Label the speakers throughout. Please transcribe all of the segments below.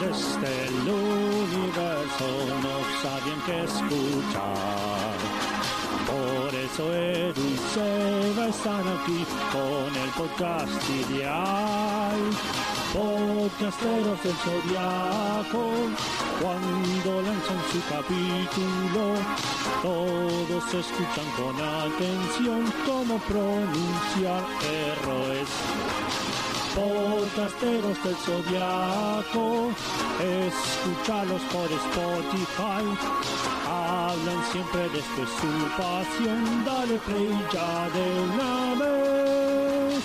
Speaker 1: desde el universo no sabían qué escuchar. Por eso Edu y Seba están aquí con el podcast ideal. Podcasteros del Zodiaco, cuando lanzan su capítulo, todos escuchan con atención cómo pronunciar errores. Podcasteros del Zodiaco, escúchalos por Spotify. Hablan siempre desde su pasión, dale play ya de una vez.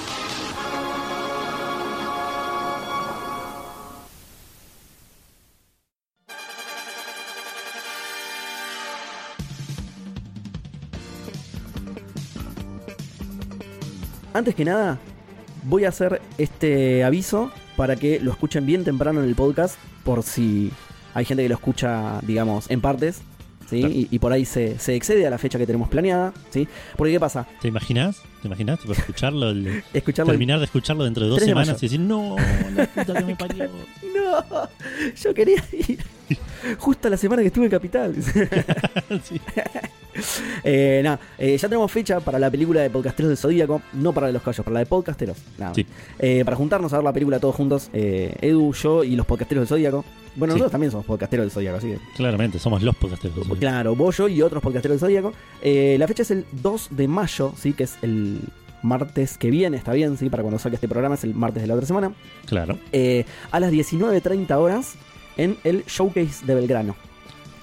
Speaker 2: Antes que nada, voy a hacer este aviso para que lo escuchen bien temprano en el podcast, por si hay gente que lo escucha, digamos, en partes, ¿sí?
Speaker 3: Claro.
Speaker 2: Y, y por ahí se, se excede a la fecha que tenemos planeada, ¿sí? Porque, ¿qué pasa?
Speaker 3: ¿Te imaginas? ¿Te imaginas? Tipo, escucharlo, el-
Speaker 2: Escucharlo...
Speaker 3: terminar de escucharlo dentro de dos
Speaker 2: 3 de
Speaker 3: semanas
Speaker 2: mayo.
Speaker 3: y decir, no, la puta que me parió.
Speaker 2: ¡No! Yo quería ir justo la semana que estuve en Capital.
Speaker 3: Sí.
Speaker 2: Eh, nada, eh, ya tenemos fecha para la película de Podcasteros del Zodíaco, no para la de los callos, para la de Podcasteros. Nada.
Speaker 3: Sí.
Speaker 2: Eh, para juntarnos a ver la película todos juntos, eh, Edu, yo y los Podcasteros del Zodíaco. Bueno,
Speaker 3: Sí.
Speaker 2: nosotros también somos Podcasteros del Zodíaco, así que
Speaker 3: Claramente, somos los podcasteros.
Speaker 2: Claro, Bollo y otros podcasteros del Zodíaco. Eh, la fecha es el 2 de mayo, sí, que es el martes que viene, está bien, sí, para cuando saque este programa, es el martes de la otra semana.
Speaker 3: Claro.
Speaker 2: Eh, a las 19.30 horas en el Showcase de Belgrano.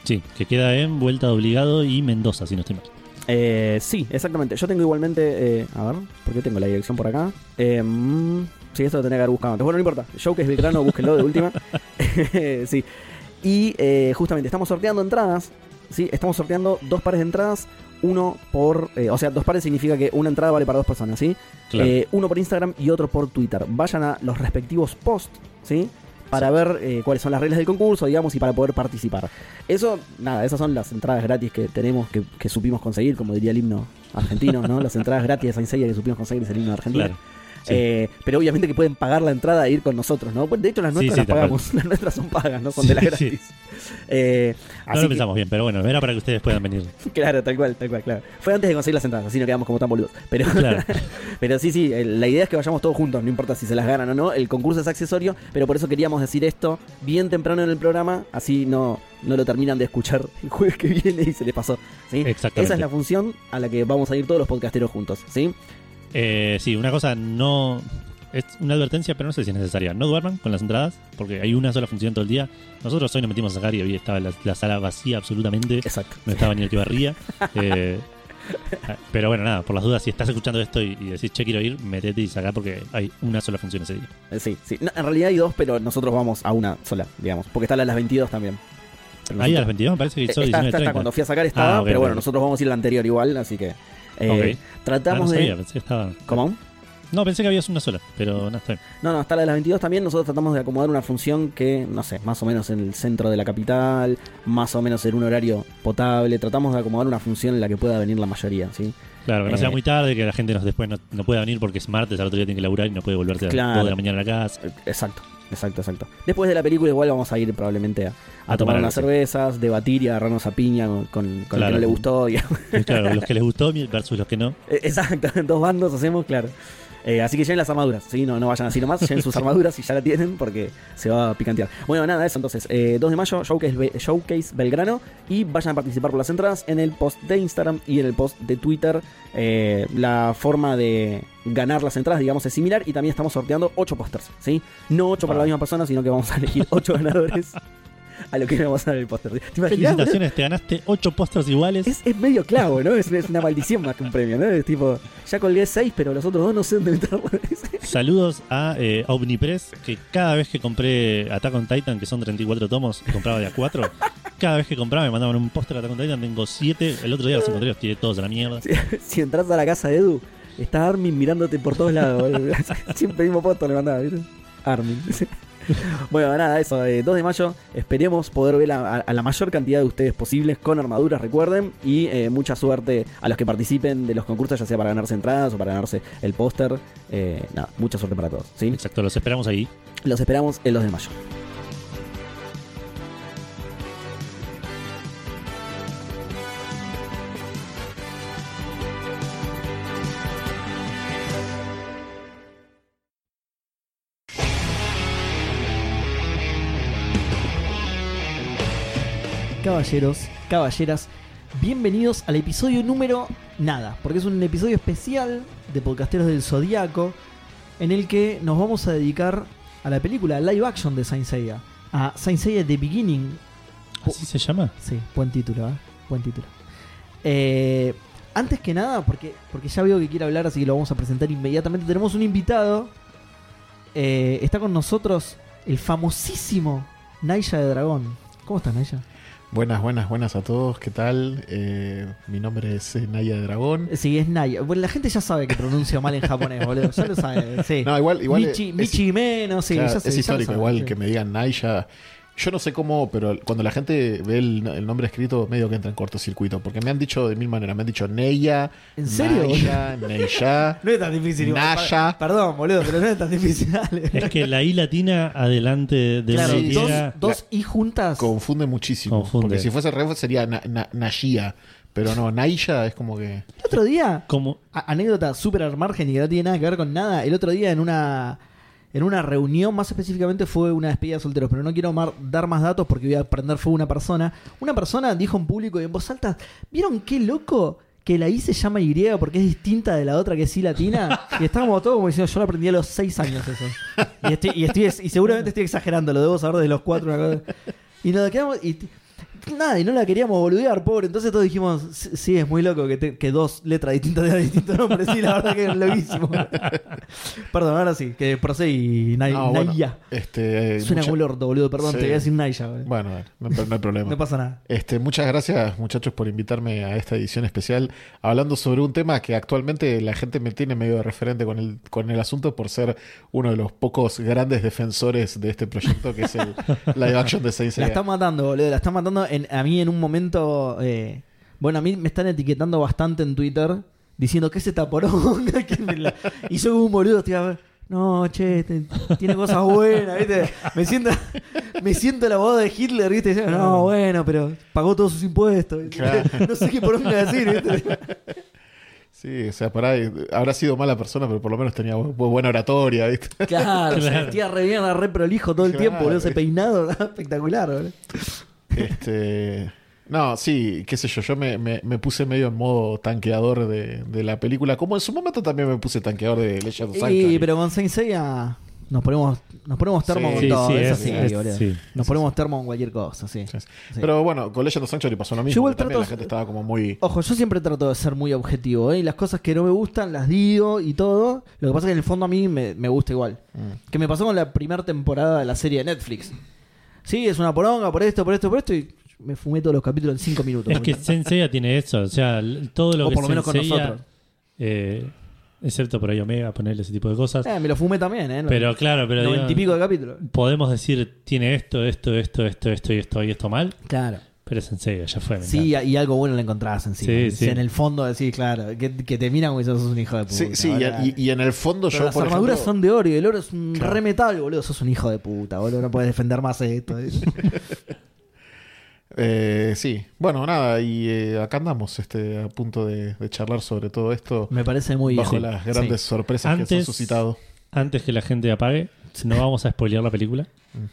Speaker 3: Sí, que queda en Vuelta de Obligado y Mendoza, si no estoy mal.
Speaker 2: Eh, sí, exactamente. Yo tengo igualmente. eh, a ver, ¿por qué tengo la dirección por acá? Eh, mm, sí, esto lo tenía que haber buscado antes. Bueno, no importa. Showcase Belgrano, búsquenlo de última. sí. Y eh, justamente estamos sorteando entradas. Sí, estamos sorteando dos pares de entradas. Uno por. eh, o sea, dos pares significa que una entrada vale para dos personas, ¿sí?
Speaker 3: Claro.
Speaker 2: Eh, uno por Instagram y otro por Twitter. Vayan a los respectivos posts, ¿sí? Para ver eh, cuáles son las reglas del concurso, digamos, y para poder participar. Eso, nada, esas son las entradas gratis que tenemos, que, que supimos conseguir, como diría el himno argentino, ¿no? Las entradas gratis de Sainseya que supimos conseguir es el himno argentino.
Speaker 3: claro. sí.
Speaker 2: Eh, pero obviamente que pueden pagar la entrada e ir con nosotros, ¿no? Pues, De hecho, las
Speaker 3: Sí,
Speaker 2: nuestras
Speaker 3: sí,
Speaker 2: las
Speaker 3: tal cual.
Speaker 2: pagamos. Las nuestras son pagas, no son de las
Speaker 3: Sí,
Speaker 2: gratis. Eh,
Speaker 3: No lo
Speaker 2: así que-
Speaker 3: pensamos bien, pero bueno, era para que ustedes puedan venir.
Speaker 2: claro, tal cual, tal cual, claro. Fue antes de conseguir las entradas, así no quedamos como tan boludos. Pero,
Speaker 3: Claro.
Speaker 2: pero sí, sí, el- la idea es que vayamos todos juntos, no importa si se las ganan o no. El concurso es accesorio, pero por eso queríamos decir esto bien temprano en el programa, así no, no lo terminan de escuchar el jueves que viene y se les pasó. ¿sí?
Speaker 3: Exactamente.
Speaker 2: Esa es la función a la que vamos a ir todos los podcasteros juntos, ¿sí?
Speaker 3: Eh, sí, una cosa no. Es una advertencia, pero no sé si es necesaria. No duerman con las entradas, porque hay una sola función todo el día. Nosotros hoy nos metimos a sacar y había- estaba la, la sala vacía absolutamente.
Speaker 2: Exacto.
Speaker 3: No estaba ni el que barría. Eh, ah, pero bueno, nada, por las dudas, si estás escuchando esto y, y decís, che, quiero ir, metete y sacá porque hay una sola función ese día.
Speaker 2: Eh, Sí, sí. No, en realidad hay dos, pero nosotros vamos a una sola, digamos. Porque está la de las 22 también. Pero
Speaker 3: Ahí a las
Speaker 2: nosotros-
Speaker 3: 22 me parece que
Speaker 2: Eh,
Speaker 3: hizo
Speaker 2: está, está, está,
Speaker 3: 19.30.
Speaker 2: cuando fui a sacar estaba,
Speaker 3: Ah, ok,
Speaker 2: pero bueno,
Speaker 3: ok.
Speaker 2: nosotros vamos a ir a la anterior igual, así que. eh,
Speaker 3: Ok. Ah, no
Speaker 2: Tratamos
Speaker 3: sabía,
Speaker 2: de.
Speaker 3: pensé que estaba.
Speaker 2: ¿Cómo?
Speaker 3: No, pensé que había una sola, pero no está bien.
Speaker 2: No, no, está la de las 22 también. Nosotros tratamos de acomodar una función que, no sé, más o menos en el centro de la capital, más o menos en un horario potable. Tratamos de acomodar una función en la que pueda venir la mayoría, ¿sí?
Speaker 3: Claro, que no
Speaker 2: Eh.
Speaker 3: sea muy tarde, que la gente nos, después no, no pueda venir porque es martes, al otro día tiene que laburar y no puede volverse a
Speaker 2: Claro.
Speaker 3: las 2 de la mañana a la casa.
Speaker 2: Eh, Exacto, exacto, exacto. Después de la película igual vamos a ir probablemente a, a
Speaker 3: A tomar
Speaker 2: tomar
Speaker 3: algo,
Speaker 2: unas
Speaker 3: sí.
Speaker 2: cervezas, debatir y agarrarnos a piña con, con- con el que
Speaker 3: Claro.
Speaker 2: no le gustó. y-
Speaker 3: Y Claro, los que les gustó versus los que no.
Speaker 2: Eh, Exacto, dos bandos hacemos, claro. Eh, así que lleven las armaduras, ¿sí? No, no vayan así nomás, lleven sus armaduras y ya la tienen porque se va a picantear. Bueno, nada, eso entonces. eh, 2 de mayo, showcase, Be- Showcase Belgrano y vayan a participar por las entradas en el post de Instagram y en el post de Twitter. Eh, la forma de ganar las entradas, digamos, es similar y también estamos sorteando 8 pósters, ¿sí? No 8 para
Speaker 3: Ah.
Speaker 2: la misma persona, sino que vamos a elegir 8 ganadores a lo que le vamos a dar el póster. ¿Te imaginas, boludo?
Speaker 3: Felicitaciones, te ganaste 8 pósters iguales.
Speaker 2: Es, es medio clavo, ¿no? Es, es una maldición más que un premio, ¿no? Es tipo, ya colgué seis, pero los otros dos no sé dónde meterlos.
Speaker 3: Saludos a eh, Omnipress, que cada vez que compré Attack on Titan, que son 34 tomos, y compraba de a 4, cada vez que compraba me mandaban un póster de Attack on Titan, tengo 7, el otro día los encontré, los tiré todos a la mierda.
Speaker 2: si entras a la casa de Edu, está Armin mirándote por todos lados. boludo. Siempre el mismo posto le mandaba, ¿viste? Armin. bueno, nada, eso. eh, 2 de mayo, esperemos poder ver a, a- a la mayor cantidad de ustedes posibles con armaduras, recuerden. Y eh, mucha suerte a los que participen de los concursos, ya sea para ganarse entradas o para ganarse el póster. Eh, nada, mucha suerte para todos. ¿sí?
Speaker 3: Exacto, los esperamos ahí.
Speaker 2: Los esperamos el 2 de mayo.
Speaker 4: caballeros, caballeras, bienvenidos al episodio número nada, porque es un episodio especial de Podcasteros del Zodíaco, en el que nos vamos a dedicar a la película live action de Saint Seiya, a Saint Seiya The Beginning. Oh.
Speaker 3: ¿Así se llama?
Speaker 4: Sí, buen título, ¿eh? Buen título. Eh, antes que nada, porque, porque ya veo que quiere hablar, así que lo vamos a presentar inmediatamente. Tenemos un invitado. Eh, está con nosotros el famosísimo Naija de Dragón. ¿Cómo estás, Naija?
Speaker 5: Buenas, buenas, buenas a todos. ¿Qué tal? Eh, mi nombre es eh, Naya de Dragón.
Speaker 4: Sí, es Naya. Bueno, la gente ya sabe que pronuncio mal en japonés, boludo. Ya lo sabe. Sí.
Speaker 5: No, igual, igual
Speaker 4: Michi,
Speaker 5: es,
Speaker 4: Michi menos, sí.
Speaker 5: claro,
Speaker 4: ya
Speaker 5: es
Speaker 4: sé, ya lo
Speaker 5: histórico.
Speaker 4: sabe,
Speaker 5: igual
Speaker 4: sí.
Speaker 5: que me digan Naya. Yo no sé cómo, pero cuando la gente ve el, el nombre escrito, medio que entra en cortocircuito. Porque me han dicho de mil maneras. Me han dicho Neya,
Speaker 4: ¿En serio,
Speaker 5: Naya, Neya.
Speaker 4: No es tan difícil. igual.
Speaker 5: Naya.
Speaker 4: Pa- Perdón, boludo, pero no es tan difícil. Dale.
Speaker 3: Es que la I latina adelante de
Speaker 4: Claro,
Speaker 3: la
Speaker 5: sí,
Speaker 4: dos,
Speaker 3: griega-
Speaker 4: dos y juntas.
Speaker 5: Confunde muchísimo.
Speaker 3: Confunde.
Speaker 5: Porque si fuese re sería na, Na- Nashia. Pero no, Naya es como que.
Speaker 4: El otro día,
Speaker 3: como
Speaker 4: a- anécdota súper al margen y que no tiene nada que ver con nada. El otro día en una en una reunión, más específicamente fue una despedida de solteros, pero no quiero mar- dar más datos porque voy a prender fue una persona. Una persona dijo en público y en voz alta, ¿vieron qué loco? Que la I se llama Y porque es distinta de la otra que es I latina. Y estábamos todos como diciendo, yo lo aprendí a los seis años eso. Y, estoy, y, estoy- y seguramente estoy exagerando, lo debo saber de los cuatro. una cosa. Y nos quedamos... Y, Nada, y no la queríamos boludear, pobre. Entonces todos dijimos, sí, sí, es muy loco que, te- que dos letras distintas tengan distintos nombres. Sí, la verdad que es loquísimo. perdón, ahora sí, que proseguí Nay-
Speaker 5: No, Ah, bueno,
Speaker 4: Naya.
Speaker 5: este, eh,
Speaker 4: Suena
Speaker 5: mucha-
Speaker 4: como el orto, boludo, perdón,
Speaker 5: Sí.
Speaker 4: te voy a decir Naya. boludo.
Speaker 5: Bueno, a ver, no, no hay problema.
Speaker 4: no pasa nada.
Speaker 5: Este, muchas gracias muchachos por invitarme a esta edición especial hablando sobre un tema que actualmente la gente me tiene medio de referente con el, con el asunto por ser uno de los pocos grandes defensores de este proyecto que es el live action de Saint
Speaker 4: La
Speaker 5: Seiya.
Speaker 4: está matando, boludo, la está matando en- a mí en un momento... eh, bueno, a mí me están etiquetando bastante en Twitter diciendo que ese taporón. que me la- y soy un boludo, estoy a ver, No, che, te- tiene cosas buenas, ¿viste? Me siento, me siento el abogado de Hitler, ¿viste? Diciendo, No, bueno, pero pagó todos sus impuestos. ¿viste?
Speaker 5: Claro.
Speaker 4: No sé qué por dónde decir, ¿viste?
Speaker 5: Sí, o sea, por ahí habrá sido mala persona, pero por lo menos tenía bu- bu- buena oratoria, ¿viste?
Speaker 4: Claro, se vestía re bien, era re prolijo todo el
Speaker 5: Claro,
Speaker 4: tiempo, boludo, ese
Speaker 5: ¿viste?
Speaker 4: peinado, espectacular, boludo.
Speaker 5: Este, no, sí, qué sé yo, yo me, me- me puse medio en modo tanqueador de, de la película, como en su momento también me puse tanqueador de Legend of
Speaker 4: Y,
Speaker 5: Sanctuary.
Speaker 4: pero con Saint Seiya nos ponemos, nos ponemos termo
Speaker 5: Sí.
Speaker 4: con
Speaker 5: Sí,
Speaker 4: todo,
Speaker 3: sí,
Speaker 4: es
Speaker 3: es-
Speaker 4: así,
Speaker 5: es-
Speaker 4: boludo.
Speaker 3: sí.
Speaker 4: Nos ponemos termo con cualquier cosa, sí.
Speaker 5: Sí, sí.
Speaker 4: Sí.
Speaker 5: Pero bueno, con Legend of Sanctuary pasó lo mismo.
Speaker 4: igual
Speaker 5: que también
Speaker 4: trato-
Speaker 5: la gente estaba como muy...
Speaker 4: Ojo, yo siempre trato de ser muy objetivo, ¿eh? Y las cosas que no me gustan las digo y todo. Lo que pasa es que en el fondo a mí me, me gusta igual.
Speaker 3: Mm.
Speaker 4: Que me pasó con la primera temporada de la serie de Netflix. Sí, es una poronga por esto, por esto, por esto. Y me fumé todos los capítulos en cinco minutos.
Speaker 3: es que
Speaker 4: boludo.
Speaker 3: Senseiya tiene eso, o sea, l- todo lo
Speaker 4: O
Speaker 3: que
Speaker 4: por lo menos con
Speaker 3: Senseiya,
Speaker 4: nosotros.
Speaker 3: eh, excepto por ahí Omega, ponerle ese tipo de cosas.
Speaker 4: Eh, me lo fumé también, ¿eh?
Speaker 3: pero claro, pero
Speaker 4: Noventa y
Speaker 3: digo,
Speaker 4: pico de capítulos.
Speaker 3: podemos decir tiene esto, esto, esto, esto, esto y esto y esto mal,
Speaker 4: Claro.
Speaker 3: pero es Senseiya, ya fue. me
Speaker 4: Sí, y algo bueno le encontrás encima.
Speaker 3: Sí,
Speaker 4: O sea,
Speaker 3: sí.
Speaker 4: En el fondo decís, claro, que, que te miran como si sos un hijo de puta.
Speaker 5: Sí, sí, y,
Speaker 4: boludo.
Speaker 5: y- y en el fondo
Speaker 4: Pero
Speaker 5: yo,
Speaker 4: las
Speaker 5: por
Speaker 4: armaduras
Speaker 5: ejemplo,
Speaker 4: son de oro y el oro es un
Speaker 5: Claro.
Speaker 4: re metal, boludo. Sos un hijo de puta, boludo. No puedes defender más esto.
Speaker 5: eh, sí, bueno, nada, y eh, acá andamos este, a punto de, de charlar sobre todo esto
Speaker 4: Me parece muy
Speaker 5: bajo
Speaker 4: bien.
Speaker 5: las grandes sorpresas que se han
Speaker 3: Antes-
Speaker 5: suscitado.
Speaker 3: Antes que la gente apague, no vamos a spoilear la película.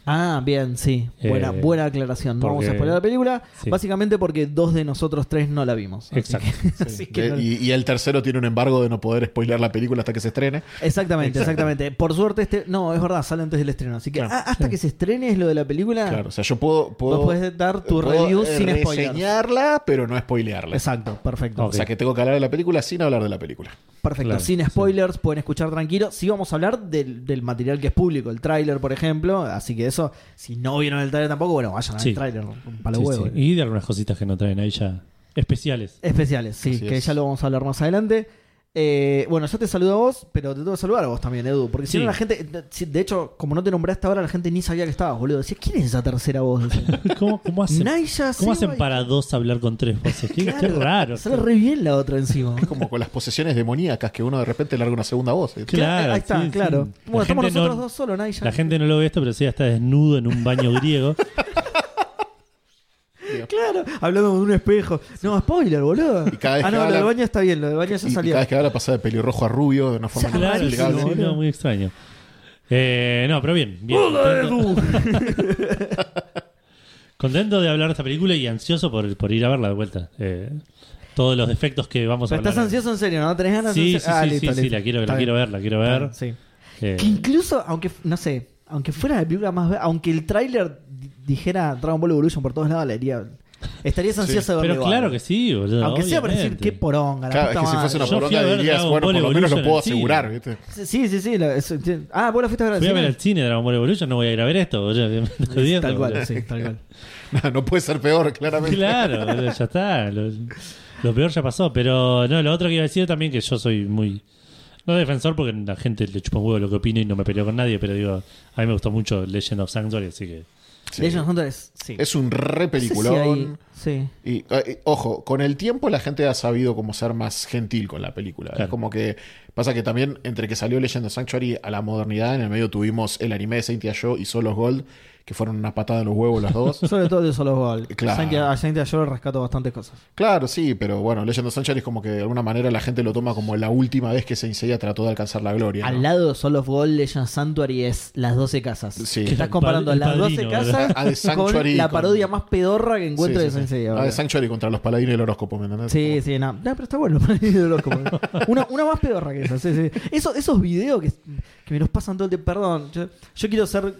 Speaker 4: Ah, bien, sí.
Speaker 3: Eh,
Speaker 4: Buena, buena aclaración. No vamos a
Speaker 3: porque-
Speaker 4: spoiler la película.
Speaker 3: Sí.
Speaker 4: Básicamente porque dos de nosotros tres no la vimos. Así
Speaker 3: Exacto.
Speaker 4: que- así que
Speaker 5: De-
Speaker 4: no-
Speaker 5: y, y el tercero tiene un embargo de no poder spoilear la película hasta que se estrene.
Speaker 4: Exactamente, exactamente. Por suerte, este. No, es verdad, sale antes del estreno. Así que
Speaker 5: Claro.
Speaker 4: ah, hasta que se estrene es lo de la película.
Speaker 5: Claro, o sea, yo puedo... puedo
Speaker 4: Ah. Vos podés dar tu
Speaker 5: puedo,
Speaker 4: review
Speaker 5: eh,
Speaker 4: sin spoilers.
Speaker 5: reseñarla, pero no spoilearla.
Speaker 4: Exacto, perfecto.
Speaker 5: O sea, que tengo que hablar de la película sin hablar de la película.
Speaker 4: Perfecto,
Speaker 3: Claro,
Speaker 4: sin
Speaker 3: sí.
Speaker 4: spoilers, pueden escuchar tranquilo. Sí vamos a hablar del, del material que es público, el tráiler, por ejemplo. Así que eso, si no vieron el tráiler tampoco, bueno, vayan
Speaker 3: Sí.
Speaker 4: al tráiler, para
Speaker 3: Sí,
Speaker 4: los huevos.
Speaker 3: sí. Y de algunas cositas que no traen ahí ya especiales.
Speaker 4: Especiales, sí,
Speaker 5: Así
Speaker 4: que
Speaker 5: es.
Speaker 4: ya lo vamos a hablar más adelante. Eh, bueno, yo te saludo a vos, pero te tengo que saludar a vos también, Edu. Porque si
Speaker 3: Sí.
Speaker 4: no, la gente. si- De hecho, como no te nombré hasta ahora, la gente ni sabía que estabas, boludo. Decía, ¿quién es esa tercera voz? Decía,
Speaker 3: ¿Cómo, cómo hacen, cómo
Speaker 4: Naya Seba
Speaker 3: hacen
Speaker 4: y-
Speaker 3: para dos hablar con tres voces? Qué, qué
Speaker 4: Claro,
Speaker 3: raro.
Speaker 4: Sale re bien la otra encima.
Speaker 5: Como con las posesiones demoníacas que uno de repente larga una segunda voz. ¿eh?
Speaker 3: Claro,
Speaker 4: Ahí está,
Speaker 3: sí,
Speaker 4: claro.
Speaker 3: sí.
Speaker 4: Bueno,
Speaker 3: La
Speaker 4: estamos
Speaker 3: gente
Speaker 4: nosotros
Speaker 3: no-
Speaker 4: dos solo, Naya.
Speaker 3: La gente no lo ve esto, pero sí está desnudo en un baño griego.
Speaker 4: Claro, hablando con un espejo. No, spoiler, boludo.
Speaker 5: Y cada vez
Speaker 4: ah,
Speaker 5: que
Speaker 4: no, lo del
Speaker 5: habla-
Speaker 4: baño está bien, lo del baño ya
Speaker 5: Y- y cada
Speaker 4: salió.
Speaker 5: vez que habla pasa de pelirrojo a rubio de una forma
Speaker 4: Claro,
Speaker 3: Claro, sí,
Speaker 5: inexplicable.
Speaker 4: rarísimo,
Speaker 3: sí, no, muy extraño. Eh, no, pero bien. bien. Contento- Contento de hablar de esta película y ansioso por, por ir a verla de vuelta. Eh, todos los defectos que vamos a
Speaker 4: Pero
Speaker 3: hablar.
Speaker 4: estás ansioso en serio, ¿no? ¿Tenés ganas
Speaker 3: Sí,
Speaker 4: en
Speaker 3: sí,
Speaker 4: serio?
Speaker 3: sí, sí, sí, la quiero, la
Speaker 4: Está
Speaker 3: quiero
Speaker 4: bien.
Speaker 3: ver, la quiero
Speaker 4: Está
Speaker 3: ver.
Speaker 4: bien, Sí.
Speaker 3: Eh,
Speaker 4: Que incluso, aunque, f- no sé, aunque fuera la película más. ve- Aunque el tráiler di- dijera Dragon Ball Evolution por todos lados, la haría. Estarías ansiosa de verlo
Speaker 3: pero
Speaker 4: igual.
Speaker 3: claro que sí, boludo.
Speaker 4: Aunque sea para decir
Speaker 3: obviamente.
Speaker 4: qué poronga, la
Speaker 5: Claro, es
Speaker 4: puta
Speaker 5: que si
Speaker 4: madre.
Speaker 5: fuese una
Speaker 3: Yo fui a
Speaker 5: poronga
Speaker 3: ver
Speaker 5: dirías,
Speaker 3: Dragon
Speaker 5: bueno, por
Speaker 3: Ball
Speaker 5: lo menos lo
Speaker 3: Evolution
Speaker 5: puedo
Speaker 3: al cine.
Speaker 5: asegurar, ¿viste?
Speaker 4: Sí, sí, sí. la- eso- sí. ah, vos la fuiste a ver al
Speaker 3: Fui a ver
Speaker 4: cine?
Speaker 3: al cine Dragon Ball Evolution, no voy a ir a ver esto, boludo. me estoy jodiendo,
Speaker 4: Tal cual,
Speaker 3: boludo.
Speaker 4: sí, tal cual.
Speaker 5: No, no puede ser peor, claramente.
Speaker 3: Claro, boludo, ya está. Lo, lo peor ya pasó. Pero no, lo otro que iba a decir también que yo soy muy. No defensor porque la gente le chupa un huevo lo que opino y no me peleo con nadie, pero digo, a mí me gustó mucho Legend of Sanctuary, así que.
Speaker 5: Sí.
Speaker 4: Legend of Hunter es. Sí.
Speaker 5: Es un re
Speaker 4: No sé si
Speaker 5: peliculón.
Speaker 4: hay- sí.
Speaker 5: Y, eh, ojo, con el tiempo la gente ha sabido como ser más gentil con la película.
Speaker 3: Claro.
Speaker 5: Es como que pasa que también entre que salió Legend of Sanctuary a la modernidad, en el medio tuvimos el anime de Saint Show y Solos Gold, que fueron una patada en los huevos las dos.
Speaker 4: Sobre todo de solo gol.
Speaker 5: Claro.
Speaker 4: A Saintia yo le rescato bastantes cosas.
Speaker 5: claro, sí, pero bueno, Legend of Sanctuary es como que de alguna manera la gente lo toma como la última vez que Senseiya trató de alcanzar la gloria. ¿no?
Speaker 4: Al lado de Soul of Gold, Legend Sanctuary es las 12 casas.
Speaker 5: Sí.
Speaker 4: Estás comparando
Speaker 3: El
Speaker 4: las 12
Speaker 3: padrino,
Speaker 4: casas
Speaker 5: A The
Speaker 4: con
Speaker 5: Sanctuary
Speaker 4: la
Speaker 5: con-
Speaker 4: parodia más pedorra que encuentro
Speaker 5: Sí,
Speaker 4: de
Speaker 5: sí,
Speaker 4: Saint
Speaker 5: sí.
Speaker 4: Seiya,
Speaker 5: Ah,
Speaker 4: boludo.
Speaker 5: de Sanctuary contra los paladinos del horóscopo, ¿me entendés?
Speaker 4: Sí, sí, no. No, pero está bueno. de loco, boludo. una, una más pedorra que esa. Sí, sí. Eso- esos videos que, que me los pasan todo el tiempo. Perdón, yo, yo quiero ser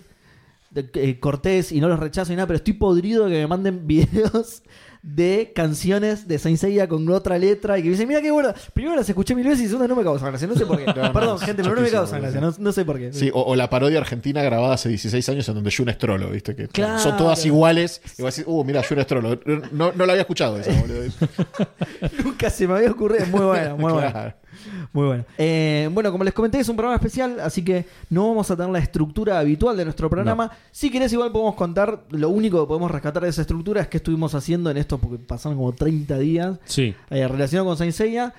Speaker 4: de- eh, cortés y no los rechazo y nada, pero estoy podrido de que me manden videos de canciones de Saint Seiya con otra letra y que me dicen, mira qué bueno. Primero las escuché mil veces y segunda no me causan gracia. No sé por qué.
Speaker 5: no,
Speaker 4: Perdón,
Speaker 5: es
Speaker 4: gente, pero no me
Speaker 5: chotísimo,
Speaker 4: causan
Speaker 5: boludo.
Speaker 4: gracia. No, no sé por qué.
Speaker 5: Sí, o, o la parodia argentina grabada hace 16 años en donde Jun es trolo, ¿viste? Que
Speaker 4: Claro.
Speaker 5: son todas iguales. Y vos decís, uh, mira, Jun es trolo. No, no la había escuchado esa, boludo.
Speaker 4: Nunca se me había ocurrido. Muy bueno, muy bueno.
Speaker 5: Claro.
Speaker 4: Muy bueno. Eh, bueno, como les comenté, es un programa especial, así que no vamos a tener la estructura habitual de nuestro programa. Si querés, igual podemos contar. Lo único que podemos rescatar de esa estructura es que estuvimos haciendo en esto, porque pasaron como 30 días,
Speaker 3: Sí.
Speaker 4: eh, relacionado con Saint Seiya.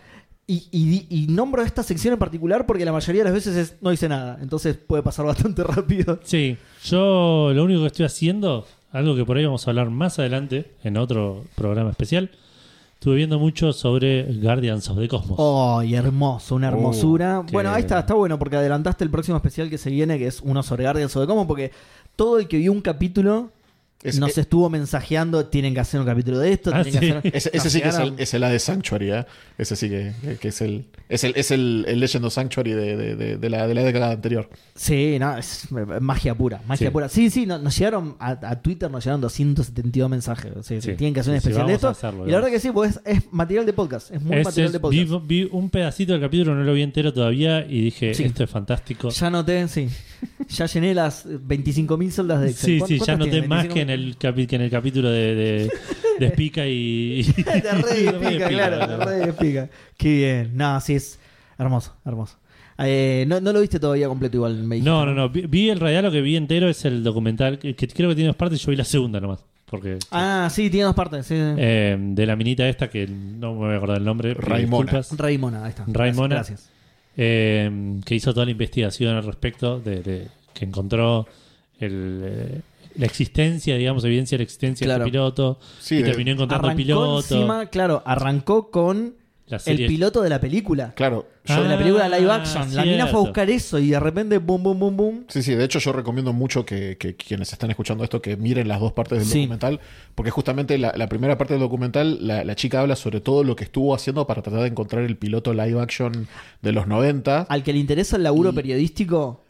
Speaker 4: Y, y di- y nombro esta sección en particular porque la mayoría de las veces es no hice nada. Entonces puede pasar bastante rápido.
Speaker 3: Sí, yo lo único que estoy haciendo, algo que por ahí vamos a hablar más adelante en otro programa especial, estuve viendo mucho sobre Guardians of the Cosmos.
Speaker 4: Oh, y hermoso, una
Speaker 5: Oh,
Speaker 4: hermosura.
Speaker 3: Uh, qué-
Speaker 4: bueno, ahí está, está bueno porque adelantaste el próximo especial que se viene, que es uno sobre Guardians of the Cosmos, porque todo el que vio un capítulo
Speaker 5: Es-
Speaker 4: nos
Speaker 5: eh,
Speaker 4: estuvo mensajeando, tienen que hacer un capítulo de esto,
Speaker 3: Ah,
Speaker 4: tienen que
Speaker 3: sí.
Speaker 4: hacer...
Speaker 5: Ese,
Speaker 4: Nos
Speaker 5: ese sí que es el,
Speaker 4: llegaron-
Speaker 5: es el A de Sanctuary, ¿eh? Ese sí que, que- que es el. Es el, es el, el Legend of Sanctuary de, de- de- de la, de la década anterior.
Speaker 4: Sí, no, es magia pura, magia
Speaker 3: Sí.
Speaker 4: pura. Sí, sí, no- nos llegaron a, a Twitter, nos llegaron 272 mensajes. Sí, sí,
Speaker 3: Sí.
Speaker 4: tienen que hacer un
Speaker 3: Sí, sí,
Speaker 4: especial de
Speaker 3: vamos a
Speaker 4: esto.
Speaker 3: hacerlo,
Speaker 4: y la
Speaker 3: vamos.
Speaker 4: verdad que sí, pues es, es material de podcast, es muy
Speaker 3: Ese
Speaker 4: material
Speaker 3: es-
Speaker 4: de
Speaker 3: vi,
Speaker 4: podcast.
Speaker 3: vi un pedacito del capítulo, no lo vi entero todavía y dije,
Speaker 4: Sí.
Speaker 3: esto es fantástico.
Speaker 4: Ya noté, sí. Ya llené las eh, 25.000 celdas de Excel.
Speaker 3: Sí,
Speaker 4: ¿Cuán-
Speaker 3: sí, ya
Speaker 4: cuántas
Speaker 3: noté
Speaker 4: tiene?
Speaker 3: más que en,
Speaker 4: 25.000.
Speaker 3: el capi- que en el capítulo de, de, de Spica y...
Speaker 4: Te re
Speaker 3: y-
Speaker 4: de pica, claro, te re de pica. Qué bien. No, sí, es hermoso, hermoso. Eh, no, no lo viste todavía completo igual, me dijiste,
Speaker 3: No, no, no. Vi, vi en realidad lo que vi entero es el documental, que, que creo que tiene dos partes, yo vi la segunda nomás. Porque
Speaker 4: Ah, sí, tiene dos partes. Sí, sí.
Speaker 3: eh, de la minita esta, que no me voy a acordar el nombre, pido
Speaker 5: Raimona.
Speaker 3: disculpas,
Speaker 4: Raimona, ahí está.
Speaker 3: Raimona.
Speaker 4: Gracias.
Speaker 3: eh, que hizo toda la investigación al respecto, de, de- que encontró el, eh, la existencia, digamos, evidencia de la existencia
Speaker 4: Claro.
Speaker 3: del piloto,
Speaker 5: Sí,
Speaker 3: y
Speaker 5: de-
Speaker 3: terminó encontrando
Speaker 4: Arrancó
Speaker 3: el piloto,
Speaker 4: encima, claro, arrancó con
Speaker 3: la
Speaker 4: el
Speaker 3: serie.
Speaker 4: piloto de la película.
Speaker 5: Claro. yo-
Speaker 3: Ah,
Speaker 4: De la película live action. La mina fue a
Speaker 3: cierto.
Speaker 4: buscar eso y de repente, boom, boom, boom, boom.
Speaker 5: Sí, sí, de hecho yo recomiendo mucho que, que quienes están escuchando esto que miren las dos partes del
Speaker 4: Sí.
Speaker 5: documental, porque justamente la, la primera parte del documental, la, la chica habla sobre todo lo que estuvo haciendo para tratar de encontrar el piloto live action de los 90.
Speaker 4: Al que le interesa el laburo
Speaker 5: Y-
Speaker 4: periodístico,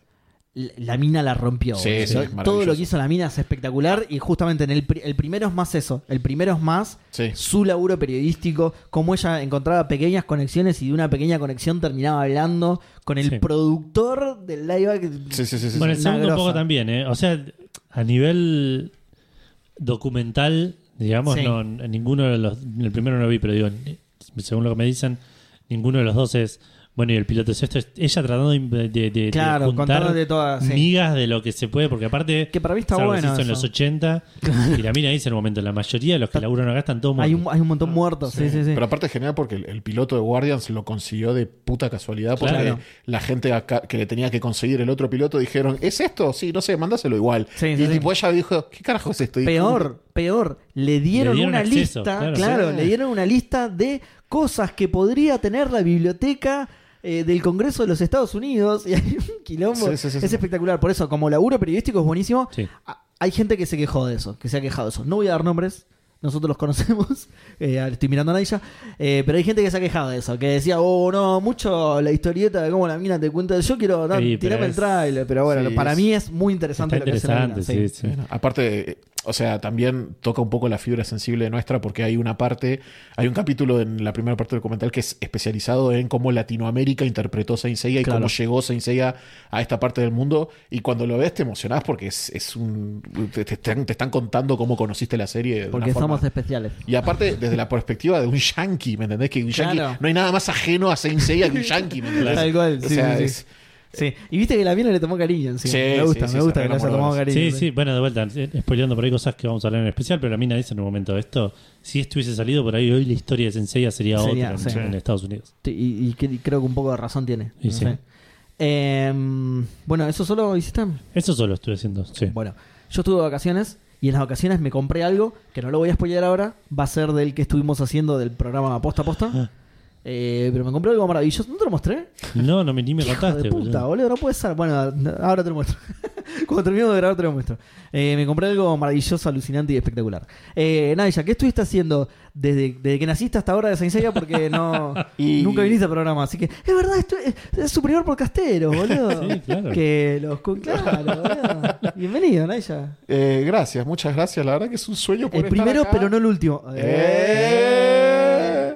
Speaker 4: la, la mina la rompió.
Speaker 5: Sí,
Speaker 4: boludo.
Speaker 5: sí, es
Speaker 4: Todo lo
Speaker 5: maravilloso.
Speaker 4: que hizo la mina es espectacular y justamente en el, pri- el primero es más eso. El primero es más
Speaker 5: Sí.
Speaker 4: su laburo periodístico, cómo ella encontraba pequeñas conexiones y de una pequeña conexión terminaba hablando con el
Speaker 3: Sí.
Speaker 4: productor del live action.
Speaker 5: Sí, sí, sí, sí,
Speaker 3: Bueno,
Speaker 5: sí.
Speaker 3: el
Speaker 4: Una
Speaker 3: segundo un poco
Speaker 4: grosa.
Speaker 3: también, ¿eh? O sea, a nivel documental, digamos,
Speaker 4: Sí.
Speaker 3: no, n- ninguno de los. El primero no lo vi, pero digo, ni- según lo que me dicen, ninguno de los dos es. Bueno, y el piloto es esto. es ella tratando de, de- de- de
Speaker 4: Claro,
Speaker 3: juntar
Speaker 4: contando de todas. sí.
Speaker 3: migas de lo que se puede, porque aparte.
Speaker 4: Que para mí está
Speaker 3: es algo que se
Speaker 4: bueno
Speaker 3: hizo en
Speaker 4: eso.
Speaker 3: los 80. Y la mina dice en un momento: la mayoría de los que laburan acá están todos
Speaker 4: Hay
Speaker 3: muertos. Ah,
Speaker 4: un, hay un montón muertos, sí, sí, sí.
Speaker 5: Pero aparte es genial porque el, el piloto de Guardians lo consiguió de puta casualidad porque
Speaker 4: Claro.
Speaker 5: la gente acá que le tenía que conseguir el otro piloto dijeron, ¿es esto? Sí, no sé, mándaselo igual.
Speaker 4: Sí,
Speaker 5: y
Speaker 4: sí,
Speaker 5: tipo, ella dijo, ¿qué carajo es esto? Y-
Speaker 4: Peor, peor. Le dieron,
Speaker 3: Le dieron
Speaker 4: una
Speaker 3: acceso,
Speaker 4: lista, claro,
Speaker 3: claro.
Speaker 5: Sí.
Speaker 4: le dieron una lista de cosas que podría tener la biblioteca eh, del Congreso de los Estados Unidos. Y hay un quilombo.
Speaker 5: Sí, sí, sí,
Speaker 4: es
Speaker 5: sí.
Speaker 4: espectacular. Por eso, como laburo periodístico es buenísimo.
Speaker 3: Sí.
Speaker 4: A- hay gente que se quejó de eso, que se ha quejado de eso. No voy a dar nombres, nosotros los conocemos, eh, ahora estoy mirando a Naya, eh, pero hay gente que se ha quejado de eso, que decía, oh no, mucho la historieta de cómo la mina te cuenta, yo quiero dar,
Speaker 3: Sí, pero
Speaker 4: tirarme el
Speaker 3: es-
Speaker 4: trailer, pero bueno,
Speaker 5: sí,
Speaker 4: para
Speaker 5: es-
Speaker 4: mí es muy interesante
Speaker 3: Está
Speaker 4: lo que hace la mina,
Speaker 3: interesante, sí, sí.
Speaker 5: Bueno, aparte, eh, o sea, también toca un poco la fibra sensible nuestra porque hay una parte, hay un capítulo en la primera parte del documental que es especializado en cómo Latinoamérica interpretó Saint Seiya y
Speaker 4: Claro.
Speaker 5: cómo llegó Saint Seiya a esta parte del mundo. Y cuando lo ves te emocionás porque es, es un... Te, te están, te están contando cómo conociste la serie. de
Speaker 4: Porque
Speaker 5: una forma-
Speaker 4: somos especiales.
Speaker 5: Y aparte, desde la perspectiva de un yankee, ¿me entendés? Que un yankee,
Speaker 4: Claro.
Speaker 5: no hay nada más ajeno a Saint Seiya que un yankee, ¿me entendés?
Speaker 4: Tal cual,
Speaker 5: O
Speaker 4: sí,
Speaker 5: sea,
Speaker 4: sí, sí.
Speaker 5: es-
Speaker 4: Sí, y viste que la mina le tomó cariño encima.
Speaker 5: Sí,
Speaker 4: me gusta,
Speaker 5: sí, sí,
Speaker 4: me gusta
Speaker 5: se
Speaker 4: que le haya
Speaker 5: reenamoró.
Speaker 4: tomado
Speaker 3: Sí,
Speaker 4: cariño.
Speaker 3: sí, bueno, de vuelta, eh, spoileando por ahí cosas que vamos a hablar en especial, pero la mina dice en un momento esto, si esto hubiese salido por ahí hoy la historia de Senseiya sería,
Speaker 4: Sería,
Speaker 3: otra en-
Speaker 4: sí.
Speaker 3: en Estados Unidos.
Speaker 4: Sí, Y, y que- y creo que un poco de razón tiene.
Speaker 3: Y
Speaker 4: no
Speaker 3: sí.
Speaker 4: sé. Em, bueno, ¿eso solo hiciste?
Speaker 3: Eso solo estuve haciendo, sí.
Speaker 4: Bueno, yo estuve de vacaciones y en las vacaciones me compré algo que no lo voy a spoilear ahora. Va a ser del que estuvimos haciendo del programa Posta a
Speaker 3: Ah.
Speaker 4: Posta. Eh, pero me compré algo maravilloso. ¿No te lo mostré?
Speaker 3: No, no me, ni me
Speaker 4: Hijo
Speaker 3: contaste.
Speaker 4: de puta,
Speaker 3: boludo.
Speaker 4: boludo, no puede ser. Bueno, no, ahora te lo muestro. Cuando termino de grabar te lo muestro. Eh, me compré algo maravilloso, alucinante y espectacular. Eh, Naya, ¿qué estuviste haciendo desde, desde que naciste hasta ahora de Saint Seiya? Porque no,
Speaker 5: Y-
Speaker 4: nunca viniste al programa. Así que, es verdad, esto es, es su primer podcastero, boludo.
Speaker 3: Sí, claro.
Speaker 4: Que los... cu- Claro, boludo. Bienvenido, Naya.
Speaker 5: eh, gracias, muchas gracias. La verdad que es un sueño poder
Speaker 4: El
Speaker 5: estar
Speaker 4: primero,
Speaker 5: acá.
Speaker 4: pero no el último. Eh.
Speaker 5: ¡Eh!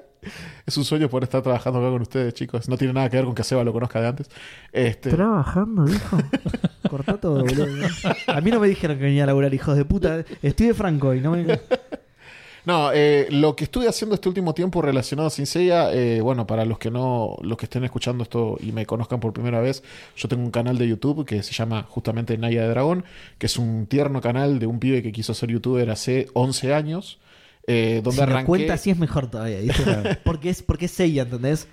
Speaker 5: Es un sueño poder estar trabajando acá con ustedes, chicos. No tiene nada que ver con que Seba lo conozca de antes. Este,
Speaker 4: Trabajando, hijo. Cortá todo, boludo. A mí no me dijeron que venía a laburar, hijos de puta. Estoy de Franco y no me...
Speaker 5: no, eh, lo que estuve haciendo este último tiempo relacionado a Cincella, bueno, para los que no, los que estén escuchando esto y me conozcan por primera vez, yo tengo un canal de YouTube que se llama justamente Naya de Dragón, que es un tierno canal de un pibe que quiso ser youtuber hace 11 años, eh, donde
Speaker 4: si lo
Speaker 5: arranqué-
Speaker 4: cuenta así es mejor todavía, ¿viste? porque es porque es Seiya, ¿entendés?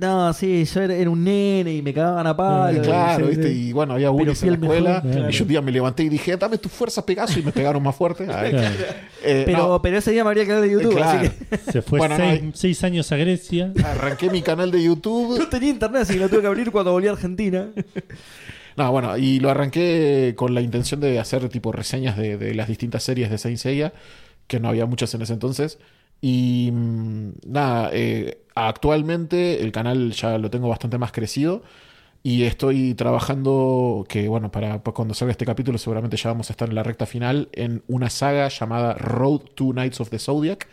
Speaker 4: No, sí, yo era, era un nene y me cagaban a palo.
Speaker 5: Eh, Claro,
Speaker 4: sí,
Speaker 5: ¿viste?
Speaker 4: sí.
Speaker 5: Y bueno, había
Speaker 4: Pero
Speaker 5: bullies
Speaker 4: fui
Speaker 5: en la
Speaker 4: el mejor,
Speaker 5: escuela.
Speaker 4: claro.
Speaker 5: Y yo un día me levanté y dije, dame tu fuerza, Pegaso. Y me pegaron más fuerte. Ay.
Speaker 3: Claro.
Speaker 5: Eh,
Speaker 4: pero,
Speaker 5: no,
Speaker 4: pero ese día me abrí el canal de YouTube,
Speaker 5: claro.
Speaker 4: así que
Speaker 3: Se fue
Speaker 5: Bueno, no,
Speaker 3: seis,
Speaker 5: hay-
Speaker 3: seis años a Grecia.
Speaker 5: Arranqué mi canal de
Speaker 4: no
Speaker 5: YouTube.
Speaker 4: tenía internet, así que lo tuve que abrir cuando volví a Argentina.
Speaker 5: No, bueno, y lo arranqué con la intención de hacer tipo reseñas de, de las distintas series de Saint Seiya, que no había muchas en ese entonces. Y mm, nada, eh, actualmente el canal ya lo tengo bastante más crecido. Y estoy trabajando, que bueno, para, para cuando salga este capítulo seguramente ya vamos a estar en la recta final, en una saga llamada Road to Knights of the Zodiac,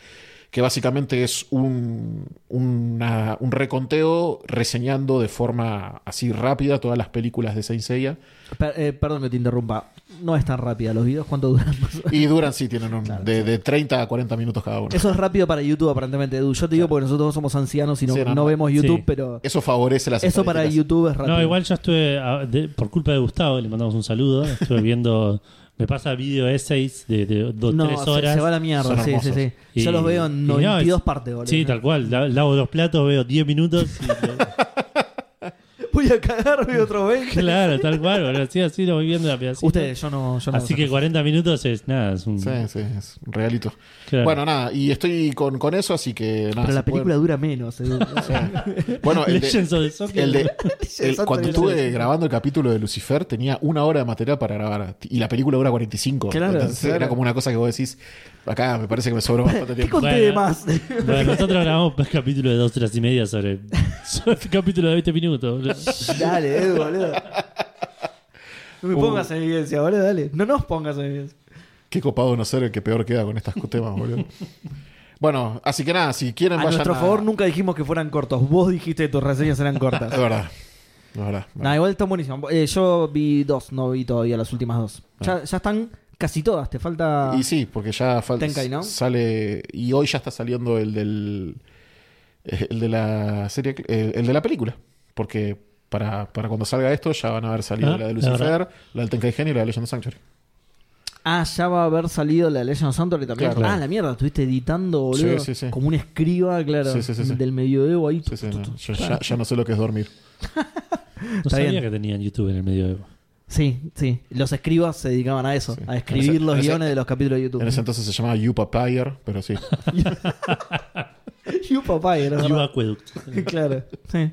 Speaker 5: que básicamente es un, una- un reconteo reseñando de forma así rápida todas las películas de Saint Seiya.
Speaker 4: Per- eh, perdón que te interrumpa. No es tan rápida. ¿Los videos cuánto duran?
Speaker 5: Y duran, sí, tienen un- de, de 30 a 40 minutos cada uno. Eso,
Speaker 4: Eso es rápido para YouTube, aparentemente, Edu. Yo te digo porque nosotros dos somos ancianos y no,
Speaker 5: Sí, no,
Speaker 4: no
Speaker 5: no.
Speaker 4: vemos YouTube,
Speaker 3: Sí.
Speaker 4: pero
Speaker 5: favorece las
Speaker 4: eso para
Speaker 5: estadísticas.
Speaker 4: YouTube es rápido.
Speaker 3: No, igual yo estuve, a- de- por culpa de Gustavo, le mandamos un saludo, estuve viendo, me pasa video essays de, de do-
Speaker 4: No,
Speaker 3: tres
Speaker 4: se-
Speaker 3: horas.
Speaker 4: Se, va a la mierda,
Speaker 5: Son
Speaker 4: sí, sí,
Speaker 5: hermosos.
Speaker 4: sí.
Speaker 3: y-
Speaker 4: Yo los veo
Speaker 3: y
Speaker 4: en
Speaker 3: no, es-
Speaker 4: 92 partes, boludo.
Speaker 3: Sí, tal cual, la- lavo los platos, veo 10 minutos. y lo-
Speaker 4: Voy a cagar, veo otro 20.
Speaker 3: Claro, tal cual, boludo. Así, así lo voy viendo la pedacita.
Speaker 4: Ustedes, yo no. Yo no
Speaker 3: Así que 40 minutos es nada, es un.
Speaker 5: Sí, sí, es un realito.
Speaker 3: claro.
Speaker 5: Bueno, nada, y estoy con, con eso, así que nada.
Speaker 4: Pero
Speaker 5: se
Speaker 4: la
Speaker 5: pueden-
Speaker 4: película dura menos. Edu.
Speaker 5: Bueno, el de-
Speaker 3: Legends of the Soccer.
Speaker 5: El de- el-
Speaker 4: Santo
Speaker 5: cuando
Speaker 4: Dios.
Speaker 5: estuve grabando el capítulo de Lucifer tenía una hora de material para grabar y la película dura 45.
Speaker 4: Claro,
Speaker 5: Entonces
Speaker 4: claro.
Speaker 5: era como una cosa que vos decís, acá me parece que me sobró bastante
Speaker 4: ¿Qué
Speaker 5: tiempo.
Speaker 4: conté de
Speaker 3: Bueno.
Speaker 4: más?
Speaker 3: Bueno, nosotros grabamos un capítulo de dos horas y media sobre, sobre un capítulo de 20 minutos. boludo.
Speaker 4: dale, Edu, boludo. No me pongas en evidencia, boludo, dale. No nos pongas en evidencia.
Speaker 5: Qué copado no ser el que peor queda con estos temas, boludo. Bueno, así que nada, si quieren
Speaker 4: A
Speaker 5: vayan
Speaker 4: nuestro favor nunca dijimos que fueran cortos. Vos dijiste que tus reseñas eran cortas.
Speaker 5: Es verdad. Es verdad.
Speaker 4: Nah, igual están buenísimas. Eh, yo vi dos, no vi todavía las últimas dos. Ya, ya están casi todas, te falta...
Speaker 5: Y sí, porque ya falta
Speaker 4: Ah. Tenkai, ¿no?
Speaker 5: sale y hoy ya está saliendo el del eh, el de la serie eh, el, el de la película, porque para, para cuando salga esto ya van a haber salido
Speaker 3: Ah,
Speaker 5: la de
Speaker 3: la
Speaker 5: Lucifer, la,
Speaker 3: verdad.
Speaker 5: del Tenkai Gen y la de Legend of Sanctuary.
Speaker 4: Ah, ya va a haber salido la Legend of Sanctuary también.
Speaker 5: Claro.
Speaker 4: Ah, la mierda, estuviste editando, boludo.
Speaker 5: Sí, sí, sí.
Speaker 4: Como un escriba, claro.
Speaker 5: Sí, sí, sí, sí.
Speaker 4: Del medioevo ahí.
Speaker 5: Sí, sí, no, yo ya, ya no sé lo que es dormir.
Speaker 3: No
Speaker 4: Está
Speaker 3: sabía
Speaker 4: bien.
Speaker 3: que tenían YouTube en el medioevo.
Speaker 4: Sí, sí. Los escribas se dedicaban a eso,
Speaker 5: Sí.
Speaker 4: a escribir
Speaker 5: En ese-
Speaker 4: los
Speaker 5: en ese-
Speaker 4: guiones de los capítulos de YouTube.
Speaker 5: En ese entonces se llamaba You Papire, pero sí.
Speaker 4: You papá, era
Speaker 3: Y un
Speaker 4: verdad.
Speaker 3: acueducto.
Speaker 4: Claro. Sí.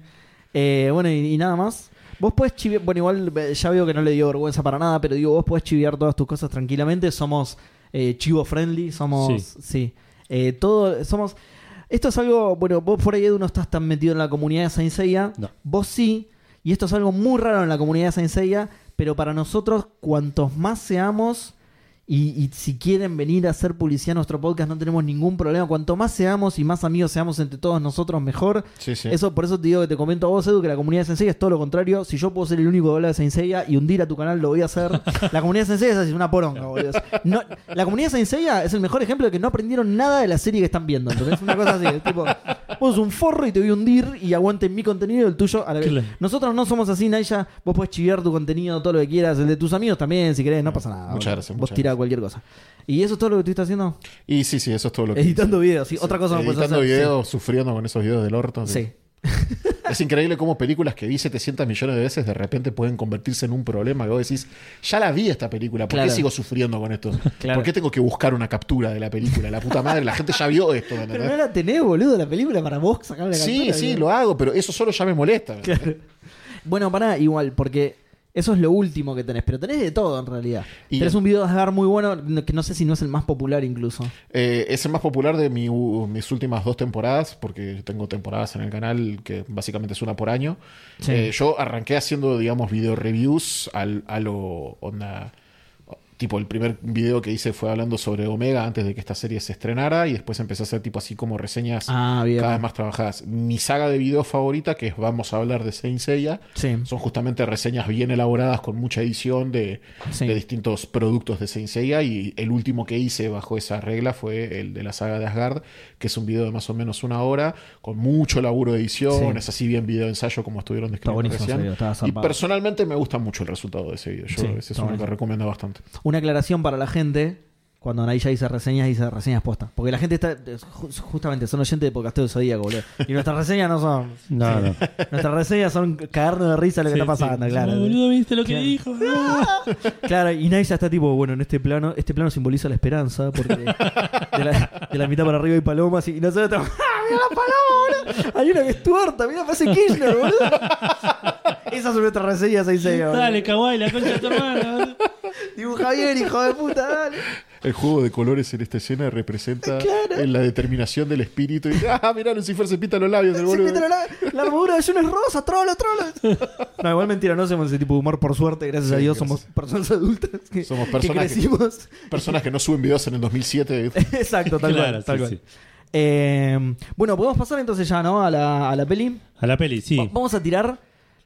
Speaker 4: Eh, bueno, y, y nada más. Vos podés chiviar, bueno, igual eh, ya veo que no le dio vergüenza para nada, pero digo, vos podés chiviar todas tus cosas tranquilamente, somos eh, chivo friendly, somos, sí,
Speaker 3: Sí.
Speaker 4: Eh, todo, somos, esto es algo, bueno, vos por ahí Edu no estás tan metido en la comunidad de Saint Seiya,
Speaker 3: No.
Speaker 4: vos sí, y esto es algo muy raro en la comunidad de Saint Seiya, pero para nosotros, cuantos más seamos, y, y si quieren venir a hacer publicidad a nuestro podcast, no tenemos ningún problema, cuanto más seamos y más amigos seamos entre todos nosotros, mejor.
Speaker 5: Sí, sí.
Speaker 4: Eso, por eso te digo que te comento a vos, Edu, que la comunidad de Sensei es todo lo contrario. Si yo puedo ser el único que habla de Sensei y hundir a tu canal, lo voy a hacer. La comunidad de Sensei es así, una poronga, boludo. No, la comunidad de Sensei es el mejor ejemplo de que no aprendieron nada de la serie que están viendo. ¿entendés? Una cosa así, es tipo, vos sos un forro y te voy a hundir y aguanten mi contenido y el tuyo a la vez.
Speaker 3: Claro.
Speaker 4: Nosotros no somos así, Naya. Vos podés chiviar tu contenido, todo lo que quieras. El de tus amigos también, si querés, no pasa nada.
Speaker 5: Muchas
Speaker 4: boludo.
Speaker 5: gracias,
Speaker 4: Vos
Speaker 5: muchas
Speaker 4: tirá
Speaker 5: gracias.
Speaker 4: cualquier cosa. ¿Y eso es todo lo que estás haciendo?
Speaker 5: Y sí, sí, eso es todo lo que.
Speaker 4: Editando
Speaker 5: hice.
Speaker 4: videos, sí. Otra cosa no puedes
Speaker 5: Editando
Speaker 4: hacer, sí.
Speaker 5: videos, sufriendo con esos videos del orto. que-
Speaker 4: Sí.
Speaker 5: Es increíble cómo películas que vi 700 millones de veces de repente pueden convertirse en un problema. Que vos decís, ya la vi esta película, ¿por
Speaker 4: Claro.
Speaker 5: qué sigo sufriendo con esto?
Speaker 4: Claro.
Speaker 5: ¿Por qué tengo que buscar una captura de la película? La puta madre, la gente ya vio esto. ¿me
Speaker 4: Pero
Speaker 5: entendés?
Speaker 4: no la tenés, boludo, la película para vos sacar la
Speaker 5: Sí,
Speaker 4: captura,
Speaker 5: sí,
Speaker 4: boludo.
Speaker 5: lo hago, pero eso solo ya me molesta. ¿me entendés?
Speaker 4: Bueno, pará, igual, porque eso es lo último que tenés, pero tenés de todo en realidad.
Speaker 5: Y-
Speaker 4: tenés un video de Asgard muy bueno, no- que no sé si no es el más popular incluso.
Speaker 5: Eh, es el más popular de mi- mis últimas dos temporadas, porque tengo temporadas en el canal que básicamente es una por año.
Speaker 4: Sí.
Speaker 5: Eh, yo arranqué haciendo, digamos, video reviews al, a lo onda. Tipo, el primer video que hice fue hablando sobre Omega antes de que esta serie se estrenara y después empecé a hacer tipo así como reseñas
Speaker 4: Ah, bien.
Speaker 5: cada vez más trabajadas. Mi saga de videos favorita, que es Vamos a hablar de Saint Seiya,
Speaker 4: Sí.
Speaker 5: son justamente reseñas bien elaboradas con mucha edición de,
Speaker 4: Sí.
Speaker 5: de distintos productos de Saint Seiya y el último que hice bajo esa regla fue el de la saga de Asgard, que es un video de más o menos una hora con mucho laburo de edición,
Speaker 4: Sí.
Speaker 5: es así bien video ensayo como estuvieron describiendo
Speaker 4: buenísimo ese
Speaker 5: recién.
Speaker 4: video, estaba
Speaker 5: y
Speaker 4: zarpado.
Speaker 5: personalmente me gusta mucho el resultado de ese video, yo
Speaker 4: Sí,
Speaker 5: ese es
Speaker 4: está
Speaker 5: uno que
Speaker 4: buenísimo.
Speaker 5: recomiendo bastante.
Speaker 4: Una aclaración para la gente. Cuando Naya dice reseñas, dice reseñas posta. Porque la gente está. es ju- Justamente, son oyentes de Podcasteo del Zodíaco, boludo. Y nuestras reseñas no son.
Speaker 3: No, no.
Speaker 4: Nuestras reseñas son cagarnos de risa lo que
Speaker 3: Sí,
Speaker 4: está pasando,
Speaker 3: sí.
Speaker 4: claro.
Speaker 3: No, boludo, viste lo que
Speaker 4: Claro.
Speaker 3: dijo. Ah,
Speaker 4: Claro, y Naisa está tipo, bueno, en este plano, este plano simboliza la esperanza, porque de la, de la mitad para arriba hay palomas y nosotros estamos, ¡ah, mira la paloma, boludo! Hay una que es tuerta, mira, parece Kirchner, boludo. Esas son nuestras reseñas ahí, señor.
Speaker 3: Dale, kawaii, la concha de tu hermana. boludo.
Speaker 4: Dibuja bien, hijo de puta, dale.
Speaker 5: El juego de colores en esta escena representa
Speaker 4: Claro.
Speaker 5: la determinación del espíritu y ah, mirá, Lucifer se pinta los labios del
Speaker 4: Se
Speaker 5: boludo.
Speaker 4: pintaron la, la armadura de Juno es rosa, trolo, trolo. No, igual mentira, no hacemos ese tipo de humor, por suerte, gracias a Dios,
Speaker 5: gracias.
Speaker 4: somos personas adultas que,
Speaker 5: Somos
Speaker 4: que
Speaker 5: personas que-
Speaker 4: crecimos.
Speaker 5: Personas que no suben videos en el 2007.
Speaker 4: Exacto, tal
Speaker 3: Claro,
Speaker 4: cual, tal
Speaker 3: sí,
Speaker 4: cual.
Speaker 3: sí.
Speaker 4: Eh, bueno, podemos pasar entonces ya, ¿no? A la, a la peli.
Speaker 3: A la peli, sí.
Speaker 4: Va- Vamos a tirar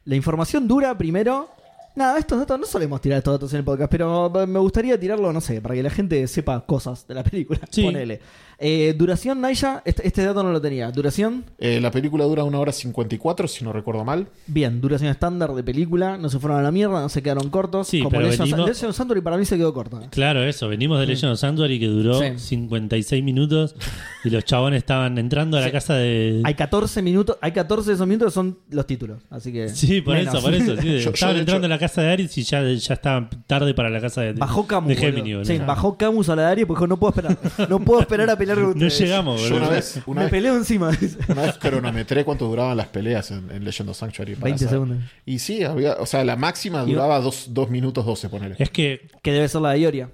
Speaker 4: la información dura primero. Nada, estos datos no solemos tirar estos datos en el podcast, pero b- me gustaría tirarlo, no sé, para que la gente sepa cosas de la película.
Speaker 3: Sí.
Speaker 4: Ponele. Eh, duración, Naya, este, este dato no lo tenía. Duración,
Speaker 5: Eh, la película dura una hora 54, si no recuerdo mal.
Speaker 4: bien, duración estándar de película, no se fueron a la mierda, no se quedaron cortos.
Speaker 3: Sí,
Speaker 4: como
Speaker 3: pero
Speaker 4: Legend
Speaker 3: venimos-
Speaker 4: Legend of Santuary para mí se quedó corta.
Speaker 3: Claro, eso. Venimos de Legend of Sanctuary que duró
Speaker 4: Sí.
Speaker 3: 56 minutos y los chabones estaban entrando a la
Speaker 4: Sí.
Speaker 3: casa de.
Speaker 4: Hay 14 minutos, hay 14 de esos minutos que son los títulos, así que...
Speaker 3: Sí, por
Speaker 4: menos.
Speaker 3: eso, por eso. sí.
Speaker 5: ¿eh? Yo- yo,
Speaker 3: estaban
Speaker 5: de
Speaker 3: entrando
Speaker 5: hecho-
Speaker 3: a la casa de Aries y ya, ya estaban tarde para la casa de,
Speaker 4: Bajó Camus.
Speaker 3: de
Speaker 4: boludo.
Speaker 3: Gemini. boludo.
Speaker 4: Sí, bajó Camus a la área porque dijo, no puedo esperar. No puedo esperar a pelear con
Speaker 3: No
Speaker 4: ustedes.
Speaker 3: llegamos,
Speaker 5: Yo
Speaker 3: boludo.
Speaker 5: una vez, una
Speaker 4: Me
Speaker 5: vez,
Speaker 4: peleo encima.
Speaker 5: una vez cronometré cuánto duraban las peleas en, en Legend of Sanctuary. para
Speaker 4: 20
Speaker 5: saber.
Speaker 4: segundos.
Speaker 5: Y sí, había, o sea, la máxima
Speaker 4: Y-
Speaker 5: duraba 2 minutos 12, ponele.
Speaker 3: Es que,
Speaker 4: que debe ser la de Ioria.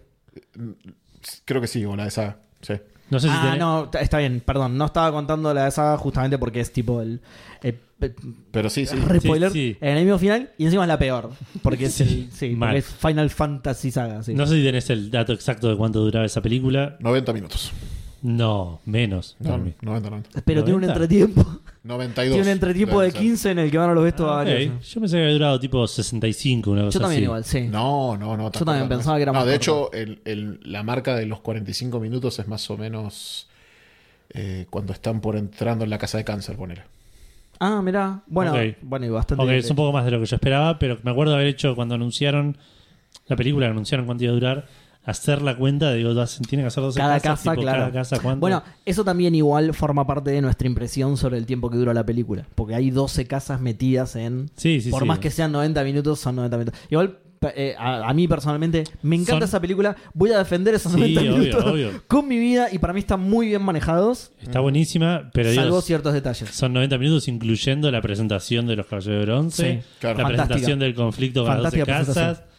Speaker 5: Creo que sí, o la de esa. Sí.
Speaker 3: no sé si
Speaker 4: ah,
Speaker 3: tenés-
Speaker 4: no, t- está bien, perdón. No estaba contando la de esa justamente porque es tipo el. el- el-
Speaker 5: Pero sí, sí.
Speaker 4: re
Speaker 3: Sí,
Speaker 4: spoiler.
Speaker 3: sí.
Speaker 4: El enemigo final y encima es la peor. Porque es,
Speaker 3: Sí,
Speaker 4: el, sí,
Speaker 3: mal.
Speaker 4: porque es Final Fantasy Saga. sí.
Speaker 3: no sé si tenés el dato exacto de cuánto duraba esa película.
Speaker 5: 90 minutos.
Speaker 3: No, menos.
Speaker 5: No,
Speaker 3: para mí.
Speaker 5: 90, 90.
Speaker 4: Pero tiene un
Speaker 3: 90.
Speaker 4: entretiempo.
Speaker 5: 92.
Speaker 4: Tiene un entretiempo de
Speaker 5: Debe ser.
Speaker 4: 15 en el que van a los
Speaker 3: Ah, ok.
Speaker 4: vestuarios.
Speaker 3: Yo pensé que había durado tipo 65, una cosa
Speaker 4: Yo también
Speaker 3: así.
Speaker 4: igual, sí.
Speaker 5: No, no, no. tan
Speaker 4: Yo también
Speaker 5: corta no
Speaker 4: pensaba
Speaker 5: es.
Speaker 4: que era
Speaker 5: No,
Speaker 4: más
Speaker 5: de
Speaker 4: corta.
Speaker 5: hecho, el- el- la marca de los 45 minutos es más o menos eh, cuando están por entrando en la casa de cáncer, ponele.
Speaker 4: Ah, mirá. Bueno,
Speaker 3: Ok.
Speaker 4: bueno y bastante.
Speaker 3: Ok, es un poco más de lo que yo esperaba, pero me acuerdo haber hecho cuando anunciaron la película, que anunciaron cuánto iba a durar, hacer la cuenta, digo, dos- tiene que hacer 12
Speaker 4: cada
Speaker 3: casas,
Speaker 4: casa,
Speaker 3: tipo,
Speaker 4: claro.
Speaker 3: cada casa cuánto.
Speaker 4: Bueno, eso también igual forma parte de nuestra impresión sobre el tiempo que dura la película. Porque hay 12 casas metidas en.
Speaker 3: Sí, sí,
Speaker 4: por
Speaker 3: sí.
Speaker 4: más que sean 90 minutos, son 90 minutos. Igual pe- eh, a, a mí personalmente me encanta
Speaker 3: Son-
Speaker 4: esa película. Voy a defender esos
Speaker 3: Sí,
Speaker 4: 90
Speaker 3: obvio,
Speaker 4: minutos
Speaker 3: obvio.
Speaker 4: con mi vida y para mí están muy bien manejados,
Speaker 3: Está buenísima, pero digo,
Speaker 4: salvo ciertos detalles.
Speaker 3: son 90 minutos incluyendo la presentación de los caballeros de bronce,
Speaker 4: Sí,
Speaker 5: claro.
Speaker 3: la
Speaker 4: Fantástica.
Speaker 3: presentación del conflicto con las 12
Speaker 4: Fantástica
Speaker 3: casas,
Speaker 4: presentación.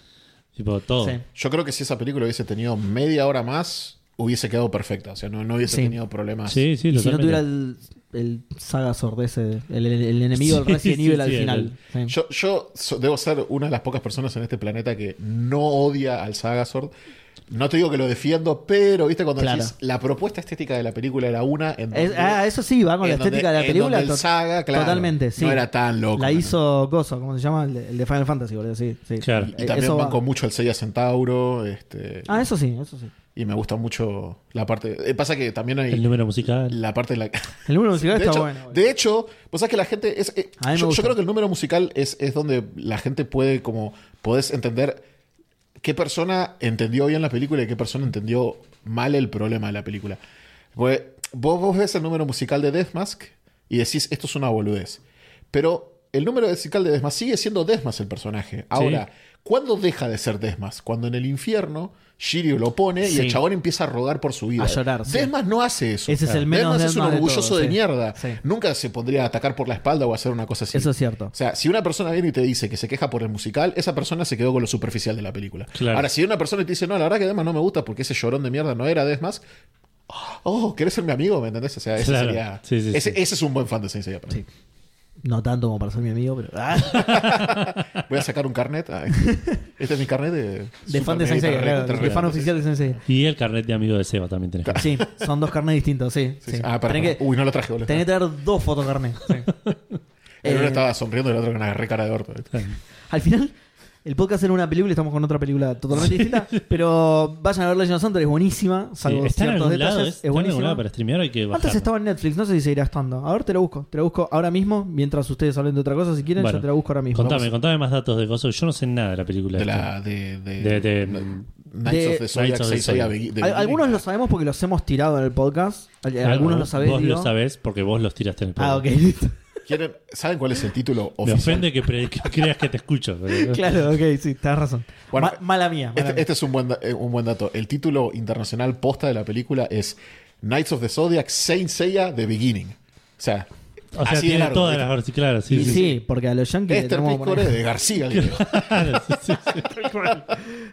Speaker 3: tipo todo.
Speaker 4: Sí.
Speaker 5: Yo creo que si esa película hubiese tenido media hora más, hubiese quedado perfecta. O sea, no, no hubiese
Speaker 4: Sí.
Speaker 5: tenido problemas.
Speaker 3: Sí, sí,
Speaker 4: y si no
Speaker 3: totalmente.
Speaker 4: tuviera el, el saga sordese, el, el- el enemigo del
Speaker 3: Sí,
Speaker 4: Resident
Speaker 3: sí,
Speaker 4: Evil al
Speaker 3: sí, el-
Speaker 4: final. Sí.
Speaker 5: Yo, yo so- debo ser una de las pocas personas en este planeta que no odia al Sagazord. No te digo que lo defiendo, pero viste cuando
Speaker 4: Claro.
Speaker 5: decís, la propuesta estética de la película era una en donde-
Speaker 4: Es- ah, eso sí, va con la
Speaker 5: en donde-
Speaker 4: estética de la
Speaker 5: en
Speaker 4: película.
Speaker 5: donde el
Speaker 4: to-
Speaker 5: saga, claro,
Speaker 4: totalmente, sí.
Speaker 5: No era tan loco.
Speaker 4: La
Speaker 5: ¿no?
Speaker 4: hizo Gozo, ¿cómo se llama? El de, el de Final Fantasy, boludo, sí. sí.
Speaker 3: Claro.
Speaker 5: Y también
Speaker 4: Eso va.
Speaker 5: banco mucho el Seiya Centauro. Este,
Speaker 4: Ah, eso sí, eso sí.
Speaker 5: Y me gusta mucho la parte. eh, pasa que también hay.
Speaker 3: El número musical.
Speaker 5: La parte de la.
Speaker 4: El número musical
Speaker 5: de
Speaker 4: está
Speaker 5: hecho,
Speaker 4: bueno. boludo.
Speaker 5: de hecho, vos sabés que la gente. Es, eh,
Speaker 4: A mí me
Speaker 5: yo, yo
Speaker 4: gusta.
Speaker 5: creo que el número musical es, es donde la gente puede, como. Podés entender qué persona entendió bien la película y qué persona entendió mal el problema de la película. Pues, vos, vos ves el número musical de Death Mask y decís, esto es una boludez. Pero el número musical de Death Mask sigue siendo Death Mask el personaje. Ahora, ¿cuándo deja de ser Death Mask? Cuando en el infierno. Shiryu lo pone y
Speaker 4: Sí.
Speaker 5: el chabón empieza a rogar por su vida.
Speaker 4: A llorar, sí.
Speaker 5: Death Mask no hace eso.
Speaker 4: Ese es el menos
Speaker 5: Death Mask
Speaker 4: Death
Speaker 5: es un
Speaker 4: Mask de
Speaker 5: orgulloso
Speaker 4: todos,
Speaker 5: de
Speaker 4: sí.
Speaker 5: mierda.
Speaker 4: Sí.
Speaker 5: Nunca se podría atacar por la espalda o hacer una cosa así.
Speaker 4: Eso es cierto.
Speaker 5: O sea, si una persona viene y te dice que se queja por el musical, esa persona se quedó con lo superficial de la película.
Speaker 3: Claro.
Speaker 5: Ahora, si una persona te dice, no, la verdad que Death Mask no me gusta porque ese llorón de mierda no era Death Mask, oh, ¿querés ser mi amigo? ¿Me entendés? O sea, ese
Speaker 3: Claro.
Speaker 5: sería.
Speaker 3: Sí, sí,
Speaker 5: ese,
Speaker 3: sí.
Speaker 5: ese es un buen fan de Saint Seiya para mí.
Speaker 4: No tanto como para ser mi amigo, pero. Ah,
Speaker 5: Voy a sacar un carnet. Ay, este es mi carnet de.
Speaker 4: de fan de Sensei, claro. De fan oficial de Sensei.
Speaker 3: Y el carnet de amigo de Seba también tenés.
Speaker 4: Sí, son dos carnes distintos, sí. sí.
Speaker 5: Ah, perdón.
Speaker 4: Tenés que,
Speaker 5: Uy, no lo traje, boludo.
Speaker 4: tenés que tener dos fotocarnes. sí.
Speaker 5: El uno
Speaker 4: Eh,
Speaker 5: estaba sonriendo y el otro con una re cara de orto.
Speaker 4: Al final, el podcast era una película y estamos con otra película totalmente distinta. Pero vayan a ver Legend of Thunder, es buenísima.
Speaker 3: Sí,
Speaker 4: Salvo
Speaker 3: ¿Está en
Speaker 4: ciertos
Speaker 3: algún
Speaker 4: detalles.
Speaker 3: lado?
Speaker 4: es
Speaker 3: ¿Está en algún
Speaker 4: buenísima.
Speaker 3: lado para streamear? Hay que
Speaker 4: Antes
Speaker 3: bajarlo.
Speaker 4: estaba en Netflix, no sé si seguirá estando. A ver, te la busco. Te la busco ahora mismo, mientras ustedes hablen de otra cosa. Si quieren,
Speaker 3: Bueno,
Speaker 4: yo te la busco ahora mismo.
Speaker 3: Contame, contame más datos de cosas. Yo no sé nada de la película.
Speaker 5: De
Speaker 3: esta.
Speaker 5: la. De, de,
Speaker 3: De- de- mm,
Speaker 5: Knights
Speaker 4: de-
Speaker 5: of the Zodiac,
Speaker 3: Knights of the
Speaker 5: Saint Seiya
Speaker 3: Zodiac.
Speaker 5: Be- de
Speaker 4: Al-
Speaker 5: Beginning.
Speaker 4: algunos lo sabemos porque los hemos tirado en el podcast. Al- Algunos lo sabéis.
Speaker 3: Vos lo sabés porque vos los tiraste en el
Speaker 4: Ah,
Speaker 3: programa.
Speaker 4: ok, listo.
Speaker 5: ¿Quieren- ¿Saben cuál es el título
Speaker 3: Me
Speaker 5: oficial?
Speaker 3: ofende que, pre- que creas que te escucho. pero-
Speaker 4: Claro, ok, sí, tenés razón.
Speaker 5: Bueno,
Speaker 4: Ma- mala mía. mala
Speaker 5: Este,
Speaker 4: mía.
Speaker 5: este es un buen, da- eh, un buen dato. El título internacional posta de la película es Knights of the Zodiac Saint Seiya The Beginning. O sea,
Speaker 3: O sea,
Speaker 5: así de
Speaker 3: tiene
Speaker 5: largo,
Speaker 3: todas
Speaker 5: ¿viste?
Speaker 3: las horas. Claro, sí,
Speaker 4: y
Speaker 3: sí.
Speaker 4: sí, porque Este a los Yankees. le
Speaker 5: Esther
Speaker 4: tenemos que
Speaker 5: Piscore
Speaker 4: poner-
Speaker 5: de García. creo.
Speaker 3: Claro, sí, sí.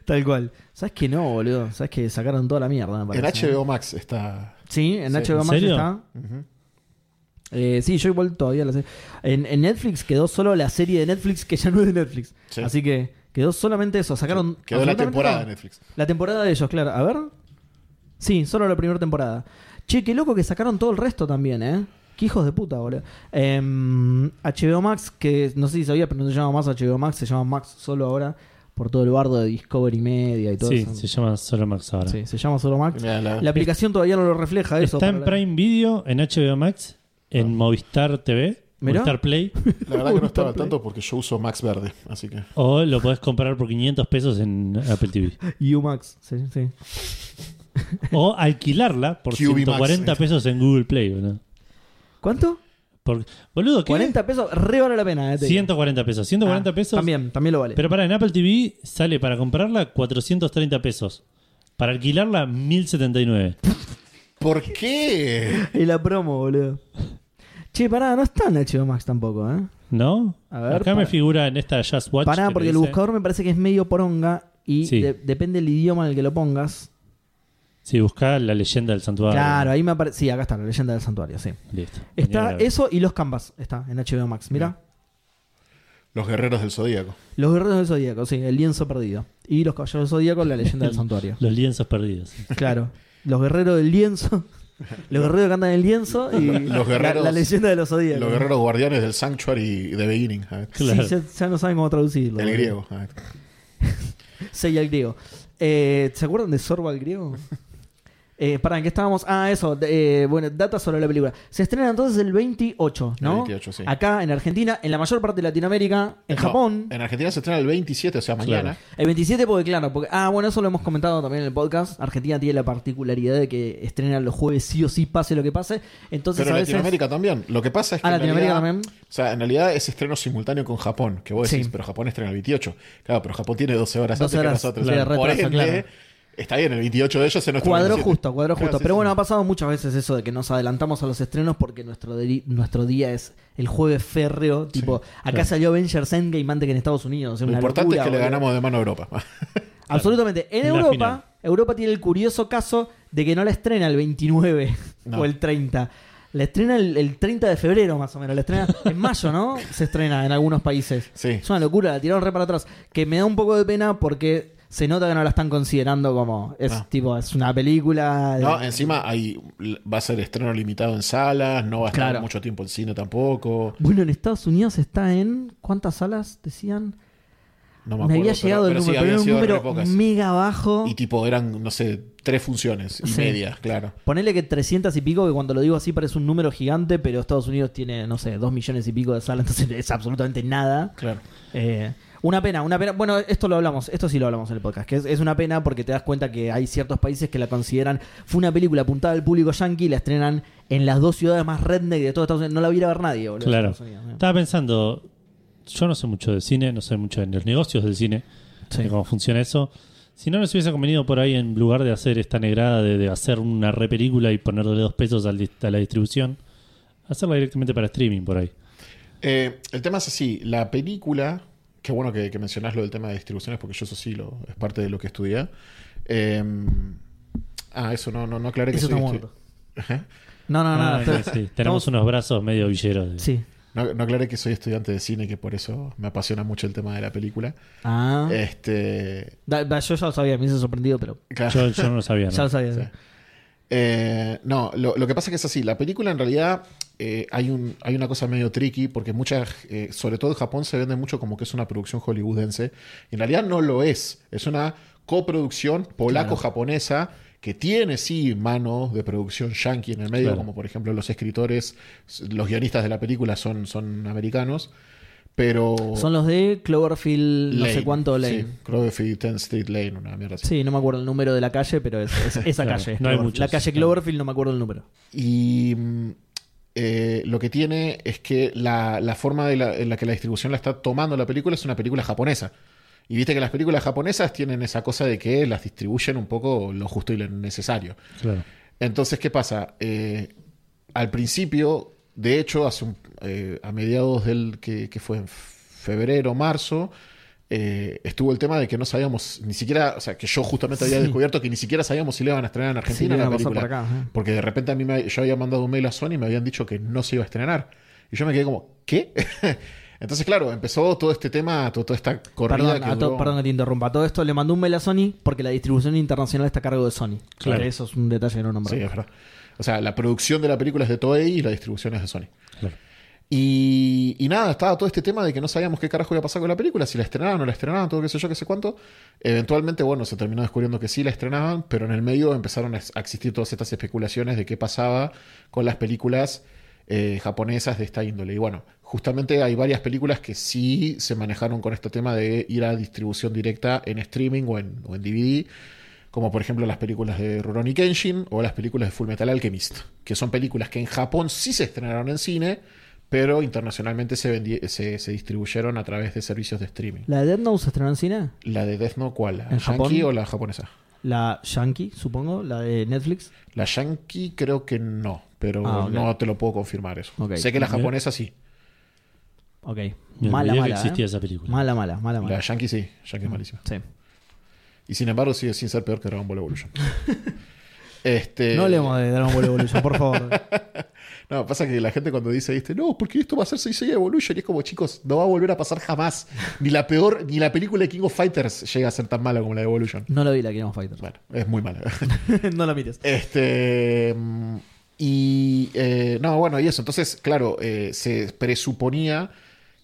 Speaker 4: Tal cual. ¿Sabes que no, boludo? ¿Sabes que sacaron toda la mierda? me
Speaker 5: en
Speaker 4: parece.
Speaker 5: HBO Max está...
Speaker 4: Sí, en
Speaker 5: Sí.
Speaker 4: HBO
Speaker 3: ¿En
Speaker 4: Max
Speaker 3: serio?
Speaker 4: está. Eh, sí, yo igual todavía la sé. En, en Netflix quedó solo la serie de Netflix que ya no es de Netflix.
Speaker 5: Sí.
Speaker 4: Así que quedó solamente eso. Sacaron.
Speaker 5: Quedó la
Speaker 4: absolutamente
Speaker 5: temporada
Speaker 4: todo.
Speaker 5: de Netflix.
Speaker 4: La temporada de ellos, claro. A ver. Sí, solo la primera temporada. Che, qué loco que sacaron todo el resto también, ¿eh? Qué hijos de puta, boludo. Em, HBO Max, que no sé si sabía, pero no se llama más HBO Max, se llama Max solo ahora, por todo el bardo de Discovery Media y todo
Speaker 3: Sí,
Speaker 4: eso.
Speaker 3: se llama Solo Max ahora.
Speaker 4: Sí, se llama solo Max.
Speaker 5: Mira, la-
Speaker 4: La aplicación todavía no lo refleja
Speaker 3: Está
Speaker 4: eso. para
Speaker 3: en
Speaker 4: la- Ah.
Speaker 3: Prime Video, en HBO Max, en Movistar TV,
Speaker 4: Mirá.
Speaker 3: Movistar Play,
Speaker 5: la verdad que no estaba al tanto porque yo uso Max Verde. Así que...
Speaker 3: o lo podés comprar por 500 pesos en Apple TV.
Speaker 4: UMax, sí, sí.
Speaker 3: O alquilarla por
Speaker 5: QB Max,
Speaker 3: 140
Speaker 5: sí.
Speaker 3: pesos en Google Play. ¿no?
Speaker 4: ¿Cuánto?
Speaker 3: Por- boludo, ¿qué?
Speaker 4: 40 pesos, re vale la pena. eh, te digo.
Speaker 3: 140 pesos. 140
Speaker 4: Ah,
Speaker 3: pesos.
Speaker 4: También, también lo vale.
Speaker 3: Pero para en Apple TV sale para comprarla 430 pesos. Para alquilarla 1079.
Speaker 5: ¿Por qué?
Speaker 4: Y la promo, boludo. Che, pará, no está en HBO Max tampoco, ¿eh?
Speaker 3: ¿No?
Speaker 4: A ver,
Speaker 3: Acá
Speaker 4: para.
Speaker 3: me figura en esta Just Watch.
Speaker 4: Pará,
Speaker 3: que
Speaker 4: porque el
Speaker 3: dice-
Speaker 4: buscador me parece que es medio poronga y
Speaker 3: Sí.
Speaker 4: de- depende del idioma en el que lo pongas.
Speaker 3: Sí, busca la leyenda del santuario.
Speaker 4: Claro, ahí me aparece. Sí, acá está, la leyenda del santuario, sí.
Speaker 3: Listo.
Speaker 4: Está
Speaker 3: Mañana la veo.
Speaker 4: eso y los canvas, está en HBO Max, mira.
Speaker 5: Los guerreros del Zodíaco.
Speaker 4: Los guerreros del zodíaco, sí, el lienzo perdido. Y los caballeros del zodíaco, la leyenda del santuario.
Speaker 3: Los lienzos perdidos.
Speaker 4: Claro. Los guerreros del lienzo. Los guerreros que andan en el lienzo y
Speaker 5: Los guerreros-
Speaker 4: la, la leyenda de los zodíacos.
Speaker 5: Los guerreros guardianes del Sanctuary de Beginning. a ver.
Speaker 3: Claro.
Speaker 4: Sí, ya, ya no saben cómo traducirlo.
Speaker 5: El griego. a ver.
Speaker 4: Sí, y el griego. Eh, ¿Se acuerdan de Zorba el griego? Eh, para ¿en qué estábamos? Ah, eso. de- eh, bueno, data sobre la película. Se estrena entonces el 28, ¿no?
Speaker 5: El 28, sí.
Speaker 4: Acá en Argentina, en la mayor parte de Latinoamérica, en
Speaker 5: No,
Speaker 4: Japón.
Speaker 5: En Argentina se estrena el 27, o sea, mañana.
Speaker 4: El 27 porque claro, porque ah, bueno, eso lo hemos comentado también en el podcast. Argentina tiene la particularidad de que estrenan los jueves sí o sí, pase lo que pase. Entonces
Speaker 5: Pero
Speaker 4: a
Speaker 5: en
Speaker 4: veces
Speaker 5: Latinoamérica también. Lo que pasa es que.
Speaker 4: Ah,
Speaker 5: en
Speaker 4: Latinoamérica
Speaker 5: realidad-
Speaker 4: también.
Speaker 5: O sea, en realidad es estreno simultáneo con Japón. Que vos decís,
Speaker 4: Sí.
Speaker 5: pero Japón estrena el 28. Claro, pero Japón tiene 12 horas
Speaker 4: 12 horas
Speaker 5: antes que nosotros.
Speaker 4: de
Speaker 5: Por
Speaker 4: retraso,
Speaker 5: ende,
Speaker 4: claro.
Speaker 5: está bien, el 28 de ellos se nos
Speaker 4: cuadró justo, cuadró justo. Pero bueno, ha pasado muchas veces eso de que nos adelantamos a los estrenos porque nuestro, deri- nuestro día es el jueves férreo. Tipo, acá salió Avengers Endgame antes que en Estados Unidos. Es
Speaker 5: Lo
Speaker 4: una
Speaker 5: importante
Speaker 4: locura,
Speaker 5: es que le
Speaker 4: boludo.
Speaker 5: ganamos de mano a Europa.
Speaker 4: Absolutamente. En
Speaker 3: La
Speaker 4: Europa,
Speaker 3: final.
Speaker 4: Europa tiene el curioso caso de que no la estrena el 29
Speaker 5: No.
Speaker 4: o el 30. La estrena el, el 30 de febrero, más o menos. La estrena en mayo, ¿no? Se estrena en algunos países.
Speaker 5: Sí.
Speaker 4: Es una locura, la tiraron re para atrás. Que me da un poco de pena porque se nota que no la están considerando como. Es
Speaker 5: Ah.
Speaker 4: tipo, es una película. de-
Speaker 5: No, encima hay, va a ser estreno limitado en salas, no va a estar
Speaker 4: Claro.
Speaker 5: mucho tiempo en cine tampoco.
Speaker 4: Bueno, en Estados Unidos está en. ¿Cuántas salas decían?
Speaker 5: No
Speaker 4: Me,
Speaker 5: me acuerdo.
Speaker 4: había
Speaker 5: pero-
Speaker 4: llegado
Speaker 5: pero
Speaker 4: el
Speaker 5: sí,
Speaker 4: número,
Speaker 5: habían
Speaker 4: pero
Speaker 5: sido re
Speaker 4: era un número
Speaker 5: pocas.
Speaker 4: mega bajo.
Speaker 5: Y tipo, eran, no sé, tres funciones y
Speaker 4: Sí.
Speaker 5: media, claro.
Speaker 4: Ponele que 300 y pico, que cuando lo digo así parece un número gigante, pero Estados Unidos tiene, no sé, 2 millones y pico de salas, entonces es absolutamente nada.
Speaker 5: Claro.
Speaker 4: Eh, una pena, una pena. Bueno, esto lo hablamos, esto sí lo hablamos en el podcast, que es, es una pena porque te das cuenta que hay ciertos países que la consideran, fue una película apuntada al público yankee, la estrenan en las dos ciudades más redneck de todo Estados Unidos, no la va a ir a ver nadie, boludo. en
Speaker 3: Claro.
Speaker 4: Estados Unidos, ¿eh?
Speaker 3: Estaba pensando, yo no sé mucho de cine, no sé mucho de los negocios del cine,
Speaker 4: Sí.
Speaker 3: de cómo funciona eso. Si no nos hubiese convenido por ahí, en lugar de hacer esta negrada de, de hacer una reperícula y ponerle dos pesos al dis- a la distribución, hacerla directamente para streaming por ahí.
Speaker 5: Eh, el tema es así, la película, qué bueno que, que mencionás lo del tema de distribuciones, porque yo eso sí lo, es parte de lo que estudié. Eh, ah, eso no, no, no aclaré que
Speaker 4: Eso
Speaker 5: soy
Speaker 4: está
Speaker 5: estu-
Speaker 4: muerto.
Speaker 5: Ajá.
Speaker 4: No, no, no.
Speaker 3: Ah,
Speaker 4: estoy-
Speaker 3: sí, Tenemos unos brazos medio villeros. de-
Speaker 4: Sí.
Speaker 5: No, no aclaré que soy estudiante de cine, que por eso me apasiona mucho el tema de la película.
Speaker 4: Ah.
Speaker 5: Este,
Speaker 4: Da- da- yo ya lo sabía, me hice sorprendido, pero
Speaker 5: claro.
Speaker 3: Yo, yo no lo sabía. ¿no?
Speaker 4: ya lo sabía.
Speaker 5: Sí. Eh, no, lo, lo que pasa es que es así. La película en realidad eh, hay, un, hay una cosa medio tricky porque muchas, eh, sobre todo en Japón, se vende mucho como que es una producción hollywoodense. Y en realidad no lo es. Es una coproducción polaco-japonesa que tiene, sí, mano de producción yankee en el medio,
Speaker 3: Claro.
Speaker 5: como por ejemplo los escritores, s- los guionistas de la película son, son americanos. Pero.
Speaker 4: Son los de Cloverfield, no sé cuánto Lane.
Speaker 5: Sí, Cloverfield 10 Street Lane, una mierda así.
Speaker 4: Sí, no me acuerdo el número de la calle, pero es, es- esa
Speaker 3: Claro,
Speaker 4: calle. es
Speaker 3: no hay
Speaker 4: Cloverfield.
Speaker 3: muchos,
Speaker 4: la calle
Speaker 3: claro.
Speaker 4: Cloverfield no me acuerdo el número.
Speaker 5: Y mm, eh, lo que tiene es que la, la forma de la- en la que la distribución la está tomando la película es una película japonesa. Y viste que las películas japonesas tienen esa cosa de que las distribuyen un poco lo justo y lo necesario.
Speaker 3: Claro.
Speaker 5: Entonces, ¿qué pasa? Eh, al principio, de hecho, hace un- eh, a mediados del que, que fue en febrero, marzo, eh, estuvo el tema de que no sabíamos ni siquiera, o sea, que yo justamente había
Speaker 4: Sí.
Speaker 5: descubierto que ni siquiera sabíamos si le iban a estrenar en Argentina
Speaker 4: Sí,
Speaker 5: la
Speaker 4: iban a pasar
Speaker 5: película.
Speaker 4: por acá, ajá.
Speaker 5: Porque de repente a mí me- yo había mandado un mail a Sony y me habían dicho que no se iba a estrenar. Y yo me quedé como, ¿qué? Entonces, claro, empezó todo este tema, to- toda esta corrida
Speaker 4: Perdón,
Speaker 5: que
Speaker 4: a to-
Speaker 5: duró-
Speaker 4: perdón que te interrumpa. A Todo esto le mandó un mail a Sony porque la distribución internacional está a cargo de Sony.
Speaker 3: Claro.
Speaker 4: Porque Eso es un detalle que no
Speaker 5: Sí,
Speaker 4: nombré.
Speaker 5: es verdad. O sea, la producción de la película es de Toei y la distribución es de Sony.
Speaker 3: claro.
Speaker 5: Y, y nada, estaba todo este tema de que no sabíamos qué carajo iba a pasar con la película, si la estrenaban o no la estrenaban, todo qué sé yo, qué sé cuánto. Eventualmente, bueno, se terminó descubriendo que sí la estrenaban, pero en el medio empezaron a ex- a existir todas estas especulaciones de qué pasaba con las películas eh, japonesas de esta índole. Y bueno, justamente hay varias películas que sí se manejaron con este tema de ir a distribución directa en streaming o en, o en DVD. Como por ejemplo las películas de Rurouni Kenshin o las películas de Full Metal Alchemist, que son películas que en Japón sí se estrenaron en cine, pero internacionalmente se, vendi- se, se distribuyeron a través de servicios de streaming.
Speaker 4: ¿La de Dead Note se estrenó en cine?
Speaker 5: ¿La de Death Note cuál? ¿La
Speaker 4: ¿En
Speaker 5: yankee
Speaker 4: Japón?
Speaker 5: o la japonesa?
Speaker 4: La Yankee, supongo, la de Netflix.
Speaker 5: La yankee creo que no, pero
Speaker 4: Ah, ok.
Speaker 5: no te lo puedo confirmar eso.
Speaker 4: Ok.
Speaker 5: Sé que la
Speaker 3: Bien.
Speaker 5: japonesa sí.
Speaker 4: Ok.
Speaker 3: Me
Speaker 4: Mala,
Speaker 3: olvidé que
Speaker 4: mala.
Speaker 3: existía
Speaker 4: ¿eh?
Speaker 3: esa película.
Speaker 4: Mala, mala, mala, mala.
Speaker 5: La yankee sí,
Speaker 4: Ah.
Speaker 5: yankee es malísima.
Speaker 4: Sí.
Speaker 5: Y sin embargo sigue sin ser peor que Dragon Ball Evolution. este,
Speaker 4: No hablemos de Dragon Ball Evolution, por favor.
Speaker 5: No, pasa que la gente cuando dice, ¿viste? no, porque esto va a ser 6 Evolution, y es como, chicos, no va a volver a pasar jamás. Ni la peor, ni la película de King of Fighters llega a ser tan mala como la de Evolution.
Speaker 4: No la vi la King of Fighters.
Speaker 5: Bueno, es muy mala.
Speaker 4: no la mires.
Speaker 5: Este. mm, Y. eh, no, bueno, y eso. Entonces, claro, eh, se presuponía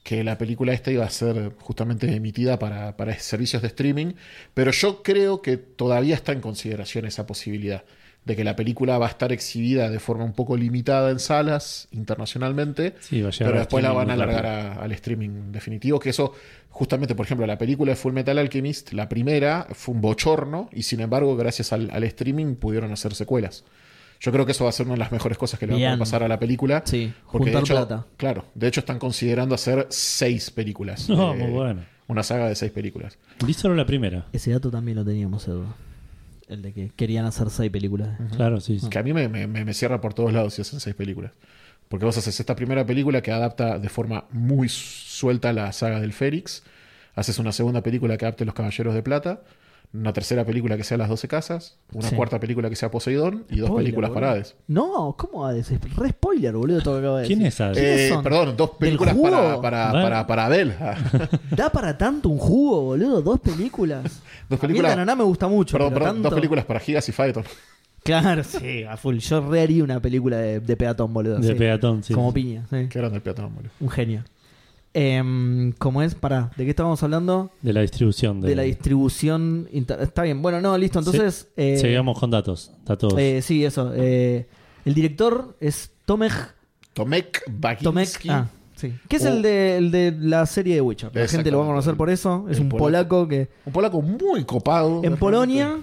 Speaker 5: que la película esta iba a ser justamente emitida para, para servicios de streaming, pero yo creo que todavía está en consideración esa posibilidad de que la película va a estar exhibida de forma un poco limitada en salas internacionalmente,
Speaker 3: Sí, va a llegar
Speaker 5: pero
Speaker 3: a
Speaker 5: después la van a
Speaker 3: streaming muy
Speaker 5: alargar a- al streaming definitivo, que eso, justamente, por ejemplo, la película de Full Metal Alchemist, la primera, fue un bochorno y sin embargo, gracias al, al streaming pudieron hacer secuelas. Yo creo que eso va a ser una de las mejores cosas que le va a
Speaker 4: Bien.
Speaker 5: poder pasar a la película.
Speaker 4: Sí,
Speaker 5: porque de
Speaker 4: juntar
Speaker 5: hecho-
Speaker 4: plata.
Speaker 5: Claro, de hecho están considerando hacer seis películas.
Speaker 3: No,
Speaker 5: eh,
Speaker 3: muy bueno.
Speaker 5: Una saga de seis películas.
Speaker 3: Vi solo la primera.
Speaker 4: Ese dato también lo teníamos, Edu. El de que querían hacer seis películas.
Speaker 3: Claro, sí.
Speaker 4: Mm.
Speaker 3: sí.
Speaker 5: Que a mí me, me- me- me cierra por todos lados si hacen seis películas. Porque vos haces esta primera película que adapta de forma muy suelta la saga del Fénix. Haces una segunda película que adapte Los Caballeros de Plata. Una tercera película que sea Las Doce Casas. Una
Speaker 4: Sí.
Speaker 5: cuarta película que sea Poseidón. Y dos
Speaker 4: Spoiler,
Speaker 5: películas
Speaker 4: boludo.
Speaker 5: paradas.
Speaker 4: No, ¿cómo Hades? Es Re spoiler, boludo, todo lo que acabo de
Speaker 3: ¿Quién
Speaker 4: decir.
Speaker 3: es Hades?
Speaker 4: ¿Quiénes
Speaker 5: Eh,
Speaker 4: son?
Speaker 5: perdón, dos
Speaker 4: ¿Del
Speaker 5: películas para,
Speaker 4: jugo?
Speaker 5: para,
Speaker 3: Bueno.
Speaker 5: para, para Abel.
Speaker 4: Da para tanto un jugo, boludo. Dos películas.
Speaker 5: Dos
Speaker 4: A mí el
Speaker 5: películas-
Speaker 4: Ananá me gusta mucho.
Speaker 5: perdón,
Speaker 4: pero
Speaker 5: perdón,
Speaker 4: tanto-
Speaker 5: dos películas para Gigas y Phaeton.
Speaker 4: Claro, sí, a full. Yo re haría una película de, de peatón, boludo.
Speaker 3: De
Speaker 4: sí.
Speaker 3: peatón, sí.
Speaker 4: Como
Speaker 3: sí.
Speaker 4: piña, sí.
Speaker 5: Qué grande el peatón, boludo.
Speaker 4: Un genio. Em, ¿Cómo es? Pará, ¿de qué estábamos hablando?
Speaker 3: De la distribución. De,
Speaker 4: De la distribución. inter- Está bien, bueno, no, listo. Entonces. eh,
Speaker 3: Seguimos con datos. Datos.
Speaker 4: eh, sí, eso. eh, el director es Tomek.
Speaker 5: Tomek
Speaker 4: Tomek.
Speaker 5: Baginski.
Speaker 4: Ah, sí. Que es
Speaker 5: O-
Speaker 4: el, de, el de la serie de Witcher. La gente lo va a conocer por eso. Es
Speaker 5: El
Speaker 4: un
Speaker 5: polaco.
Speaker 4: polaco que.
Speaker 5: Un polaco muy copado.
Speaker 4: En
Speaker 5: realmente.
Speaker 4: Polonia,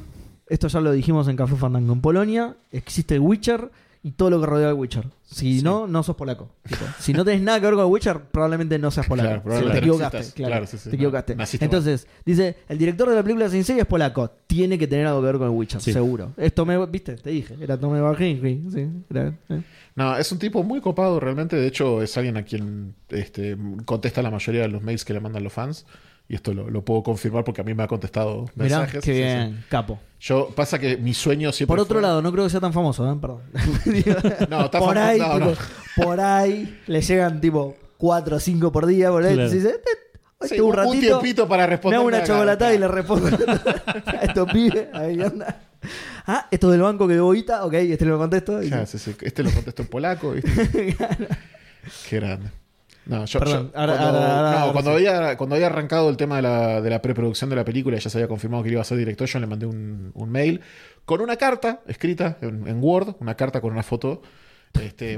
Speaker 4: esto ya lo dijimos en Café Fandango, en Polonia existe el Witcher y todo lo que rodea al Witcher. Si no, no sos polaco. tipo. si no tenés nada que ver con el Witcher, probablemente no seas polaco. Si
Speaker 5: Claro, probablemente
Speaker 4: te
Speaker 5: no
Speaker 4: equivocaste,
Speaker 5: existas.
Speaker 4: claro,
Speaker 5: Claro, sí, sí,
Speaker 4: te
Speaker 5: no,
Speaker 4: equivocaste.
Speaker 5: naciste mal.
Speaker 4: Entonces, dice, el director de la película Sin Serie es polaco. Tiene que tener algo que ver con el Witcher,
Speaker 3: Sí.
Speaker 4: seguro. Esto me, viste, te dije, era Tome Bajinski. Sí, era, eh.
Speaker 5: No, es un tipo muy copado realmente. De hecho, es alguien a quien este, contesta la mayoría de los mails que le mandan los fans. Y esto lo, lo puedo confirmar porque a mí me ha contestado
Speaker 4: Mirá,
Speaker 5: mensajes.
Speaker 4: qué
Speaker 5: Sí, sí.
Speaker 4: bien, capo.
Speaker 5: Yo, pasa que mi sueño siempre.
Speaker 4: Por otro
Speaker 5: fue-
Speaker 4: lado, no creo que sea tan famoso, ¿eh? Perdón.
Speaker 5: No, está
Speaker 4: por
Speaker 5: famoso,
Speaker 4: ahí,
Speaker 5: no, no.
Speaker 4: tipo, por ahí le llegan tipo 4 o 5 por día, por ahí,
Speaker 3: Claro.
Speaker 4: y dice, "Eh, hoy
Speaker 5: Sí,
Speaker 4: tengo un
Speaker 5: un
Speaker 4: ratito,
Speaker 5: tiempito para
Speaker 4: me
Speaker 5: responder.
Speaker 4: hago una chocolatada y le respondo a estos pibes, ahí anda. Ah, esto del banco que debo guita, ok, este lo contesto. y-
Speaker 5: Este lo contesto en polaco, ¿viste? Qué grande. No, yo,
Speaker 4: Perdón,
Speaker 5: yo-
Speaker 4: ahora-
Speaker 5: cuando,
Speaker 4: ahora- ahora-
Speaker 5: no,
Speaker 4: ahora
Speaker 5: cuando
Speaker 4: sí.
Speaker 5: había, cuando había arrancado el tema de la, de la preproducción de la película y ya se había confirmado que iba a ser director, yo le mandé un, un mail con una carta escrita en, en Word, una carta con una foto. Este,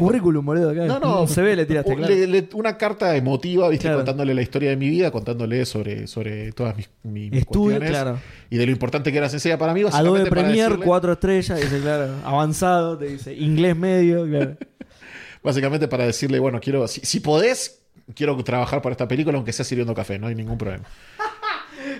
Speaker 4: Un currículum, boludo, acá.
Speaker 5: No, no.
Speaker 4: Se ve, le tiraste,
Speaker 5: un-
Speaker 4: claro.
Speaker 5: le- le- una carta emotiva, ¿viste?
Speaker 4: Claro.
Speaker 5: Contándole la historia de mi vida, contándole sobre, sobre todas mis, mi- mis
Speaker 4: Estudio,
Speaker 5: cuestiones.
Speaker 4: claro.
Speaker 5: Y de lo importante que era Sencilla para mí.
Speaker 4: Adobe
Speaker 5: básicamente para
Speaker 4: Premiere,
Speaker 5: decirle-
Speaker 4: 4 estrellas, dice, claro, avanzado, te dice, inglés medio, claro.
Speaker 5: Básicamente para decirle, bueno, quiero, si, si podés, quiero trabajar para esta película, aunque sea sirviendo café, no hay ningún problema.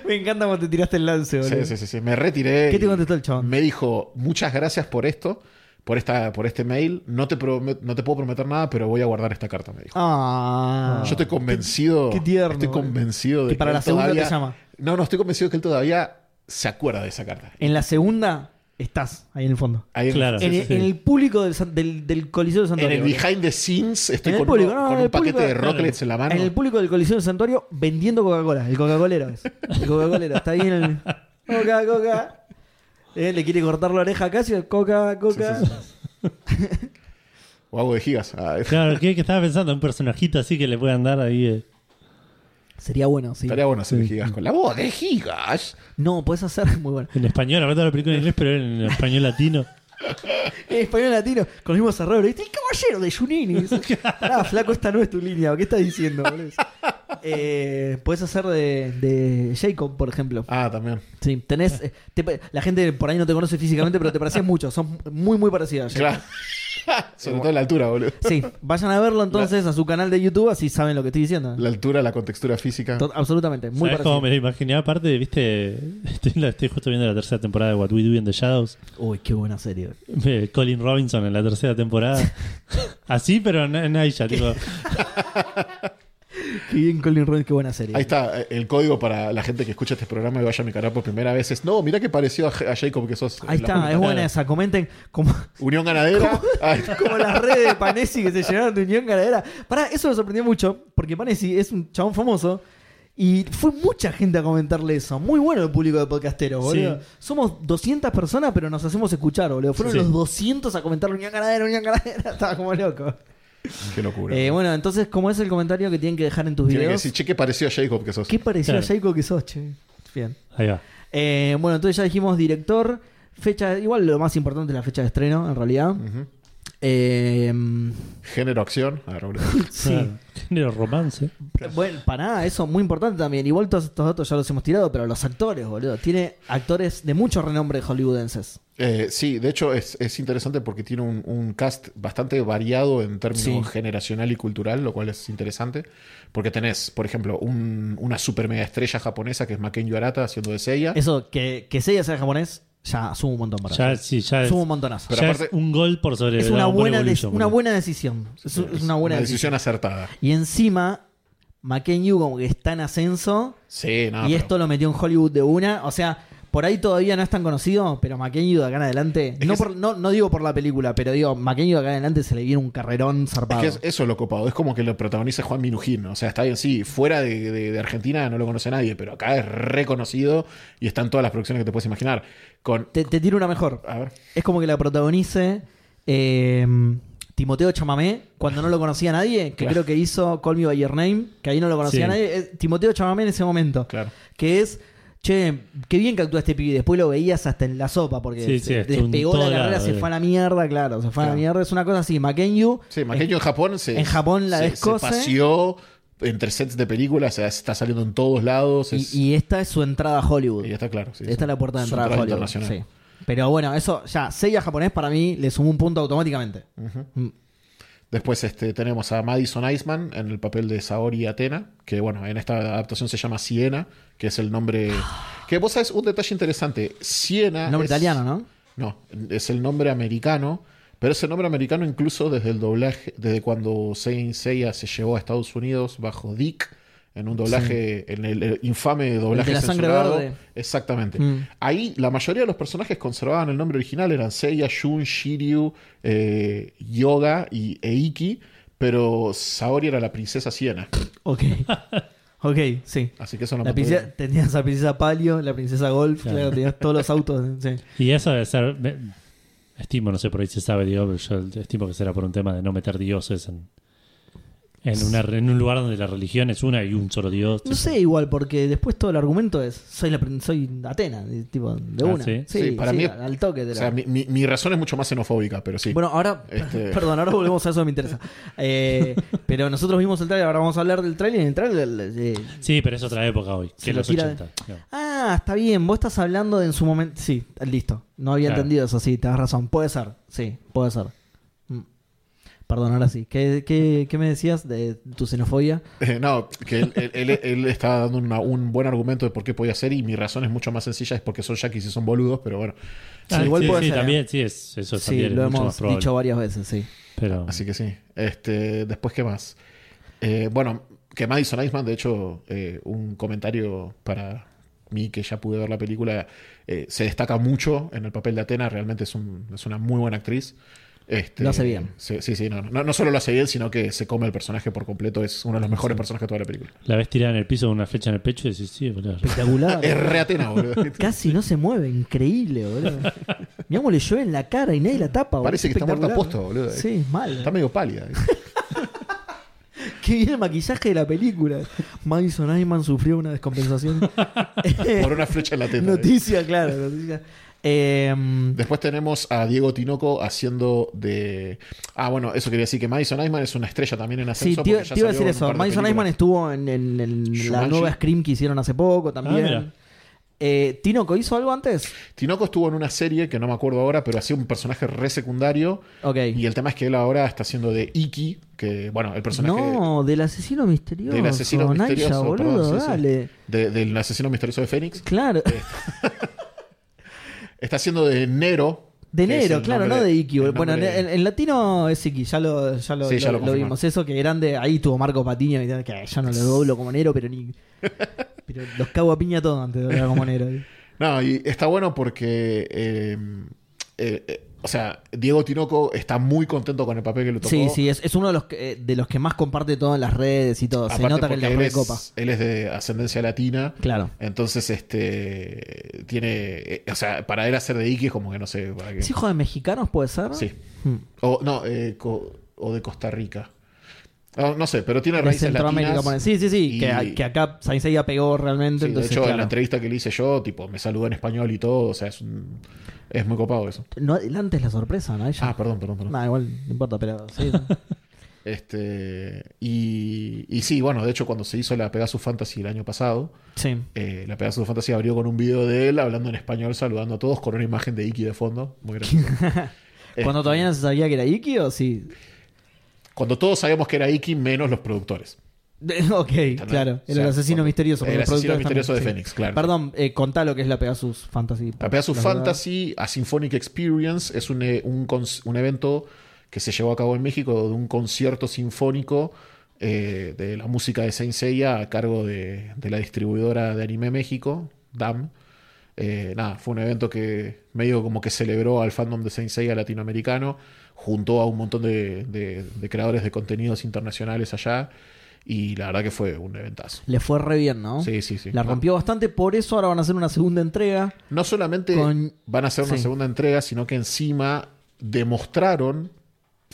Speaker 4: Me encanta cuando te tiraste el lance, boludo.
Speaker 5: Sí, sí, sí, sí. Me retiré.
Speaker 4: ¿Qué te
Speaker 5: y
Speaker 4: contestó el chabón?
Speaker 5: Me dijo, muchas gracias por esto, por, esta, por este mail. No te, prome- no te puedo prometer nada, pero voy a guardar esta carta, me dijo.
Speaker 4: Ah.
Speaker 5: Yo estoy convencido.
Speaker 4: qué tierno,
Speaker 5: Estoy
Speaker 4: boludo.
Speaker 5: convencido de
Speaker 4: Que para
Speaker 5: él
Speaker 4: la segunda te
Speaker 5: todavía-
Speaker 4: llama.
Speaker 5: No, no, estoy convencido que él todavía se acuerda de esa carta.
Speaker 4: En la segunda estás ahí en el fondo.
Speaker 5: Ahí en-
Speaker 3: Claro.
Speaker 5: En,
Speaker 4: en, el,
Speaker 3: sí.
Speaker 4: en el público del, San- del- del Coliseo de Santuario.
Speaker 5: el
Speaker 4: boludo.
Speaker 5: behind the scenes estoy
Speaker 4: En el
Speaker 5: con, uno-
Speaker 4: público, no,
Speaker 5: con
Speaker 4: en
Speaker 5: un
Speaker 4: el
Speaker 5: paquete
Speaker 4: público,
Speaker 5: de
Speaker 4: claro.
Speaker 5: rocklets en la mano.
Speaker 4: En el público del Coliseo de Santuario vendiendo Coca-Cola. El Coca-Colero es. El Coca-Colero. Está ahí en el. Coca, Coca. Eh, le quiere cortar la oreja casi. Coca, Coca.
Speaker 5: O hago de gigas. Ah,
Speaker 3: Claro, ¿qué, que estaba pensando? Un personajito así que le puedan dar ahí. eh.
Speaker 4: Sería bueno, sí.
Speaker 5: Estaría bueno hacer de gigas con la voz de gigas.
Speaker 4: No, puedes hacer muy bueno.
Speaker 3: En español, hablando de la película en inglés, pero en español latino.
Speaker 4: En español latino, con los mismos errores. ¿viste? El caballero de Junini. Pará, flaco, esta no es tu línea. ¿Qué estás diciendo, boludo? Eh, puedes hacer de, de Jacob, por ejemplo.
Speaker 5: Ah, también.
Speaker 4: Sí, tenés. eh, te pa- la gente por ahí no te conoce físicamente, pero te parecías mucho. Son muy, muy parecidas.
Speaker 5: Claro. Sobre todo la altura, boludo.
Speaker 4: Sí, vayan a verlo entonces a su canal de YouTube, así saben lo que estoy diciendo.
Speaker 5: La altura, la contextura física.
Speaker 4: To- absolutamente, muy
Speaker 3: ¿Sabés cómo
Speaker 4: parecido.
Speaker 3: me lo imaginé? Aparte, viste, estoy, la- estoy justo viendo la tercera temporada de What We Do in the Shadows.
Speaker 4: Uy, qué buena serie.
Speaker 3: Eh, Colin Robinson en la tercera temporada. Así, pero en, en Aisha, tipo.
Speaker 4: Qué bien, Colin Rhodes, qué buena serie.
Speaker 5: Ahí está eh, el código para la gente que escucha este programa y vaya a mi canal por primera vez. Es, no, mira que pareció a, Ja- a Jacob que sos. eh,
Speaker 4: Ahí
Speaker 5: la
Speaker 4: está,
Speaker 5: puta.
Speaker 4: es buena esa. Comenten como,
Speaker 5: Unión Ganadera. Ahí está.
Speaker 4: como las redes de Panesi que se llenaron de Unión Ganadera. Pará, eso me sorprendió mucho, porque Panesi es un chabón famoso. Y fue mucha gente a comentarle eso. Muy bueno el público de podcasteros, boludo.
Speaker 3: Sí.
Speaker 4: Somos 200 personas, pero nos hacemos escuchar, boludo. Fueron
Speaker 3: Sí.
Speaker 4: los 200 a comentar Unión Ganadera, Unión Ganadera. Estaba como loco.
Speaker 5: Qué locura.
Speaker 4: Eh, bueno, entonces, ¿cómo es el comentario que tienen que dejar en tus
Speaker 5: Tiene que
Speaker 4: videos?
Speaker 5: decir, che, que pareció a Jacob que sos.
Speaker 4: ¿Qué pareció
Speaker 3: Claro.
Speaker 4: a Jaiko que sos, che? Bien.
Speaker 3: Ahí va.
Speaker 4: Eh, bueno, entonces ya dijimos director, Fecha, igual lo más importante es la fecha de estreno, en realidad.
Speaker 5: Ujú.
Speaker 4: Eh,
Speaker 5: Género acción. Ah, no, bro.
Speaker 4: sí.
Speaker 3: Género romance.
Speaker 4: Bueno, para nada, eso muy importante también. Igual todos estos datos ya los hemos tirado, pero los actores, boludo. Tiene actores de mucho renombre hollywoodenses.
Speaker 5: Eh, sí, de hecho es, es interesante porque tiene un, un cast bastante variado en términos
Speaker 4: Sí.
Speaker 5: generacional y cultural, lo cual es interesante. Porque tenés, por ejemplo, un- una super mega estrella japonesa que es Makenyo Arata haciendo de Seiya.
Speaker 4: Eso, que, que Seiya sea japonés, ya suma un montón para
Speaker 3: Ya,
Speaker 4: ellos.
Speaker 3: sí, ya es,
Speaker 4: Suma un montonazo.
Speaker 5: Pero
Speaker 3: ya
Speaker 5: aparte-
Speaker 3: es un gol por sobre
Speaker 4: Es una
Speaker 3: Dragon Ball
Speaker 4: buena, de-
Speaker 3: Evolution,
Speaker 4: una
Speaker 3: boludo.
Speaker 4: buena decisión. Es, es una buena decisión.
Speaker 5: decisión acertada.
Speaker 4: Y encima, Makenyu como que está en ascenso
Speaker 5: Sí, no,
Speaker 4: y
Speaker 5: Ah, pero-
Speaker 4: esto lo metió en Hollywood de una. O sea, por ahí todavía no es tan conocido, pero Makenyu de acá en adelante,
Speaker 5: Es
Speaker 4: no,
Speaker 5: que
Speaker 4: por- no, no digo por la película, pero digo, Makenyu de acá en adelante se le viene un carrerón
Speaker 5: Es
Speaker 4: zarpado.
Speaker 5: que es- eso es lo copado, es como que lo protagoniza Juan Minujín, o sea, está bien, sí, fuera de, de- de Argentina no lo conoce nadie, pero acá es reconocido y están todas las producciones que te puedes imaginar. Con,
Speaker 4: Te, te tiro una mejor.
Speaker 5: a ver,
Speaker 4: Es como que la protagonice eh, Timoteo Chamamé, cuando no lo conocía nadie, que
Speaker 5: Claro.
Speaker 4: creo que hizo Call Me By Your Name, que ahí no lo conocía
Speaker 3: Sí.
Speaker 4: nadie. Es Timoteo Chamamé en ese momento.
Speaker 5: claro.
Speaker 4: Que es, che, qué bien que actúa este pibe. Después lo veías hasta en la sopa, porque
Speaker 3: Sí,
Speaker 4: se
Speaker 3: sí, estuvo en
Speaker 4: despegó la
Speaker 3: todo
Speaker 4: carrera,
Speaker 3: lado,
Speaker 4: se
Speaker 3: eh.
Speaker 4: fue a la mierda, claro, se fue a la
Speaker 5: Claro.
Speaker 4: mierda. Es una cosa así, Makenyu.
Speaker 5: Sí, Maqueño en Japón se.
Speaker 4: en Japón la
Speaker 5: se-
Speaker 4: descoce.
Speaker 5: Se paseó entre sets de películas, o sea, está saliendo en todos lados.
Speaker 4: Y,
Speaker 5: es-
Speaker 4: y esta es su entrada a Hollywood.
Speaker 5: y está claro. sí,
Speaker 4: Esta es la puerta de
Speaker 5: un
Speaker 4: entrada a
Speaker 5: trato
Speaker 4: Hollywood.
Speaker 5: internacional.
Speaker 4: sí. Pero bueno, eso ya, Seiya japonés para mí le sumó un punto automáticamente.
Speaker 5: Ah,
Speaker 4: Mm.
Speaker 5: Después este, tenemos a Madison Iceman en el papel de Saori Atena, que bueno, en esta adaptación se llama Siena, que es el nombre. Que vos sabés, un detalle interesante. Siena.
Speaker 4: Nombre
Speaker 5: es-
Speaker 4: italiano, ¿no?
Speaker 5: No, es el nombre americano, pero es el nombre americano incluso desde el doblaje, desde cuando Saint Seiya se llevó a Estados Unidos bajo Dick en un doblaje, en el, el infame doblaje
Speaker 4: la sangre
Speaker 5: censurado.
Speaker 4: verde.
Speaker 5: Exactamente.
Speaker 4: Mm.
Speaker 5: Ahí la mayoría de los personajes conservaban el nombre original, eran Seiya, Shun, Shiryu, eh, Yoga y Eiki, pero Saori era la princesa Siena.
Speaker 4: Ok. Ok, sí.
Speaker 5: Así que eso no
Speaker 4: La
Speaker 5: me
Speaker 4: princesa,
Speaker 5: podía-
Speaker 4: tenías a princesa Palio, la princesa Golf,
Speaker 3: Claro.
Speaker 4: claro, tenías todos los autos. sí.
Speaker 3: Y eso debe ser. me- estimo, no sé por ahí se sabe, digo, pero yo estimo que será por un tema de no meter dioses en. En, una, re- en un lugar donde la religión es una y un solo dios.
Speaker 4: No
Speaker 3: tipo.
Speaker 4: sé, igual, porque después todo el argumento es: soy la prin- soy Atena, y tipo, de
Speaker 3: Ah,
Speaker 4: una.
Speaker 3: ¿sí?
Speaker 4: Sí,
Speaker 5: Sí, para
Speaker 4: sí,
Speaker 5: mí-
Speaker 4: al toque de
Speaker 5: O sea, mi, mi- mi razón es mucho más xenofóbica, pero sí.
Speaker 4: Bueno, ahora,
Speaker 5: Este-
Speaker 4: perdón, ahora volvemos a eso, me interesa. Eh, pero nosotros vimos el trailer, ahora vamos a hablar del trailer. En el trailer eh,
Speaker 3: Sí, pero es otra época hoy,
Speaker 4: Se
Speaker 3: que
Speaker 4: lo
Speaker 3: los
Speaker 4: tira-
Speaker 3: 80. no.
Speaker 4: Ah, está bien, vos estás hablando de en su momento. Sí, listo. No había
Speaker 3: Claro.
Speaker 4: entendido eso, sí, tenés razón. Puede ser, sí, puede ser. Mm. Perdón, ahora sí. ¿Qué, qué, qué me decías de tu xenofobia?
Speaker 5: Eh, no, que él, él- él- él estaba dando una- un buen argumento de por qué podía ser y mi razón es mucho más sencilla, es porque son yaquis y son boludos, pero bueno,
Speaker 4: Ah, Sí, igual
Speaker 3: sí,
Speaker 4: puede
Speaker 3: sí,
Speaker 4: ser, ¿eh?
Speaker 3: también, sí, es, eso
Speaker 4: sí,
Speaker 3: también es
Speaker 4: lo
Speaker 3: mucho más
Speaker 4: hemos
Speaker 3: probable.
Speaker 4: dicho varias veces, sí.
Speaker 3: pero,
Speaker 5: así que sí. Este, después, ¿qué más? Eh, bueno, que Madison Iceman, de hecho, eh, un comentario para mí que ya pude ver la película, eh, se destaca mucho en el papel de Atena, realmente es, un- es una muy buena actriz. Este,
Speaker 4: Lo hace bien.
Speaker 5: Sí, sí, sí, no, no, no solo lo hace bien, sino que se come el personaje por completo, es uno de los mejores personajes de toda la película.
Speaker 3: la ves tirada en el piso con una flecha en el pecho y decís, sí, boludo.
Speaker 4: Espectacular.
Speaker 5: Es re Atena, boludo.
Speaker 4: Casi no se mueve, increíble, boludo. Mi amo le llueve en la cara y nadie la tapa, boludo.
Speaker 5: Parece que está muerta
Speaker 4: Espectacular.
Speaker 5: posta, boludo.
Speaker 4: Sí, mal. ¿eh?
Speaker 5: Está medio pálida.
Speaker 4: Qué bien el maquillaje de la película. Madison Ayman sufrió una descompensación.
Speaker 5: Por una flecha en la teta.
Speaker 4: noticia, claro, noticia. Eh,
Speaker 5: Después tenemos a Diego Tinoco haciendo de. Ah, bueno, eso quería decir que Madison Eisman es una estrella también en
Speaker 4: Sí,
Speaker 5: ascenso.
Speaker 4: te, iba-
Speaker 5: porque ya
Speaker 4: te iba a
Speaker 5: salió
Speaker 4: decir
Speaker 5: en un
Speaker 4: eso.
Speaker 5: par de
Speaker 4: Madison Eisman
Speaker 5: películas.
Speaker 4: estuvo en, en- en la
Speaker 5: Shumanji.
Speaker 4: nueva Scream que hicieron hace
Speaker 5: Ah,
Speaker 4: poco también.
Speaker 3: mira.
Speaker 4: eh, ¿Tinoco hizo algo antes?
Speaker 5: Tinoco estuvo en una serie que no me acuerdo ahora, pero hacía un personaje re secundario.
Speaker 4: Ok.
Speaker 5: Y el tema es que él ahora está haciendo de Iki, que, bueno, el personaje.
Speaker 4: No, del asesino misterioso.
Speaker 5: Del asesino
Speaker 4: Naya,
Speaker 5: misterioso,
Speaker 4: boludo,
Speaker 5: perdón, sí, Este, sí.
Speaker 4: dale.
Speaker 5: de- del asesino misterioso de Fénix.
Speaker 4: Claro.
Speaker 5: Está haciendo de Nero.
Speaker 4: De
Speaker 5: que es
Speaker 4: negro,
Speaker 5: el
Speaker 4: claro,
Speaker 5: nombre-
Speaker 4: no de Iki.
Speaker 5: el
Speaker 4: boludo. Bueno, en,
Speaker 5: nombre-
Speaker 4: en latino es Iki, ya lo, ya lo,
Speaker 5: Sí, ya
Speaker 4: lo- lo
Speaker 5: lo confirmaron.
Speaker 4: vimos. Eso que grande, ahí tuvo Marco Patiño, que que yo no lo doblo como negro, pero ni. pero los cago a piña todo antes de doblar como negro.
Speaker 5: No, y está bueno porque. eh, eh, eh, o sea, Diego Tinoco está muy contento con el papel que le tocó.
Speaker 4: Sí, sí, es, es uno de los, que, eh, de los que más comparte todo en las redes y todo. Se
Speaker 5: Aparte
Speaker 4: nota que
Speaker 5: porque
Speaker 4: le
Speaker 5: él
Speaker 4: recopa.
Speaker 5: es, Eh, él es de ascendencia latina.
Speaker 4: Claro.
Speaker 5: Entonces, este. Tiene. eh, O sea, para él hacer de Iki es como que no sé. Para qué.
Speaker 4: ¿Es hijo de mexicanos, puede ser?
Speaker 5: Sí.
Speaker 4: Hmm.
Speaker 5: O, no, eh, co- o de Costa Rica. Ah, no sé, pero tiene
Speaker 4: de
Speaker 5: raíces
Speaker 4: Centroamérica.
Speaker 5: latinas.
Speaker 4: ponen. Sí, sí, sí.
Speaker 5: y-
Speaker 4: Que, que acá Saint Seiya pegó realmente.
Speaker 5: Sí, de
Speaker 4: entonces,
Speaker 5: hecho, en
Speaker 4: claro.
Speaker 5: la entrevista que le hice yo, tipo, me saludó en español y todo. O sea, es, un- es muy copado eso.
Speaker 4: No adelantes la sorpresa, ¿no? Ella.
Speaker 5: Ah, perdón, perdón, perdón.
Speaker 4: Nah, igual, no importa, pero sí.
Speaker 5: Este, y, y sí, bueno, de hecho, cuando se hizo la Pegasus Fantasy el año pasado,
Speaker 4: sí.
Speaker 5: eh, la Pegasus Fantasy abrió con un video de él hablando en español, saludando a todos, con una imagen de Iki de fondo. Muy gracioso.
Speaker 4: Cuando
Speaker 5: Este,
Speaker 4: todavía no se sabía que era Iki o sí.
Speaker 5: Cuando todos sabíamos que era Iki, menos los productores.
Speaker 4: ok, claro.
Speaker 5: O
Speaker 4: El
Speaker 5: sea,
Speaker 4: asesino
Speaker 5: cuando-
Speaker 4: misterioso. porque
Speaker 5: el
Speaker 4: los
Speaker 5: asesino
Speaker 4: productores
Speaker 5: misterioso de
Speaker 4: sí.
Speaker 5: Fénix, claro.
Speaker 4: Perdón, eh, contá lo que es la Pegasus Fantasy.
Speaker 5: La Pegasus
Speaker 4: La verdad.
Speaker 5: Fantasy A Symphonic Experience es un, eh, un, cons- un evento que se llevó a cabo en México de un concierto sinfónico eh, de la música de Saint Seiya a cargo de, de la distribuidora de Anime México, DAM. Eh, nada, fue un evento que medio como que celebró al fandom de Saint Seiya latinoamericano, juntó a un montón de, de- de creadores de contenidos internacionales allá y la verdad que fue un eventazo.
Speaker 4: Le fue re bien, ¿no?
Speaker 5: Sí, sí, sí.
Speaker 4: La rompió bastante, por eso ahora van a hacer una segunda entrega.
Speaker 5: No solamente
Speaker 4: Con-
Speaker 5: van a hacer una
Speaker 4: sí.
Speaker 5: segunda entrega, sino que encima demostraron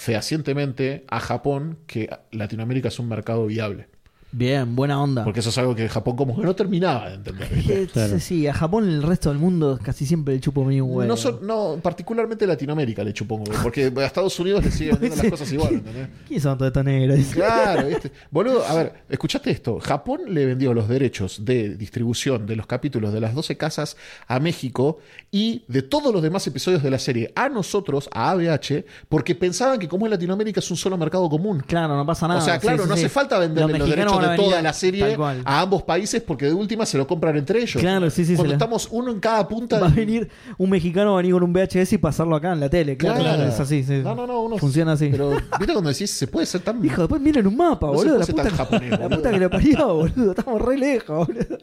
Speaker 5: fehacientemente a Japón que Latinoamérica es un mercado viable.
Speaker 4: Bien, buena onda.
Speaker 5: Porque eso es algo que Japón como que no terminaba de entender. ¿viste?
Speaker 4: Eh, sí, sí, a Japón el resto del mundo casi siempre le chupo medio un huevo.
Speaker 5: No, so- no, particularmente Latinoamérica le chupó un huevo, porque a Estados Unidos le siguen vendiendo las cosas igual, ¿entendés?
Speaker 4: ¿Quién son todos estos negros? Dice.
Speaker 5: Claro, ¿viste? Boludo, a ver, escuchate esto. Japón le vendió los derechos de distribución de los capítulos de las 12 casas a México y de todos los demás episodios de la serie a nosotros, a ABH, porque pensaban que como en Latinoamérica es un solo mercado común.
Speaker 4: Claro, no pasa nada.
Speaker 5: o sea,
Speaker 4: Sí,
Speaker 5: claro,
Speaker 4: sí,
Speaker 5: no
Speaker 4: sí.
Speaker 5: hace falta venderle los,
Speaker 4: mexicanos
Speaker 5: derechos
Speaker 4: van a
Speaker 5: de toda
Speaker 4: venir
Speaker 5: la
Speaker 4: tal
Speaker 5: serie
Speaker 4: cual.
Speaker 5: a ambos países porque de última se lo compran entre ellos.
Speaker 4: Claro, sí, sí, se
Speaker 5: Cuando
Speaker 4: la-
Speaker 5: estamos uno en cada punta.
Speaker 4: Va a
Speaker 5: del-
Speaker 4: venir un mexicano, va a venir con un VHS y pasarlo acá en la tele. Claro, es así. sí.
Speaker 5: No, no, no, uno-
Speaker 4: Funciona así.
Speaker 5: Pero, ¿viste cuando decís, se puede ser tan.
Speaker 4: Hijo, después miren un mapa,
Speaker 5: No se
Speaker 4: boludo. La
Speaker 5: puede
Speaker 4: puta,
Speaker 5: ser tan japonés,
Speaker 4: la
Speaker 5: boludo.
Speaker 4: puta que lo parió, boludo. Estamos re lejos, boludo.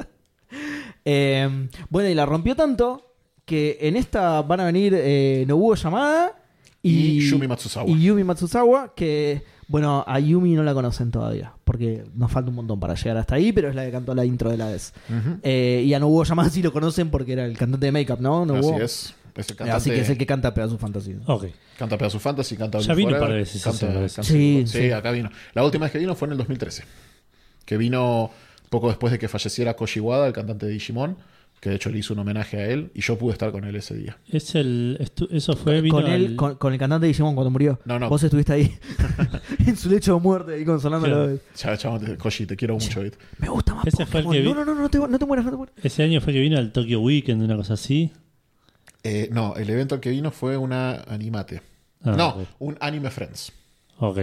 Speaker 4: Eh, bueno, y la rompió tanto que en esta van a venir eh, Nobuo Yamada y,
Speaker 5: Y Yumi Matsuzawa.
Speaker 4: Y Yumi Matsuzawa, que, bueno, a Yumi no la conocen todavía. Porque nos falta un montón para llegar hasta ahí, pero es la que cantó la intro de la vez. Eh, y a Nobuo Yamada sí lo conocen porque era el cantante de Make Up, ¿no? Nobuo.
Speaker 5: Así es. Es el
Speaker 4: Eh, Así
Speaker 5: cantante-
Speaker 4: que es el que canta Pedazo Fantasía.
Speaker 3: Ok.
Speaker 5: Canta Pegasus Fantasy, canta
Speaker 3: Ya
Speaker 5: Blue
Speaker 3: vino un
Speaker 5: Forever,
Speaker 3: par de veces,
Speaker 5: canta-
Speaker 3: sí, me parece.
Speaker 5: canta-
Speaker 4: Sí,
Speaker 5: sí,
Speaker 4: sí.
Speaker 5: acá vino. La última vez que vino fue en el 2013. Que vino poco después de que falleciera Koshiwada, el cantante de Digimon, que de hecho le hizo un homenaje a él, y yo pude estar con él ese día.
Speaker 3: Es el, estu- eso fue vino
Speaker 4: con él,
Speaker 3: al-
Speaker 4: con, con el cantante de Digimon cuando murió.
Speaker 5: No, no.
Speaker 4: Vos estuviste ahí en su lecho de muerte ahí consolándolo.
Speaker 3: Claro.
Speaker 5: Chao, chao, te- Koshi, te quiero mucho. ¿viste?
Speaker 4: Me gusta más.
Speaker 3: Ese fue el
Speaker 4: Pokémon.
Speaker 3: que vi-
Speaker 4: No, no, no, no te, no te mueras, no te mueras.
Speaker 3: Ese año fue que vino al Tokyo Weekend, una cosa así.
Speaker 5: Eh, no, el evento al que vino fue una animate.
Speaker 3: Ah,
Speaker 5: no,
Speaker 3: ok.
Speaker 5: un Anime Friends.
Speaker 3: Ok.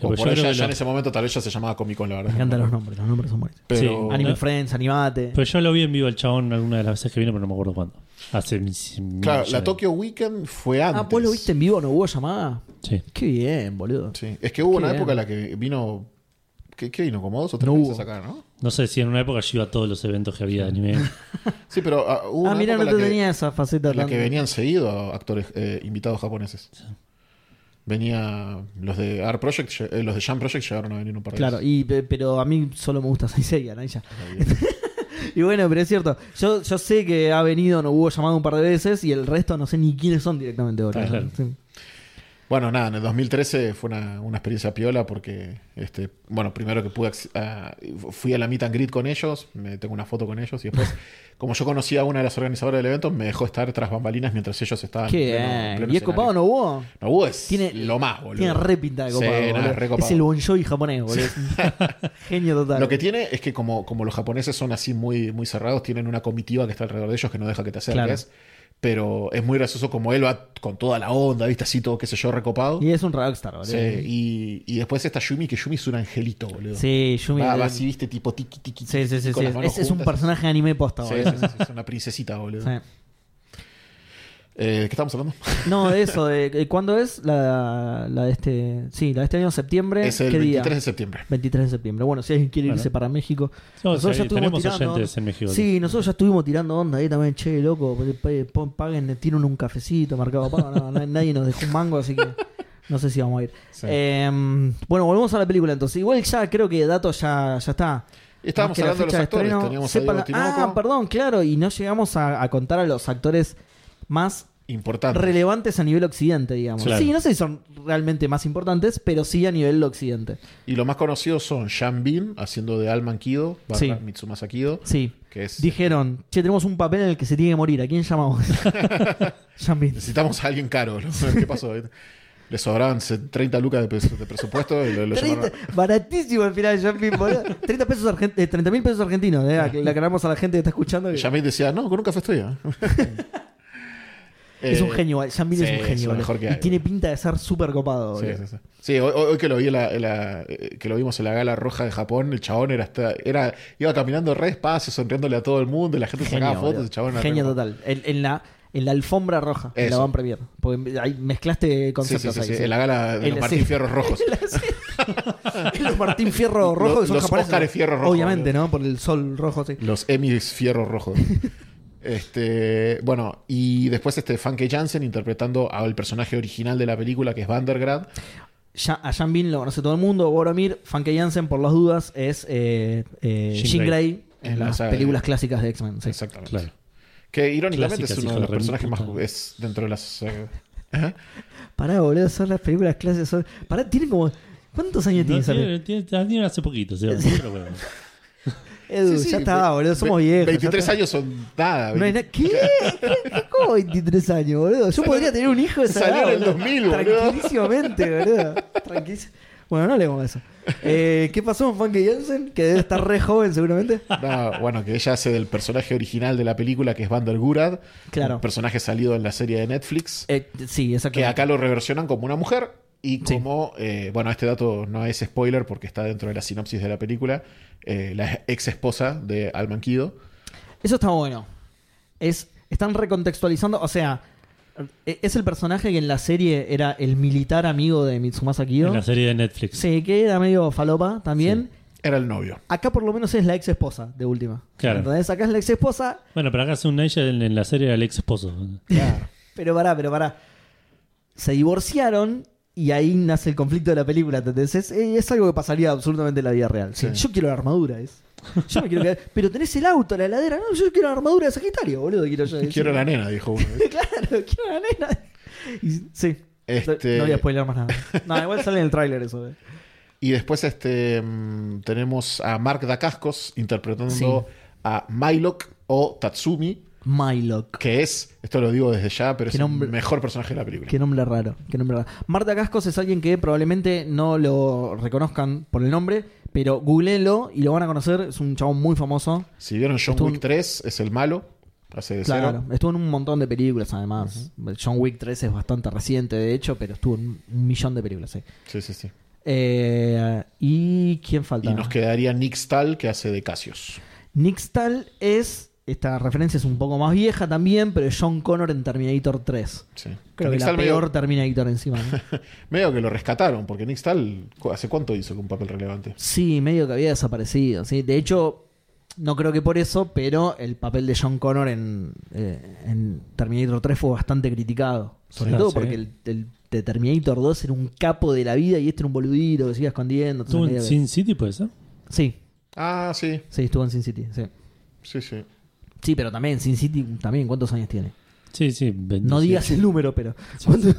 Speaker 5: O
Speaker 3: Pues
Speaker 5: por
Speaker 3: yo
Speaker 5: ahí
Speaker 3: creo
Speaker 5: ya,
Speaker 3: que
Speaker 5: ya
Speaker 3: lo-
Speaker 5: en ese momento tal vez ya se llamaba Comic Con, la
Speaker 4: Me
Speaker 5: verdad.
Speaker 4: encantan los nombres, los nombres son buenos.
Speaker 5: Pero,
Speaker 3: Sí.
Speaker 4: Anime
Speaker 3: no.
Speaker 4: Friends, animate.
Speaker 3: Pues yo lo vi en vivo el chabón alguna de las veces que vino, pero no me acuerdo cuándo. Hace mis-
Speaker 5: claro,
Speaker 3: millones.
Speaker 5: la Tokyo Weekend fue antes.
Speaker 4: ah, vos lo viste en vivo, no hubo llamada.
Speaker 3: Sí.
Speaker 4: Qué bien, boludo.
Speaker 5: Sí. Es que hubo una
Speaker 4: Qué
Speaker 5: época en
Speaker 4: bien.
Speaker 5: la que vino. ¿Qué, qué vino? Como dos o tres
Speaker 4: No
Speaker 5: veces
Speaker 4: hubo.
Speaker 5: acá, ¿no?
Speaker 3: No sé si en una época yo iba a todos los eventos que había de anime.
Speaker 5: Sí, pero ah, hubo
Speaker 4: Ah,
Speaker 5: una
Speaker 4: mira,
Speaker 5: época
Speaker 4: no
Speaker 5: en la
Speaker 4: te
Speaker 5: que-
Speaker 4: tenía esa faceta
Speaker 5: En la
Speaker 4: tan-
Speaker 5: que venían seguido actores eh, invitados japoneses. Venía los de Art Project, lle- eh, los de Jam Project llegaron a venir un par de
Speaker 4: Claro,
Speaker 5: veces.
Speaker 4: y, pe- pero a mí solo me gusta Saint Seiya, ¿no? Y ya. Y bueno, pero es cierto. Yo, yo sé que ha venido, no hubo llamado un par de veces y el resto no sé ni quiénes son directamente ahora.
Speaker 3: Ah, claro.
Speaker 4: Sí.
Speaker 5: Bueno, nada, en el 2013 fue una, una experiencia piola porque, este, bueno, primero que pude, acc- a- fui a la meet and greet con ellos, me tengo una foto con ellos y después, como yo conocía a una de las organizadoras del evento, me dejó estar tras bambalinas mientras ellos estaban.
Speaker 4: Qué
Speaker 5: en pleno- en
Speaker 4: bien.
Speaker 5: pleno
Speaker 4: ¿Y es
Speaker 5: escenario.
Speaker 4: copado no hubo?
Speaker 5: No, Hugo es
Speaker 4: Tiene-
Speaker 5: lo más, boludo.
Speaker 4: Tiene re pinta de
Speaker 5: Sí,
Speaker 4: copado.
Speaker 5: no,
Speaker 4: boludo.
Speaker 5: es re copado.
Speaker 4: Es el Bon Jovi japonés, boludo. Genio total.
Speaker 5: Lo que tiene es que como, como los japoneses son así muy, muy cerrados, tienen una comitiva que está alrededor de ellos que no deja que te acerques. Pero es muy gracioso como él va con toda la onda, viste, así todo, qué sé yo, recopado.
Speaker 4: Y es un rockstar, boludo.
Speaker 5: Sí, y, y después está Yumi, que Yumi es un angelito, boludo.
Speaker 4: Sí, Yumi.
Speaker 5: Va, va así, viste, tipo tiki tiki.
Speaker 4: sí, sí, sí.
Speaker 5: tiki, con
Speaker 4: sí.
Speaker 5: las manos
Speaker 4: Es, es un
Speaker 5: juntas.
Speaker 4: personaje de anime posta,
Speaker 5: Sí,
Speaker 4: boludo.
Speaker 5: sí, sí, sí, es una princesita, boludo.
Speaker 4: Sí.
Speaker 5: Eh, ¿De qué estamos hablando?
Speaker 4: No, de eso. de- de ¿Cuándo es la, la de este. Sí, la de este año, septiembre.
Speaker 5: Es el
Speaker 4: ¿Qué
Speaker 5: 23
Speaker 4: día?
Speaker 5: de septiembre.
Speaker 4: 23 de septiembre. Bueno, si alguien quiere
Speaker 3: Bueno.
Speaker 4: irse para México.
Speaker 3: No,
Speaker 4: nosotros
Speaker 3: sí,
Speaker 4: ya estuvimos
Speaker 3: tenemos
Speaker 4: tirando.
Speaker 3: oyentes en México.
Speaker 4: Sí, nosotros ya estuvimos tirando onda ahí también. Che, loco, pues, p- p- paguen, eh, tienen un cafecito, mercado pago. No, na- nadie nos dejó un mango, así que no sé si vamos a ir.
Speaker 5: Sí.
Speaker 4: Eh, bueno, volvemos a la película entonces. Igual ya creo que dato ya, ya está. Más
Speaker 5: Estábamos
Speaker 4: que la
Speaker 5: hablando de los
Speaker 4: fecha
Speaker 5: actores,
Speaker 4: estreno, Ah,
Speaker 5: teníamos a
Speaker 4: sepan-
Speaker 5: Diego Tinoco.
Speaker 4: Ah, perdón, claro, y no llegamos a, a contar a los actores más
Speaker 5: importantes.
Speaker 4: relevantes a nivel occidente, digamos.
Speaker 3: Claro.
Speaker 4: Sí, no sé si son realmente más importantes, pero sí a nivel occidente.
Speaker 5: y los más conocidos son Sean Bean, haciendo de Alman Kido, barra
Speaker 4: Sí.
Speaker 5: Mitsumasa Kido,
Speaker 4: Sí.
Speaker 5: que es...
Speaker 4: Dijeron, che, tenemos un papel en el que se tiene que morir. ¿A quién llamamos? Sean Bean.
Speaker 5: Necesitamos a alguien caro. ¿no? ¿Qué pasó? Le sobraban se- 30 lucas de, pres- de presupuesto y lo, lo
Speaker 4: 30,
Speaker 5: llamaron.
Speaker 4: baratísimo al final, Sean Bean, boludo. 30 pesos argent- eh, 30 mil pesos argentinos. eh, que la ganamos a la gente que está escuchando. que-
Speaker 5: Llamé y decía, no, con un café estoy. ¿eh?".
Speaker 4: es un
Speaker 5: Eh,
Speaker 4: genio, igual. Sean Bean
Speaker 5: sí,
Speaker 4: es un
Speaker 5: es
Speaker 4: genio.
Speaker 5: lo
Speaker 4: boludo.
Speaker 5: mejor que
Speaker 4: y
Speaker 5: hay,
Speaker 4: tiene pinta de ser súper copado.
Speaker 5: Sí,
Speaker 4: boludo.
Speaker 5: sí, sí. Sí, hoy, hoy- hoy que lo vi en la, en la- eh, que lo vimos en la gala roja de Japón, el chabón era hasta- era iba caminando re despacio, sonriéndole a todo el mundo, y la gente
Speaker 4: Genio,
Speaker 5: sacaba fotos,
Speaker 4: boludo.
Speaker 5: el chabón era
Speaker 4: Genio
Speaker 5: re-
Speaker 4: total. En, en la, en la alfombra roja, en la
Speaker 5: Eso.
Speaker 4: van premier. Porque ahí mezclaste
Speaker 5: Sí, sí,
Speaker 4: conceptos
Speaker 5: sí,
Speaker 4: ahí.
Speaker 5: sí,
Speaker 4: sí.
Speaker 5: en la gala de
Speaker 4: En
Speaker 5: los
Speaker 4: la-
Speaker 5: Martín
Speaker 4: sí.
Speaker 5: Fierros Rojos.
Speaker 4: los Martín Fierro Rojo, que son
Speaker 5: Los
Speaker 4: japoneses.
Speaker 5: Óscares Fierro Rojo,
Speaker 4: Obviamente,
Speaker 5: boludo.
Speaker 4: ¿no? Por el sol rojo, sí.
Speaker 5: Los Emmys Fierro Rojo. este, bueno, y después este Funke Jansen interpretando al personaje original de la película que es Vandergrad.
Speaker 4: Ya- a Jan Bean lo conoce todo el mundo. Boromir, Funke Jansen, por las dudas, es eh, eh,
Speaker 3: Jean
Speaker 4: Jean
Speaker 3: Grey.
Speaker 4: Grey en
Speaker 5: En la
Speaker 4: las
Speaker 5: saga de-
Speaker 4: películas clásicas de X-Men. sí.
Speaker 5: Exactamente.
Speaker 3: Claro.
Speaker 5: Que irónicamente
Speaker 3: Clásicas,
Speaker 5: es uno
Speaker 3: hijo
Speaker 5: de los
Speaker 3: de
Speaker 5: personajes más
Speaker 3: reputa.
Speaker 5: es dentro de las eh,
Speaker 4: Pará, boludo, son las películas clásicas. Son... Pará, tiene como. ¿Cuántos años tiene
Speaker 3: No,
Speaker 4: esa
Speaker 3: tiene, tiene, tiene hace poquito, se pero bueno.
Speaker 4: Edu,
Speaker 5: Sí, sí,
Speaker 4: ya está,
Speaker 5: ve-
Speaker 4: boludo, somos
Speaker 5: ve-
Speaker 4: viejos.
Speaker 5: 23
Speaker 4: ya está.
Speaker 5: años son nada.
Speaker 4: No hay na- ¿Qué? ¿Qué? ¿Qué? ¿Cómo 23 años, boludo? Yo podría tener un hijo de esa
Speaker 5: Salió
Speaker 4: edad,
Speaker 5: en el
Speaker 4: boludo.
Speaker 5: 2000, boludo.
Speaker 4: Tranquilísimamente, boludo. Tranquilis- Bueno, no hablemos de eso. Eh, ¿Qué pasó con Funky Jensen? Que debe estar re joven, seguramente.
Speaker 5: No, bueno, que ella hace del personaje original de la película que es Vander Gurad.
Speaker 4: Claro.
Speaker 5: Un personaje salido en la serie de Netflix.
Speaker 4: Eh, sí, exacto.
Speaker 5: Que acá lo reversionan como una mujer. Y
Speaker 4: Sí.
Speaker 5: como, eh, bueno, este dato no es spoiler porque está dentro de la sinopsis de la película. eh, la ex esposa de Al Manquido.
Speaker 4: Eso está bueno. Es, están recontextualizando, o sea, eh, es el personaje que en la serie era el militar amigo de Mitsumasa Kido.
Speaker 3: En la serie de Netflix.
Speaker 4: Sí, que era medio falopa también.
Speaker 5: Era el novio.
Speaker 4: Acá por lo menos es la ex esposa de última.
Speaker 3: Claro.
Speaker 4: Entonces acá es la ex esposa,
Speaker 3: Bueno, pero acá hace un ella en, en la serie del ex esposo.
Speaker 4: pero pará, pero pará. Se divorciaron y ahí nace el conflicto de la película, ¿entendés? Es, eh, es algo que pasaría absolutamente en la vida real. Sí,
Speaker 5: Sí.
Speaker 4: Yo quiero la armadura, es. Yo me quiero quedar. Pero tenés el auto, la heladera. No, yo quiero la armadura de Sagitario, boludo. Quiero yo.
Speaker 5: Quiero la nena, dijo uno.
Speaker 4: claro, quiero la nena. Y- sí.
Speaker 5: Este-
Speaker 4: No, voy a spoiler más nada. No, igual sale en el tráiler eso. eh.
Speaker 5: Y después este, mm, tenemos a Mark Dacascos interpretando
Speaker 4: Sí.
Speaker 5: a Mylock o Tatsumi.
Speaker 4: Mylock.
Speaker 5: Que es, esto lo digo desde ya, pero
Speaker 4: Qué
Speaker 5: es
Speaker 4: nombre-
Speaker 5: el mejor personaje de la película.
Speaker 4: Qué nombre raro, qué nombre raro. Marta Cascos es alguien que probablemente no lo reconozcan por el nombre, pero googleenlo y lo van a conocer. Es un chabón muy famoso.
Speaker 5: Si vieron John
Speaker 4: Estuvo
Speaker 5: Wick
Speaker 4: un-
Speaker 5: 3, es el malo. Hace de
Speaker 4: Claro,
Speaker 5: cero.
Speaker 4: estuvo en un montón de películas además. John Wick 3 es bastante reciente, de hecho, pero estuvo en un millón de películas. sí.
Speaker 5: Sí, sí, sí.
Speaker 4: Eh, ¿Y quién falta?
Speaker 5: Y nos quedaría Nick Stahl, que hace de Casios.
Speaker 4: Nick Stahl es. Esta referencia es un poco más vieja también, pero es John Connor en Terminator 3.
Speaker 5: Sí.
Speaker 4: Creo que
Speaker 5: Nick
Speaker 4: la
Speaker 5: Stahl medio-
Speaker 4: peor Terminator encima. ¿no?
Speaker 5: Medio, que lo rescataron, porque Nick Stahl, ¿cu- ¿hace cuánto hizo un papel relevante?
Speaker 4: Sí, medio que había desaparecido. ¿sí? De hecho, no creo que por eso, pero el papel de John Connor en, eh, en Terminator 3 fue bastante criticado. Sobre
Speaker 3: Claro,
Speaker 4: todo
Speaker 3: sí.
Speaker 4: porque el, el de Terminator 2 era un capo de la vida y este era un boludito que se iba escondiendo. entonces
Speaker 3: ¿Estuvo en
Speaker 4: medio que-
Speaker 3: Sin City, puede ser?
Speaker 4: Sí,
Speaker 5: Ah, sí,
Speaker 4: sí, estuvo en Sin City. Sí,
Speaker 5: sí, sí.
Speaker 4: sí pero también Sin City, también ¿cuántos años tiene?
Speaker 3: Sí, sí.
Speaker 4: No
Speaker 3: 27.
Speaker 4: digas el número, pero... ¿cuánto-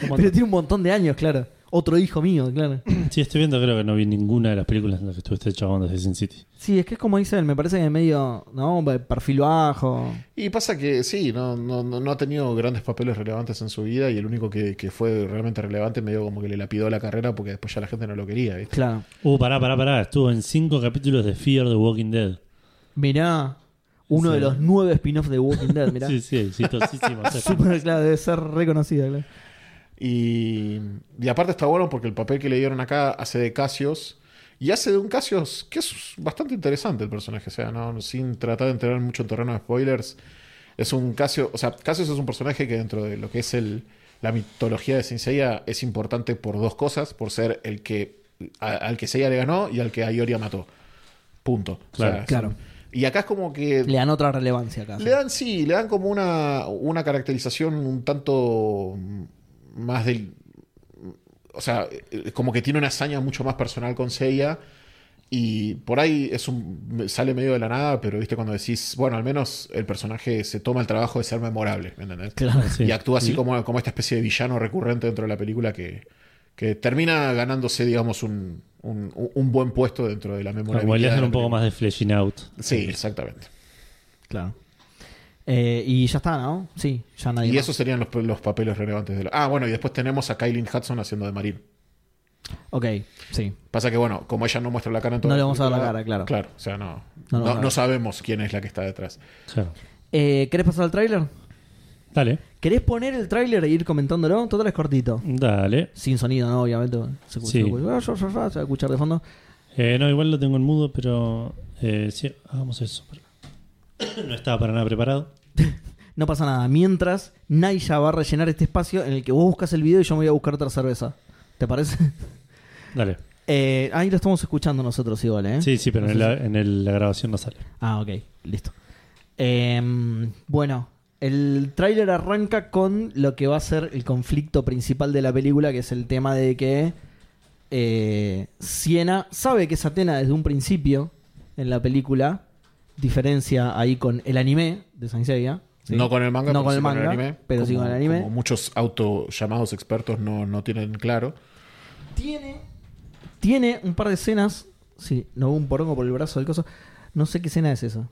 Speaker 4: pero tiene un montón de años, claro. Otro hijo mío, claro.
Speaker 3: Sí, estoy viendo, creo que no vi ninguna de las películas en las que estuviste chabón desde Sin City.
Speaker 4: Sí, es que es como dice él, me parece que medio, ¿no? Perfil bajo.
Speaker 5: Y pasa que sí, no, no, no no ha tenido grandes papeles relevantes en su vida y el único que, que fue realmente relevante medio como que le lapidó la carrera porque después ya la gente no lo quería, ¿viste?
Speaker 4: Claro.
Speaker 3: Uh, pará, pará, pará. Estuvo en cinco capítulos de Fear the Walking Dead.
Speaker 4: Mirá, uno
Speaker 3: Sí.
Speaker 4: de los nueve spin-offs de Walking Dead, mirá.
Speaker 3: Sí, sí, exitosísimo. O sea,
Speaker 4: Súper, claro, debe ser reconocida, claro.
Speaker 5: Y, y aparte está bueno porque el papel que le dieron acá hace de Casios. Y hace de un Casios que es bastante interesante el personaje. O sea, no, sin tratar de entrar mucho en terreno de spoilers. Es un Casio. O sea, Casios es un personaje que dentro de lo que es el, la mitología de Senseiya es importante por dos cosas: por ser el que a- al que Seiya le ganó y al que Ayoria mató. Punto. O sea,
Speaker 3: Claro.
Speaker 5: son-
Speaker 4: Claro.
Speaker 5: Y acá es como que.
Speaker 4: Le dan otra relevancia acá. sí.
Speaker 5: Le dan, sí, le dan como una, una caracterización un tanto mm, más del. O sea, eh, como que tiene una hazaña mucho más personal con Seiya. Y por ahí es un, sale medio de la nada, pero viste cuando decís, bueno, al menos el personaje se toma el trabajo de ser memorable, ¿me entendés?
Speaker 4: Claro.
Speaker 3: Sí.
Speaker 5: Y actúa así
Speaker 3: Y-
Speaker 5: como, como esta especie de villano recurrente dentro de la película que, que termina ganándose, digamos, un, un, un buen puesto dentro de la memoria.
Speaker 3: Como el Lesnar un poco más de fleshing out.
Speaker 5: Sí, exactamente.
Speaker 4: Claro. Eh, y ya está, ¿no? Sí, ya nadie.
Speaker 5: Y
Speaker 4: más.
Speaker 5: esos serían los, los papeles relevantes de la... Ah, bueno, y después tenemos a Kylie Hudson haciendo de Marín.
Speaker 4: Ok, sí.
Speaker 5: Pasa que, bueno, como ella no muestra la cara en toda
Speaker 4: No
Speaker 5: la
Speaker 4: le vamos a ver la
Speaker 5: película,
Speaker 4: cara, claro.
Speaker 5: Claro, o sea, no,
Speaker 4: No,
Speaker 5: no,
Speaker 4: no, no.
Speaker 5: no sabemos quién es la que está detrás.
Speaker 3: Claro.
Speaker 4: Eh, ¿Querés pasar al tráiler?
Speaker 3: Dale,
Speaker 4: ¿Querés poner el tráiler e ir comentándolo? Total es cortito.
Speaker 3: dale.
Speaker 4: Sin sonido, ¿no? Obviamente. Se, escucha-
Speaker 3: Sí.
Speaker 4: se escucha- se va a escuchar de fondo.
Speaker 3: Eh, no, igual lo tengo en mudo, pero eh, sí, hagamos eso. No estaba para nada preparado.
Speaker 4: No pasa nada. Mientras, Naya va a rellenar este espacio en el que vos buscas el video y yo me voy a buscar otra cerveza. ¿Te parece?
Speaker 3: Dale.
Speaker 4: Eh, ahí lo estamos escuchando nosotros igual, ¿eh?
Speaker 3: Sí, sí, pero
Speaker 4: No
Speaker 3: en,
Speaker 4: sé
Speaker 3: la, en el- la grabación no sale.
Speaker 4: Ah, ok, listo. Eh, bueno, el tráiler arranca con lo que va a ser el conflicto principal de la película, que es el tema de que eh, Siena sabe que es Atena desde un principio en la película, diferencia ahí con el anime de Saint Seiya. ¿sí?
Speaker 5: No con el manga,
Speaker 4: No
Speaker 5: pero
Speaker 4: con
Speaker 5: sí
Speaker 4: el manga, pero sí
Speaker 5: como-
Speaker 4: con el anime.
Speaker 5: Como muchos auto llamados expertos no, no tienen claro.
Speaker 4: Tiene, tiene un par de escenas. Sí, no hubo un porongo por el brazo del coso. No sé qué escena es esa.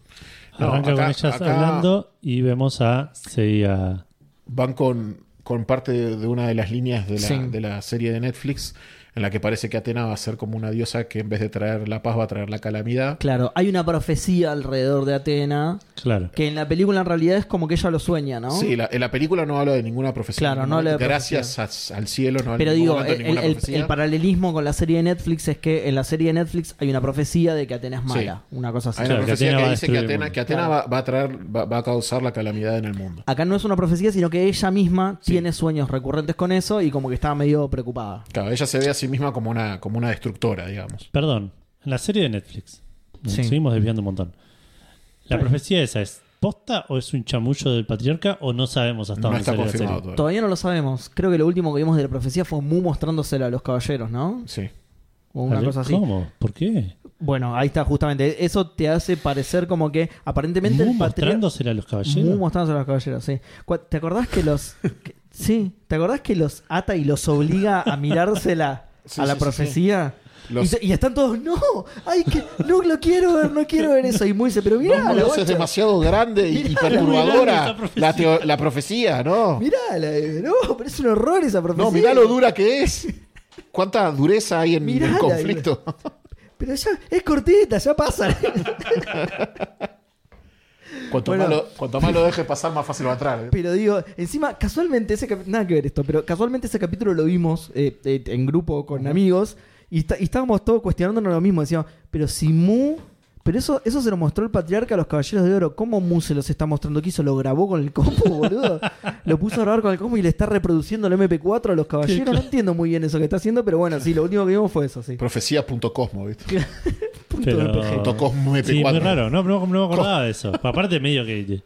Speaker 5: No,
Speaker 3: Arranca
Speaker 5: acá-
Speaker 3: con ellas
Speaker 5: acá-
Speaker 3: hablando y vemos a Seiya.
Speaker 5: Van con, con parte de, de una de las líneas de la,
Speaker 4: Sí.
Speaker 5: de la serie de Netflix, en la que parece que Atena va a ser como una diosa que en vez de traer la paz va a traer la calamidad.
Speaker 4: Claro, hay una profecía alrededor de Atena.
Speaker 3: Claro.
Speaker 4: Que en la película en realidad es como que ella lo sueña, ¿no?
Speaker 5: Sí, la, en la película no habla de ninguna profecía.
Speaker 4: Claro, no habla de
Speaker 5: Gracias a- al cielo, no habla
Speaker 4: Pero
Speaker 5: en
Speaker 4: digo,
Speaker 5: ningún momento de
Speaker 4: el,
Speaker 5: ninguna
Speaker 4: el-
Speaker 5: profecía.
Speaker 4: el paralelismo con la serie de Netflix es que en la serie de Netflix hay una profecía de que Atena es mala. Una cosa así.
Speaker 5: Hay una
Speaker 3: Claro, que
Speaker 5: profecía
Speaker 3: Atena
Speaker 5: que,
Speaker 3: va a
Speaker 5: dice que
Speaker 3: destruir el
Speaker 5: Atena,
Speaker 3: mundo.
Speaker 5: que Atena va, va a traer, va, va a causar la calamidad en el mundo.
Speaker 4: Acá no es una profecía, sino que ella misma tiene sueños recurrentes con eso y como que está medio preocupada.
Speaker 5: Claro, ella se ve a sí misma como una, como una destructora, digamos.
Speaker 3: Perdón, en la serie de Netflix. Nos
Speaker 4: Sí.
Speaker 3: seguimos desviando un montón. ¿La profecía esa es posta o es un chamullo del patriarca o no sabemos hasta
Speaker 5: No
Speaker 3: dónde
Speaker 5: está
Speaker 3: salió la serie?
Speaker 5: confirmado todavía.
Speaker 4: Todavía no lo sabemos. Creo que lo último que vimos de la profecía fue Mu mostrándosela a los caballeros, ¿no?
Speaker 5: Sí.
Speaker 4: O una
Speaker 3: Ale-
Speaker 4: cosa así.
Speaker 3: ¿Cómo? ¿Por qué?
Speaker 4: Bueno, ahí está, justamente. Eso te hace parecer como que aparentemente
Speaker 3: Mu
Speaker 4: el patriarca.
Speaker 3: mostrándosela a los
Speaker 4: Muy
Speaker 3: caballeros.
Speaker 4: mostrados a los caballeros, sí. Cu- ¿Te acordás que los. que- sí, ¿te acordás que los ata y los obliga a mirársela
Speaker 5: Sí,
Speaker 4: a la
Speaker 5: sí, sí,
Speaker 4: profecía?
Speaker 5: Los-
Speaker 4: Y, se- y están todos, no, ay, que, no lo quiero ver, no quiero ver eso. Y muy dice, pero mirá, la
Speaker 5: es demasiado grande y, y perturbadora la, teo- la profecía, ¿no?
Speaker 4: mirá, no, pero es un horror esa profecía.
Speaker 5: No, mirá lo dura que es. Cuánta dureza hay en en
Speaker 4: Mirala,
Speaker 5: el conflicto.
Speaker 4: Pero ya, es cortita, ya pasa.
Speaker 5: Cuanto,
Speaker 4: Bueno.
Speaker 5: más lo, cuanto más lo deje pasar, más fácil va a entrar. ¿eh?
Speaker 4: Pero digo, encima, casualmente, ese cap- nada que ver esto, pero casualmente ese capítulo lo vimos eh, eh, en grupo con amigos y, está- y estábamos todos cuestionándonos lo mismo. Decíamos, pero si Mu. Pero eso, eso se lo mostró el patriarca a los caballeros de oro. ¿Cómo Mu se los está mostrando? ¿Qué hizo? ¿Lo grabó con el compu, boludo? lo puso a grabar con el compu y le está reproduciendo el MP4 a los caballeros. No entiendo muy bien eso que está haciendo, pero bueno, sí, lo último que vimos fue eso, sí.
Speaker 5: Profecía.cosmo, ¿viste?
Speaker 4: Punto
Speaker 3: Pero-
Speaker 4: RPG.
Speaker 5: Punto cosmo
Speaker 3: Sí, muy
Speaker 5: MP4.
Speaker 3: raro. No, no, no me acordaba de eso. Aparte, medio que.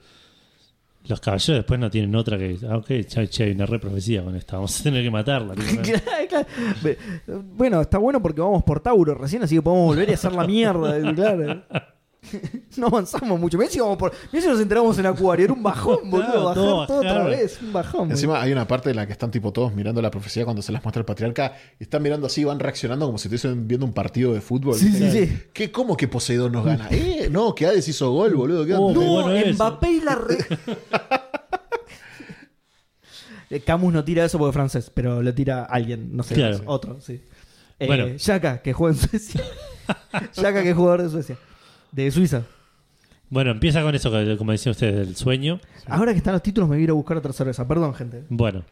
Speaker 3: Los caballeros después no tienen otra que. Ah, ok, che, che, hay una re profecía con esta. Vamos a tener que matarla. tipo, ¿no?
Speaker 4: Claro, claro. Ve- Bueno, está bueno porque vamos por Tauro recién, así que podemos volver y hacer la mierda, claro. No avanzamos mucho. Mirá si, vamos por... mirá si nos enteramos en Acuario. Era un bajón, boludo.
Speaker 3: Claro,
Speaker 4: bajar
Speaker 3: todo
Speaker 4: todo, otra
Speaker 3: bajar.
Speaker 4: vez. Un bajón.
Speaker 5: Encima hay una parte en la que están tipo todos mirando la profecía cuando se las muestra el patriarca y están mirando así, van reaccionando como si estuviesen viendo un partido de fútbol.
Speaker 4: Sí,
Speaker 5: ¿viste?
Speaker 4: sí, sí.
Speaker 5: ¿Qué, ¿Cómo que Poseidón nos gana? Eh, no, que Hades hizo gol, boludo. ¿qué
Speaker 3: Oh,
Speaker 5: onda?
Speaker 4: boludo. No,
Speaker 3: bueno eso.
Speaker 4: Mbappé y la re... Eh, Camus no tira eso porque es francés, pero lo tira alguien, no sé,
Speaker 3: Claro.
Speaker 4: otro, sí. Eh,
Speaker 3: Bueno.
Speaker 4: Xhaka, que juega en Suecia. Xhaka, que es jugador de Suecia. De Suiza.
Speaker 3: Bueno, empieza con eso, como decían ustedes, del sueño.
Speaker 4: Ahora que están los títulos me voy a ir a buscar otra cerveza. Perdón, gente.
Speaker 3: Bueno,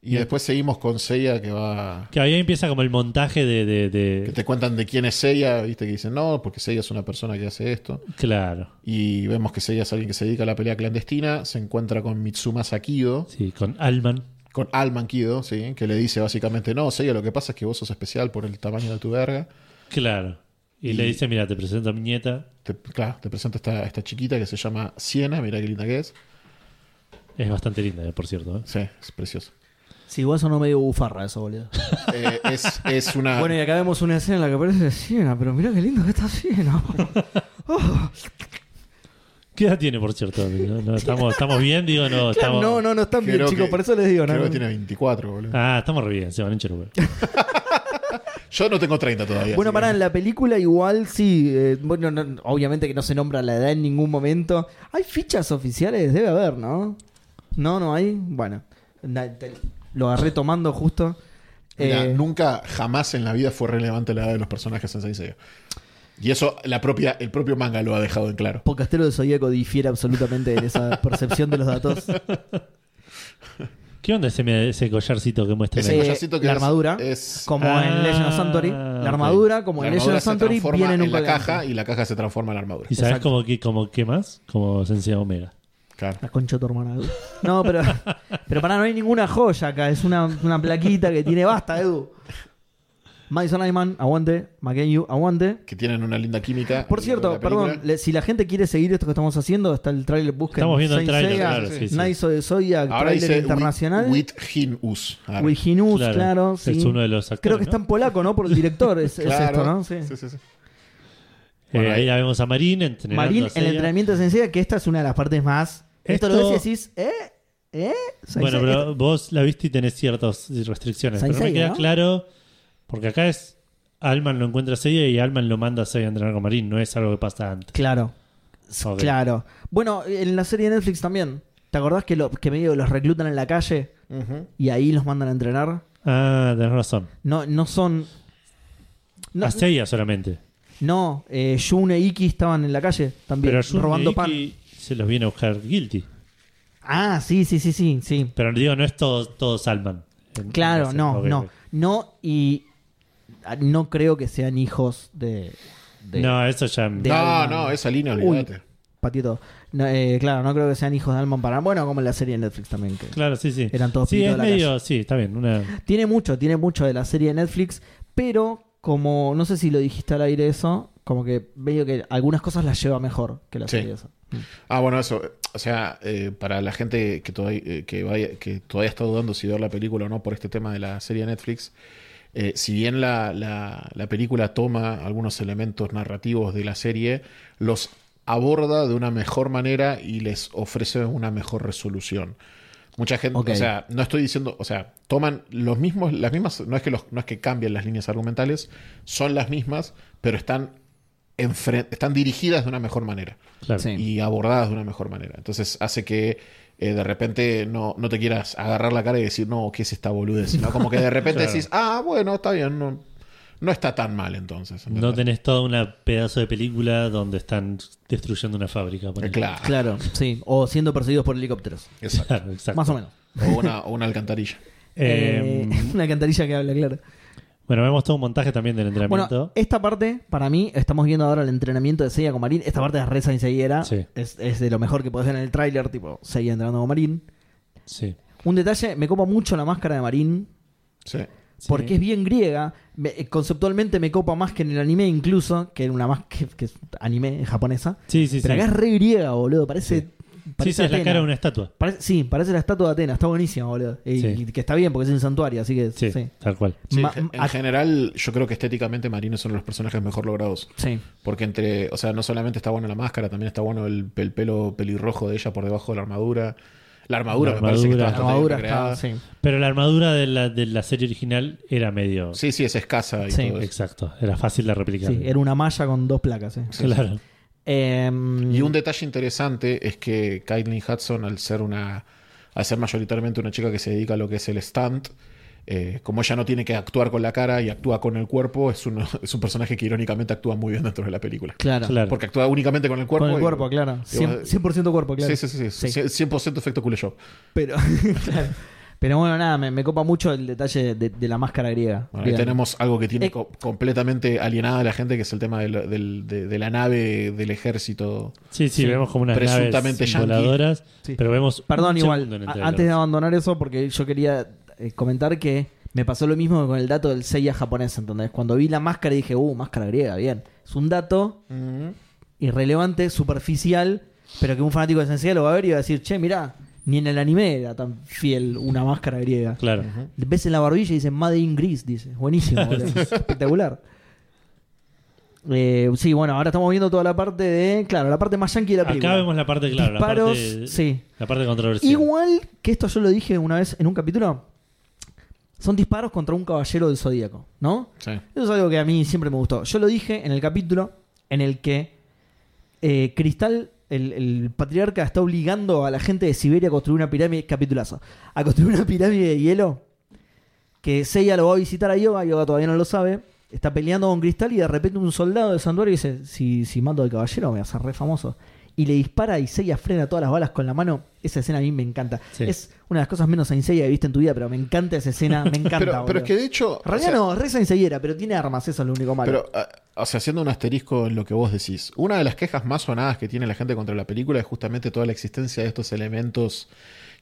Speaker 5: Y después seguimos con Seiya que va.
Speaker 3: que ahí empieza como el montaje de. de- de-
Speaker 5: Que te cuentan de quién es Seiya, viste, que dicen no, porque Seiya es una persona que hace esto.
Speaker 3: Claro.
Speaker 5: Y vemos que Seiya es alguien que se dedica a la pelea clandestina, se encuentra con Mitsuma Sakido,
Speaker 3: Sí, con Alman.
Speaker 5: con Alman Kido, ¿sí? que le dice básicamente, no, Seiya, lo que pasa es que vos sos especial por el tamaño de tu verga.
Speaker 3: Claro. Y, le dice, mira, te presento a mi nieta.
Speaker 5: Te, claro, te presento esta, esta chiquita que se llama Siena, mirá qué linda que es.
Speaker 3: Es bastante linda, eh, por cierto. ¿eh?
Speaker 5: Sí, es precioso.
Speaker 4: Sí, igual sonó medio bufarra eso, boludo.
Speaker 5: Eh, es, es una.
Speaker 4: Bueno, y acá vemos una escena en la que aparece Siena, pero mirá qué lindo que está Siena. Oh.
Speaker 3: ¿Qué edad tiene, por cierto? No, no, estamos, ¿Estamos bien? Digo, no. Estamos...
Speaker 4: No, no, no están bien,
Speaker 5: creo
Speaker 4: chicos,
Speaker 5: que-
Speaker 4: por eso les digo,
Speaker 5: Creo
Speaker 4: ¿no?
Speaker 5: que tiene 24, boludo.
Speaker 3: Ah, estamos re bien, se van a encherupar.
Speaker 5: Yo no tengo 30 todavía.
Speaker 4: Bueno,
Speaker 5: así
Speaker 4: pará,
Speaker 5: que-
Speaker 4: en la película igual sí. eh, bueno, no- obviamente que no se nombra la edad en ningún momento. ¿Hay fichas oficiales? Debe haber, ¿no? No, no hay. Bueno, na- te- lo agarré tomando justo.
Speaker 5: Mira,
Speaker 4: Eh,
Speaker 5: nunca, jamás en la vida fue relevante la edad de los personajes en Saint Seiya. Y eso la propia, el propio manga lo ha dejado en claro.
Speaker 4: Podcastero de Zodíaco difiere absolutamente de esa percepción de los datos.
Speaker 3: ¿Qué onda ese, me- ese collarcito que muestra? en
Speaker 5: Ese
Speaker 3: el-
Speaker 4: Eh,
Speaker 5: collarcito que
Speaker 4: la
Speaker 5: es-
Speaker 4: armadura,
Speaker 5: es-
Speaker 4: como en
Speaker 3: Ah,
Speaker 4: Legend of Santori.
Speaker 3: ok.
Speaker 4: La armadura, como
Speaker 5: la
Speaker 4: en Legend
Speaker 5: armadura
Speaker 4: of
Speaker 5: se
Speaker 4: Santori,
Speaker 5: transforma
Speaker 4: viene en un
Speaker 5: la
Speaker 4: colgante.
Speaker 5: caja y la caja se transforma en armadura.
Speaker 3: ¿Y sabes
Speaker 4: Exacto.
Speaker 3: cómo, qué, cómo, qué más? Como Sensei Omega.
Speaker 5: Claro.
Speaker 4: La concha de tu hermana. Edu. No, pero, pero pará, no hay ninguna joya acá. Es una, una plaquita que tiene basta, Edu. Madison Ayman, aguante. McKenyu, aguante.
Speaker 5: Que tienen una linda química.
Speaker 4: Por
Speaker 5: en
Speaker 4: cierto,
Speaker 5: la película.
Speaker 4: perdón, le- si la gente quiere seguir esto que estamos haciendo, está el tráiler, busquen
Speaker 3: Estamos viendo el
Speaker 4: Saint
Speaker 3: tráiler,
Speaker 4: Seiya,
Speaker 3: claro, sí, sí.
Speaker 4: Knights of the Zodiac,
Speaker 5: Ahora
Speaker 4: tráiler
Speaker 5: dice
Speaker 4: internacional. With,
Speaker 5: Wit Hin Us. Ah,
Speaker 4: Hinus, claro,
Speaker 3: Ese
Speaker 4: sí.
Speaker 3: Es uno de los actores.
Speaker 4: Creo que está en polaco, ¿no? Por el director, es, es
Speaker 5: claro.
Speaker 4: esto, ¿no? Sí.
Speaker 5: Sí, sí, sí.
Speaker 3: ¿no? Eh, ahí la vemos a Marín entrenando.
Speaker 4: Marín,
Speaker 3: a
Speaker 4: el
Speaker 3: Seiya.
Speaker 4: entrenamiento de Saint Seiya, que esta es una de las partes más. Esto, lo
Speaker 3: Esto-
Speaker 4: ves y decís, ¿eh? ¿eh? Saint
Speaker 3: Bueno,
Speaker 4: Seiya,
Speaker 3: pero
Speaker 4: esto-
Speaker 3: vos la viste y tenés ciertas restricciones.
Speaker 4: Saint
Speaker 3: pero no me
Speaker 4: Seiya,
Speaker 3: queda
Speaker 4: ¿no?
Speaker 3: claro. Porque acá es. Alman lo encuentra a Seiya y Alman lo manda a Seiya a entrenar con Marín. No es algo que pasa antes.
Speaker 4: Claro. S-
Speaker 3: Ok.
Speaker 4: Claro. Bueno, en la serie de Netflix también. ¿Te acordás que, lo, que medio los reclutan en la calle
Speaker 5: Ujú.
Speaker 4: y ahí los mandan a entrenar?
Speaker 3: Ah, tenés razón.
Speaker 4: No, no son. No,
Speaker 3: a Seiya solamente.
Speaker 4: no eh, Jun e Iki estaban en la calle también
Speaker 3: Pero Jun
Speaker 4: robando
Speaker 3: y
Speaker 4: pan.
Speaker 3: Iki se los viene a buscar Guilty.
Speaker 4: Ah, sí, sí, sí, sí, sí.
Speaker 3: Pero digo, no es todo, todo Salman. En-
Speaker 4: Claro,
Speaker 3: en-
Speaker 4: no,
Speaker 3: ok,
Speaker 4: no.
Speaker 3: ok.
Speaker 4: No, y ah, no creo que sean hijos de. de-
Speaker 3: No, eso ya.
Speaker 4: de
Speaker 5: No,
Speaker 4: alma.
Speaker 5: no, esa línea,
Speaker 4: Uy,
Speaker 5: olvídate.
Speaker 4: Patito. No, eh, claro, no creo que sean hijos de Alman para. Bueno, como en la serie de Netflix también. Que...
Speaker 3: Claro, sí, sí.
Speaker 4: Eran todos
Speaker 3: Sí,
Speaker 4: pibitos
Speaker 3: es
Speaker 4: de la
Speaker 3: medio. Sí, está bien. Una...
Speaker 4: Tiene mucho, tiene mucho de la serie de Netflix, pero como no sé si lo dijiste al aire eso, como que veo que algunas cosas las lleva mejor que la
Speaker 5: Sí.
Speaker 4: serie esa.
Speaker 5: Ah, bueno, eso. O sea, eh, para la gente que todavía, eh, que, vaya- que todavía está dudando si ver la película o no por este tema de la serie de Netflix, eh, si bien la, la- la película toma algunos elementos narrativos de la serie, los aborda de una mejor manera y les ofrece una mejor resolución. Mucha gente,
Speaker 4: Ok.
Speaker 5: o sea, no estoy diciendo, o sea, toman los mismos, las mismas, no es que los, no es que cambien las líneas argumentales, son las mismas, pero están enfren- están dirigidas de una mejor manera
Speaker 3: Claro.
Speaker 4: Sí.
Speaker 5: y abordadas de una mejor manera. Entonces hace que eh, de repente no, no te quieras agarrar la cara y decir, no, ¿qué es esta boludez? Sino como que de repente
Speaker 3: Claro.
Speaker 5: decís, ah, bueno, está bien, no, no está tan mal entonces. ¿entendés? Eh,
Speaker 3: No tenés toda una pedazo de película donde están destruyendo una fábrica. ponele.
Speaker 5: Eh, Claro,
Speaker 4: Claro, sí. O siendo perseguidos por helicópteros.
Speaker 5: exacto.
Speaker 3: Claro, exacto.
Speaker 4: Más o menos.
Speaker 5: O una, o una alcantarilla.
Speaker 3: Eh,
Speaker 4: Eh, una cantarilla que habla, claro.
Speaker 3: bueno, vemos todo un montaje también del
Speaker 4: Bueno,
Speaker 3: entrenamiento.
Speaker 4: esta parte, para mí, estamos viendo ahora el entrenamiento de Seiya con Marín. Esta parte es re Saint
Speaker 3: Sí.
Speaker 4: Es, es de lo mejor que podés ver en el tráiler, tipo Seiya entrenando con Marín.
Speaker 3: sí.
Speaker 4: Un detalle, me copa mucho la máscara de Marín.
Speaker 5: Sí.
Speaker 3: Sí.
Speaker 4: porque es bien griega. Me- eh, conceptualmente me copa más que en el anime incluso, que en una más que, que es anime es japonesa.
Speaker 3: Sí, sí,
Speaker 4: Pero
Speaker 3: sí.
Speaker 4: acá es re griega, boludo. Parece.
Speaker 3: Sí. Sí,
Speaker 4: parece
Speaker 3: esa es la
Speaker 4: Atena.
Speaker 3: cara de una estatua.
Speaker 4: Parece- sí, parece la estatua de Atenas. Está buenísima, boludo. Y,
Speaker 3: Sí.
Speaker 4: y que está bien porque es un santuario, así que
Speaker 3: Sí,
Speaker 4: sí. Sí.
Speaker 3: tal cual.
Speaker 5: Sí,
Speaker 4: Ma-
Speaker 5: en
Speaker 4: a-
Speaker 5: en general, yo creo que estéticamente Marino es uno de los personajes mejor logrados. Porque entre, o sea, no solamente está bueno la máscara, también está bueno el, el pelo pelirrojo de ella por debajo de la armadura. La
Speaker 3: La
Speaker 5: armadura, me parece que está
Speaker 3: armadura.
Speaker 4: La
Speaker 5: bastante
Speaker 4: armadura
Speaker 5: bien recreada.
Speaker 4: está. Sí.
Speaker 3: Pero la armadura de la, de la serie original era medio.
Speaker 5: Sí, sí, es escasa y
Speaker 4: Sí.
Speaker 5: todo eso.
Speaker 3: Exacto. Era fácil de replicar.
Speaker 4: Sí, era una malla con dos placas. eh.
Speaker 3: Claro.
Speaker 4: Em,
Speaker 5: Y un detalle interesante es que Caitlyn Hudson, al ser una. al ser mayoritariamente una chica que se dedica a lo que es el stunt, eh, como ella no tiene que actuar con la cara y actúa con el cuerpo, es, uno- es un personaje que irónicamente actúa muy bien dentro de la película.
Speaker 4: Claro.
Speaker 3: Claro.
Speaker 5: Porque actúa únicamente con el cuerpo.
Speaker 4: Con el
Speaker 5: y-
Speaker 4: cuerpo, claro. Cien- 100%, cuerpo, claro.
Speaker 5: Sí, sí, sí, sí.
Speaker 4: Sí.
Speaker 5: 100% efecto cool shop.
Speaker 4: Pero, claro. Pero bueno, nada, me, me copa mucho el detalle de, de la máscara griega.
Speaker 5: Bueno, ahí
Speaker 4: Bien.
Speaker 5: tenemos algo que tiene
Speaker 4: Eh.
Speaker 5: co- completamente alienada a la gente, que es el tema del- del- de, de la nave del ejército.
Speaker 3: Sí, sí,
Speaker 4: Sí.
Speaker 3: vemos como unas
Speaker 5: Presuntamente
Speaker 3: naves
Speaker 5: yankee.
Speaker 3: voladoras,
Speaker 4: Sí.
Speaker 3: pero vemos.
Speaker 4: Perdón,
Speaker 3: un
Speaker 4: igual,
Speaker 3: segundo en el
Speaker 4: a-
Speaker 3: trailer.
Speaker 4: antes de abandonar eso, porque yo quería eh, comentar que me pasó lo mismo que con el dato del Seiya japonés, ¿entendés? Cuando vi la máscara dije, uh, máscara griega, bien. Es un dato irrelevante, superficial, pero que un fanático de Sensei lo va a ver y va a decir, che, mirá, Ni en el anime era tan fiel una máscara griega.
Speaker 3: Claro.
Speaker 4: Ves en la barbilla y dicen Made in Greece, dice. Buenísimo, boludo. espectacular. Eh, sí, bueno, ahora estamos viendo toda la parte de. Claro, la parte más yankee de la película.
Speaker 3: Acá vemos la parte, claro,
Speaker 4: Disparos,
Speaker 3: la parte,
Speaker 4: sí.
Speaker 3: la parte controversial.
Speaker 4: Igual que esto yo lo dije una vez en un capítulo, son disparos contra un caballero del zodíaco, ¿no?
Speaker 5: Sí.
Speaker 4: Eso es algo que a mí siempre me gustó. Yo lo dije en el capítulo en el que eh, Cristal, el, el patriarca, está obligando a la gente de Siberia a construir una pirámide, capitulazo, a construir una pirámide de hielo. Que Seiya lo va a visitar a Yoga, Yoga todavía no lo sabe. Está peleando con Cristal y de repente un soldado de santuario dice: Si, si mato al caballero, me voy a hacer re famoso. Y le dispara y Seiya frena todas las balas con la mano. Esa escena a mí me encanta.
Speaker 3: Sí.
Speaker 4: Es una de las cosas menos Saint Seiya que viste en tu vida, pero me encanta esa escena. Me encanta.
Speaker 5: pero, pero
Speaker 4: boludo.
Speaker 5: es que de hecho.
Speaker 4: En realidad
Speaker 5: o
Speaker 4: no,
Speaker 5: sea,
Speaker 4: Reza Inseyera, pero tiene armas, eso es lo único malo.
Speaker 5: Pero, ah, o sea, haciendo un asterisco en lo que vos decís, una de las quejas más sonadas que tiene la gente contra la película es justamente toda la existencia de estos elementos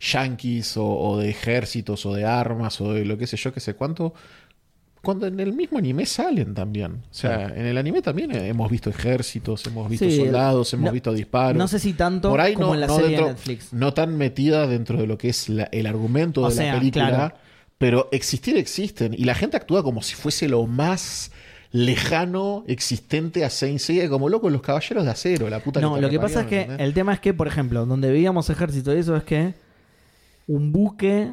Speaker 5: yanquis o, o de ejércitos o de armas o de lo que sé yo, qué sé cuánto. Cuando en el mismo anime salen también. O sea, en el anime también hemos visto ejércitos, hemos visto
Speaker 4: Sí,
Speaker 5: soldados, hemos
Speaker 4: no-
Speaker 5: visto disparos.
Speaker 4: no sé si tanto
Speaker 5: Por ahí
Speaker 4: como
Speaker 5: no,
Speaker 4: en la
Speaker 5: no
Speaker 4: serie
Speaker 5: dentro-
Speaker 4: de Netflix.
Speaker 5: No tan metida dentro de lo que es la- el argumento
Speaker 4: O
Speaker 5: de
Speaker 4: sea,
Speaker 5: la película.
Speaker 4: claro.
Speaker 5: Pero existir existen. Y la gente actúa como si fuese lo más lejano existente a Saint Seiya, como loco los caballeros de acero, la puta
Speaker 4: No,
Speaker 5: te
Speaker 4: lo que pasa es que
Speaker 5: reparieron, ¿entendés?
Speaker 4: el tema es que, por ejemplo, donde veíamos ejército y eso es que un buque.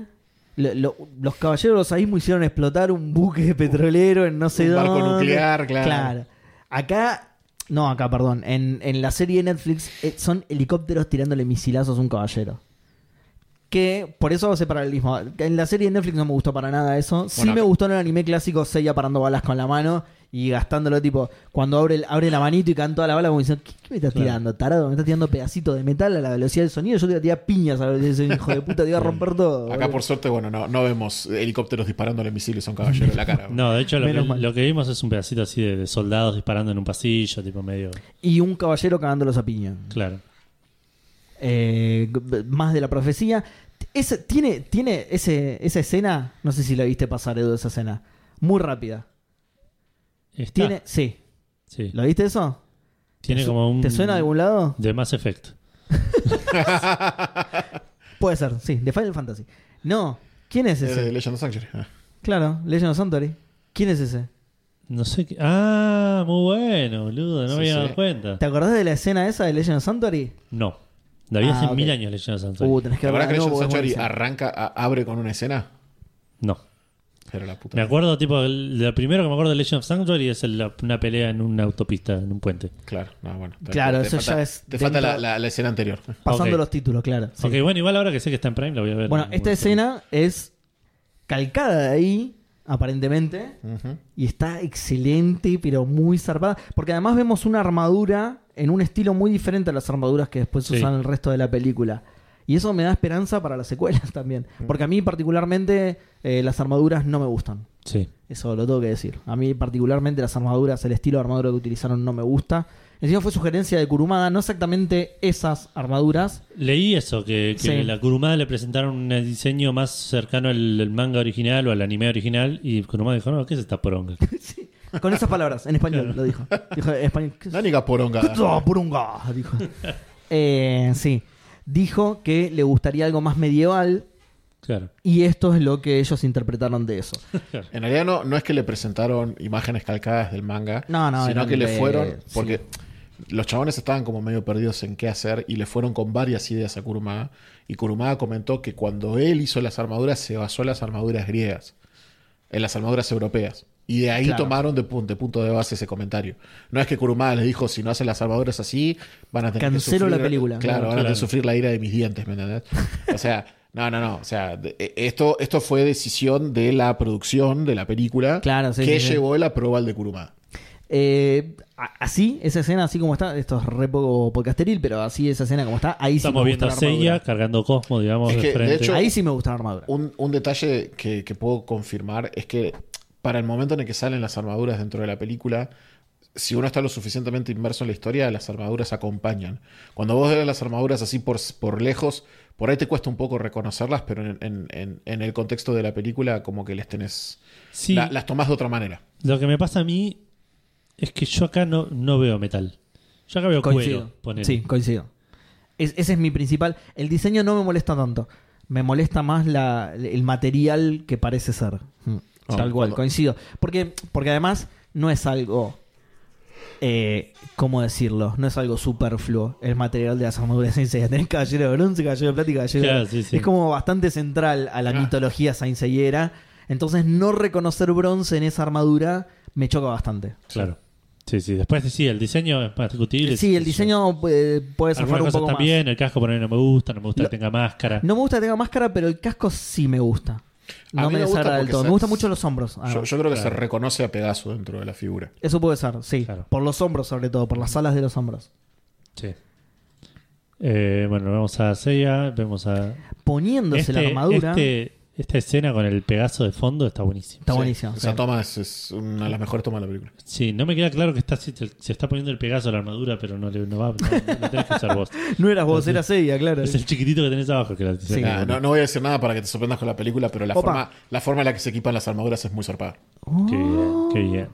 Speaker 4: lo- lo- los caballeros de los Aismo hicieron explotar un buque petrolero en no sé
Speaker 5: Un
Speaker 4: dónde.
Speaker 5: barco nuclear, claro.
Speaker 4: Acá. No, acá, perdón. En, en la serie de Netflix eh, son helicópteros tirándole misilazos a un caballero. Que por eso hace paralelismo. En la serie de Netflix no me gustó para nada eso. sí
Speaker 5: Bueno,
Speaker 4: me
Speaker 5: acá-
Speaker 4: gustó en el anime clásico Seiya parando balas con la mano y gastándolo tipo cuando abre, el- abre la manito y canta toda la bala como diciendo, ¿qué, qué me estás
Speaker 3: Claro.
Speaker 4: tirando, tarado? Me estás tirando pedacitos de metal a la velocidad del sonido. Yo te voy a tirar piñas a la velocidad del sonido, hijo de puta, te voy a romper todo.
Speaker 5: Acá,
Speaker 4: boludo".
Speaker 5: por suerte, bueno, no, no vemos helicópteros disparándole misiles a un caballero en la cara.
Speaker 3: No, de hecho lo
Speaker 4: Menos
Speaker 3: que,
Speaker 4: mal.
Speaker 3: lo que vimos es un pedacito así de, de soldados disparando en un pasillo, tipo medio...
Speaker 4: Y un caballero cagándolos a piña.
Speaker 3: Claro.
Speaker 4: Eh, g- más de la profecía. Ese- tiene tiene ese, esa escena, no sé si la viste pasar, Edu, esa escena. Muy rápida.
Speaker 3: Está.
Speaker 4: Tiene, sí.
Speaker 3: Sí.
Speaker 4: ¿Lo viste eso?
Speaker 3: Ah. Tiene
Speaker 4: ¿Te su-
Speaker 3: como un...
Speaker 4: ¿Te suena de algún lado?
Speaker 3: De Mass Effect.
Speaker 4: Puede ser, sí, de Final Fantasy. No, ¿quién es
Speaker 5: Es
Speaker 3: Eh,
Speaker 4: ese?
Speaker 5: de Eh, Legend of Sanctuary. Ah.
Speaker 4: Claro, Legend of Sanctuary. ¿Quién es ese?
Speaker 3: No sé qué... Ah, muy bueno, boludo. No me
Speaker 5: Sí,
Speaker 3: había dado
Speaker 5: sí.
Speaker 3: cuenta.
Speaker 4: ¿Te acordás de la escena esa de Legend of Sanctuary?
Speaker 3: No. La vi
Speaker 4: Ah,
Speaker 3: hace
Speaker 4: ok.
Speaker 3: mil años leyendo Santuario.
Speaker 4: Uh, tenés que
Speaker 5: La verdad
Speaker 4: verla
Speaker 5: que
Speaker 4: de
Speaker 5: Legend
Speaker 4: nuevo,
Speaker 5: of
Speaker 4: es
Speaker 5: Sanctuary
Speaker 4: buenísima.
Speaker 5: arranca, a- abre con una escena.
Speaker 3: No.
Speaker 5: Pero la puta.
Speaker 3: Me acuerdo, tipo, el- lo primero que me acuerdo de Legend of Sanctuary es el- la- una pelea en una autopista, en un puente.
Speaker 5: Claro, no, bueno. te-
Speaker 4: Claro,
Speaker 5: te
Speaker 4: eso
Speaker 5: falta-
Speaker 4: ya es
Speaker 5: Te falta
Speaker 4: dentro-
Speaker 5: la, la- la escena anterior.
Speaker 4: Pasando
Speaker 3: Ok.
Speaker 4: los títulos, claro. sí.
Speaker 3: Ok, bueno, igual ahora que sé que está en Prime la voy a ver.
Speaker 4: Bueno,
Speaker 3: Muy
Speaker 4: esta
Speaker 3: bien.
Speaker 4: escena es calcada de ahí, aparentemente.
Speaker 5: Ujú.
Speaker 4: Y está excelente, pero muy zarpada. Porque además vemos una armadura en un estilo muy diferente a las armaduras que después
Speaker 3: Sí.
Speaker 4: usan el resto de la película. Y eso me da esperanza para las secuelas también. Porque a mí particularmente eh, las armaduras no me gustan.
Speaker 3: Sí.
Speaker 4: Eso lo tengo que decir. A mí particularmente las armaduras, el estilo de armadura que utilizaron no me gusta. Encima fue sugerencia de Kurumada, no exactamente esas armaduras.
Speaker 3: Leí eso, que, que
Speaker 4: Sí.
Speaker 3: la Kurumada le presentaron un diseño más cercano al, al manga original o al anime original y Kurumada dijo, no, ¿qué es esta poronga?
Speaker 4: Con esas palabras, en español lo dijo. Dijo en español. ¿qué es?
Speaker 5: Dánica poronga.
Speaker 4: "Puto purunga", dijo. Eh, sí. Dijo que le gustaría algo más medieval
Speaker 3: claro.
Speaker 4: y esto es lo que ellos interpretaron de eso.
Speaker 5: En realidad no, no es que le presentaron imágenes calcadas del manga,
Speaker 4: No, no,
Speaker 5: sino
Speaker 4: eran
Speaker 5: que le
Speaker 4: de-
Speaker 5: fueron,
Speaker 4: sí.
Speaker 5: porque los chabones estaban como medio perdidos en qué hacer y le fueron con varias ideas a Kurumada. Y Kurumada comentó que cuando él hizo las armaduras se basó en las armaduras griegas, en las armaduras europeas. Y de ahí
Speaker 4: Claro.
Speaker 5: tomaron de, pun- de punto de base ese comentario. No es que Kurumada les dijo, si no hacen las armaduras así, van a tener que
Speaker 4: Cancelo
Speaker 5: sufrir...
Speaker 4: la película.
Speaker 5: Claro, van a tener
Speaker 3: Claro.
Speaker 5: que sufrir la ira de mis dientes, ¿me entendés? O sea, no, no, no. O sea, de- e- esto, esto fue decisión de la producción de la película
Speaker 4: Claro, sí,
Speaker 5: que
Speaker 4: sí, sí.
Speaker 5: llevó la prueba al de Kurumada.
Speaker 4: Eh, a- así, esa escena, así como está, esto es re poco podcasteril, pero así esa escena como está, ahí sí
Speaker 3: Estamos
Speaker 4: me
Speaker 3: viendo
Speaker 4: gusta
Speaker 3: a
Speaker 4: la armadura.
Speaker 3: Seiya cargando Cosmo, digamos,
Speaker 5: Es que,
Speaker 3: de
Speaker 5: de
Speaker 3: frente. Ah,
Speaker 5: hecho,
Speaker 4: Ahí sí me gusta la armadura.
Speaker 5: Un, un detalle que, que puedo confirmar es que para el momento en el que salen las armaduras dentro de la película, si uno está lo suficientemente inmerso en la historia, las armaduras acompañan. Cuando vos ves las armaduras así por, por lejos, por ahí te cuesta un poco reconocerlas, pero en, en- en- en el contexto de la película como que les tenés...
Speaker 3: sí,
Speaker 5: la- las tomás de otra manera.
Speaker 3: lo que me pasa a mí es que yo acá no, no veo metal. Yo acá veo
Speaker 4: Coincido.
Speaker 3: cuero, ponele.
Speaker 4: Sí, coincido. Es- ese es mi principal. El diseño no me molesta tanto. Me molesta más la, el material que parece ser. Mm,
Speaker 3: Ah,
Speaker 5: Oh,
Speaker 4: Tal cual,
Speaker 5: bueno.
Speaker 4: coincido. Porque, porque además no es algo. eh, ¿Cómo decirlo? No es algo superfluo. El material de las armaduras Saint Seiya. Tenés caballero de bronce, caballero de plata y caballero de-
Speaker 3: Claro, sí, sí.
Speaker 4: Es como bastante central a la
Speaker 5: Ah.
Speaker 4: mitología Saint Seiya. Entonces, no reconocer bronce en esa armadura me choca bastante.
Speaker 3: Claro. Sí, sí. Después sí, el diseño es más discutible.
Speaker 4: Sí, el diseño eh, puede
Speaker 3: Algunas
Speaker 4: zafar un
Speaker 3: cosas
Speaker 4: poco más.
Speaker 3: también, el casco por ahí no me gusta, no me gusta
Speaker 4: Lo-
Speaker 3: que tenga máscara.
Speaker 4: No me gusta que tenga máscara, pero el casco sí me gusta.
Speaker 5: A
Speaker 4: No
Speaker 5: mí
Speaker 4: me
Speaker 5: me gusta
Speaker 4: desagrada del
Speaker 5: porque
Speaker 4: todo.
Speaker 5: se-
Speaker 4: Me gustan mucho los hombros.
Speaker 5: Yo,
Speaker 4: además.
Speaker 5: yo creo que se reconoce a Pegaso dentro de la figura.
Speaker 4: Eso puede ser, sí.
Speaker 3: Claro.
Speaker 4: Por los hombros, sobre todo, por las alas de los hombros.
Speaker 3: Sí. Eh, bueno, vemos a Seiya, vemos a...
Speaker 4: Poniéndose
Speaker 3: Este-
Speaker 4: la armadura.
Speaker 3: este- esta escena con el Pegaso de fondo está buenísima.
Speaker 4: Está
Speaker 5: Sí.
Speaker 4: buenísimo.
Speaker 5: Esa
Speaker 4: sí.
Speaker 5: toma es, es una de las mejores tomas de la película.
Speaker 3: Sí, no me queda claro que está, si te- se está poniendo el Pegaso a la armadura, pero no, le, no va, no, no tenés que usar vos.
Speaker 4: No eras vos, eras ella, claro.
Speaker 3: Es el chiquitito que tenés abajo que la
Speaker 4: Sí.
Speaker 5: Nah, no, no voy a decir nada para que te sorprendas con la película, pero la
Speaker 4: Opa.
Speaker 5: forma, la forma en la que se equipan las armaduras es muy zarpada.
Speaker 4: Oh.
Speaker 3: Qué bien, qué bien.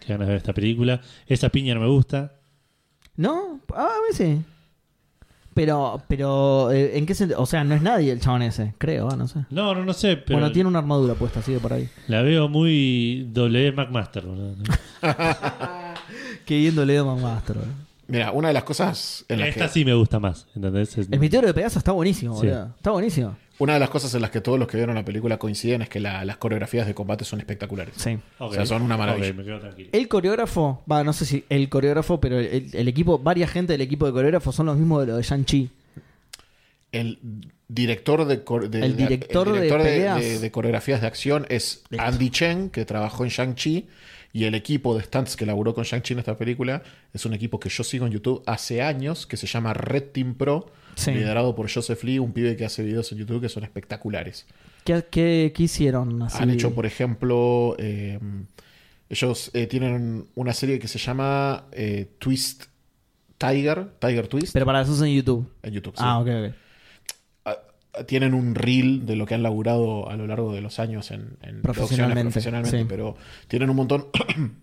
Speaker 3: Qué ganas de ver esta película. Esa piña no me gusta.
Speaker 4: ¿No? Ah, a mí sí. Pero, pero, eh, ¿en qué sentido? O sea, no es nadie el chabón ese, creo, ah, no sé.
Speaker 3: No, no, no sé, pero
Speaker 4: Bueno, tiene una armadura puesta, así de por ahí.
Speaker 3: la veo muy W McMaster. boludo.
Speaker 4: Qué bien dolido Man Master. boludo.
Speaker 5: Mira, una de las cosas en las
Speaker 3: Esta
Speaker 5: que,
Speaker 3: sí me gusta más, ¿entendés? Es-
Speaker 4: El meteoro de Pegaso está buenísimo,
Speaker 3: Sí.
Speaker 4: boludo. Está buenísimo.
Speaker 5: una de las cosas en las que todos los que vieron la película coinciden es que la- las coreografías de combate son espectaculares.
Speaker 4: Sí.
Speaker 3: Ok.
Speaker 5: O sea, son una maravilla.
Speaker 3: Ok, me quedo tranquilo.
Speaker 4: El coreógrafo, va, no sé si el coreógrafo, pero el, el equipo, varias gente del equipo de coreógrafos son los mismos de lo de Shang-Chi.
Speaker 5: El director de, cor- de-
Speaker 4: El
Speaker 5: de-
Speaker 4: director
Speaker 5: el
Speaker 4: de
Speaker 5: director de,
Speaker 4: peleas.
Speaker 5: de- de coreografías de acción es
Speaker 4: Listo.
Speaker 5: Andy Chen, que trabajó en Shang-Chi, y el equipo de stunts que laburó con Shang-Chi en esta película es un equipo que yo sigo en YouTube hace años, que se llama Red Team Pro,
Speaker 4: Sí.
Speaker 5: liderado por Joseph Lee, un pibe que hace videos en YouTube que son espectaculares.
Speaker 4: ¿Qué, qué- qué hicieron? así?
Speaker 5: Han hecho, por ejemplo, eh, ellos eh, tienen una serie que se llama eh, Twist Tiger, Tiger Twist,
Speaker 4: Pero para eso es en YouTube.
Speaker 5: en YouTube. sí.
Speaker 4: Ah, ok, ok.
Speaker 5: a- a- tienen un reel de lo que han laburado a lo largo de los años en, en
Speaker 4: Profesionalmente,
Speaker 5: producciones profesionalmente,
Speaker 4: sí.
Speaker 5: pero tienen un montón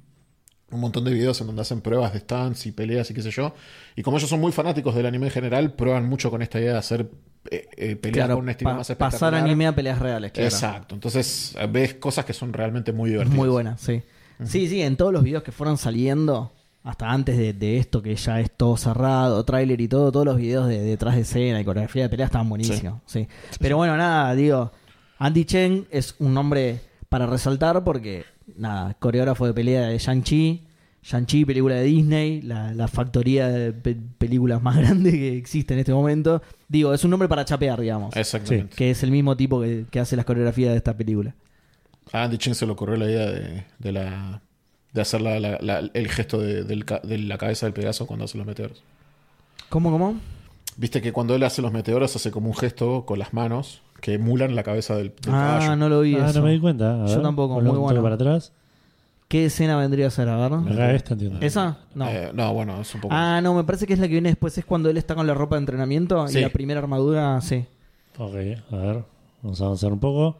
Speaker 5: un montón de videos en donde hacen pruebas de stunts y peleas y qué sé yo. Y como ellos son muy fanáticos del anime en general, prueban mucho con esta idea de hacer eh, eh, peleas
Speaker 4: Claro,
Speaker 5: con un estilo
Speaker 4: pa-
Speaker 5: más espectacular.
Speaker 4: pasar anime a peleas reales, claro.
Speaker 5: Exacto. Entonces eh, ves cosas que son realmente muy
Speaker 4: Es
Speaker 5: divertidas.
Speaker 4: muy buena, sí. Sí, sí, en todos los videos que fueron saliendo, hasta antes de, de esto, que ya es todo cerrado, tráiler y todo, todos los videos de detrás de escena y coreografía de pelea estaban buenísimos, sí. Pero bueno, nada, digo, Andy Chen es un nombre para resaltar porque, nada, coreógrafo de pelea de Shang-Chi, Shang-Chi, película de Disney, la, la factoría de pe- películas más grande que existe en este momento. Digo, es un nombre para chapear, digamos.
Speaker 5: Exactamente.
Speaker 4: Que es el mismo tipo que, que hace las coreografías de esta película.
Speaker 5: A Andy Chen se le ocurrió la idea de, de la de hacer la- la- la- el gesto de, del ca- de la cabeza del Pegaso cuando hace los meteoros.
Speaker 4: ¿Cómo, cómo?
Speaker 5: Viste que cuando él hace los meteoros hace como un gesto con las manos que emulan la cabeza del, del
Speaker 4: ah,
Speaker 5: caballo.
Speaker 4: no lo vi.
Speaker 3: Ah,
Speaker 4: eso.
Speaker 3: no me di cuenta. A
Speaker 4: Yo
Speaker 3: ver,
Speaker 4: tampoco,
Speaker 3: ponlo
Speaker 4: muy
Speaker 3: un toque
Speaker 4: bueno.
Speaker 3: para atrás.
Speaker 4: ¿Qué escena vendría a ser? A ver.
Speaker 3: Acá esta, entiendo.
Speaker 4: ¿Esa? No.
Speaker 5: Eh, no, bueno, es un poco.
Speaker 4: ah, no, me parece que es la que viene después. Es cuando él está con la ropa de entrenamiento
Speaker 5: Sí.
Speaker 4: y la primera armadura, sí.
Speaker 3: Ok, a ver. Vamos a avanzar un poco.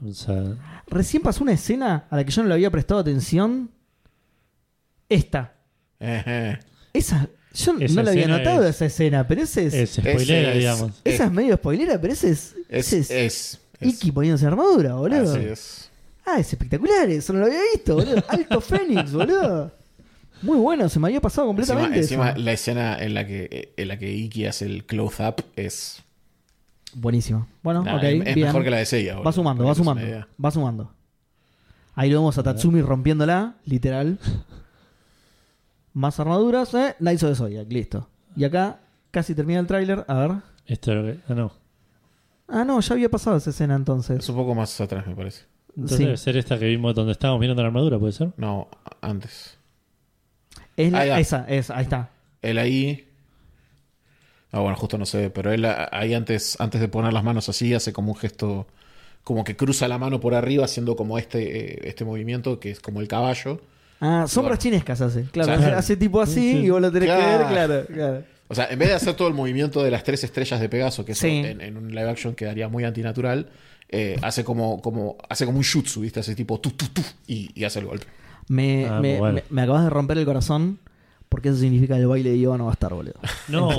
Speaker 3: Vamos a-
Speaker 4: Recién pasó una escena a la que yo no le había prestado atención. Esta.
Speaker 5: Ejé.
Speaker 4: Esa. Yo
Speaker 3: Esa
Speaker 4: no la había
Speaker 3: escena
Speaker 4: notado
Speaker 3: es-
Speaker 4: esa escena, pero ese es.
Speaker 3: Es spoilera,
Speaker 5: Ese es-
Speaker 3: digamos.
Speaker 4: esa es medio spoilera, pero ese es.
Speaker 5: Es,
Speaker 4: ese
Speaker 5: es,
Speaker 4: es.
Speaker 5: es,
Speaker 4: Iki poniéndose armadura, boludo.
Speaker 5: Así es.
Speaker 4: Ah, es espectacular, eso no lo había visto, boludo. Alto Fénix, boludo. Muy bueno, se me había pasado
Speaker 5: Encima,
Speaker 4: completamente.
Speaker 5: encima
Speaker 4: eso.
Speaker 5: la escena en la que en la que Iki hace el close up es,
Speaker 4: Buenísimo. Bueno,
Speaker 5: nah,
Speaker 4: Ah, ok.
Speaker 5: es- es
Speaker 4: bien.
Speaker 5: mejor que la de Seiya. boludo.
Speaker 4: Va sumando, va
Speaker 5: Es una
Speaker 4: sumando.
Speaker 5: idea.
Speaker 4: Va sumando. Ahí lo vemos a Tatsumi rompiéndola, literal. Más armaduras, eh. Nice de Zodiac, listo. Y acá casi termina el tráiler. A ver.
Speaker 3: Esto es lo que- Ah, no.
Speaker 4: Ah, no, ya había pasado esa escena entonces.
Speaker 5: Es un poco más atrás, me parece.
Speaker 3: Entonces
Speaker 4: Sí.
Speaker 3: debe ser esta que vimos donde estábamos mirando la armadura, ¿puede ser?
Speaker 5: No, antes.
Speaker 4: Es la-
Speaker 5: Ahí va.
Speaker 4: esa, esa, ahí está.
Speaker 5: Él ahí. Ah, bueno, justo no sé, pero él a- ahí antes, antes de poner las manos así, hace como un gesto, como que cruza la mano por arriba, haciendo como este, eh, este movimiento que es como el caballo.
Speaker 4: Ah, sombras
Speaker 5: Claro.
Speaker 4: chinescas hace. Claro,
Speaker 5: Claro.
Speaker 4: hace, hace tipo así
Speaker 3: Sí.
Speaker 4: y vos lo tenés
Speaker 5: Claro.
Speaker 4: que ver, claro, claro.
Speaker 5: O sea, en vez de hacer todo el movimiento de las tres estrellas de Pegaso, que eso
Speaker 4: Sí.
Speaker 5: en, en un live action quedaría muy antinatural, eh, hace como, como, hace como un jutsu, ¿viste? Hace tipo tu, tu, tu, y, y hace el golpe.
Speaker 4: Me,
Speaker 3: Ah,
Speaker 4: me,
Speaker 3: bueno.
Speaker 4: me- me acabas de romper el corazón Porque eso significa que el baile de Yoda no va a estar, boludo.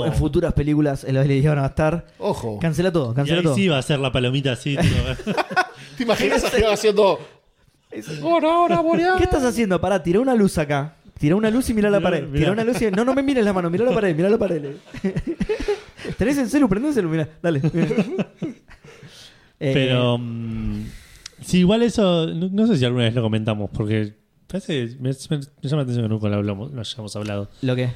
Speaker 3: No. Oh.
Speaker 4: En, en futuras películas el baile de Yoda no va a estar.
Speaker 5: Ojo.
Speaker 4: Cancela todo,
Speaker 3: Y
Speaker 4: cancela
Speaker 3: ahí
Speaker 4: todo.
Speaker 3: sí va a ser la palomita así. tipo,
Speaker 5: ¿Te imaginas a Yoda haciendo. ¡Aurora boreal!
Speaker 4: ¿Qué estás haciendo? Pará, tira una luz acá. Tira una luz y mira la
Speaker 3: Mirá,
Speaker 4: pared.
Speaker 3: mirá.
Speaker 4: Tira una luz y. No, no me mires la mano, mira la pared, mira la pared. le- ¿Tenés el celu? Prendé el celu, mirá, dale. Eh,
Speaker 3: Pero. mm, sí, igual eso. No, no sé si alguna vez lo comentamos, porque. Parece, me, me- me llama la atención que nunca lo hablamos, no hayamos hablado.
Speaker 4: ¿Lo qué?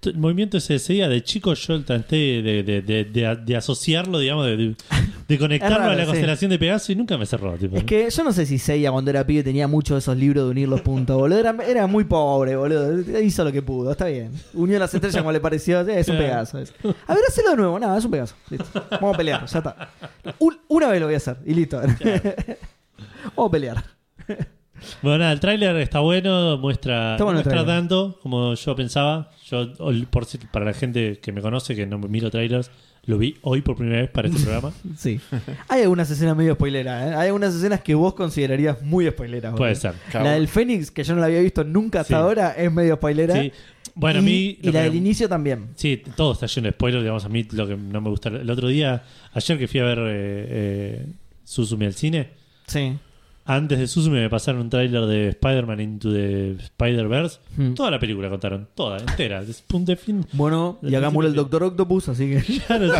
Speaker 3: T- El movimiento SSIA de chico, yo traté de, de, de- de- de asociarlo, digamos, de, de- de conectarlo
Speaker 4: raro,
Speaker 3: a la
Speaker 4: sí.
Speaker 3: constelación de Pegaso y nunca me cerró. Tipo,
Speaker 4: Es que yo no sé si Seiya cuando era pibe tenía muchos de esos libros de unir los puntos, boludo. Era, era muy pobre, boludo. Hizo lo que pudo, está bien. Unió las estrellas como le pareció. Eh, Es un
Speaker 3: Claro.
Speaker 4: pegaso. es. A ver, hacelo de nuevo. Nada, es un pegaso. Listo. Vamos a pelear, ya está. Un- una vez lo voy a hacer y listo. Vamos a pelear.
Speaker 3: Bueno, nada, el tráiler está bueno, muestra,
Speaker 4: Está bueno el
Speaker 3: muestra
Speaker 4: tráiler.
Speaker 3: tanto como yo pensaba. Yo, ol- por si- para la gente que me conoce, que no miro trailers, lo vi hoy por primera vez para este programa.
Speaker 4: Sí. Hay algunas escenas medio spoileras, ¿eh? Hay algunas escenas que vos considerarías muy spoileras. boludo.
Speaker 3: Puede ser.
Speaker 4: La del Fénix, que yo no la había visto nunca hasta
Speaker 3: Sí.
Speaker 4: ahora, es medio spoilera.
Speaker 3: Sí. Bueno, a
Speaker 4: Y-
Speaker 3: mí.
Speaker 4: Y,
Speaker 3: lo
Speaker 4: la
Speaker 3: que-
Speaker 4: del inicio también.
Speaker 3: Sí, t- todo está lleno de spoilers, digamos, a mí lo que no me gusta. El otro día, ayer que fui a ver eh, eh, Suzume al cine,
Speaker 4: Sí.
Speaker 3: antes de Suzume me pasaron un tráiler de Spider-Man Into the Spider-Verse.
Speaker 4: Hmm.
Speaker 3: Toda la película contaron, toda, entera, desde punto de fin.
Speaker 4: Bueno, y acá murió el Doctor Octopus, así que.
Speaker 3: Claro,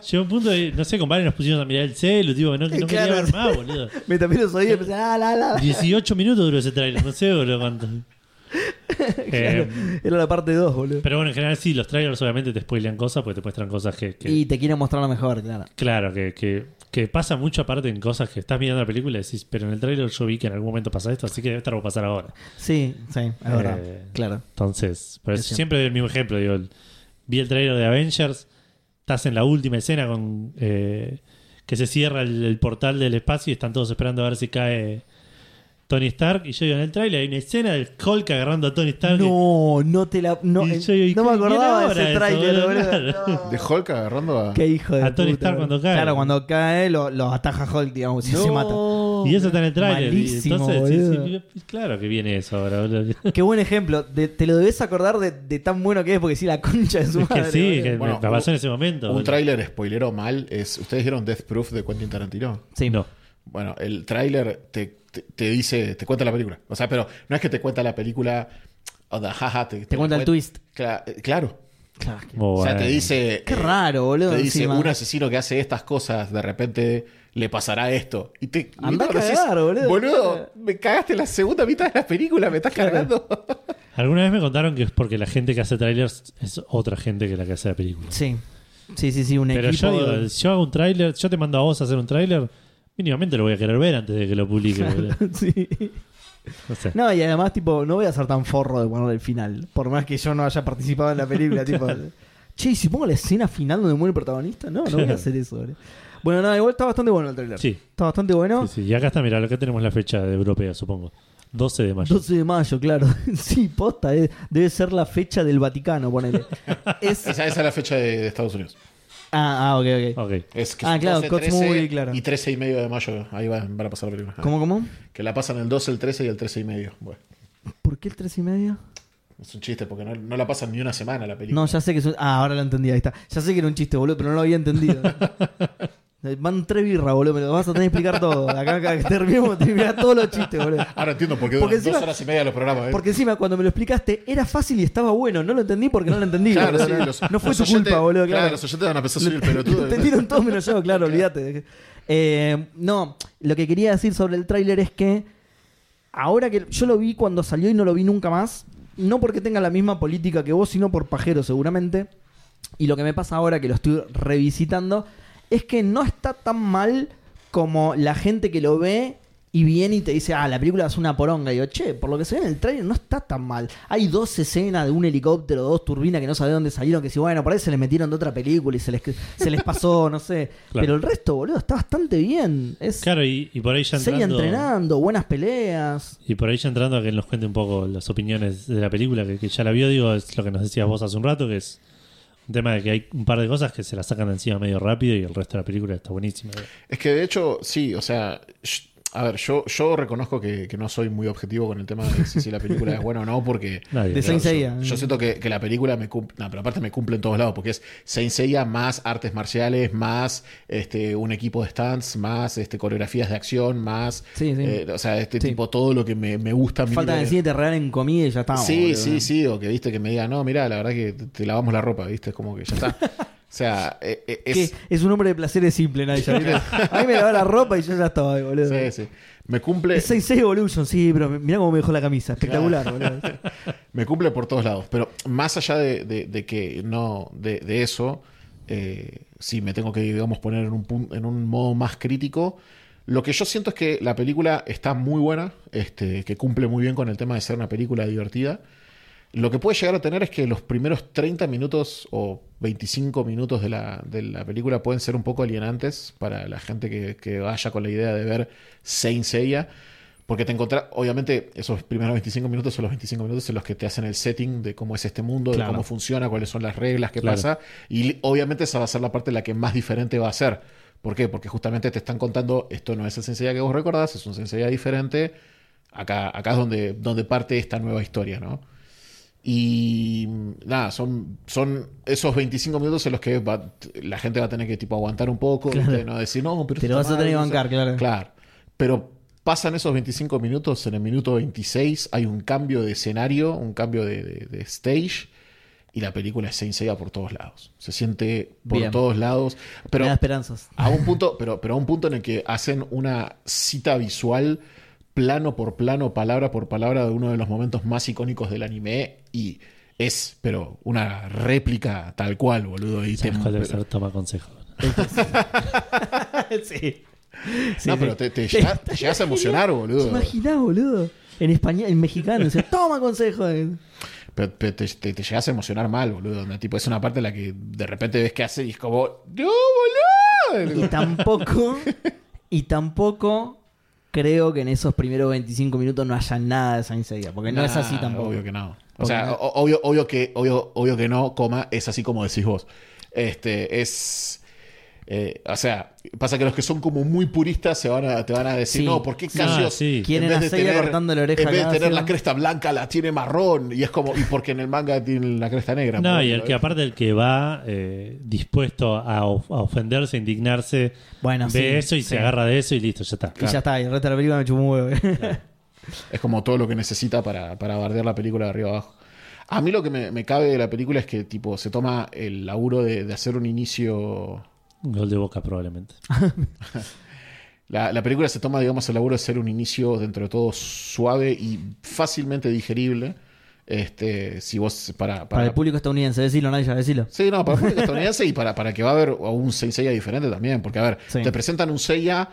Speaker 3: sí, llegó un punto de, no sé, compadre, nos pusimos a mirar el celu, tipo, que no, que no quería
Speaker 4: Claro.
Speaker 3: ver más, boludo.
Speaker 4: Me tapé los oídos y pensé, ah, la, la.
Speaker 3: 18 minutos duró ese tráiler, no sé, boludo, cuánto. Eh,
Speaker 4: Era la parte 2, boludo.
Speaker 3: pero bueno, en general sí, los trailers obviamente te spoilean cosas, porque te muestran cosas que... que-
Speaker 4: Y te quieren mostrar lo mejor, claro.
Speaker 3: Claro, que, que, que pasa mucho aparte en cosas que estás mirando la película y decís, pero en el tráiler yo vi que en algún momento pasa esto, así que debe estar por pasar ahora.
Speaker 4: Sí, sí, es
Speaker 3: Eh,
Speaker 4: verdad. Claro.
Speaker 3: Entonces, pero
Speaker 4: Es
Speaker 3: siempre. doy el mismo ejemplo, digo, el- vi el tráiler de Avengers, estás en la última escena con eh, que se cierra el, el portal del espacio y están todos esperando a ver si cae Tony Stark. Y yo digo, en el tráiler hay una escena del Hulk agarrando a Tony Stark.
Speaker 4: No, no te la. No,
Speaker 3: Y
Speaker 4: eh,
Speaker 3: yo digo,
Speaker 4: no me
Speaker 3: ¿quién
Speaker 4: acordaba
Speaker 3: ahora
Speaker 4: de ese
Speaker 3: eso,
Speaker 4: tráiler,
Speaker 3: boludo?
Speaker 4: boludo. No.
Speaker 5: De Hulk agarrando a.
Speaker 4: Qué hijo de.
Speaker 3: A Tony
Speaker 4: puta,
Speaker 3: Stark
Speaker 4: boludo.
Speaker 3: cuando cae.
Speaker 4: Claro, cuando cae lo, lo ataja Hulk, digamos, y se mata.
Speaker 3: Y eso está en el tráiler. y
Speaker 4: Malísimo,
Speaker 3: Entonces, sí,
Speaker 4: boludo.
Speaker 3: sí, claro que viene eso ahora. boludo.
Speaker 4: Qué buen ejemplo. De- te lo debes acordar de, de tan bueno que es, porque sí, la concha de su
Speaker 3: Es que
Speaker 4: madre.
Speaker 3: sí,
Speaker 4: boludo.
Speaker 3: es que me-
Speaker 5: Bueno,
Speaker 3: me pasó
Speaker 5: un-
Speaker 3: en ese momento.
Speaker 5: Un
Speaker 3: boludo.
Speaker 5: tráiler spoilero mal es. ¿Ustedes vieron Death Proof de Quentin Tarantino?
Speaker 4: Sí.
Speaker 3: No.
Speaker 5: Bueno, el tráiler te, te, te dice, te cuenta la película. O sea, pero no es que te cuenta la película. onda, jaja, te,
Speaker 4: Te cuenta el
Speaker 5: cuen-
Speaker 4: twist.
Speaker 5: Cla- eh, claro.
Speaker 4: Claro, qué-
Speaker 5: O sea, te
Speaker 3: Bueno.
Speaker 5: dice.
Speaker 4: Qué
Speaker 5: eh,
Speaker 4: raro, boludo.
Speaker 5: Te dice,
Speaker 4: encima.
Speaker 5: un asesino que hace estas cosas, de repente le pasará esto. Y te.
Speaker 4: Andá a
Speaker 5: mirá, decís,
Speaker 4: cagar, boludo.
Speaker 5: Boludo, me cagaste la segunda mitad de la película, me estás cargando.
Speaker 3: Alguna vez me contaron que es porque la gente que hace trailers es otra gente que la que hace la película.
Speaker 4: Sí. Sí, sí, sí, un
Speaker 3: Pero
Speaker 4: equipo.
Speaker 3: yo digo, si yo hago un tráiler, yo te mando a vos a hacer un tráiler, mínimamente lo voy a querer ver antes de que lo publique. boludo.
Speaker 4: sí.
Speaker 3: No sé.
Speaker 4: No, y además, tipo, no voy a ser tan forro de poner el final. Por más que yo no haya participado en la película, tipo. Che, ¿y si pongo la escena final donde muere el protagonista? No, no voy a
Speaker 3: Claro.
Speaker 4: hacer eso, boludo. Bueno, nada, igual está bastante bueno el trailer.
Speaker 3: Sí.
Speaker 4: Está bastante bueno.
Speaker 3: Sí, sí. Y acá está, mira, acá tenemos la fecha de europea, supongo. 12 de mayo.
Speaker 4: 12 de mayo, claro. sí, posta, eh. debe ser la fecha del Vaticano, ponele. es...
Speaker 5: Esa, esa es la fecha de, de Estados Unidos.
Speaker 4: Ah, ah, ok, ok.
Speaker 3: Ok.
Speaker 5: Es que
Speaker 4: Ah,
Speaker 5: son
Speaker 4: claro,
Speaker 5: 12,
Speaker 4: Cots
Speaker 5: 13
Speaker 4: Movie, claro.
Speaker 5: Y 13 y medio de mayo, ahí va- van a pasar la película. Ah.
Speaker 4: ¿Cómo, cómo?
Speaker 5: Que la pasan el 12, el 13 y el 13 y medio. Bueno,
Speaker 4: ¿Por qué el 3 y medio?
Speaker 5: es un chiste porque no, no la pasan ni una semana la película.
Speaker 4: No, ya sé que es un... Ah, ahora lo entendí, ahí está. Ya sé que era un chiste, boludo, pero no lo había entendido. Van tres birras, boludo, me lo vas a tener que explicar todo. Acá, acá que terminemos, terminar todos los chistes, boludo.
Speaker 5: Ahora entiendo por qué duran
Speaker 4: Porque
Speaker 5: dos
Speaker 4: encima-
Speaker 5: horas y media los programas. ¿eh?
Speaker 4: Porque encima, cuando me lo explicaste, era fácil y estaba bueno. No lo entendí porque no lo entendí.
Speaker 5: Claro,
Speaker 4: boludo.
Speaker 5: sí,
Speaker 4: no,
Speaker 5: los-
Speaker 4: no fue
Speaker 5: los
Speaker 4: tu
Speaker 5: oyentes-
Speaker 4: culpa, boludo. Claro,
Speaker 5: los oyentes van a empezar a subir el
Speaker 4: Lo
Speaker 5: pelotudo.
Speaker 4: entendieron todos menos yo, claro, olvídate. Eh, no, lo que quería decir sobre el tráiler es que ahora que yo lo vi cuando salió y no lo vi nunca más, no porque tenga la misma política que vos, sino por pajero seguramente, y lo que me pasa ahora que lo estoy revisitando, es que no está tan mal como la gente que lo ve y viene y te dice, ah, la película es una poronga. Y yo, che, por lo que se ve en el trailer no está tan mal. Hay dos escenas de un helicóptero, dos turbinas que no sabe de dónde salieron, que si, bueno, por ahí se les metieron de otra película y se les, se les pasó, no sé.
Speaker 3: Claro.
Speaker 4: Pero el resto, boludo, está bastante bien. Es,
Speaker 3: Claro, y, y por ahí ya
Speaker 4: sigue
Speaker 3: entrando.
Speaker 4: entrenando, buenas peleas.
Speaker 3: Y por ahí ya entrando a que nos cuente un poco las opiniones de la película, que, que ya la vio, digo, es lo que nos decías vos hace un rato, que es un tema de que hay un par de cosas que se las sacan de encima medio rápido y el resto de la película está buenísima.
Speaker 5: Es que de hecho, sí, o sea, sh- A ver, yo, yo reconozco que, que no soy muy objetivo con el tema de si, si la película es buena o no, porque
Speaker 3: Nadie.
Speaker 4: De
Speaker 5: Claro,
Speaker 4: Saint Seiya.
Speaker 5: yo, yo siento que, que la película me cumple. No, pero aparte me cumple en todos lados, porque es Saint Seiya más artes marciales, más este, un equipo de stunts, más este, coreografías de acción, más.
Speaker 4: Sí, sí.
Speaker 5: eh, o sea, este
Speaker 4: Sí.
Speaker 5: tipo, todo lo que me, me gusta a mí
Speaker 4: Falta
Speaker 5: de-
Speaker 4: decir te regalen comida y ya está.
Speaker 5: sí,
Speaker 4: boludo.
Speaker 5: sí, sí, o que viste que me digan, no, mira, la verdad que te, te lavamos la ropa, viste, es como que ya está. O sea, eh, eh,
Speaker 4: Que
Speaker 5: es.
Speaker 4: Es... un hombre de placeres simple, nadie ya viste. A mí me daba la ropa y yo ya estaba ahí, boludo.
Speaker 5: Sí, sí. Me cumple.
Speaker 4: Es 6 Evolution, sí, pero mirá cómo me dejó la camisa. Espectacular, boludo.
Speaker 5: Me cumple por todos lados. Pero más allá de, de- de que no, de, de eso, eh, si me tengo que, digamos, poner en un, pun- en un modo más crítico, lo que yo siento es que la película está muy buena, este, que cumple muy bien con el tema de ser una película divertida. Lo que puede llegar a tener es que los primeros 30 minutos o 25 minutos de la, de la película pueden ser un poco alienantes para la gente que, que vaya con la idea de ver Saint Seiya. Porque te encontrás, obviamente, esos primeros 25 minutos son los 25 minutos en los que te hacen el setting de cómo es este mundo,
Speaker 4: Claro.
Speaker 5: de cómo funciona, cuáles son las reglas, qué
Speaker 3: Claro.
Speaker 5: pasa. Y li- obviamente esa va a ser la parte en la que más diferente va a ser. ¿Por qué? Porque justamente te están contando, esto no es el sencilla que vos recordás, es un sencilla diferente. Acá, acá es donde, donde parte esta nueva historia, ¿no? Y mm, nada, son, son esos 25 minutos en los que va- la gente va a tener que tipo aguantar un poco,
Speaker 4: Claro.
Speaker 5: ¿viste? no decir, no, pero
Speaker 4: Te
Speaker 5: esto
Speaker 4: lo vas
Speaker 5: está
Speaker 4: a tener que
Speaker 5: mal", o sea,
Speaker 4: bancar, claro.
Speaker 5: Claro. Pero pasan esos 25 minutos, en el minuto 26 hay un cambio de escenario, un cambio de, de- de stage, y la película es Saint Seiya por todos lados. Se siente por
Speaker 4: Bien.
Speaker 5: todos lados.
Speaker 4: Me da
Speaker 5: Pero
Speaker 4: esperanzas.
Speaker 5: a un punto, pero, pero a un punto en el que hacen una cita visual plano por plano, palabra por palabra de uno de los momentos más icónicos del anime y es, pero una réplica tal cual, boludo. Y te,
Speaker 3: ¿Sabes cuál debe
Speaker 5: pero-
Speaker 3: ser? Toma consejo.
Speaker 4: sí.
Speaker 5: no,
Speaker 4: sí.
Speaker 5: pero te, te llega- te llegas a emocionar,
Speaker 4: ¿Te
Speaker 5: boludo.
Speaker 4: imaginás, boludo? En español, en mexicano, dice, toma consejo.
Speaker 5: Pero, pero te, te- te llegas a emocionar mal, boludo. ¿no? Tipo, es una parte en la que de repente ves que hace y es como, ¡No,
Speaker 4: Y
Speaker 5: boludo!
Speaker 4: tampoco, y tampoco creo que en esos primeros 25 minutos no haya nada de Saint Seiya, porque Pues no es así
Speaker 5: Nah,
Speaker 4: tampoco.
Speaker 5: Obvio que no. O
Speaker 4: Porque
Speaker 5: sea,
Speaker 4: no-
Speaker 5: o- obvio, obvio, que, obvio, obvio que no, coma, es así como decís vos. Este, es. eh, o sea, pasa que los que son como muy puristas se van a, te van a decir,
Speaker 4: Sí.
Speaker 5: no, ¿por qué
Speaker 3: Sí.
Speaker 5: Casio
Speaker 3: Ah, sí.
Speaker 4: Quieren a Seiya cortando la oreja
Speaker 5: En vez
Speaker 4: a
Speaker 5: de tener
Speaker 4: Casio.
Speaker 5: la cresta blanca, la tiene marrón. Y es como, y porque en el manga tiene la cresta negra.
Speaker 3: No,
Speaker 5: por
Speaker 3: y el
Speaker 5: ejemplo,
Speaker 3: que
Speaker 5: ¿eh?
Speaker 3: aparte el que va eh, dispuesto a, of- a ofenderse, a indignarse,
Speaker 4: Bueno,
Speaker 3: ve
Speaker 4: sí,
Speaker 3: eso y
Speaker 4: sí.
Speaker 3: se agarra de eso y listo, ya está.
Speaker 4: Y ya está, y el resto de la película me chupó un huevo.
Speaker 5: Es como todo lo que necesita para, para bardear la película de arriba abajo. A mí lo que me, me cabe de la película es que tipo se toma el laburo de, de hacer un inicio.
Speaker 3: Un gol de boca probablemente.
Speaker 4: Ah.
Speaker 5: La, la película se toma, digamos, el laburo de ser un inicio dentro de todo suave y fácilmente digerible. Este, si vos para,
Speaker 4: Para el público estadounidense, decilo, Naya, decilo.
Speaker 5: Sí, no, para el público estadounidense y para, para que va a haber a un Seiya diferente también. Porque, a ver,
Speaker 4: Sí.
Speaker 5: te presentan un Seiya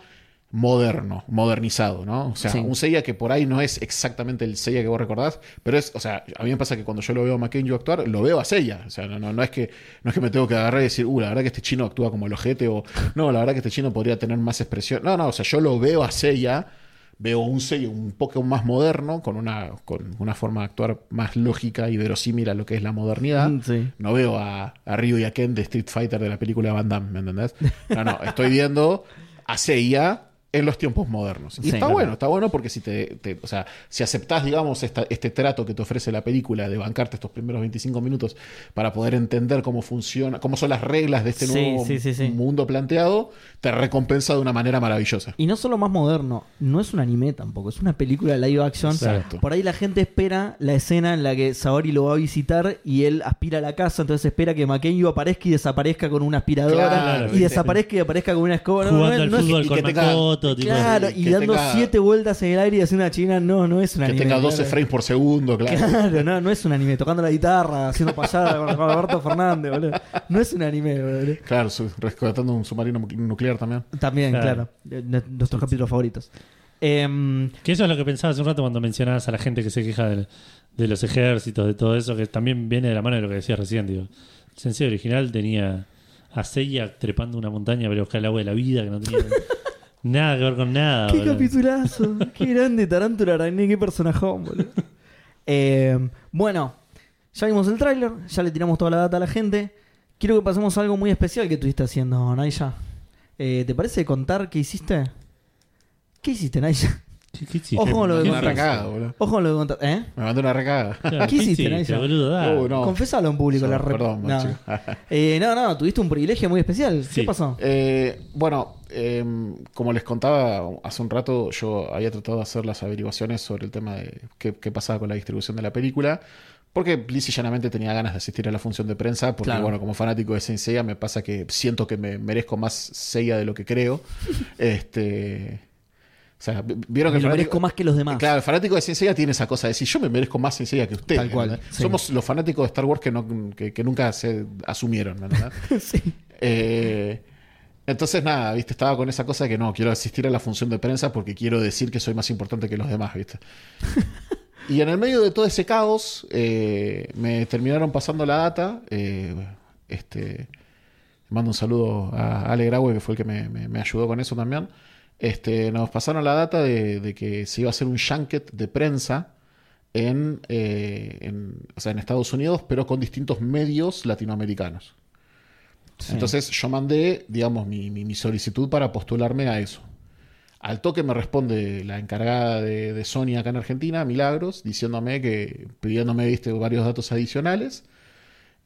Speaker 5: moderno, modernizado, ¿no? O sea,
Speaker 4: Sí.
Speaker 5: un Seiya que por ahí no es exactamente el Seiya que vos recordás, pero es, o sea, a mí me pasa que cuando yo lo veo a Makenjo actuar, lo veo a Seiya. O sea, no, no, no es que, no es que me tengo que agarrar y decir, uh, la verdad que este chino actúa como el ojete o, no, la verdad que este chino podría tener más expresión. No, no, o sea, yo lo veo a Seiya. Veo un sello un poco más moderno, con una, con una forma de actuar más lógica y verosímil a lo que es la modernidad.
Speaker 4: Mm, sí.
Speaker 5: No veo a, a Ryu y a Ken de Street Fighter de la película Van Damme, ¿me entendés? No, no, estoy viendo a Seiya en los tiempos modernos. Y
Speaker 4: Sí,
Speaker 5: está
Speaker 4: claro.
Speaker 5: bueno, está bueno porque si te, te- o sea, si aceptás, digamos, esta- este trato que te ofrece la película de bancarte estos primeros 25 minutos para poder entender cómo funciona, cómo son las reglas de este
Speaker 4: Sí,
Speaker 5: nuevo
Speaker 4: sí, sí, sí.
Speaker 5: mundo planteado, te recompensa de una manera maravillosa.
Speaker 4: Y no solo más moderno, no es un anime tampoco, es una película live action.
Speaker 5: Exacto.
Speaker 4: Por ahí la gente espera la escena en la que Saori lo va a visitar y él aspira a la casa, entonces espera que Makenyu aparezca y desaparezca con una aspiradora
Speaker 5: Claro,
Speaker 4: y
Speaker 5: viste.
Speaker 4: desaparezca y aparezca con una escoba. No,
Speaker 3: Jugando
Speaker 4: no,
Speaker 3: al
Speaker 4: no es-
Speaker 3: fútbol
Speaker 5: y
Speaker 3: con
Speaker 5: que tenga-
Speaker 3: Makoto, tipo.
Speaker 4: Claro, y
Speaker 5: que
Speaker 4: dando
Speaker 5: tenga-
Speaker 4: siete vueltas en el aire y haciendo una china, no, no es un
Speaker 5: Que
Speaker 4: anime.
Speaker 5: tenga 12
Speaker 4: claro.
Speaker 5: frames por segundo, claro.
Speaker 4: Claro, no, no es un anime. Tocando la guitarra, haciendo payada con con Alberto Fernández, boludo. No es un anime, boludo.
Speaker 5: Claro, su- rescatando un submarino nuc- nuclear también.
Speaker 4: También, claro.
Speaker 3: Claro.
Speaker 4: Eh, n- Nuestros capítulos favoritos. Em,
Speaker 3: Que eso es lo que pensaba hace un rato cuando mencionabas a la gente que se queja del- de, los ejércitos, de todo eso, que también viene de la mano de lo que decías recién, digo. El sensei original tenía a Seiya trepando una montaña para buscar el agua de la vida, que no tenía nada que ver con nada.
Speaker 4: qué
Speaker 3: boludo.
Speaker 4: capitulazo. qué grande Tarántula Arañé, qué personajón, boludo. Em, bueno, ya vimos el tráiler, ya le tiramos toda la data a la gente. Quiero que pasemos a algo muy especial que estuviste haciendo, Naya. Eh, ¿Te parece contar qué hiciste? ¿Qué hiciste, Naya?
Speaker 3: ¿Qué, qué hiciste?
Speaker 4: Ojo con lo
Speaker 5: Me
Speaker 4: que
Speaker 3: ¿Qué
Speaker 5: mandó una
Speaker 4: contaste.
Speaker 5: recagada, boludo.
Speaker 4: Ojo con lo que contaste. ¿Eh?
Speaker 5: Me mandó una recagada.
Speaker 3: Claro,
Speaker 4: ¿Qué hiciste, Naya?
Speaker 3: boludo? Ah. Dale.
Speaker 5: Uh, no.
Speaker 4: Confesalo en público,
Speaker 5: Yo,
Speaker 4: la re-
Speaker 5: perdón,
Speaker 4: no.
Speaker 5: macho.
Speaker 4: Eh, no, no, tuviste un privilegio muy especial.
Speaker 3: Sí.
Speaker 4: ¿Qué pasó?
Speaker 5: Eh, bueno, em, como les contaba hace un rato, yo había tratado de hacer las averiguaciones sobre el tema de qué, qué pasaba con la distribución de la película, porque lisa y llanamente tenía ganas de asistir a la función de prensa, porque
Speaker 4: Claro.
Speaker 5: bueno, como fanático de Saint Seiya me pasa que siento que me merezco más Seiya de lo que creo. este... O sea, vi- vieron que
Speaker 4: Me
Speaker 5: el
Speaker 4: lo
Speaker 5: fanático-
Speaker 4: merezco más que los demás.
Speaker 5: Claro, el fanático de Ciencia tiene esa cosa de decir, yo me merezco más Ciencia que usted.
Speaker 4: Tal cual,
Speaker 5: ¿entendés?
Speaker 4: sí.
Speaker 5: Somos los fanáticos de Star Wars que, no, que, que nunca se asumieron, ¿verdad?
Speaker 4: Sí.
Speaker 5: Eh, entonces, nada, viste, estaba con esa cosa de que no, quiero asistir a la función de prensa porque quiero decir que soy más importante que los demás, viste. y en el medio de todo ese caos, eh, me terminaron pasando la data. eh, este, le mando un saludo a Ale Graue, que fue el que me, me- me ayudó con eso también. Este, nos pasaron la data de, de que se iba a hacer un junket de prensa en, eh, en- o sea, en Estados Unidos, pero con distintos medios latinoamericanos.
Speaker 4: Sí.
Speaker 5: Entonces yo mandé, digamos, mi, mi- mi solicitud para postularme a eso. Al toque me responde la encargada de, de Sony acá en Argentina, Milagros, diciéndome que, pidiéndome, viste, varios datos adicionales.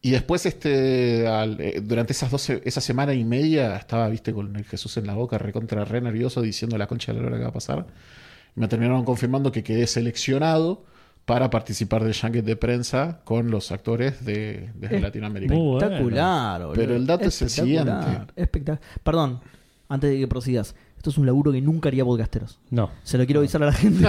Speaker 5: Y después, este, al- eh, durante esas doce- esa semana y media, estaba, viste, con el Jesús en la boca, recontra re nervioso, diciendo la concha de la hora que va a pasar. Me terminaron confirmando que quedé seleccionado para participar del Yankee de prensa con los actores de, desde
Speaker 4: Eh,
Speaker 5: Latinoamérica.
Speaker 3: Muy bueno.
Speaker 4: Espectacular, boludo.
Speaker 5: Pero el dato es el
Speaker 4: Espectacular,
Speaker 5: siguiente.
Speaker 4: espectac- Perdón, antes de que prosigas. Esto es un laburo que nunca haría podcasteros.
Speaker 3: No.
Speaker 4: Se lo quiero avisar a la gente.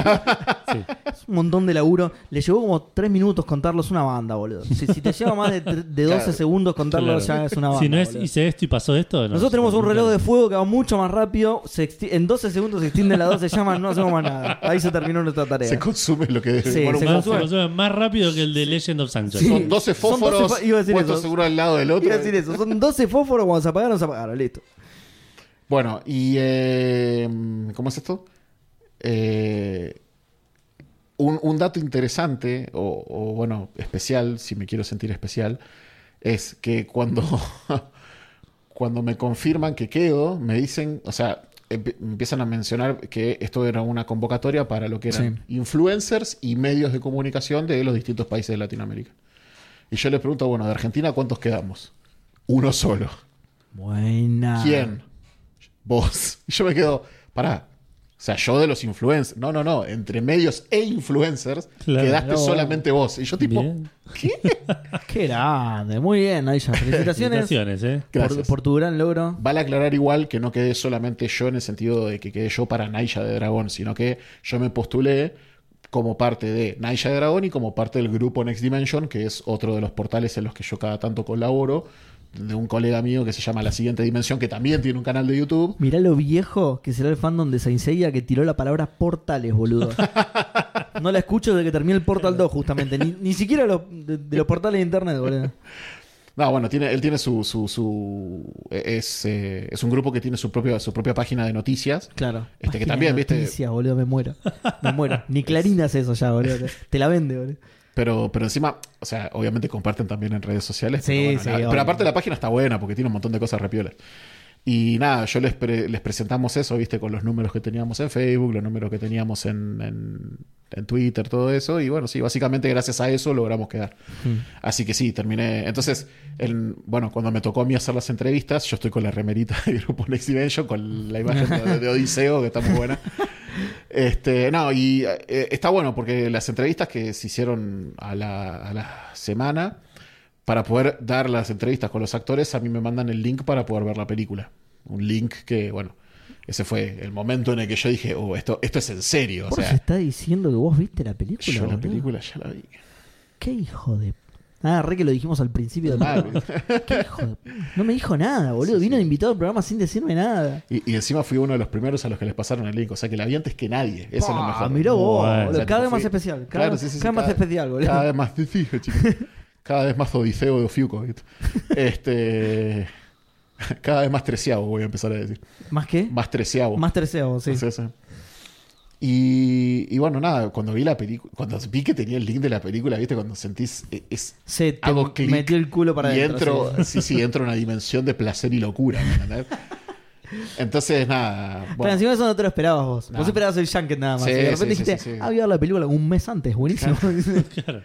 Speaker 3: Sí.
Speaker 4: Es un montón de laburo. Le llevó como tres minutos contarlo, es una banda, boludo. Si, si te lleva más de, tre- de 12
Speaker 5: Claro.
Speaker 4: segundos contarlo,
Speaker 3: Claro.
Speaker 4: ya es una banda.
Speaker 3: Si no es
Speaker 4: boludo.
Speaker 3: hice esto y pasó esto. no.
Speaker 4: Nosotros tenemos un reloj de fuego que va mucho más rápido. se exti- en 12 segundos se extiende la 12 llamas, no hacemos más nada. Ahí se terminó nuestra tarea.
Speaker 5: Se consume lo que
Speaker 4: Sí,
Speaker 5: demora
Speaker 4: se
Speaker 5: un
Speaker 3: Más,
Speaker 4: consume.
Speaker 5: poco.
Speaker 3: se consume más rápido que el de Legend of Sancho.
Speaker 4: Sí. Son
Speaker 5: Son 12
Speaker 4: 12
Speaker 5: fósforos
Speaker 4: fa- iba a decir
Speaker 5: puestos
Speaker 4: eso.
Speaker 5: seguro al lado del otro. eh.
Speaker 4: Iba a decir eso. Son 12 fósforos, cuando se apagaron, se apagaron. Listo.
Speaker 5: Bueno, y eh, ¿cómo es esto? Eh, un, un dato interesante, o, o, bueno, especial, si me quiero sentir especial, es que cuando, cuando me confirman que quedo, me dicen, o sea, emp- empiezan a mencionar que esto era una convocatoria para lo que eran influencers y medios de comunicación de los distintos países de Latinoamérica. Y yo les pregunto, bueno, de Argentina, ¿cuántos quedamos? Uno solo.
Speaker 3: Ah.
Speaker 4: Buena.
Speaker 5: ¿Quién? Vos. Y yo me quedo, pará. O sea, yo de los influencers. No, no, no. Entre medios e influencers
Speaker 3: Claro.
Speaker 5: quedaste solamente vos. Y yo tipo,
Speaker 3: Bien.
Speaker 4: Qué grande. Muy bien, Aisha. Felicitaciones.
Speaker 3: Felicitaciones, eh.
Speaker 4: por,
Speaker 5: gracias.
Speaker 4: por tu gran logro.
Speaker 5: Vale aclarar igual que no quedé solamente yo en el sentido de que quedé yo para Naija de Dragón, sino que yo me postulé como parte de Naija de Dragón y como parte del grupo Next Dimension, que es otro de los portales en los que yo cada tanto colaboro, de un colega mío que se llama La Siguiente Dimensión, que también tiene un canal de YouTube.
Speaker 4: Mirá lo viejo que será el fandom de Saint Seiya que tiró la palabra portales, boludo. No la escucho desde que terminé el Portal 2, justamente. Ni, ni siquiera lo- de, de los portales de internet, boludo.
Speaker 5: No, bueno, tiene, él tiene su. su, su es, eh, es un grupo que tiene su, propio, su propia página de noticias.
Speaker 4: Claro.
Speaker 5: Este, que
Speaker 4: Página
Speaker 5: también,
Speaker 4: de
Speaker 5: viste-
Speaker 4: Noticias, boludo, me muero. Me muero. Ni Clarín hace eso ya, boludo. Te la vende, boludo.
Speaker 5: Pero, pero encima, o sea, obviamente comparten también en redes sociales.
Speaker 4: Sí,
Speaker 5: pero, bueno,
Speaker 4: sí,
Speaker 5: la-
Speaker 4: obvio.
Speaker 5: pero aparte la página está buena porque tiene un montón de cosas repiolas. Y nada, yo les, pre- les presentamos eso, viste, con los números que teníamos en Facebook, los números que teníamos en, en- en Twitter, todo eso. Y bueno, sí, básicamente gracias a eso logramos quedar. Así que sí, terminé. Entonces, el- bueno, cuando me tocó a mí hacer las entrevistas, yo estoy con la remerita del grupo Next Dimension, con la imagen de, de Odiseo, que está muy buena. Este, no, y eh, está bueno porque las entrevistas que se hicieron a la, a la semana, para poder dar las entrevistas con los actores, a mí me mandan el link para poder ver la película. Un link que, bueno, ese fue el momento en el que yo dije, oh, esto, esto es en serio. O
Speaker 4: ¿Por se
Speaker 5: sea,
Speaker 4: está diciendo que vos viste la película,
Speaker 5: yo la
Speaker 4: boludo?
Speaker 5: película ya la vi.
Speaker 4: Qué hijo de... Ah, re que lo dijimos al principio del
Speaker 5: Mal.
Speaker 4: Qué hijo de... No me dijo nada, boludo. Vino invitado al programa sin decirme nada.
Speaker 5: Y, y encima fui uno de los primeros a los que les pasaron el link. O sea que la vi antes que nadie. Eso es lo
Speaker 4: Pa,
Speaker 5: mejor.
Speaker 4: mirá vos,
Speaker 5: Bueno,
Speaker 4: boludo. Cada
Speaker 5: tipo,
Speaker 4: vez más
Speaker 5: fui-
Speaker 4: especial, cada
Speaker 5: Claro,
Speaker 4: vez-
Speaker 5: sí, sí, sí,
Speaker 4: cada vez más especial, boludo.
Speaker 5: Cada vez más difícil, chicos. Cada vez más odiseo de Ofiuco. ¿viste? Este. Cada vez más treceavo, voy a empezar a decir.
Speaker 4: ¿Más qué?
Speaker 5: Más treceavo.
Speaker 4: Más tercero, sí.
Speaker 5: Sí, sí. Y, y bueno, nada, cuando vi la película, cuando vi que tenía el link de la película, viste, cuando sentís, eh, es,
Speaker 4: Se te
Speaker 5: hago clic
Speaker 4: metió el culo para
Speaker 5: y
Speaker 4: adentro.
Speaker 5: entro, sí, sí, entro en una dimensión de placer y locura. ¿me entendés? Entonces, nada. bueno.
Speaker 4: Pero encima eso no te lo esperabas vos.
Speaker 5: No.
Speaker 4: Vos esperabas el Junket nada más.
Speaker 5: Sí,
Speaker 4: y de repente
Speaker 5: sí, sí,
Speaker 4: dijiste,
Speaker 5: sí, sí.
Speaker 4: ah, voy a ver la película un mes antes, buenísimo.
Speaker 3: Claro.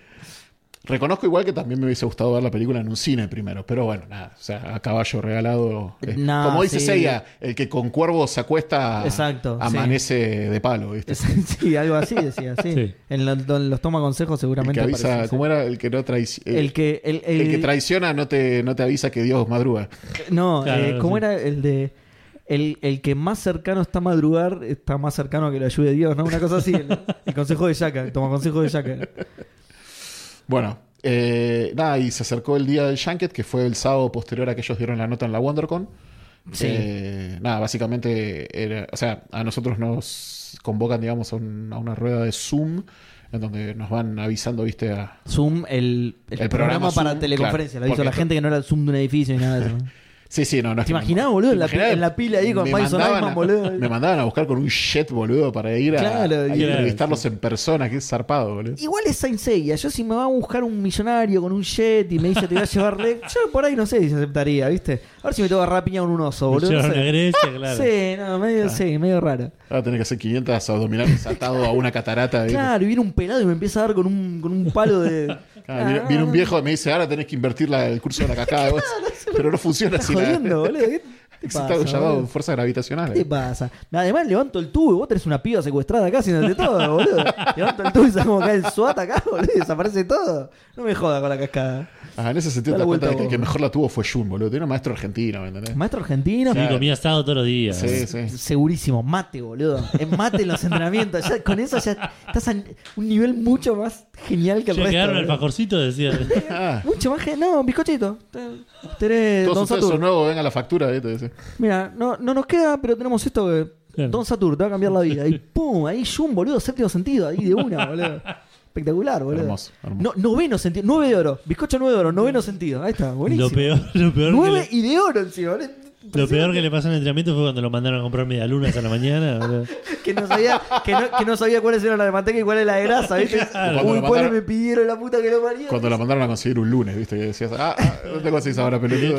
Speaker 5: Reconozco igual que también me hubiese gustado ver la película en un cine primero, pero bueno, nada, o sea, a caballo regalado. eh,
Speaker 4: No,
Speaker 5: como dice
Speaker 4: sí.
Speaker 5: Seiya, el que con cuervos se acuesta,
Speaker 4: Exacto,
Speaker 5: amanece de palo, ¿viste?
Speaker 4: sí, algo así decía, sí.
Speaker 3: Sí.
Speaker 4: En, lo- en los toma consejos
Speaker 5: El
Speaker 4: seguramente
Speaker 5: que avisa,
Speaker 4: aparece, sí.
Speaker 5: ¿cómo era? El que no traici- el,
Speaker 4: El que, el, el-
Speaker 5: el que traiciona no te, no te avisa que Dios madruga.
Speaker 4: No,
Speaker 3: Claro,
Speaker 4: eh, ¿cómo
Speaker 3: sí.
Speaker 4: era el de. El, el que más cercano está a madrugar está más cercano a que lo ayude Dios, ¿no? Una cosa así, el, el consejo de Yaka, toma consejo de Yaka.
Speaker 5: Bueno, eh, nada, y se acercó el día del Junket, que fue el sábado posterior a que ellos dieron la nota en la WonderCon.
Speaker 4: Sí.
Speaker 5: Eh, nada, básicamente, era- o sea, a nosotros nos convocan, digamos, a, un- a una rueda de Zoom, en donde nos van avisando, viste, a...
Speaker 4: Zoom, el, el
Speaker 5: El programa
Speaker 4: programa, para
Speaker 5: Zoom,
Speaker 4: teleconferencia, lo
Speaker 5: claro,
Speaker 4: hizo
Speaker 5: porque-
Speaker 4: la gente que no era el Zoom de un edificio ni nada de eso. ¿no?
Speaker 5: Sí, sí, no, no es
Speaker 4: ¿Te
Speaker 5: que-
Speaker 4: imaginás, boludo?
Speaker 5: ¿te
Speaker 4: En la
Speaker 5: imaginás?
Speaker 4: pi- en la pila ahí con Madison
Speaker 5: mandaban
Speaker 4: Iman,
Speaker 5: a-
Speaker 4: boludo.
Speaker 5: Me mandaban a buscar con un jet, boludo, para ir a,
Speaker 4: Claro,
Speaker 5: a
Speaker 4: claro.
Speaker 5: entrevistarlos en persona, que es zarpado, boludo.
Speaker 4: Igual es Saint Seiya. Yo si me va a buscar un millonario con un jet y me dice te voy a llevar re... Yo por ahí no sé si aceptaría, ¿viste? A ver si me tengo que agarrar a piña con un oso, boludo. no
Speaker 3: Llevaron
Speaker 4: sé.
Speaker 3: a Grecia, claro.
Speaker 4: Sí, no, medio, sí, medio raro.
Speaker 5: Ahora tenés que hacer 500 abdominales atado a una catarata. ¿viste?
Speaker 4: Claro, y viene un pelado y me empieza a dar con un, con un palo de.
Speaker 5: Ah, viene,
Speaker 4: Ah,
Speaker 5: viene un viejo y me dice, ahora tenés que invertir la- el curso de la cacada. vos". pero no funciona
Speaker 4: Estás
Speaker 5: así. nada.
Speaker 4: jodiendo, boludo. ¿Qué te
Speaker 5: Existe
Speaker 4: pasa?
Speaker 5: algo llamado
Speaker 4: boludo?
Speaker 5: fuerza
Speaker 4: ¿Qué
Speaker 5: gravitacional. eh.
Speaker 4: te pasa? Además, levanto el tubo. Vos tenés una piba secuestrada acá haciéndote todo, boludo. Levanto el tubo y sabes cómo cae el SWAT acá, boludo. Y desaparece todo. No me jodas con la cascada.
Speaker 5: Ah, en ese
Speaker 4: Da la
Speaker 5: sentido te das
Speaker 4: vuelta
Speaker 5: cuenta de que
Speaker 4: vos.
Speaker 5: el que mejor la tuvo fue Jun, boludo. Tiene un maestro argentino, ¿me entendés?
Speaker 4: Maestro argentino.
Speaker 3: Sí, comía asado todos los días.
Speaker 5: Sí, sí.
Speaker 4: Segurísimo, mate, boludo. Es mate en los entrenamientos. Ya, con eso ya estás a un nivel mucho más genial que el
Speaker 3: Che,
Speaker 4: resto.
Speaker 3: quedaron
Speaker 4: boludo.
Speaker 3: alfajorcito, decía.
Speaker 5: Ah,
Speaker 4: Mucho más genial. No, bizcochito. Te- Tenés
Speaker 5: todos
Speaker 4: Don
Speaker 5: ustedes
Speaker 4: Satur.
Speaker 5: son nuevos, venga la factura. ¿viste? Dice.
Speaker 4: Mira, no, no nos queda, pero tenemos esto que.
Speaker 3: Claro.
Speaker 4: Don Satur te va a cambiar la vida. Y pum, ahí Jun, boludo, séptimo sentido, ahí de una, boludo. Espectacular, boludo.
Speaker 5: Hermoso, hermoso.
Speaker 4: No, noveno sentido, nueve de oro. Bizcocho nueve de oro, noveno sentido. Ahí está, buenísimo.
Speaker 3: Lo peor, lo peor que
Speaker 4: nueve
Speaker 3: le-
Speaker 4: y de oro encima, boludo.
Speaker 3: Lo peor que le pasó en el entrenamiento fue cuando lo mandaron a comprar medialunas a la mañana. boludo.
Speaker 4: Que no sabía, que no, que no sabía cuáles eran la de manteca y cuál era la de grasa, ¿viste?
Speaker 5: Claro.
Speaker 4: Uy,
Speaker 5: Cuando lo
Speaker 4: cuáles
Speaker 5: mandaron-
Speaker 4: me pidieron la puta que lo parió.
Speaker 5: Cuando la mandaron a conseguir un lunes, ¿viste? Que decías, ah, ah, no te conseguís ahora, pelotudo.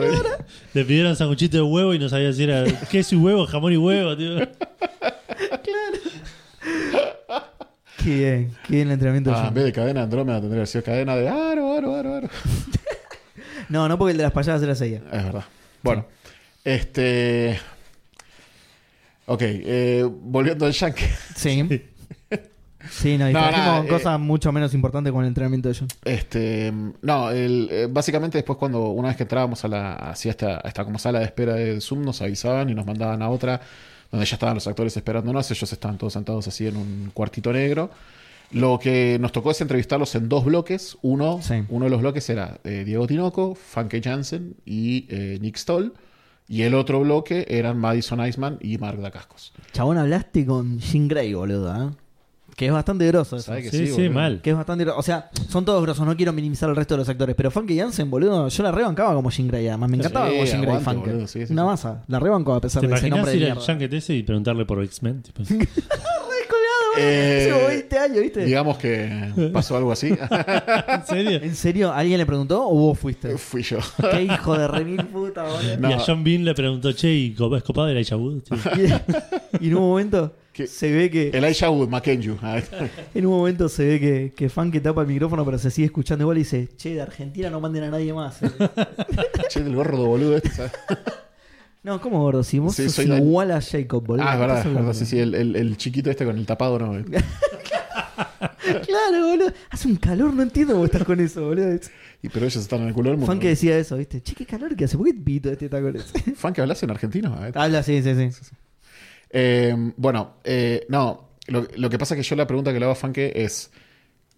Speaker 3: Le pidieron sanguchito de huevo y no sabía si era queso y huevo, jamón y huevo, tío.
Speaker 4: Qué bien, qué bien el entrenamiento de
Speaker 5: Ah, en
Speaker 4: Jun.
Speaker 5: vez de cadena Andrómeda tendría que haber sido cadena de aro, aro, aro, aro.
Speaker 4: No, no porque el de las payadas era sella.
Speaker 5: Es verdad. Bueno, este. Ok, eh, volviendo al Yankee.
Speaker 4: Sí. Sí, no, y
Speaker 5: No,
Speaker 4: trajimos
Speaker 5: nada, eh,
Speaker 4: cosas mucho menos importantes con el entrenamiento de Jun.
Speaker 5: Este, no, el- eh, básicamente después cuando una vez que entrábamos a la, hacia esta, a esta como sala de espera de Zoom nos avisaban y nos mandaban a otra donde ya estaban los actores esperándonos, ellos estaban todos sentados así en un cuartito negro. Lo que nos tocó es entrevistarlos en dos bloques. Uno,
Speaker 4: Sí.
Speaker 5: uno de los bloques era eh, Diego Tinoco, Funke Jansen y eh, Nick Stoll. Y el otro bloque eran Madison Iceman y Mark Dacascos.
Speaker 4: Chabón, hablaste con Jim Grey, boludo, ¿eh? Que es bastante grosso. eso.
Speaker 5: ¿Sabes que
Speaker 3: Sí, sí,
Speaker 5: boludo?
Speaker 3: mal.
Speaker 4: Que es bastante grosso. O sea, son todos grosos, no quiero minimizar al resto de los actores. Pero Funky Jansen, boludo, yo la rebancaba como Jim Grey, además. Me encantaba
Speaker 5: Sí,
Speaker 4: como Jim Grey
Speaker 5: aguante,
Speaker 4: Funke.
Speaker 5: boludo, sí, sí,
Speaker 4: Una
Speaker 5: sí.
Speaker 4: masa. La rebancaba a pesar
Speaker 3: ¿Te
Speaker 4: de ese
Speaker 3: imaginas
Speaker 4: nombre de
Speaker 3: ir al
Speaker 4: mierda.
Speaker 3: Junket ese y preguntarle por X-Men? Tipo,
Speaker 4: Colgado, boludo.
Speaker 5: Eh,
Speaker 4: Llevo 20 años, ¿viste?
Speaker 5: Digamos que pasó algo así.
Speaker 3: ¿En serio?
Speaker 4: ¿En serio? ¿Alguien le preguntó o vos fuiste?
Speaker 5: Fui yo.
Speaker 4: Qué hijo de re mil puta, boludo.
Speaker 5: No.
Speaker 3: Y a John Bean le preguntó, che, ¿y co- es copado el Elijah Wood? tío?
Speaker 4: Y, y en un momento
Speaker 5: ¿Qué?
Speaker 4: se ve que.
Speaker 5: Elijah Wood, Mackenju. Ah,
Speaker 4: En un momento se ve que, que Funke tapa el micrófono, pero se sigue escuchando igual y dice: Che, de Argentina no manden a nadie más. eh".
Speaker 5: Che, del gordo boludo este. ¿sabes?
Speaker 4: No, ¿cómo gordo? Si vos
Speaker 5: Sí,
Speaker 4: sos
Speaker 5: soy la-
Speaker 4: igual a Jacob, boludo.
Speaker 5: Ah, es verdad,
Speaker 4: Estás
Speaker 5: es
Speaker 4: hablando.
Speaker 5: verdad, sí, sí, el, el- el chiquito este con el tapado no.
Speaker 4: Claro, boludo. Hace un calor, no entiendo cómo estás con eso, boludo. Es-
Speaker 5: Y, pero ellos están en el culo del mundo.
Speaker 4: Fan que decía eso, ¿viste? Che, qué calor que hace. ¿Por qué pito este está con eso?
Speaker 5: Fan que hablas en argentino. a ver.
Speaker 4: Habla, sí, sí, sí.
Speaker 5: Eh, bueno, eh, no, lo, lo que pasa es que yo la pregunta que le hago a Fanke es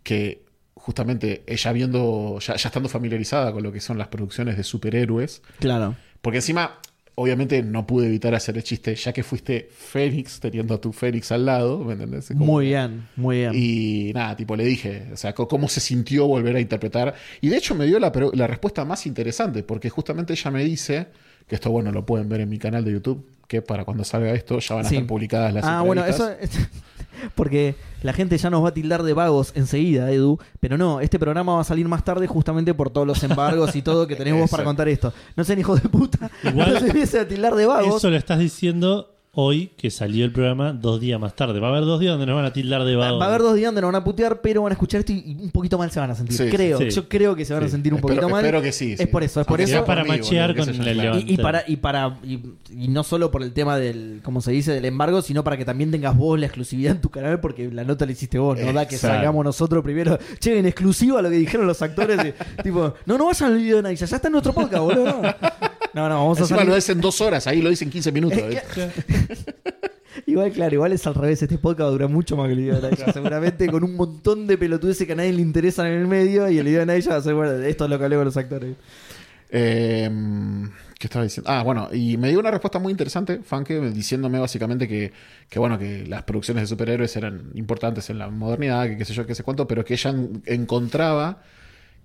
Speaker 5: que justamente ella viendo, ya, ya estando familiarizada con lo que son las producciones de superhéroes,
Speaker 4: Claro.
Speaker 5: porque encima, obviamente no pude evitar hacer el chiste, ya que fuiste Fénix, teniendo a tu Fénix al lado, ¿me entendés? Es como-
Speaker 4: Muy bien, muy bien.
Speaker 5: Y nada, tipo, le dije, o sea, co- cómo se sintió volver a interpretar. Y de hecho me dio la, pre- la respuesta más interesante, porque justamente ella me dice, que esto, bueno, lo pueden ver en mi canal de YouTube, que para cuando salga esto ya van a
Speaker 4: Sí.
Speaker 5: estar publicadas las
Speaker 4: ah, bueno, eso.
Speaker 5: entrevistas.
Speaker 4: Porque la gente ya nos va a tildar de vagos enseguida, Edu. Pero no, este programa va a salir más tarde justamente por todos los embargos y todo que tenés vos para
Speaker 5: Exacto.
Speaker 4: contar esto. No sean hijos de puta.
Speaker 3: Igual-
Speaker 4: no se empiecen a tildar de vagos.
Speaker 3: Eso lo estás diciendo hoy que salió el programa dos días más tarde. Va a haber dos días donde nos van a tildar de
Speaker 4: Va
Speaker 3: vagos.
Speaker 4: va a haber dos días donde nos van a putear, pero van a escuchar esto y y un poquito mal se van a sentir.
Speaker 5: Sí, sí,
Speaker 4: creo,
Speaker 3: sí.
Speaker 4: yo creo que se van a
Speaker 3: Sí.
Speaker 4: sentir un
Speaker 5: Espero-
Speaker 4: poquito mal.
Speaker 5: espero que sí, sí.
Speaker 4: Es por eso, es por eso.
Speaker 5: Aunque sea
Speaker 3: Era para
Speaker 5: Por mí,
Speaker 3: machear
Speaker 5: boludo,
Speaker 3: con
Speaker 5: qué sé yo,
Speaker 3: el
Speaker 5: claro.
Speaker 3: levante.
Speaker 4: Y, y para, y para, y, y no solo por el tema del, como se dice, del embargo, sino para que también tengas vos la exclusividad en tu canal, porque la nota la hiciste vos, ¿no? Da que
Speaker 3: Exacto.
Speaker 4: salgamos nosotros primero. Che, en exclusiva lo que dijeron los actores. y, tipo, no, no vayan al video de Naisa, ya está en nuestro podcast, boludo. No, no, no, vamos a
Speaker 5: Encima lo
Speaker 4: salir.
Speaker 5: dicen dos horas, ahí lo dicen 15 minutos. ¿viste?
Speaker 4: Igual, claro, igual es al revés. Este podcast va a durar mucho más que el video de Naisa. Seguramente con un montón de pelotudeces que a nadie le interesan en el medio y el video de Naisa va a ser, bueno, esto es lo que hablé con los actores.
Speaker 5: Eh, ¿Qué estaba diciendo? Ah, bueno, y me dio una respuesta muy interesante, Funke, diciéndome básicamente que, que, bueno, que las producciones de superhéroes eran importantes en la modernidad, que qué sé yo, qué sé cuánto, pero que ella en- encontraba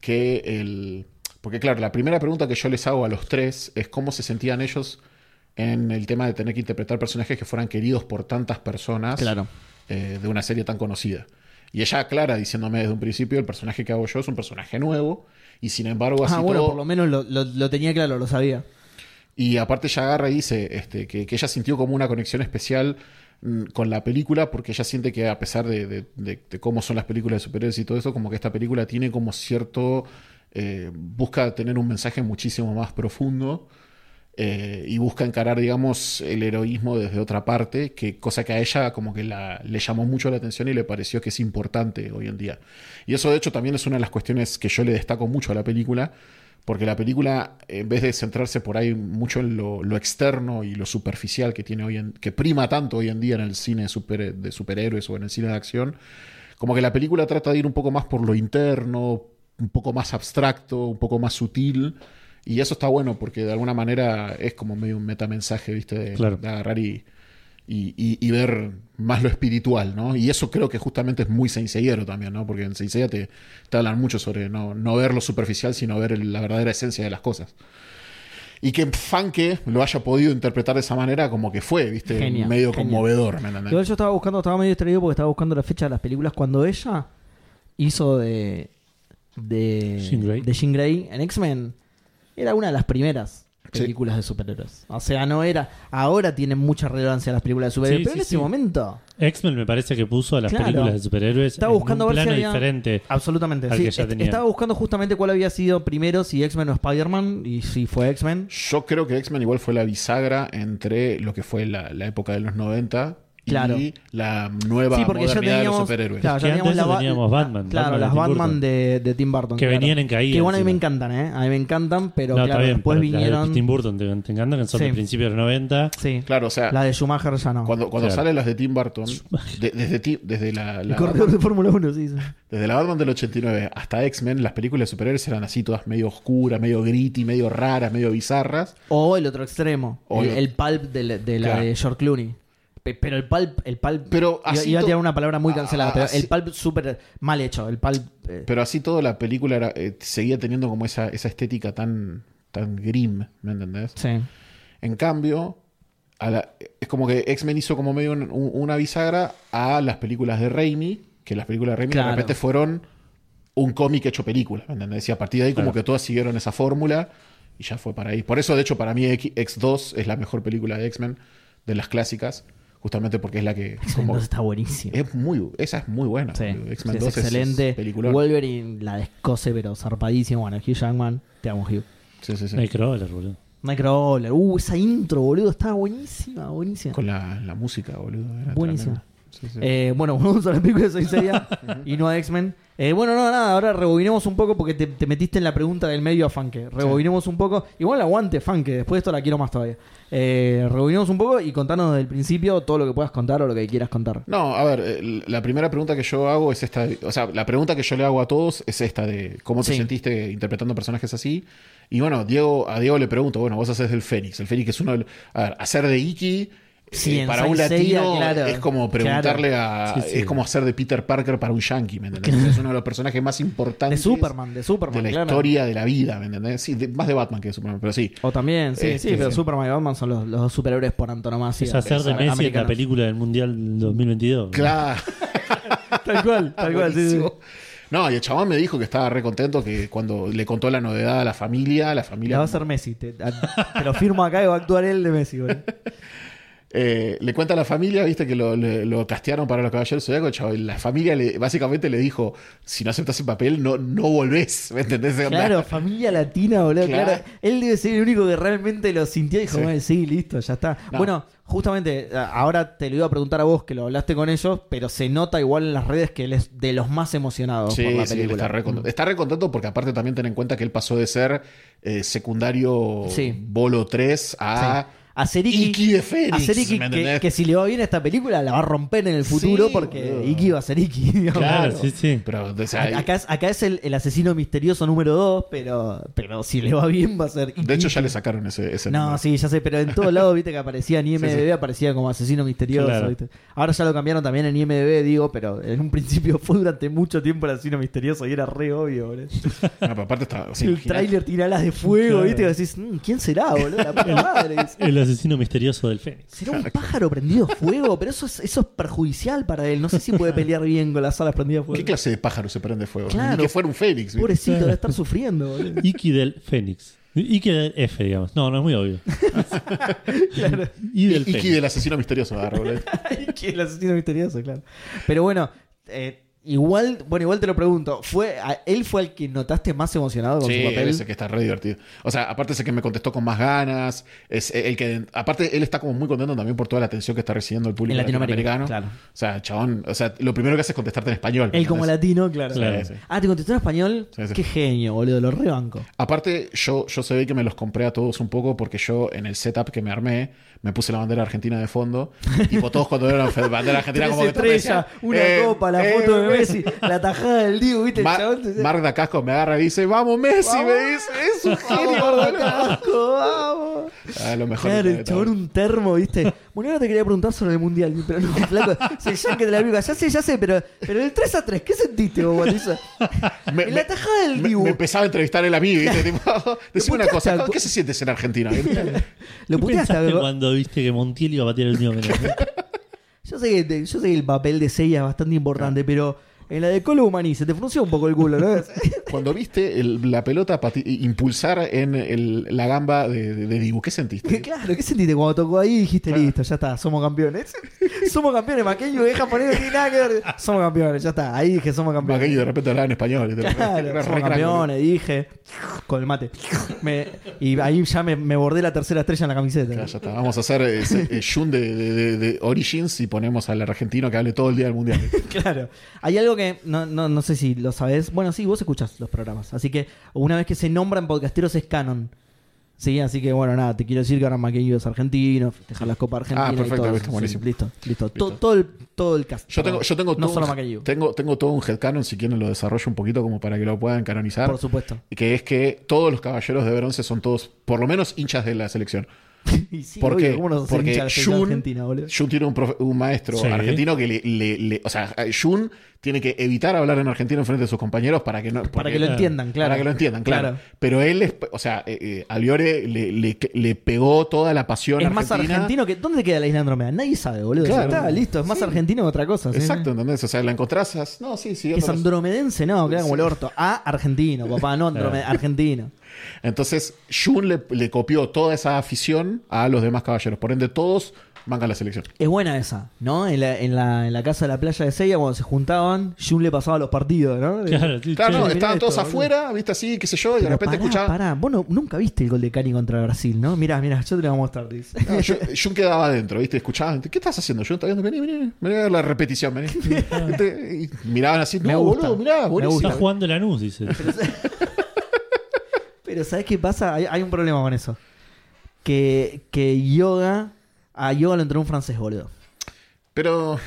Speaker 5: que el... Porque claro, la primera pregunta que yo les hago a los tres es cómo se sentían ellos en el tema de tener que interpretar personajes que fueran queridos por tantas personas
Speaker 4: Claro.
Speaker 5: eh, de una serie tan conocida. Y ella aclara diciéndome desde un principio, el personaje que hago yo es un personaje nuevo y sin embargo así
Speaker 4: Ah, bueno,
Speaker 5: todo-
Speaker 4: por lo menos lo- lo- lo tenía claro, lo sabía.
Speaker 5: y aparte ella agarra y dice este, que, que ella sintió como una conexión especial mm, con la película porque ella siente que a pesar de, de- de- de cómo son las películas de superhéroes y todo eso, como que esta película tiene como cierto... eh, busca tener un mensaje muchísimo más profundo eh, y busca encarar, digamos, el heroísmo desde otra parte, que cosa que a ella como que la, le llamó mucho la atención y le pareció que es importante hoy en día. Y eso de hecho también es una de las cuestiones que yo le destaco mucho a la película, porque la película, en vez de centrarse por ahí mucho en lo, lo externo y lo superficial que tiene hoy en, que prima tanto hoy en día en el cine de, super- de superhéroes o en el cine de acción, como que la película trata de ir un poco más por lo interno, un poco más abstracto, un poco más sutil. Y eso está bueno porque de alguna manera es como medio un metamensaje, ¿viste? De,
Speaker 3: Claro.
Speaker 5: de agarrar y, y, y- y ver más lo espiritual, ¿no? Y eso creo que justamente es muy senseiero también, ¿no? Porque en Senseiya te, te hablan mucho sobre no, no ver lo superficial, sino ver el- la verdadera esencia de las cosas. Y que Funke lo haya podido interpretar de esa manera como que fue, ¿viste?
Speaker 4: Genial,
Speaker 5: medio
Speaker 4: genial.
Speaker 5: conmovedor, ¿me entendés?
Speaker 4: Igual yo estaba buscando, estaba medio distraído porque estaba buscando la fecha de las películas cuando ella hizo de. de.
Speaker 3: Jean Grey.
Speaker 4: de Jean Grey en X-Men. Era una de las primeras
Speaker 5: Sí.
Speaker 4: películas de superhéroes. O sea, no era. Ahora tienen mucha relevancia las películas de
Speaker 3: Sí,
Speaker 4: superhéroes, pero
Speaker 3: sí,
Speaker 4: en ese
Speaker 3: sí.
Speaker 4: momento.
Speaker 3: X-Men me parece que puso a las
Speaker 4: Claro.
Speaker 3: películas de superhéroes
Speaker 4: Estaba
Speaker 3: en
Speaker 4: buscando
Speaker 3: un
Speaker 4: ver si
Speaker 3: plano
Speaker 4: había-
Speaker 3: diferente.
Speaker 4: Absolutamente.
Speaker 3: Al
Speaker 4: sí.
Speaker 3: que ya
Speaker 4: Est-
Speaker 3: tenía.
Speaker 4: Estaba buscando justamente cuál había sido primero, si X-Men o Spider-Man, y si fue X-Men.
Speaker 5: Yo creo que X-Men igual fue la bisagra entre lo que fue la, la época de los 90
Speaker 4: Claro.
Speaker 5: y la nueva
Speaker 4: Sí, porque ya
Speaker 5: modernidad de los
Speaker 4: teníamos,
Speaker 5: superhéroes.
Speaker 4: claro, ya
Speaker 3: Que
Speaker 4: teníamos
Speaker 3: antes
Speaker 4: la
Speaker 3: no
Speaker 4: ba-
Speaker 3: teníamos Batman, Batman
Speaker 4: Claro,
Speaker 3: de Tim
Speaker 4: las Batman
Speaker 3: Burton.
Speaker 4: de, de Tim Burton.
Speaker 3: Que
Speaker 4: claro.
Speaker 3: venían en caída
Speaker 4: Que bueno, a mí me
Speaker 3: encima.
Speaker 4: encantan, ¿eh? A mí me encantan, pero
Speaker 3: No,
Speaker 4: claro,
Speaker 3: está bien,
Speaker 4: después
Speaker 3: pero las de
Speaker 4: vinieron.
Speaker 3: Tim Burton, te, te encantan, que son
Speaker 4: Sí.
Speaker 3: de principios de los 90.
Speaker 4: Sí.
Speaker 5: Claro, o sea,
Speaker 4: La de Schumacher ya no.
Speaker 5: cuando, cuando
Speaker 3: Claro.
Speaker 5: salen las de Tim Burton, de- desde, ti- desde la,
Speaker 4: El
Speaker 5: la-
Speaker 4: corredor de Fórmula 1, sí. sí.
Speaker 5: desde la Batman del 89 hasta X-Men, las películas de superhéroes eran así, todas medio oscuras, medio gritty, medio raras, medio bizarras.
Speaker 4: O el otro extremo.
Speaker 5: O
Speaker 4: el,
Speaker 5: el-
Speaker 4: el pulp de la, de, la
Speaker 5: Claro.
Speaker 4: de George Clooney. Pe- Pero el pulp, el pulp
Speaker 5: Pero
Speaker 4: iba-
Speaker 5: así
Speaker 4: iba a
Speaker 5: to-
Speaker 4: tirar una palabra muy cancelada,
Speaker 5: Ah,
Speaker 4: pero
Speaker 5: así-
Speaker 4: el pulp súper mal hecho, el pulp eh,
Speaker 5: Pero así toda la película era- eh, seguía teniendo como esa, esa estética tan, tan grim, ¿me entendés?
Speaker 4: sí.
Speaker 5: En cambio, a la- es como que X-Men hizo como medio un- un- una bisagra a las películas de Raimi, que las películas de Raimi
Speaker 4: Claro.
Speaker 5: de repente fueron un cómic hecho película, ¿me entendés? Y a partir de ahí como
Speaker 3: Claro.
Speaker 5: que todas siguieron esa fórmula y ya fue para ahí. Por eso, de hecho, para mí X- X2 es la mejor película de X-Men, de las clásicas, justamente porque es la que... como-
Speaker 4: Pues Entonces está buenísimo.
Speaker 5: es muy, esa es muy buena.
Speaker 4: Sí,
Speaker 5: boludo. X-Men
Speaker 4: sí, es
Speaker 5: 2 es- es
Speaker 4: excelente.
Speaker 5: peliculón.
Speaker 4: Wolverine la descoce, pero zarpadísimo. Bueno, Hugh Jackman, te amo, Hugh.
Speaker 5: Sí, sí, sí.
Speaker 3: Nightcrawler, boludo.
Speaker 4: Nightcrawler, uh, esa intro, boludo, estaba buenísima, buenísima.
Speaker 5: Con la, la música, boludo. era
Speaker 4: Buenísimo.
Speaker 5: tremenda. Sí, sí.
Speaker 4: Eh, bueno, volvemos a la película de Soy Seiya y no a X-Men. Eh, bueno, no, nada, ahora rebobinemos un poco porque te, te metiste en la pregunta del medio a Funke. Rebobinemos un poco. Igual aguante, Funke, después de esto la quiero más todavía. Eh, rebobinemos un poco y contanos desde el principio todo lo que puedas contar o lo que quieras contar.
Speaker 5: No, a ver, el- la primera pregunta que yo hago es esta, o sea, la pregunta que yo le hago a todos es esta de cómo te
Speaker 4: Sí.
Speaker 5: sentiste interpretando personajes así. Y bueno, Diego, a Diego le pregunto, bueno, vos haces del Fénix, el Fénix es uno, del- a ver, hacer de Iki
Speaker 4: Sí,
Speaker 5: eh,
Speaker 4: en
Speaker 5: para un
Speaker 4: Saint Seiya,
Speaker 5: latino
Speaker 4: claro,
Speaker 5: es como preguntarle a.
Speaker 3: Sí, sí.
Speaker 5: Es como hacer de Peter Parker para un yankee, ¿me entendés? es uno de los personajes más
Speaker 4: De
Speaker 5: importantes
Speaker 4: Superman, de Superman,
Speaker 5: de la
Speaker 4: claro.
Speaker 5: historia de la vida, ¿me entendés? Sí, de- más de Batman que de Superman, pero sí.
Speaker 4: O también, sí, sí,
Speaker 5: Este,
Speaker 4: pero
Speaker 5: sí.
Speaker 4: Superman y Batman son los, los dos superhéroes por antonomasia.
Speaker 3: Es hacer de
Speaker 4: Americanos.
Speaker 3: Messi en la película del Mundial 2022.
Speaker 5: Claro.
Speaker 4: Tal cual, tal cual. sí, sí.
Speaker 5: Ah, Buenísimo. No, y el chabón me dijo que estaba re contento que cuando le contó la novedad a la familia, la familia
Speaker 4: La va a hacer Messi. Te, a- te lo firmo acá y va a actuar él de Messi, boludo.
Speaker 5: Eh, le cuenta a la familia, viste que lo, le- lo castearon para los caballeros zodiacos, chavo, y la familia le- básicamente le dijo, si no aceptas el papel, no, no volvés, ¿me entendés? Onda,
Speaker 4: Claro, familia latina, boludo. Claro.
Speaker 5: Claro.
Speaker 4: Él debe ser el único que realmente lo sintió y dijo,
Speaker 5: Sí.
Speaker 4: "Bueno, sí, listo, ya está.
Speaker 5: No.
Speaker 4: Bueno, justamente, a- ahora te lo iba a preguntar a vos que lo hablaste con ellos, pero se nota igual en las redes que él es de los más emocionados
Speaker 5: Sí,
Speaker 4: por la
Speaker 5: sí, él
Speaker 4: película. Mm.
Speaker 5: está, re contento. Está re contento porque aparte también ten en cuenta que él pasó de ser eh, secundario
Speaker 4: Sí.
Speaker 5: bolo 3 a...
Speaker 4: Sí. A Seriki,
Speaker 5: Iki de Fénix,
Speaker 4: a Seriki
Speaker 5: ¿me
Speaker 4: que,
Speaker 5: entendés?
Speaker 4: que si le va bien a esta película la va a romper en el futuro
Speaker 5: Sí,
Speaker 4: porque
Speaker 5: boludo.
Speaker 4: Iki va a ser Iki. digamos.
Speaker 3: Claro,
Speaker 5: Claro.
Speaker 3: sí, sí.
Speaker 5: Pero, o sea,
Speaker 4: A- Acá es, acá es el, el asesino misterioso número 2, pero, pero si le va bien va a ser Iki.
Speaker 5: de hecho ya le sacaron ese... ese
Speaker 4: No,
Speaker 5: número.
Speaker 4: sí, ya sé, pero en todos lados, viste que aparecía en IMDB,
Speaker 5: sí.
Speaker 4: aparecía como asesino misterioso,
Speaker 3: Claro.
Speaker 4: ¿viste? Ahora ya lo cambiaron también en IMDB, digo, pero en un principio fue durante mucho tiempo el asesino misterioso y era re obvio, boludo.
Speaker 5: No, pero aparte está... o sea,
Speaker 4: el
Speaker 5: imaginate-
Speaker 4: tráiler tira alas de fuego,
Speaker 3: Claro.
Speaker 4: viste, y decís, "Mm, ¿quién será, boludo? La puta madre.
Speaker 3: El asesino misterioso del Fénix.
Speaker 4: Será un pájaro prendido fuego, pero eso es, eso es perjudicial para él. No sé si puede pelear bien con las alas prendidas fuego.
Speaker 5: ¿Qué clase de pájaro se prende fuego?
Speaker 4: Pues Claro.
Speaker 5: Ni que fuera un Fénix. ¿viste?
Speaker 4: Pobrecito, debe estar sufriendo, boludo.
Speaker 3: Iki del Fénix. Iki del F, digamos. No, no es muy obvio. Y del
Speaker 5: Iki
Speaker 3: Fénix.
Speaker 5: del asesino misterioso. ah, boludo.
Speaker 4: Ay, que el asesino misterioso, claro. Pero bueno, eh, igual, bueno, igual te lo pregunto. ¿Fue, a- él fue el que notaste más emocionado con su
Speaker 5: Sí, él
Speaker 4: papel.
Speaker 5: es el que está re divertido. O sea, aparte es el que me contestó con más ganas. Es e, el que. Aparte, él está como muy contento también por toda la atención que está recibiendo el público
Speaker 4: En Latinoamérica,
Speaker 5: latinoamericano.
Speaker 4: claro.
Speaker 5: O sea, chabón. O sea, lo primero que hace es contestarte en español.
Speaker 4: Él como
Speaker 5: ¿entendés?
Speaker 4: latino, claro.
Speaker 3: Claro,
Speaker 5: sí.
Speaker 4: Ah, te contestó en español.
Speaker 5: Sí, sí.
Speaker 4: Qué genio, boludo, lo rebanco.
Speaker 5: Aparte, yo, yo se ve que me los compré a todos un poco porque yo en el setup que me armé me puse la bandera argentina de fondo. Y todos cuando vieron la bandera argentina
Speaker 4: Tres
Speaker 5: Ah, como que todos me
Speaker 4: estrellas,
Speaker 5: decían,
Speaker 4: una
Speaker 5: "Eh,
Speaker 4: copa, la
Speaker 5: eh,
Speaker 4: foto de
Speaker 5: eh".
Speaker 4: Messi, la tajada del Diego, ¿viste? El
Speaker 5: Mar-
Speaker 4: chabón te dice,
Speaker 5: Marc Dacasco me agarra y dice, vamos Messi, me dice, es un
Speaker 4: "Vamos,
Speaker 5: genio.
Speaker 4: gordo,
Speaker 5: boludo".
Speaker 4: carajo, vamos.
Speaker 5: Ah, lo mejor.
Speaker 4: Claro,
Speaker 5: del
Speaker 4: el
Speaker 5: planeta,
Speaker 4: chabón
Speaker 5: boludo.
Speaker 4: un termo, ¿viste? Bueno, ahora te quería preguntar sobre el mundial, pero no, flaco. Sí, ya que te la viva, ya sé, ya sé, pero, pero el 3 a 3, ¿qué sentiste vos cuando hizo?
Speaker 5: Me-
Speaker 4: en la
Speaker 5: me-
Speaker 4: tajada del
Speaker 5: me,
Speaker 4: Dibu.
Speaker 5: me empezaba a entrevistar él a mí, ¿viste? Tipo, decime una
Speaker 4: puteaste
Speaker 5: cosa,
Speaker 4: a-
Speaker 5: ¿qué se siente ser argentino?
Speaker 4: Lo
Speaker 3: ¿Qué
Speaker 4: puteaste,
Speaker 3: pensaste
Speaker 4: ¿verdad?
Speaker 3: cuando viste que Montiel iba a batir el último penal?
Speaker 4: Yo sé, que te- yo sé que el papel de Seiya es bastante importante, pero en la de Colo Humaní se te frunció un poco el culo, ¿no?
Speaker 5: Cuando viste el- la pelota pati- impulsar en el- la gamba de, de- de Dibu, ¿qué sentiste?
Speaker 4: claro, ¿qué sentiste cuando tocó ahí? Dijiste, listo, ya está, somos campeones. somos campeones, Maqueño y japonés no tiene nada que ver. Somos campeones, ya está. Ahí dije, somos campeones.
Speaker 5: Maquello de repente hablaba en español. ¿viste? Era
Speaker 4: Claro,
Speaker 5: re
Speaker 4: somos
Speaker 5: crack,
Speaker 4: campeones, dije, con el mate. Me- y ahí ya me, me bordé la tercera estrella en la camiseta.
Speaker 5: Ya, ya está. Vamos a hacer eh, ese, eh, Shun de, de- de- de Origins y ponemos al argentino que hable todo el día del mundial.
Speaker 4: Claro. Hay algo que no, no, no sé si lo sabés. Bueno, sí, vos escuchás los programas. Así que una vez que se nombran podcasteros es canon. Sí, así que bueno, nada, te quiero decir que ahora McKinney es argentino, festejar la Copa Argentina.
Speaker 5: Ah, perfecto,
Speaker 4: y todo
Speaker 5: listo,
Speaker 4: eso.
Speaker 5: buenísimo.
Speaker 4: Sí, listo, listo. To- Todo, el, todo el cast.
Speaker 5: Yo tengo, yo tengo,
Speaker 4: No
Speaker 5: todo
Speaker 4: solo
Speaker 5: un-
Speaker 4: McKinney,
Speaker 5: tengo, tengo todo un headcanon, si quieren lo desarrollo un poquito como para que lo puedan canonizar.
Speaker 4: por supuesto.
Speaker 5: que es que todos los caballeros de bronce son todos, por lo menos, hinchas de la selección.
Speaker 4: Y sí,
Speaker 5: ¿Por
Speaker 4: obvio,
Speaker 5: qué?
Speaker 4: ¿cómo nos
Speaker 5: Porque
Speaker 4: hincha la selección
Speaker 5: Jun-
Speaker 4: argentina, boludo?
Speaker 5: Jun tiene un, profe- un maestro
Speaker 3: Sí.
Speaker 5: argentino que le, le- le- O sea, Jun tiene que evitar hablar en argentino en frente de sus compañeros para que no.
Speaker 4: Para
Speaker 5: porque-
Speaker 4: que lo entiendan, claro.
Speaker 5: Para que lo entiendan, claro. Pero él, es, o sea, eh, eh, Aliore le, le- le pegó toda la pasión
Speaker 4: Es más
Speaker 5: argentina.
Speaker 4: argentino que. ¿Dónde queda la isla Andrómeda? Nadie sabe, boludo. Ya
Speaker 5: Claro.
Speaker 4: está, listo. Es más argentino que otra cosa. sí, sí.
Speaker 5: Exacto, ¿entendés? O sea, la encontrás. as- No, sí, sí.
Speaker 4: Es
Speaker 5: otra cosa.
Speaker 4: andromedense, no, queda como el orto. Ah, argentino, papá, no androme- argentino.
Speaker 5: Entonces, Jun le, le copió toda esa afición a los demás caballeros. Por ende, todos mangan la selección.
Speaker 4: Es buena esa, ¿no? En la, en la, en la casa de la playa de Seiya, cuando se juntaban, Jun le pasaba los partidos, ¿no?
Speaker 3: Claro, sí,
Speaker 5: Claro,
Speaker 3: sí.
Speaker 5: no,
Speaker 4: mirá
Speaker 5: estaban
Speaker 4: esto,
Speaker 5: todos
Speaker 4: boludo.
Speaker 5: afuera, viste así, qué sé yo, y de
Speaker 4: Pero
Speaker 5: repente
Speaker 4: pará,
Speaker 5: escuchaba.
Speaker 4: pará, vos no- nunca viste el gol de Cani contra Brasil, ¿no? Mirá, mirá, yo te lo voy a mostrar, dice.
Speaker 5: No, yo, yo quedaba adentro, ¿viste? Escuchaban, ¿qué estás haciendo? Yo estaba viendo, vení, vení, vení a ver la repetición, vení. Viste, y miraban así,
Speaker 4: Me
Speaker 5: no,
Speaker 4: gusta.
Speaker 5: boludo, mirá,
Speaker 4: Me
Speaker 5: buenísimo.
Speaker 3: Está jugando Lanús, dice.
Speaker 4: Pero ¿sabés qué pasa? Hay, hay un problema con eso. Que, que Yoga, a Yoga lo entró un francés, boludo.
Speaker 5: Pero.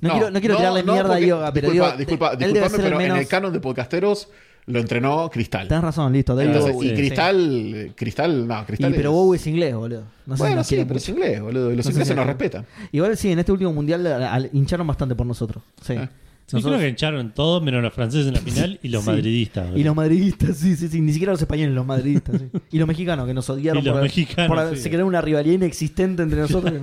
Speaker 4: No, quiero, no quiero tirarle mierda
Speaker 5: porque-
Speaker 4: a Yoga, pero
Speaker 5: disculpa,
Speaker 4: digo,
Speaker 5: disculpa,
Speaker 4: él debe
Speaker 5: disculpame,
Speaker 4: ser el
Speaker 5: pero en
Speaker 4: menos-
Speaker 5: el canon de podcasteros, Lo entrenó Cristal.
Speaker 4: Tenés razón, listo. David
Speaker 5: Entonces,
Speaker 4: Bowie.
Speaker 5: y Cristal, Cristal, no,
Speaker 4: Y-
Speaker 5: Cristal.
Speaker 4: pero
Speaker 5: es-
Speaker 4: Bowie es inglés, boludo. No sé si
Speaker 5: bueno,
Speaker 4: nos
Speaker 5: sí,
Speaker 4: quieren
Speaker 5: pero es
Speaker 4: mucho.
Speaker 5: inglés, boludo. y Los
Speaker 4: No sé si
Speaker 5: ingleses
Speaker 4: nos
Speaker 5: nos
Speaker 4: quieren.
Speaker 5: respetan.
Speaker 4: Igual sí, en este último mundial al- al- hincharon bastante por nosotros. Sí.
Speaker 5: Ah.
Speaker 3: Sí, creo que hincharon todos menos los franceses en la final y los
Speaker 4: Sí.
Speaker 3: madridistas. boludo.
Speaker 4: Y los madridistas, sí, sí, sí. Ni siquiera los españoles, los madridistas. sí. Y los mexicanos, que nos odiaron
Speaker 3: Y los
Speaker 4: por,
Speaker 3: mexicanos,
Speaker 4: por
Speaker 3: sí.
Speaker 4: se creó una rivalidad inexistente entre nosotros.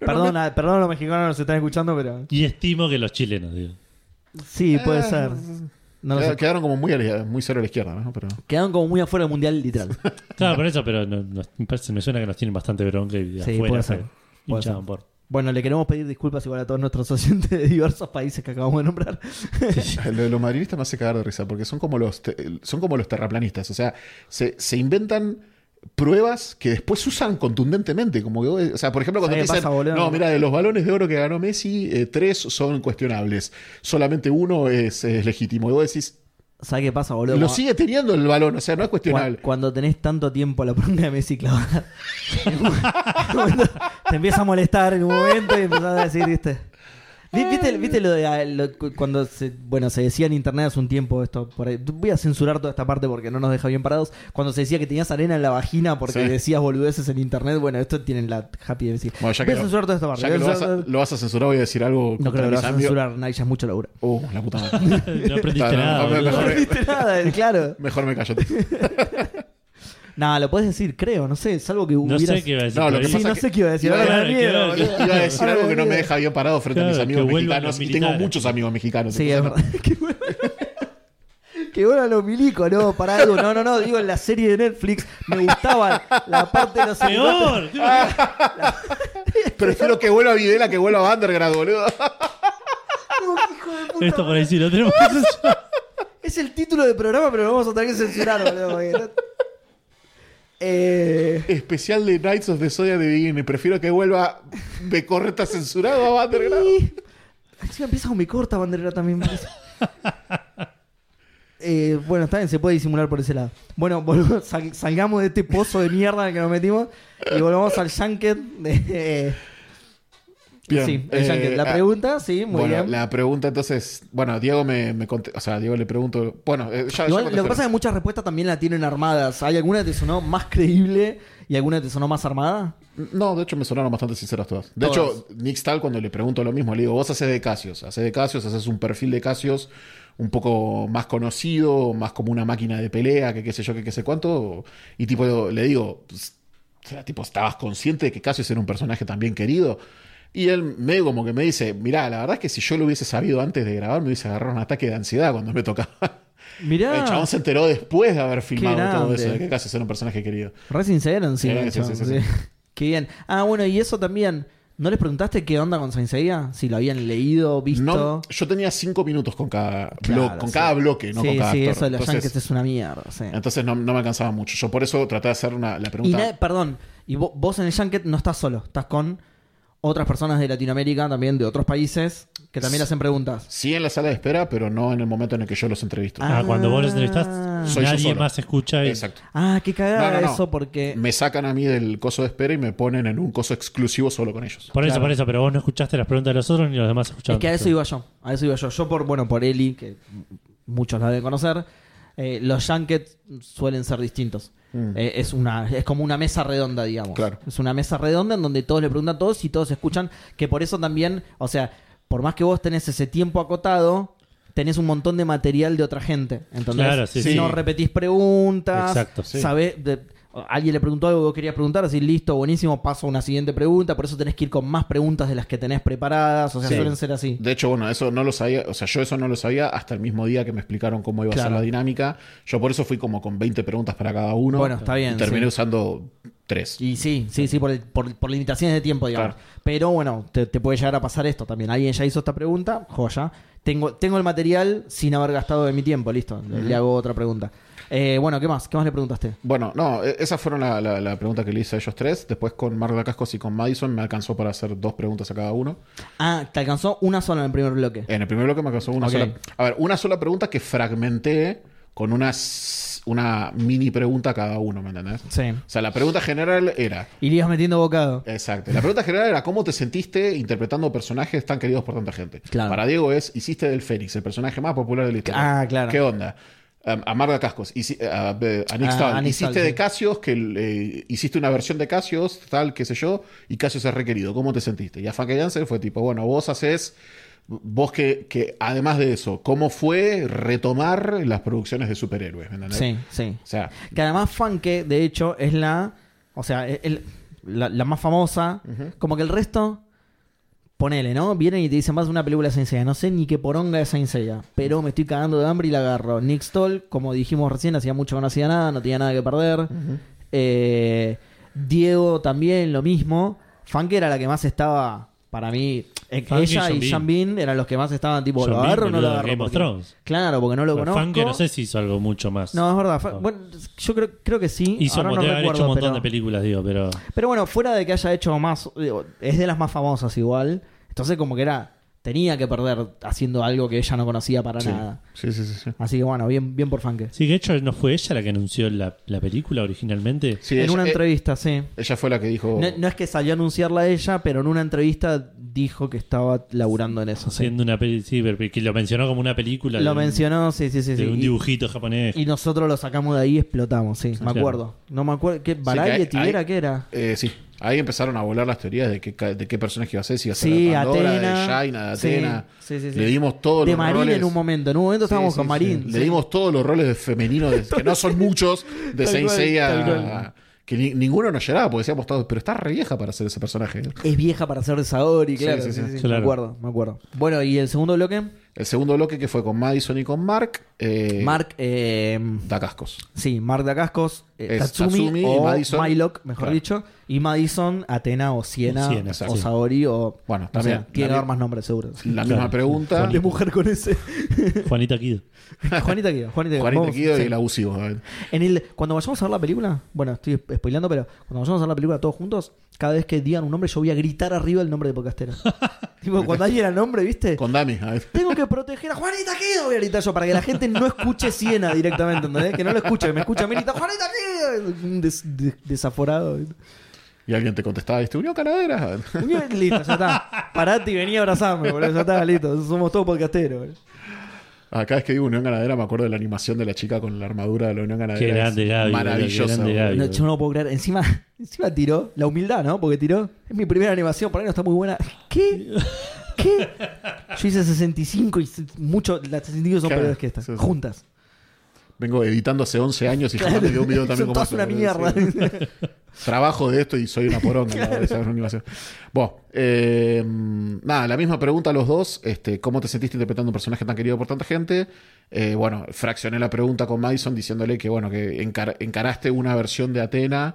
Speaker 4: perdón, a, perdón a los mexicanos que nos están escuchando, pero.
Speaker 3: Y estimo que los chilenos, digo.
Speaker 4: Sí, puede
Speaker 5: Eh,
Speaker 4: ser. No lo
Speaker 5: Queda-
Speaker 4: sé.
Speaker 5: Quedaron como muy, a la- muy cero a la izquierda, ¿no? Pero,
Speaker 4: Quedaron como muy afuera del mundial, literal.
Speaker 3: Claro, por eso, pero no- nos- me parece- me suena que nos tienen bastante bronca y de
Speaker 4: Sí,
Speaker 3: afuera
Speaker 4: puede
Speaker 3: se
Speaker 4: ser. Puede
Speaker 3: hinchaban por.
Speaker 4: Bueno, le queremos pedir disculpas igual a todos nuestros oyentes de diversos países que acabamos de nombrar.
Speaker 5: Lo de los madridistas me hace cagar de risa, porque son como los, te- son como los terraplanistas. O sea, se, se inventan pruebas que después usan contundentemente. Como que, vos- o sea, por ejemplo, cuando
Speaker 4: ¿Sabes
Speaker 5: te
Speaker 4: qué
Speaker 5: dicen,
Speaker 4: pasa, boludo?
Speaker 5: no, mira, de los balones de oro que ganó Messi, eh, tres son cuestionables. Solamente uno es, es legítimo. Y vos decís,
Speaker 4: ¿Sabes qué pasa, boludo?
Speaker 5: lo
Speaker 4: Cuando-
Speaker 5: sigue teniendo el balón, o sea, no es
Speaker 4: cua-
Speaker 5: cuestionable.
Speaker 4: Cuando, tenés tanto tiempo a la bronca de Messi clavada, en un- en un momento te empieza a molestar en un momento y empezás a decir, viste. Vi- ¿Viste, viste lo de ah, lo- cu- cuando se, bueno, se decía en internet hace un tiempo esto? Por ahí- voy a censurar toda esta parte porque no nos deja bien parados. Cuando se decía que tenías arena en la vagina porque
Speaker 5: Sí.
Speaker 4: decías boludeces en internet, bueno, esto tienen la happy de decir.
Speaker 5: Bueno, ya
Speaker 4: voy
Speaker 5: que,
Speaker 4: a
Speaker 5: lo,
Speaker 4: censurar toda esta parte.
Speaker 5: ya
Speaker 4: voy
Speaker 5: que
Speaker 4: a
Speaker 5: lo vas, a,
Speaker 4: censurar-
Speaker 5: lo vas a censurar, voy a decir algo.
Speaker 4: no creo que lo vas a
Speaker 5: mis amigos.
Speaker 4: censurar, Nike ya es mucho laburo.
Speaker 5: Oh, la puta madre.
Speaker 3: No aprendiste
Speaker 5: Claro,
Speaker 3: nada.
Speaker 5: no, no,
Speaker 3: boludo.
Speaker 5: no,
Speaker 4: No viste nada, claro.
Speaker 5: Mejor me callo.
Speaker 4: Nada, lo puedes decir, creo, no sé, salvo que
Speaker 3: No
Speaker 4: hubieras...
Speaker 3: sé qué iba a decir.
Speaker 5: No, lo
Speaker 3: pero
Speaker 5: que
Speaker 3: ahí-
Speaker 4: Sí,
Speaker 5: pasa
Speaker 4: no
Speaker 5: que-
Speaker 4: sé qué iba a decir.
Speaker 3: Claro,
Speaker 4: ahora me da
Speaker 3: claro,
Speaker 4: miedo,
Speaker 5: Iba a decir algo que no me deja bien parado frente a mis
Speaker 3: Claro,
Speaker 5: amigos
Speaker 3: que vuelvan los
Speaker 5: mexicanos. Y tengo
Speaker 3: militares.
Speaker 5: muchos amigos mexicanos.
Speaker 4: Sí, es
Speaker 5: entonces-
Speaker 4: verdad. Que bueno- Que bueno a los milicos, no, pará, digo, no, no, no, digo, en la serie de Netflix me gustaba la parte de los embates.
Speaker 3: Peor.
Speaker 5: Prefiero que vuelva a Videla que vuelva a Undergrad, boludo.
Speaker 3: Esto por ahí sí lo tenemos.
Speaker 4: Es el título del programa, pero lo vamos a tener que censurar, boludo. porque no- Eh,
Speaker 5: Especial de Knights of the Zodiac de Begin. Prefiero que vuelva de correcta censurado a Undergrad.
Speaker 4: Y... Encima empieza con mi corta bandera también. parece. Eh, bueno, está bien, se puede disimular por ese lado. Bueno, volvamos- sal- salgamos de este pozo de mierda en el que nos metimos y volvamos al Shanket. de- eh,
Speaker 5: Bien,
Speaker 4: sí, el
Speaker 5: eh,
Speaker 4: Shanket. La
Speaker 5: ah,
Speaker 4: pregunta, sí, muy
Speaker 5: Bueno,
Speaker 4: bien.
Speaker 5: la pregunta entonces. Bueno, Diego me, me conte- O sea, Diego le pregunto. Bueno, eh, ya.
Speaker 4: Igual, lo que pasa
Speaker 5: ya
Speaker 4: es que
Speaker 5: contestaron.
Speaker 4: muchas respuestas también la tienen armadas. ¿Hay alguna que te sonó más creíble y alguna que te sonó más armada?
Speaker 5: No, de hecho me sonaron bastante sinceras todas. De
Speaker 4: Todas.
Speaker 5: hecho, Nick Stahl, cuando le pregunto lo mismo, le digo: Vos haces de Casios, haces de Casios, haces un perfil de Casios un poco más conocido, más como una máquina de pelea, que qué sé yo, que qué sé cuánto. Y tipo, le digo: "Pues, o sea, tipo, ¿estabas consciente de que Casios era un personaje también querido? Y él me como que me dice: Mirá, la verdad es que si yo lo hubiese sabido antes de grabar, me hubiese agarrado un ataque de ansiedad cuando me tocaba. El
Speaker 4: Mirá,
Speaker 5: chabón se enteró después de haber filmado todo
Speaker 4: grande.
Speaker 5: eso, de que Casios era un personaje querido.
Speaker 4: re sincero encima.
Speaker 5: Sí, sí,
Speaker 4: chabón,
Speaker 5: sí, sí,
Speaker 4: sí. Qué bien. Ah, bueno, y eso también. ¿No les preguntaste qué onda con Saint Seiya? Si lo habían leído, visto.
Speaker 5: No, yo tenía cinco minutos con cada,
Speaker 4: Claro,
Speaker 5: blo- con
Speaker 4: sí.
Speaker 5: cada bloque, no
Speaker 4: sí,
Speaker 5: con cada
Speaker 4: sí,
Speaker 5: actor.
Speaker 4: eso de los
Speaker 5: entonces,
Speaker 4: Yankees es una mierda. sí.
Speaker 5: entonces no, no me alcanzaba mucho. Yo por eso traté de hacer una, la
Speaker 4: Y
Speaker 5: pregunta.
Speaker 4: nadie- perdón, y vo- vos en el Yanket no estás solo, estás con otras personas de Latinoamérica, también de otros países, que también hacen preguntas.
Speaker 5: Sí en la sala de espera, pero no en el momento en el que yo los entrevisto.
Speaker 4: Ah,
Speaker 3: Ah, cuando vos los
Speaker 4: Ah.
Speaker 3: entrevistás,
Speaker 5: Soy yo
Speaker 3: nadie
Speaker 5: solo.
Speaker 3: más escucha. y-
Speaker 5: Exacto.
Speaker 4: Ah, qué cagada
Speaker 5: No, no, no.
Speaker 4: eso, porque.
Speaker 5: Me sacan a mí del coso de espera y me ponen en un coso exclusivo solo con ellos.
Speaker 3: Por eso,
Speaker 4: Claro.
Speaker 3: por eso, pero vos no escuchaste las preguntas de los otros ni los demás escucharon.
Speaker 4: Es que a eso iba yo. A eso iba yo. Yo por, bueno, por Eli, que m- muchos la deben conocer. eh, los junkets suelen ser distintos. Eh, es una es como una mesa redonda, digamos.
Speaker 5: Mm. Claro.
Speaker 4: Es una mesa redonda en donde todos le preguntan a todos y todos escuchan. Que por eso también, o sea, por más que vos tenés ese tiempo acotado, tenés un montón de material de otra gente. Entonces,
Speaker 3: Claro, sí,
Speaker 4: si
Speaker 3: sí.
Speaker 4: no repetís preguntas,
Speaker 3: Exacto, sí.
Speaker 4: sabés de- alguien le preguntó algo que vos querías preguntar, así listo, buenísimo, paso a una siguiente pregunta. Por eso tenés que ir con más preguntas de las que tenés preparadas. O sea,
Speaker 5: Sí.
Speaker 4: suelen ser así.
Speaker 5: De hecho, bueno, eso no lo sabía, o sea, yo eso no lo sabía hasta el mismo día que me explicaron cómo iba a ser
Speaker 4: Claro.
Speaker 5: la dinámica. Yo por eso fui como con 20 preguntas para cada uno.
Speaker 4: Bueno, está bien,
Speaker 5: Y terminé
Speaker 4: sí.
Speaker 5: usando tres.
Speaker 4: Y sí, sí, sí, por, el- por, por limitaciones de tiempo, digamos.
Speaker 5: Claro.
Speaker 4: Pero bueno, te, te puede llegar a pasar esto también. Alguien ya hizo esta pregunta, joya. Tengo, tengo el material sin haber gastado de mi tiempo, listo. Le- Le hago otra pregunta. Eh, bueno, ¿qué más? ¿Qué más le preguntaste?
Speaker 5: Bueno, no, e- esas fueron la, la, la pregunta que le hice a ellos tres. Después con Marla Cascos y con Madison me alcanzó para hacer dos preguntas a cada uno.
Speaker 4: Ah, te alcanzó una sola en el primer
Speaker 5: Eh,
Speaker 4: bloque.
Speaker 5: En el primer bloque me alcanzó una
Speaker 4: Ok.
Speaker 5: sola. A ver, una sola pregunta que fragmenté con unas una mini pregunta a cada uno, ¿me entendés?
Speaker 4: Sí.
Speaker 5: O sea, la pregunta general era.
Speaker 4: Irías metiendo bocado.
Speaker 5: Exacto. La pregunta general era cómo te sentiste interpretando personajes tan queridos por tanta gente.
Speaker 2: Claro.
Speaker 5: Para Diego es, hiciste del Fénix, el personaje más popular de la historia.
Speaker 4: Ah, claro.
Speaker 5: ¿Qué onda? Um, a Marga Cascos, hici- a- a Nick
Speaker 4: Ah,
Speaker 5: Stahl,
Speaker 4: a Nick
Speaker 5: hiciste
Speaker 4: Stahl,
Speaker 5: de
Speaker 4: sí.
Speaker 5: Casios, que eh, hiciste una versión de Casios, tal, qué sé yo, y Casios es requerido. ¿Cómo te sentiste? Y a Frank Jansen fue tipo, bueno, vos haces, vos que, que además de eso, ¿cómo fue retomar las producciones de superhéroes? ¿Me entendés?
Speaker 4: Sí, sí.
Speaker 5: O sea,
Speaker 4: Que además Funke, de hecho, es la. O sea, es el- la, la más famosa. Como que el resto. Ponele, ¿no? Vienen y te dicen, vas a una película de Saint Seiya". No sé ni qué poronga es Saint Seiya, pero me estoy cagando de hambre y la agarro. Nick Stoll, como dijimos recién, hacía mucho que no hacía nada, no tenía nada que perder. Eh, Diego también, lo mismo. Funke era la que más estaba, para mí... eh,
Speaker 3: Funke y
Speaker 4: ella
Speaker 3: Sean
Speaker 4: y
Speaker 3: Bean.
Speaker 4: Sean Bean eran los que más estaban, tipo,
Speaker 3: Sean
Speaker 4: ¿lo
Speaker 3: Bean,
Speaker 4: agarro o no lo
Speaker 3: boludo, de
Speaker 4: agarro?
Speaker 3: Game of
Speaker 4: Porque-
Speaker 3: Thrones.
Speaker 4: Claro, porque no lo conozco.
Speaker 3: Funke no sé si hizo algo mucho más.
Speaker 4: No, es verdad. Fa-
Speaker 3: No.
Speaker 4: Bueno, yo creo, creo que sí.
Speaker 3: hizo
Speaker 4: Ahora
Speaker 3: como
Speaker 4: no
Speaker 3: debe haber
Speaker 4: recuerdo,
Speaker 3: hecho un montón
Speaker 4: pero,
Speaker 3: de películas, digo, pero.
Speaker 4: pero bueno, fuera de que haya hecho más, digo, es de las más famosas igual. Entonces como que era, tenía que perder haciendo algo que ella no conocía para
Speaker 5: sí.
Speaker 4: nada.
Speaker 5: sí, sí, sí, sí.
Speaker 4: Así que bueno, bien, bien por Funke.
Speaker 3: Sí, que de hecho no fue ella la que anunció la, la película originalmente.
Speaker 5: Sí,
Speaker 4: en
Speaker 5: ella-
Speaker 4: una
Speaker 5: eh, Oh.
Speaker 4: entrevista, sí.
Speaker 5: Ella fue la que dijo.
Speaker 4: No, no es que salió a anunciarla ella, pero en una entrevista dijo que estaba laburando en eso. sí.
Speaker 3: Siendo una peli, sí, pero que lo mencionó como una película. de
Speaker 4: Lo
Speaker 3: un-
Speaker 4: mencionó, sí, sí, sí.
Speaker 3: De
Speaker 4: sí.
Speaker 3: un
Speaker 4: Y-
Speaker 3: dibujito japonés.
Speaker 4: Y, nosotros lo sacamos de ahí y explotamos, sí. Me
Speaker 3: Claro.
Speaker 4: acuerdo. No me acuerdo. ¿Qué? ¿Variety
Speaker 5: ahí-
Speaker 4: era? ¿Qué era?
Speaker 5: Eh, sí, ahí empezaron a volar las teorías de qué, ca- de qué personaje iba a ser, si iba a ser
Speaker 4: Sí,
Speaker 5: de Pandora,
Speaker 4: Atena.
Speaker 5: de Jaina, de
Speaker 4: Sí,
Speaker 5: Atena.
Speaker 4: sí, sí, sí.
Speaker 5: Le dimos todos
Speaker 4: de
Speaker 5: los
Speaker 4: Marín
Speaker 5: roles.
Speaker 4: en un momento. En un momento
Speaker 5: Sí,
Speaker 4: estábamos
Speaker 5: sí,
Speaker 4: con
Speaker 5: sí.
Speaker 4: Marín.
Speaker 5: Le
Speaker 4: sí.
Speaker 5: dimos todos los roles de femeninos, de- que no son muchos, de
Speaker 4: Tal
Speaker 5: Saint
Speaker 4: cual,
Speaker 5: Seiya,
Speaker 4: tal cual.
Speaker 5: que ni- ninguno nos llegaba, porque decíamos todos, pero está re vieja para ser ese personaje.
Speaker 4: Es vieja para ser de Saori,
Speaker 5: Sí,
Speaker 4: claro.
Speaker 5: sí, sí,
Speaker 4: sí, sí,
Speaker 3: claro.
Speaker 4: Me acuerdo, me acuerdo. Bueno, y el segundo bloque,
Speaker 5: El segundo bloque que fue con Madison y con Mark. Eh,
Speaker 4: Mark. eh,
Speaker 5: Da cascos.
Speaker 4: sí, Mark Dacascos, eh,
Speaker 5: Es
Speaker 4: Tatsumi,
Speaker 5: Tatsumi y
Speaker 4: o
Speaker 5: Madison.
Speaker 4: Mylock, mejor
Speaker 5: Claro.
Speaker 4: dicho. Y Madison, Atena o Siena,
Speaker 3: Siena,
Speaker 4: o
Speaker 5: exacto.
Speaker 4: Saori o.
Speaker 5: Bueno,
Speaker 4: no sé,
Speaker 5: también-
Speaker 4: tiene que
Speaker 5: también-
Speaker 4: haber más nombres, seguro.
Speaker 5: La
Speaker 3: Claro.
Speaker 5: misma pregunta.
Speaker 4: De mujer con ese.
Speaker 3: Juanita Kid.
Speaker 4: Ah, Juanita Kido, Juanita Kido.
Speaker 5: Juanita
Speaker 4: Vamos,
Speaker 5: Kido y
Speaker 4: sí.
Speaker 5: el abusivo. eh.
Speaker 4: En el, cuando vayamos a ver la película, bueno, estoy spoilando, pero cuando vayamos a ver la película todos juntos, cada vez que digan un nombre, yo voy a gritar arriba el nombre de podcastero. tipo, cuando alguien era nombre, ¿viste?
Speaker 5: Con Dami. eh.
Speaker 4: Tengo que proteger a Juanita Guido, voy a gritar yo, para que la gente no escuche Siena directamente, ¿entendés? Que no lo escuche, me escucha a mí gritar, Juanita Guido, un des- de- desaforado.
Speaker 5: Y alguien te contestaba, "Este, ¿viste? Unión Canaderas.
Speaker 4: Listo, ya está. Parate y vení a abrazarme, boludo, ya está, listo. Somos todos podcasteros, boludo.
Speaker 5: Ah, Cada vez que digo Unión Ganadera me acuerdo de la animación de la chica con la armadura de la Unión Ganadera.
Speaker 3: Qué
Speaker 5: Es
Speaker 3: grande, Gaby,
Speaker 5: Maravillosa.
Speaker 3: qué grande,
Speaker 5: boludo.
Speaker 3: Gaby.
Speaker 4: No, yo no lo puedo creer. Encima, encima tiró la humildad, ¿no? Porque tiró. Es mi primera animación, por ahí no está muy buena. ¿Qué? ¿Qué? Yo hice 65 y se- mucho. Las 65 son
Speaker 5: Claro,
Speaker 4: peores que estas.
Speaker 5: sí, sí.
Speaker 4: Juntas.
Speaker 5: Vengo editando hace 11 años y jamás me dio un video también
Speaker 4: son
Speaker 5: como
Speaker 4: todas
Speaker 5: ese,
Speaker 4: una
Speaker 5: boludo.
Speaker 4: mierda.
Speaker 5: Sí. Trabajo de esto y soy una poronga. ¿no? Esa es la animación. Bueno, eh, nada, la misma pregunta a los dos. Este, ¿Cómo te sentiste interpretando un personaje tan querido por tanta gente? Eh, bueno, fraccioné la pregunta con Madison diciéndole que, bueno, que encar- encaraste una versión de Atena.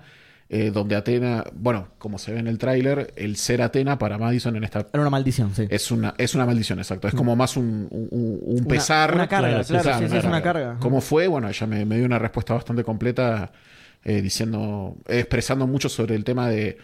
Speaker 5: eh, donde Atena, bueno, como se ve en el tráiler, el ser Atena para Madison en esta
Speaker 4: Era una maldición, sí. Mm.
Speaker 5: Es una, es una maldición, exacto. Es como más un, un- un- un
Speaker 4: Una-
Speaker 5: pesar.
Speaker 4: Una, carga,
Speaker 3: Claro,
Speaker 4: claro.
Speaker 3: sí,
Speaker 5: Claro,
Speaker 4: sí, sí, es una carga.
Speaker 5: ¿Cómo fue? Bueno, ella me, me dio una respuesta bastante completa, eh, diciendo, eh, expresando mucho sobre el tema de,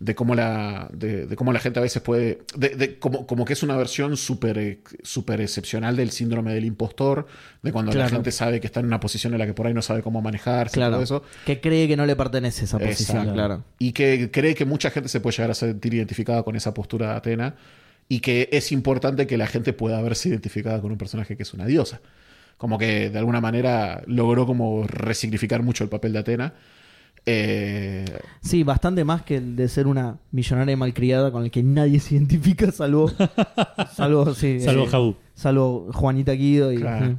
Speaker 5: de cómo la de, de cómo la gente a veces puede, de, de como, como que es una versión súper eh, súper excepcional del síndrome del impostor, de cuando la
Speaker 4: Claro.
Speaker 5: gente sabe que está en una posición en la que por ahí no sabe cómo manejarse, y
Speaker 4: Claro.
Speaker 5: todo eso.
Speaker 4: Que cree que no le pertenece esa posición,
Speaker 5: Exacto.
Speaker 4: claro.
Speaker 5: Y que cree que mucha gente se puede llegar a sentir identificada con esa postura de Atena. Y que es importante que la gente pueda verse identificada con un personaje que es una diosa. Como que de alguna manera logró como resignificar mucho el papel de Atena. Eh,
Speaker 4: Sí, bastante más que el de ser una millonaria malcriada con el que nadie se identifica, salvo. salvo, sí.
Speaker 3: Salvo
Speaker 4: eh,
Speaker 3: Jabu.
Speaker 4: Salvo Juanita Guido y.
Speaker 5: Claro.
Speaker 4: sí.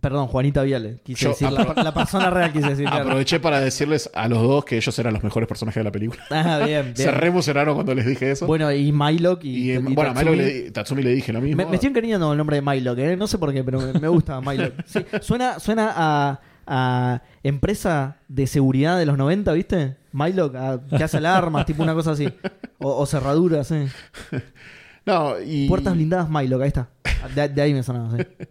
Speaker 4: Perdón, Juanita Viale. Quise
Speaker 5: Yo
Speaker 4: decir la, la persona real, quise decir. claro.
Speaker 5: aproveché para decirles a los dos que ellos eran los mejores personajes de la película.
Speaker 4: Ah, bien, bien.
Speaker 5: Se re emocionaron cuando les dije eso.
Speaker 4: Bueno, y Mylock y.
Speaker 5: y, eh,
Speaker 4: y
Speaker 5: bueno, a Milo
Speaker 4: Tatsumi.
Speaker 5: le- Tatsumi le dije lo mismo.
Speaker 4: Me, me estoy encariñando con el nombre de Mylock, ¿eh? No sé por qué, pero me, me gusta Mylock. Sí, suena, suena a, a empresa de seguridad de los 90, ¿viste? Mylock, a- que hace alarmas, tipo una cosa así. O, o cerraduras, ¿eh?
Speaker 5: No, y-
Speaker 4: Puertas blindadas Mylock, ahí está. De, de ahí me sonaba, sí.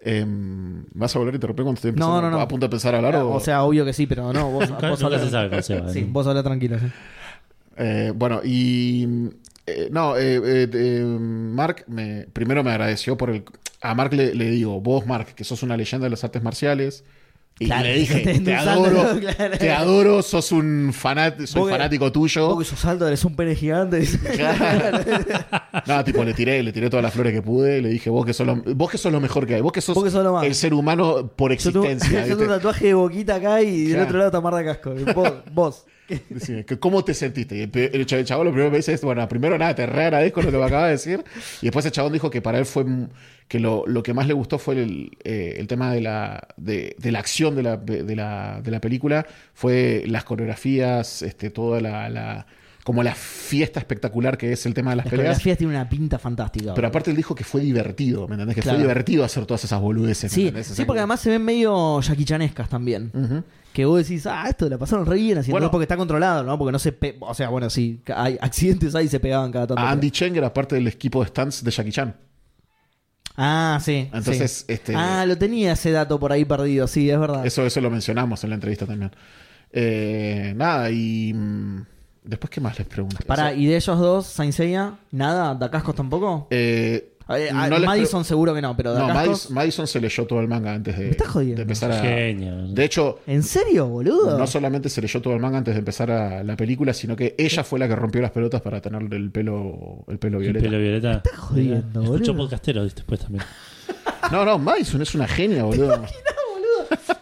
Speaker 5: Em, ¿Vas a volver a interrumpir cuando estoy
Speaker 4: No,
Speaker 5: empezando
Speaker 4: no, no.
Speaker 5: a punto de pensar a hablar?
Speaker 4: O sea, obvio que sí, pero no, vos,
Speaker 3: Nunca
Speaker 4: vos
Speaker 3: nunca
Speaker 4: hablá-
Speaker 3: se sabe con Seba.
Speaker 4: Sí,
Speaker 3: ¿no?
Speaker 4: vos hablá tranquilo, sí.
Speaker 5: Eh, bueno, y. eh, no, eh, eh, eh, Mark me, primero me agradeció por el. a Mark le, le digo, vos Mark, que sos una leyenda de las artes marciales. Y
Speaker 4: Claro,
Speaker 5: le dije,
Speaker 4: te-
Speaker 5: te,
Speaker 4: te
Speaker 5: adoro,
Speaker 4: usando, claro".
Speaker 5: te adoro, sos un fanat- soy
Speaker 4: Vos que-
Speaker 5: fanático tuyo.
Speaker 4: Vos que sos alto, eres un pene gigante.
Speaker 5: Claro. no, tipo, le tiré, le tiré todas las flores que pude, le dije, vos que sos lo, vos que sos lo mejor que hay, vos que sos,
Speaker 4: Vos que sos lo más.
Speaker 5: el ser humano por
Speaker 4: Yo tengo,
Speaker 5: existencia.
Speaker 4: yo tengo un
Speaker 5: ¿viste?
Speaker 4: tatuaje de boquita acá y del
Speaker 5: Claro.
Speaker 4: otro lado tamarra casco. Vos, vos.
Speaker 5: Decime, que- ¿Cómo te sentiste? Y el, pe- el ch- el chabón lo primero que me dice es, bueno, primero nada, te re agradezco lo que me acabas de decir. Y después el chabón dijo que para él fue, m- que lo, lo que más le gustó fue el, eh, el tema de la, de, de la acción de la, de, la, de la película, fue las coreografías, este, toda la, la- como la fiesta espectacular que es el tema de las,
Speaker 4: Las
Speaker 5: peleas.
Speaker 4: coreografías tienen una pinta fantástica.
Speaker 5: Pero
Speaker 4: boludo.
Speaker 5: aparte él dijo que fue divertido, ¿me entendés? Que
Speaker 4: Claro.
Speaker 5: fue divertido hacer todas esas boludeces. ¿me
Speaker 4: Sí,
Speaker 5: entendés? O
Speaker 4: sí,
Speaker 5: sea,
Speaker 4: porque
Speaker 5: que-
Speaker 4: además se ven medio yaquichanescas también.
Speaker 5: Ujú.
Speaker 4: Que vos decís, ah, esto la pasaron re bien haciendo
Speaker 5: Bueno.
Speaker 4: porque está controlado, ¿no? Porque no se. pe- o sea, bueno, sí, ca- hay accidentes ahí se pegaban cada tanto.
Speaker 5: A Andy Cheng era parte del equipo de stunts de Jackie Chan.
Speaker 4: Ah, sí.
Speaker 5: Entonces,
Speaker 4: sí.
Speaker 5: este-
Speaker 4: Ah, lo tenía ese dato por ahí perdido, sí, es verdad.
Speaker 5: Eso, eso lo mencionamos en la entrevista también. Eh, nada, y. mm, Después, ¿qué más les pregunté?
Speaker 4: Pará,
Speaker 5: O sea,
Speaker 4: ¿y de ellos dos, Saint Seiya? ¿Nada? ¿Dacascos tampoco?
Speaker 5: eh,
Speaker 4: Eh,
Speaker 5: no
Speaker 4: ah,
Speaker 5: les pre-
Speaker 4: Madison seguro que no, pero
Speaker 5: No,
Speaker 4: Dacascos.
Speaker 5: Madison, Madison se leyó todo el manga antes de,
Speaker 4: estás jodiendo?
Speaker 5: de empezar a.
Speaker 3: Genio.
Speaker 5: De hecho,
Speaker 4: ¿En serio, boludo?
Speaker 5: no solamente se leyó todo el manga antes de empezar a- la película, sino que ella fue la que rompió las pelotas para tener el pelo, el pelo
Speaker 3: El
Speaker 5: violeta.
Speaker 3: pelo violeta. Estás
Speaker 4: jodiendo,
Speaker 3: Escuchó
Speaker 4: boludo.
Speaker 3: podcastero después también.
Speaker 5: No, no, Madison es una genia, boludo.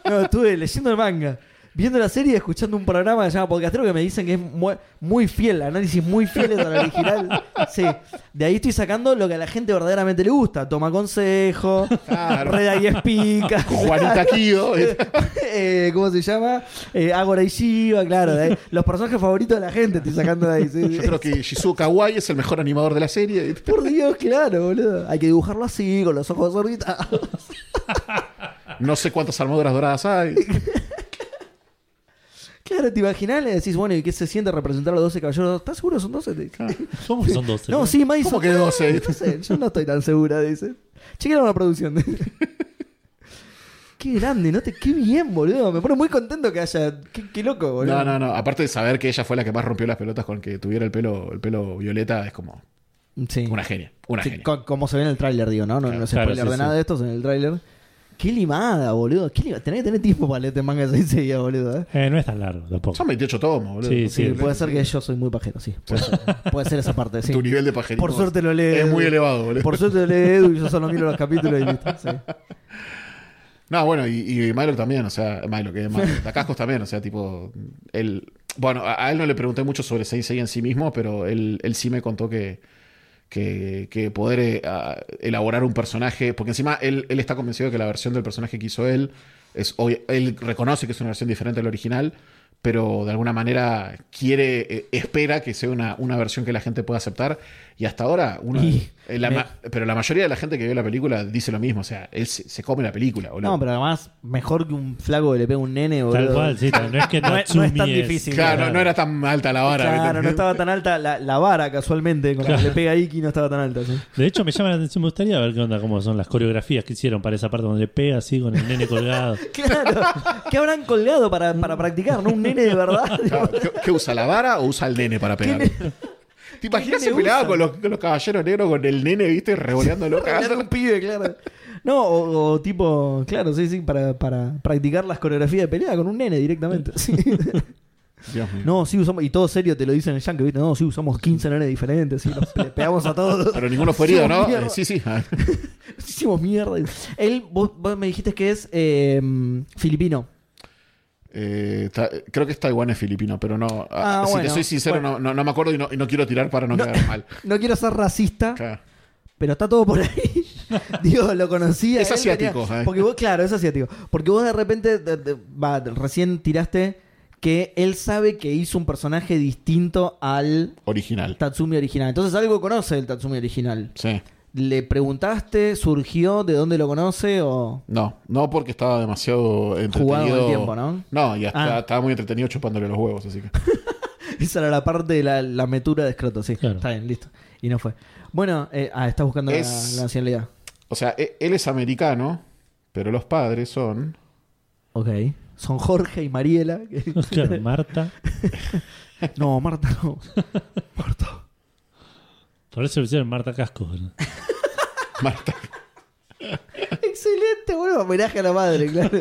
Speaker 4: No, estuve leyendo el manga, viendo la serie y escuchando un programa que se llama Podcastero que me dicen que es muy, muy fiel, análisis muy fieles al original. Sí, de ahí estoy sacando lo que a la gente verdaderamente le gusta. Toma consejo,
Speaker 5: Claro.
Speaker 4: reda y espica.
Speaker 5: Juanita Kido.
Speaker 4: Eh, ¿Cómo se llama? Eh, Agora y Shiva, claro. de ahí. Los personajes favoritos de la gente estoy sacando de ahí. sí, sí.
Speaker 5: Yo creo que Shizuo Kawai es el mejor animador de la serie.
Speaker 4: Por Dios, claro, boludo. Hay que dibujarlo así, con los ojos orbitados.
Speaker 5: No sé cuántas armaduras doradas hay.
Speaker 4: Claro, te imaginas, le decís, bueno, ¿y qué se siente representar a los 12 caballeros? ¿Estás seguro son 12? Te-
Speaker 3: ¿Cómo que son 12?
Speaker 4: No, sí, Madison.
Speaker 5: ¿Cómo que 12?
Speaker 4: No sé, yo no estoy tan segura, dice. Chequearon la producción. qué grande, ¿no? Te, qué bien, boludo. Me pone muy contento que haya. Qué, qué loco, boludo.
Speaker 5: No, no, no. Aparte de saber que ella fue la que más rompió las pelotas con que tuviera el pelo, el pelo violeta, es como
Speaker 4: Sí.
Speaker 5: una genia. Una
Speaker 4: Sí,
Speaker 5: genia.
Speaker 4: co- como se ve en el tráiler, digo, ¿no? No, no es
Speaker 3: Claro,
Speaker 4: spoiler
Speaker 3: sí,
Speaker 4: de
Speaker 3: sí.
Speaker 4: nada de estos en el tráiler. Qué limada, boludo. Qué lima- Tenés que tener tiempo para leerte manga de 6 días, boludo. ¿eh?
Speaker 3: Eh, no es tan largo tampoco.
Speaker 5: Son 28 tomos, boludo.
Speaker 3: Sí,
Speaker 4: Sí, puede ser que yo soy muy pajero, sí. Puede ser, puede ser esa parte, sí.
Speaker 5: Tu nivel de pajerismo
Speaker 4: Por suerte lo lee.
Speaker 5: es muy
Speaker 4: Edu.
Speaker 5: elevado, boludo.
Speaker 4: Por suerte lo lee Edu y yo solo miro los capítulos y listo. Sí.
Speaker 5: No, bueno, y, y Milo también, o sea, Milo, que es Milo. Tacascos también, o sea, tipo, él... Bueno, a, a él no le pregunté mucho sobre Sensei en sí mismo, pero él, él sí me contó que, que, que poder eh, a- elaborar un personaje, porque encima él, él está convencido de que la versión del personaje que hizo él, es obvia- él reconoce que es una versión diferente a la original, pero de alguna manera quiere, eh, espera que sea una, una versión que la gente pueda aceptar, y hasta ahora, uno-
Speaker 4: Y
Speaker 5: eh, la
Speaker 4: me-
Speaker 5: ma- pero la mayoría de la gente que vio la película dice lo mismo, o sea, él se, se come la película, boludo.
Speaker 4: No, pero además, mejor que un flaco que le pega un nene, boludo.
Speaker 3: Tal cual, sí. tal- No es que
Speaker 4: No es- no es tan difícil.
Speaker 5: Claro, no, no era tan alta la vara.
Speaker 4: Claro,
Speaker 5: ¿viste?
Speaker 4: no estaba tan alta la, la vara casualmente, con la que le pega a Iki no estaba tan alta. sí.
Speaker 3: De hecho, me llama la atención. Me gustaría ver qué onda, cómo son las coreografías que hicieron para esa parte donde le pega así con el nene colgado.
Speaker 4: Claro, ¿qué habrán colgado para, para practicar? ¿No? Un nene de verdad.
Speaker 5: Claro, ¿Qué, qué usa la vara o usa el nene para pegar? ¿Te imaginas
Speaker 4: ¿Qué
Speaker 5: se
Speaker 4: nene
Speaker 5: peleaba
Speaker 4: usa?
Speaker 5: con los, con los caballeros negros con el nene, viste, revoleándolo?
Speaker 4: Regalar un
Speaker 5: cagándolo?
Speaker 4: pibe, claro. No, o, o tipo, claro, sí, sí, para, para practicar las coreografías de pelea con un nene directamente. sí.
Speaker 5: Dios mío.
Speaker 4: No, sí usamos, y todo serio te lo dicen en el yankee, ¿viste? No, sí usamos 15 nenes diferentes, sí, los- le pegamos a todos.
Speaker 5: Pero ninguno fue herido, ¿no?
Speaker 4: Hicimos mierda.
Speaker 5: Eh, sí, sí. Ah,
Speaker 4: Hicimos mierda. Él, vos, vos me dijiste que es eh, filipino.
Speaker 5: eh, ta- creo que es taiwanés filipino, pero no.
Speaker 4: Ah,
Speaker 5: ah, si
Speaker 4: bueno,
Speaker 5: te soy sincero,
Speaker 4: bueno.
Speaker 5: no, no, no me acuerdo y no, y no quiero tirar para no, quedar mal.
Speaker 4: No quiero ser racista,
Speaker 5: Claro.
Speaker 4: pero está todo por ahí. Digo, lo conocía.
Speaker 5: Es asiático, eh.
Speaker 4: porque vos, claro, es asiático. Porque vos de repente, de- de- va, recién tiraste que él sabe que hizo un personaje distinto al
Speaker 5: Original.
Speaker 4: Tatsumi original. Entonces algo conoce el Tatsumi original.
Speaker 5: Sí.
Speaker 4: ¿Le preguntaste, surgió, de dónde lo conoce o...?
Speaker 5: No, no porque estaba demasiado entretenido.
Speaker 4: Jugado con el tiempo, ¿no?
Speaker 5: No, y hasta-
Speaker 4: Ah.
Speaker 5: estaba muy entretenido chupándole los huevos, así que.
Speaker 4: Esa era la parte de la, la metura de escroto, sí.
Speaker 3: Claro.
Speaker 4: Está bien, listo. Y no fue. Bueno, eh, ah, estás buscando la-
Speaker 5: Es-
Speaker 4: la, nacionalidad.
Speaker 5: O sea, e- él es americano, pero los padres son.
Speaker 4: Ok. Son Jorge y Mariela.
Speaker 3: Claro, Marta.
Speaker 4: no, Marta no. Marta.
Speaker 3: Por eso le hicieron Marta Casco. ¿verdad?
Speaker 5: Marta.
Speaker 4: Exactamente, boludo. Homenaje a la madre, claro.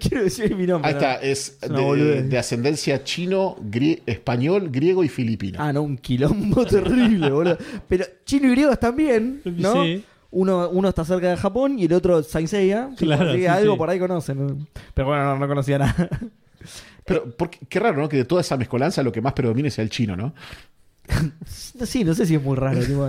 Speaker 4: Quiero decir mi nombre.
Speaker 5: Ahí
Speaker 4: ¿no?
Speaker 5: está, es,
Speaker 4: Es una
Speaker 5: de,
Speaker 4: boludez.
Speaker 5: de ascendencia chino, grie- español, griego y filipino.
Speaker 4: Ah, no, un quilombo terrible, boludo. Pero chino y griegos también, ¿no?
Speaker 3: Sí.
Speaker 4: Uno, uno está cerca de Japón y el otro Saint Seiya. Tipo,
Speaker 3: Claro,
Speaker 4: así que
Speaker 3: sí,
Speaker 4: algo
Speaker 3: sí.
Speaker 4: por ahí conocen. ¿no? Pero bueno, no, no conocía nada.
Speaker 5: Pero porque- qué raro, ¿no? Que de toda esa mezcolanza lo que más predomine sea el chino, ¿no?
Speaker 4: Sí, no sé si es muy raro. tipo,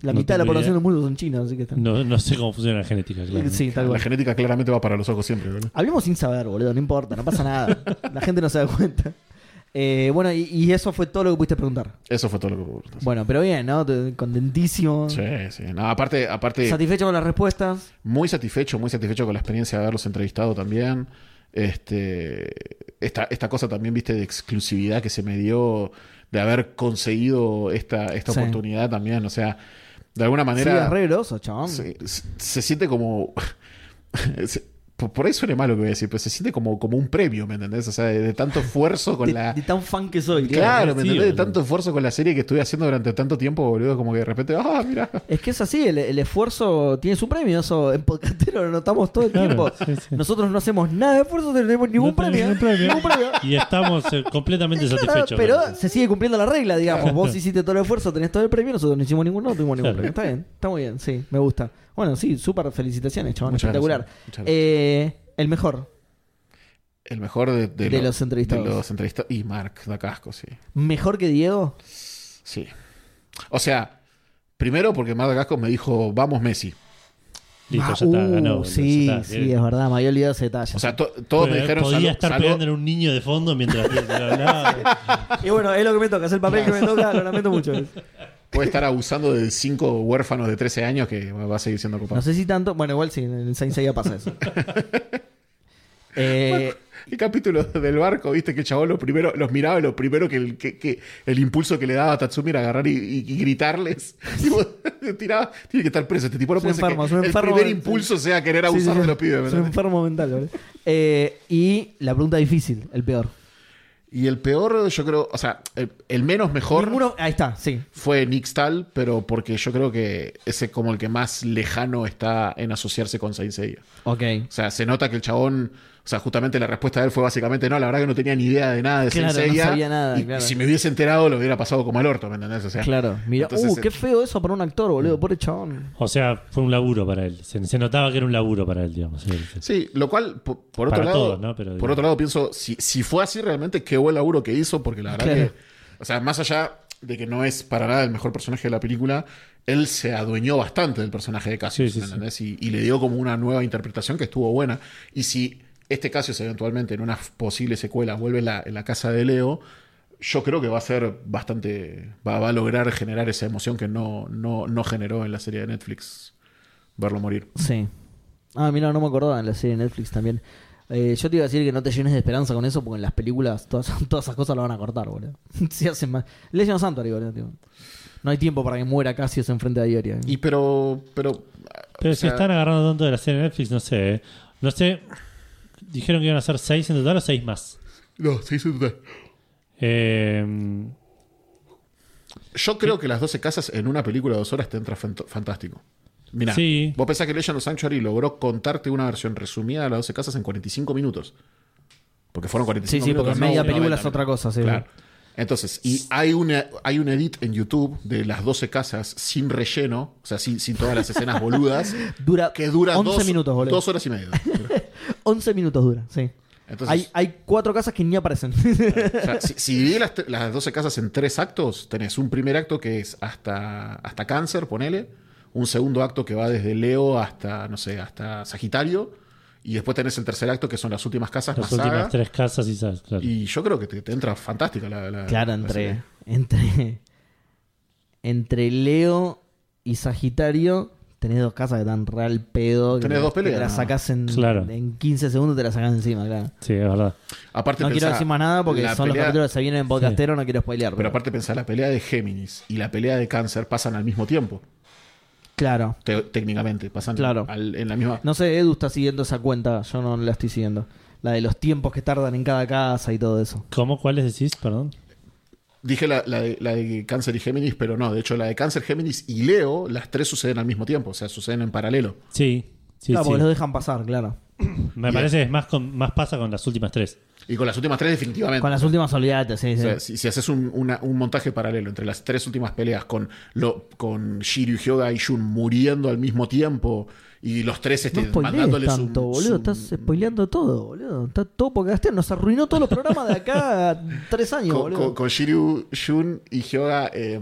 Speaker 4: la
Speaker 3: No
Speaker 4: mitad de la
Speaker 3: tengo
Speaker 4: población
Speaker 3: idea.
Speaker 4: del mundo son chinos, así que están.
Speaker 3: No, no sé cómo funciona la genética, claro.
Speaker 4: sí, tal
Speaker 5: La
Speaker 4: cual.
Speaker 5: genética claramente va para los ojos siempre, ¿no?
Speaker 4: Hablemos sin saber, boludo, no importa, no pasa nada. La gente no se da cuenta. Eh, bueno, y, y eso fue todo lo que pudiste preguntar.
Speaker 5: Eso fue todo lo que hubo.
Speaker 4: Bueno, pero bien, ¿no? Te- Contentísimo.
Speaker 5: Sí, sí. No, aparte, aparte
Speaker 4: Satisfecho con las respuestas.
Speaker 5: muy satisfecho, muy satisfecho con la experiencia de haberlos entrevistado también. Este, esta, esta cosa también, viste, de exclusividad que se me dio de haber conseguido esta, esta
Speaker 4: Sí.
Speaker 5: oportunidad también. O sea, de alguna
Speaker 4: sí, es
Speaker 5: manera
Speaker 4: re groso, chabón.
Speaker 5: se, se- se siente como... se- por, por ahí suena malo lo que voy a decir, pero se siente como, como un premio, ¿me entendés? O sea, de, de tanto esfuerzo con
Speaker 4: de,
Speaker 5: la...
Speaker 4: de tan fan que soy.
Speaker 5: Claro, ¿me
Speaker 3: sí,
Speaker 5: entendés? De
Speaker 3: boludo.
Speaker 5: tanto esfuerzo con la serie que estuve haciendo durante tanto tiempo, boludo, como que de repente, ah, mira.
Speaker 4: Es que es así, el, el esfuerzo tiene su premio, eso en podcastero lo notamos todo el tiempo.
Speaker 3: sí, sí.
Speaker 4: Nosotros no hacemos nada de esfuerzo, no tenemos ningún
Speaker 3: No
Speaker 4: premio.
Speaker 3: tenés ningún premio.
Speaker 4: Ningún premio.
Speaker 3: Y estamos eh, completamente
Speaker 4: Claro,
Speaker 3: satisfechos.
Speaker 4: pero
Speaker 3: con eso.
Speaker 4: se sigue cumpliendo la regla, digamos. Vos hiciste todo el esfuerzo, tenés todo el premio, nosotros no hicimos ninguno, no tuvimos ningún
Speaker 3: Claro.
Speaker 4: premio. Está bien, está muy bien, sí, me gusta. Bueno, sí, súper felicitaciones, chabón,
Speaker 5: Muchas
Speaker 4: espectacular.
Speaker 5: gracias, muchas gracias.
Speaker 4: Eh, el mejor,
Speaker 5: El mejor de, de
Speaker 4: De los entrevistados.
Speaker 5: de los entrevista- Y Mark Dacasco, sí.
Speaker 4: mejor que Diego.
Speaker 5: Sí. O sea, primero porque Mark Dacasco me dijo, vamos Messi.
Speaker 3: Listo,
Speaker 4: Ah,
Speaker 3: ya está,
Speaker 4: uh,
Speaker 3: ganó.
Speaker 4: Sí,
Speaker 3: ya está,
Speaker 4: sí,
Speaker 3: bien.
Speaker 4: es verdad, me había olvidado ese detalle.
Speaker 5: O sea, to- todos me
Speaker 3: Podía-
Speaker 5: dijeron
Speaker 3: Podía
Speaker 5: "Salud,
Speaker 3: estar
Speaker 5: salud".
Speaker 3: peleando en un niño de fondo mientras le- le hablaba.
Speaker 4: y bueno, es lo que me toca, es el papel que me toca, lo lamento mucho.
Speaker 5: Puede estar abusando de cinco huérfanos de 13 años que va a seguir siendo copado.
Speaker 4: No sé si tanto, bueno, igual sí, en el Saint Seiya pasa eso. Eh,
Speaker 5: El capítulo del barco, viste que el chabón lo primero, los miraba y lo primero que el, que, que el impulso que le daba a Tatsumi era agarrar y, y- y gritarles. Y vos te tiraba, tiene que estar preso. Este tipo no
Speaker 4: Es
Speaker 5: puede
Speaker 4: un
Speaker 5: ser que
Speaker 4: enfermo, es un
Speaker 5: el
Speaker 4: enfermo,
Speaker 5: primer
Speaker 4: sí.
Speaker 5: impulso sea querer
Speaker 4: sí, sí,
Speaker 5: abusar
Speaker 4: sí.
Speaker 5: de los pibes.
Speaker 4: Es
Speaker 5: ¿verdad?
Speaker 4: un enfermo mental, boludo. Eh, y la pregunta difícil, el peor.
Speaker 5: Y el peor, yo creo, o sea, el, el menos mejor
Speaker 4: Ninguno, ahí está, sí.
Speaker 5: fue Nick Stahl, pero porque yo creo que ese como el que más lejano está en asociarse con Saint Seiya.
Speaker 4: Ok.
Speaker 5: O sea, se nota que el chabón, o sea, justamente la respuesta de él fue básicamente, no, la verdad que no tenía ni idea de nada de
Speaker 4: Claro,
Speaker 5: Saint
Speaker 4: no
Speaker 5: Seiya,
Speaker 4: sabía nada,
Speaker 5: y
Speaker 4: claro.
Speaker 5: si me hubiese enterado lo hubiera pasado como al orto, ¿me entendés? O sea,
Speaker 4: Claro, mira,
Speaker 5: entonces,
Speaker 4: uh, qué
Speaker 5: eh,
Speaker 4: feo eso para un actor, boludo, pobre chabón.
Speaker 3: O sea, fue un laburo para él. Se, se notaba que era un laburo para él, digamos. Sí, sí.
Speaker 5: Sí, lo cual, po- por, otro
Speaker 3: Para
Speaker 5: lado,
Speaker 3: todos, ¿no? Pero
Speaker 5: por
Speaker 3: digamos.
Speaker 5: otro lado pienso, si, si fue así realmente, qué buen laburo que hizo, porque la verdad
Speaker 4: Claro.
Speaker 5: que, o sea, más allá de que no es para nada el mejor personaje de la película, él se adueñó bastante del personaje de Cassius,
Speaker 3: Sí, sí,
Speaker 5: ¿me entendés? Y, y le dio como una nueva interpretación que estuvo buena. Y si este Cassius eventualmente en una posible secuela vuelve en la, en la casa de Leo, yo creo que va a ser bastante, va, va a lograr generar esa emoción que no, no, no generó en la serie de Netflix, verlo morir.
Speaker 4: Sí. Ah, mira, no me acordaba en la serie de Netflix también. Eh, yo te iba a decir que no te llenes de esperanza con eso, porque en las películas todas, todas esas cosas lo van a cortar, boludo. si hacen más. Legend of Sanctuary, boludo. tipo. No hay tiempo para que muera Cassius enfrente de Ioria.
Speaker 5: Y pero, pero.
Speaker 3: Pero
Speaker 5: o
Speaker 3: si
Speaker 5: sea,
Speaker 3: están agarrando tanto de la serie de Netflix, no sé. ¿eh? No sé. Dijeron que iban a hacer seis en total o seis más.
Speaker 5: No, sí, sí, total.
Speaker 3: Eh,
Speaker 5: Yo creo que las 12 casas en una película de dos horas te entra fant- fantástico. Mirá,
Speaker 3: Sí.
Speaker 5: vos pensás que Legend of Sanctuary logró contarte una versión resumida de las 12 casas en 45 minutos. Porque fueron 45
Speaker 4: Sí, sí,
Speaker 5: minutos.
Speaker 4: porque media
Speaker 5: no
Speaker 4: película es
Speaker 5: 90
Speaker 4: otra cosa, sí.
Speaker 5: Claro. Entonces, y hay una hay un edit en YouTube de las 12 casas sin relleno, o sea, sin, sin todas las escenas boludas,
Speaker 4: Dura,
Speaker 5: que dura
Speaker 4: 11
Speaker 5: dos,
Speaker 4: minutos, boludo.
Speaker 5: dos horas y media.
Speaker 4: 11 minutos dura, sí.
Speaker 5: Entonces,
Speaker 4: Hay, hay cuatro casas que ni aparecen.
Speaker 5: O sea, si, si dividís las, te- las 12 casas en tres actos, tenés un primer acto que es hasta, hasta cáncer, ponele. Un segundo acto que va desde Leo hasta, no sé, hasta Sagitario. Y después tenés el tercer acto que son las últimas casas
Speaker 3: las
Speaker 5: más
Speaker 3: últimas
Speaker 5: saga.
Speaker 3: tres casas y sabes, claro.
Speaker 5: Y yo creo que te, te entra fantástica la. la-
Speaker 4: Claro,
Speaker 5: la
Speaker 4: entre,
Speaker 5: serie.
Speaker 4: entre. Entre Leo y Sagitario, tenés dos casas que están real pedo. que
Speaker 5: Tenés
Speaker 4: te-
Speaker 5: dos peleas,
Speaker 4: Te las
Speaker 5: ¿no?
Speaker 4: sacás en,
Speaker 3: Claro.
Speaker 4: en 15 segundos, te las sacás encima, claro.
Speaker 3: Sí, es verdad.
Speaker 5: Aparte,
Speaker 4: No quiero
Speaker 5: pensá,
Speaker 4: decir más nada porque
Speaker 5: la
Speaker 4: son los
Speaker 5: pelea-
Speaker 4: capítulos que se vienen en podcastero, no quiero spoilear.
Speaker 5: Pero aparte, pensar la pelea de Géminis y la pelea de Cáncer pasan al mismo tiempo.
Speaker 4: Claro.
Speaker 5: te- técnicamente, pasan
Speaker 4: Claro.
Speaker 5: al- en la misma.
Speaker 4: No sé, Edu está siguiendo esa cuenta, yo no la estoy siguiendo. La de los tiempos que tardan en cada casa y todo eso.
Speaker 3: ¿Cómo? ¿Cuáles decís? Perdón.
Speaker 5: Dije la, la de, la de Cáncer y Géminis, pero no. De hecho, la de Cáncer, Géminis y Leo, las tres suceden al mismo tiempo. O sea, suceden en paralelo.
Speaker 3: Sí. Sí,
Speaker 4: claro,
Speaker 3: sí.
Speaker 4: porque los dejan pasar, claro.
Speaker 3: Me
Speaker 5: Bien.
Speaker 3: parece es más, con, más pasa con las últimas tres.
Speaker 5: Y con las últimas tres, definitivamente.
Speaker 4: Con las últimas olvídate, sí,
Speaker 5: O
Speaker 4: sí.
Speaker 5: sea, si, si haces un, una- un montaje paralelo entre las tres últimas peleas con, lo, con Shiryu Hyoga y Shun muriendo al mismo tiempo y los tres este,
Speaker 4: No spoilees
Speaker 5: mandándoles
Speaker 4: tanto,
Speaker 5: un,
Speaker 4: boludo.
Speaker 5: un-
Speaker 4: Estás spoileando todo, boludo. Está todo porque Gastean nos arruinó todos los programas de acá a tres años,
Speaker 5: con,
Speaker 4: boludo.
Speaker 5: con- con Shiryu, Shun y Hyoga eh,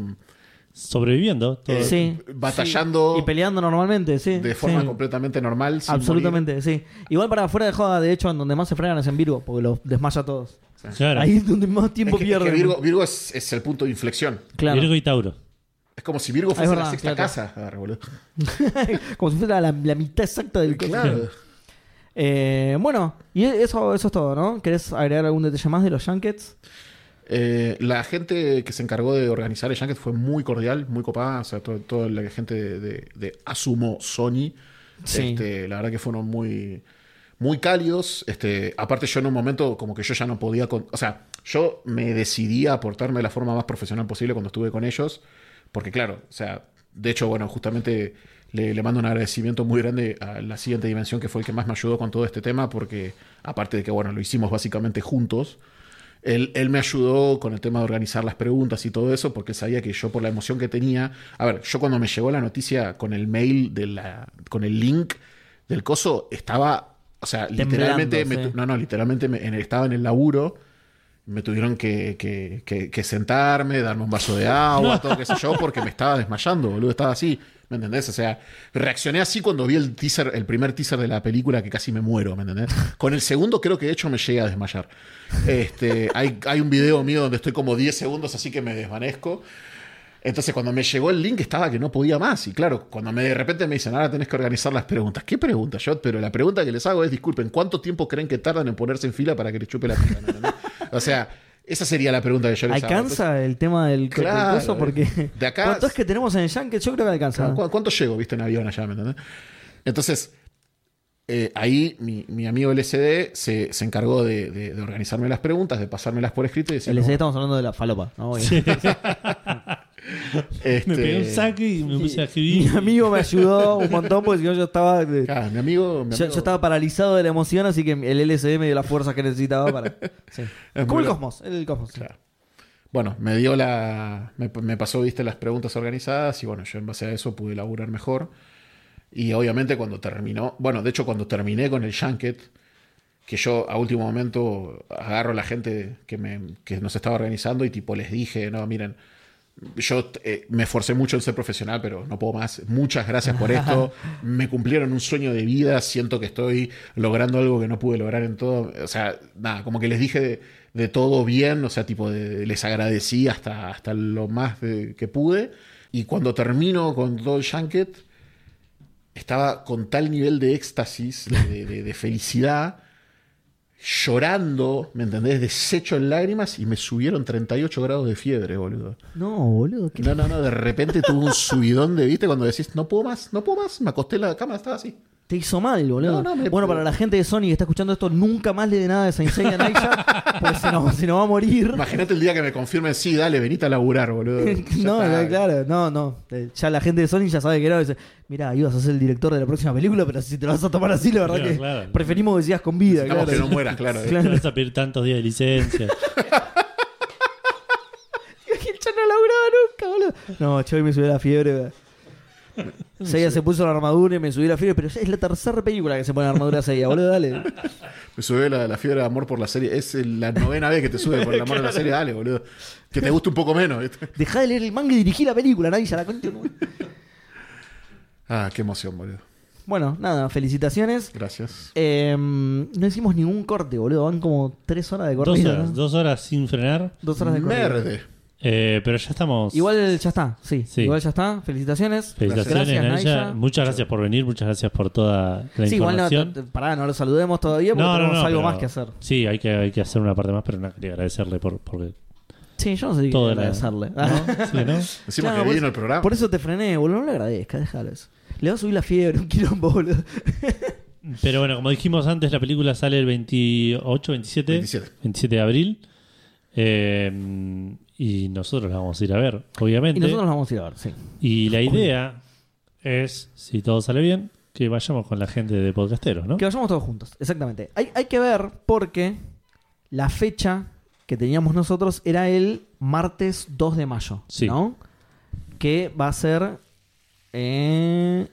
Speaker 3: Sobreviviendo. todo.
Speaker 5: eh,
Speaker 4: Sí.
Speaker 5: batallando
Speaker 4: Y peleando normalmente, sí.
Speaker 5: de forma
Speaker 4: sí.
Speaker 5: completamente normal. sin
Speaker 4: Absolutamente, sí. Igual para afuera de joda, de hecho, en donde más se fregan es en Virgo, porque los desmaya a todos.
Speaker 3: Claro.
Speaker 4: Ahí es donde más
Speaker 5: morir.
Speaker 4: tiempo
Speaker 5: Es que- es que
Speaker 4: pierden.
Speaker 5: Virgo, Virgo es, es el punto de inflexión.
Speaker 4: Claro.
Speaker 3: Virgo y Tauro.
Speaker 5: Es como si Virgo
Speaker 4: Es
Speaker 5: fuese la
Speaker 4: verdad,
Speaker 5: sexta
Speaker 4: claro.
Speaker 5: casa. Agarra, boludo.
Speaker 4: Como si fuera la, la mitad exacta del coso.
Speaker 5: Claro.
Speaker 4: Eh, bueno, y eso, eso es todo, ¿no? ¿Querés agregar algún detalle más de los Junkets?
Speaker 5: Eh, la gente que se encargó de organizar el Junket fue muy cordial, muy copada. O sea, to- toda la gente de, de- de Asumo Sony.
Speaker 4: Sí.
Speaker 5: Este, la verdad que fueron muy, muy cálidos. Este, aparte, yo en un momento, como que yo ya no podía. con- o sea, yo me decidí a aportarme de la forma más profesional posible cuando estuve con ellos. Porque, claro, o sea, de hecho, bueno, justamente le, le mando un agradecimiento muy grande a la siguiente dimensión, que fue el que más me ayudó con todo este tema. Porque, aparte de que, bueno, lo hicimos básicamente juntos. Él, él me ayudó con el tema de organizar las preguntas y todo eso, porque él sabía que yo por la emoción que tenía. A ver, yo cuando me llegó la noticia con el mail de la. con el link del coso, estaba. O sea,
Speaker 4: Temblando,
Speaker 5: literalmente. me
Speaker 4: sí.
Speaker 5: tu- No, no, literalmente me- en- estaba en el laburo. Me tuvieron que, que- que- que sentarme, darme un vaso de agua, todo qué sé yo, porque me estaba desmayando, boludo. Estaba así. ¿Me entendés? O sea, reaccioné así cuando vi el teaser, el primer teaser de la película que casi me muero, ¿me entendés? Con el segundo creo que de hecho me llegué a desmayar. Este, hay, hay un video mío donde estoy como 10 segundos así que me desvanezco. Entonces, cuando me llegó el link, estaba que no podía más. Y claro, cuando me, de repente me dicen, ahora tenés que organizar las preguntas. ¿Qué pregunta, Jot? Pero la pregunta que les hago es: disculpen, ¿cuánto tiempo creen que tardan en ponerse en fila para que les chupe la pila? ¿No entendés? o sea, esa sería la pregunta que yo les hago. Entonces,
Speaker 4: ¿Alcanza el tema del co- del
Speaker 5: Claro,
Speaker 4: coso? Porque
Speaker 5: de acá-
Speaker 4: ¿Cuántos que tenemos en el Junket? Yo creo que alcanza.
Speaker 5: ¿cu- ¿Cuánto llego, viste, en avión allá? ¿Me entendés? Entonces, eh, ahí mi, mi amigo LCD se, se encargó de, de- de organizarme las preguntas, de pasármelas por escrito y decir.
Speaker 4: El SD estamos hablando de la falopa. ¿no? Obvio.
Speaker 5: este,
Speaker 3: Me pegué un saque y me puse a
Speaker 4: Mi
Speaker 3: escribir.
Speaker 4: amigo me ayudó un montón porque si no yo estaba... de-
Speaker 5: ah, mi amigo. mi
Speaker 4: Yo,
Speaker 5: amigo-
Speaker 4: yo estaba paralizado de la emoción, así que el LSD me dio las fuerzas que necesitaba para. Sí.
Speaker 5: Es
Speaker 4: Como
Speaker 5: muy
Speaker 4: el
Speaker 5: loco.
Speaker 4: cosmos, el cosmos.
Speaker 5: Claro. Bueno, me dio la. Me, me pasó, viste, las preguntas organizadas y bueno, yo en base a eso pude laburar mejor. Y obviamente cuando terminó. Bueno, de hecho, cuando terminé con el Junket, que yo a último momento agarro a la gente que, me, que nos estaba organizando y tipo les dije, no, miren. Yo eh, me esforcé mucho en ser profesional, pero no puedo más. Muchas gracias por esto. Me cumplieron un sueño de vida. Siento que estoy logrando algo que no pude lograr en todo. O sea, nada, como que les dije de, de todo bien. O sea, tipo, de- les agradecí hasta, hasta lo más de- que pude. Y cuando termino con todo el Junket, estaba con tal nivel de éxtasis, de- de- de- de felicidad, llorando, ¿me entendés? Deshecho en lágrimas y me subieron 38 grados de fiebre, boludo.
Speaker 4: No, boludo. ¿qué-
Speaker 5: No, no, no, de repente tuve un subidón de, viste, cuando decís, no puedo más, no puedo más, me acosté en la cama, estaba así.
Speaker 4: Te hizo mal, boludo.
Speaker 5: No, no, me-
Speaker 4: Bueno, para la gente de Sony que está escuchando esto, nunca más le dé nada de Saint Seiya a Naija, porque se nos, se nos va a morir.
Speaker 5: Imagínate el día que me confirmen, sí, dale, venite a laburar, boludo. Ya
Speaker 4: no,
Speaker 5: está.
Speaker 4: no, claro, no, no. Eh, Ya la gente de Sony ya sabe que no. Dice, mira, ibas a ser el director de la próxima película, pero si te lo vas a tomar así, la verdad
Speaker 3: Claro,
Speaker 4: que
Speaker 3: claro.
Speaker 4: preferimos que sigas con vida.
Speaker 5: Necesitamos
Speaker 4: Claro.
Speaker 5: que no mueras, claro.
Speaker 4: Claro.
Speaker 3: Te vas a pedir tantos días de licencia.
Speaker 4: El chat no laburaba nunca, boludo. No, yo hoy me subió la fiebre. boludo. Seiya se puso la armadura y me subió la fiebre, pero ya es la tercera película que se pone la armadura Seiya, boludo, dale.
Speaker 5: Me sube la, la fiebre de amor por la serie. Es la novena vez que te sube por el amor de la serie, dale, boludo. Que te guste un poco menos. ¿viste?
Speaker 4: Dejá de leer el manga y dirigí la película, nadie ya la concha. de tu madre.
Speaker 5: Ah, qué emoción, boludo.
Speaker 4: Bueno, nada, felicitaciones.
Speaker 5: Gracias.
Speaker 4: Eh, no hicimos ningún corte, boludo, van como tres horas de corte.
Speaker 3: dos horas, dos horas sin frenar.
Speaker 4: Dos horas de corte.
Speaker 5: Merde.
Speaker 3: Eh, pero ya estamos.
Speaker 4: Igual ya está, sí.
Speaker 3: Sí.
Speaker 4: Igual ya está. Felicitaciones.
Speaker 3: Felicitaciones,
Speaker 4: Gracias,
Speaker 3: Naya.
Speaker 4: Naya.
Speaker 3: Muchas gracias por venir, muchas gracias por toda la
Speaker 4: sí, igual no,
Speaker 3: información.
Speaker 4: t- t- pará, no lo saludemos todavía porque tenemos algo
Speaker 3: pero-
Speaker 4: más que hacer.
Speaker 3: Sí, hay que, hay que hacer una parte más, pero no quería agradecerle por, por
Speaker 4: Sí, yo no sé qué
Speaker 3: todo. la-
Speaker 4: agradecerle.
Speaker 3: ¿No? Sí, ¿no?
Speaker 5: Encima
Speaker 4: Claro,
Speaker 5: que
Speaker 4: por
Speaker 5: vino
Speaker 4: eso-
Speaker 5: el programa.
Speaker 4: Por eso te frené, boludo. No le agradezca, déjalo eso. Le va a subir la fiebre, un quilombo, boludo.
Speaker 3: Pero bueno, como dijimos antes, la película sale el 28, 27,
Speaker 5: 27.
Speaker 3: 27 de abril. Eh, y nosotros la vamos a ir a ver,
Speaker 4: Y
Speaker 3: obviamente.
Speaker 4: nosotros nos vamos a ir a ver, sí.
Speaker 3: Y la idea es, si todo sale bien, Que vayamos con la gente de podcasteros, ¿no?
Speaker 4: Que vayamos todos juntos, exactamente. Hay, hay que ver porque la fecha que teníamos nosotros era el martes 2 de mayo,
Speaker 3: Sí.
Speaker 4: ¿no? Que va a ser... eh,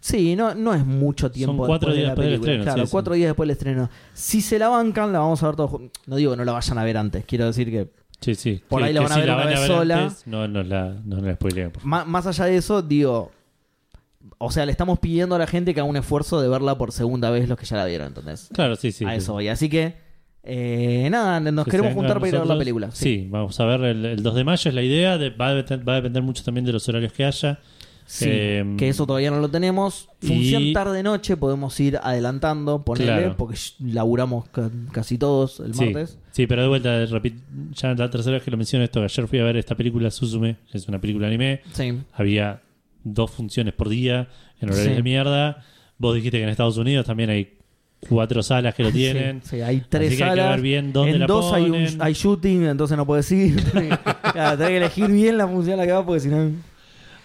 Speaker 4: sí, no, no es mucho tiempo
Speaker 3: Son cuatro
Speaker 4: después de
Speaker 3: días
Speaker 4: la
Speaker 3: después del
Speaker 4: película.
Speaker 3: estreno,
Speaker 4: claro,
Speaker 3: sí, sí.
Speaker 4: cuatro días después del estreno. Si se la bancan, la vamos a ver todos juntos. No digo que no la vayan a ver antes, quiero decir que
Speaker 3: Sí, sí.
Speaker 4: Por
Speaker 3: Que-
Speaker 4: ahí la
Speaker 3: que
Speaker 4: van a
Speaker 3: si
Speaker 4: ver una vez
Speaker 3: ver
Speaker 4: sola.
Speaker 3: antes, No, no la, no la spoileen, por favor.
Speaker 4: Má- más allá de eso, digo. O sea, le estamos pidiendo a la gente que haga un esfuerzo de verla por segunda vez los que ya la vieron, entonces.
Speaker 3: Claro, sí, sí.
Speaker 4: a
Speaker 3: sí.
Speaker 4: eso voy. Así que. eh, nada, nos
Speaker 3: Que
Speaker 4: queremos
Speaker 3: se
Speaker 4: juntar
Speaker 3: vengan
Speaker 4: para ir a ver la
Speaker 3: nosotros.
Speaker 4: película.
Speaker 3: Sí, vamos a ver el, el 2 de mayo, es la idea. de- va, a depender, va a depender mucho también de los horarios que haya.
Speaker 4: Sí,
Speaker 3: Eh,
Speaker 4: que eso todavía no lo tenemos. Función
Speaker 3: y-
Speaker 4: tarde-noche, podemos ir adelantando, ponerle,
Speaker 3: Claro.
Speaker 4: porque sh- laburamos ca- casi todos el
Speaker 3: sí,
Speaker 4: martes.
Speaker 3: Sí, pero de vuelta, repito, ya la tercera vez que lo menciono esto, ayer fui a ver esta película Suzume, que es una película anime.
Speaker 4: Sí.
Speaker 3: Había dos funciones por día en horarios
Speaker 4: Sí.
Speaker 3: de mierda. Vos dijiste que en Estados Unidos también hay cuatro salas que lo tienen.
Speaker 4: Sí, sí, hay tres
Speaker 3: Así que hay que
Speaker 4: salas.
Speaker 3: ver bien dónde
Speaker 4: en
Speaker 3: la
Speaker 4: dos hay, un,
Speaker 3: ponen.
Speaker 4: hay shooting, entonces no puedes ir. Claro, tenés que elegir bien la función a la que va, porque si no.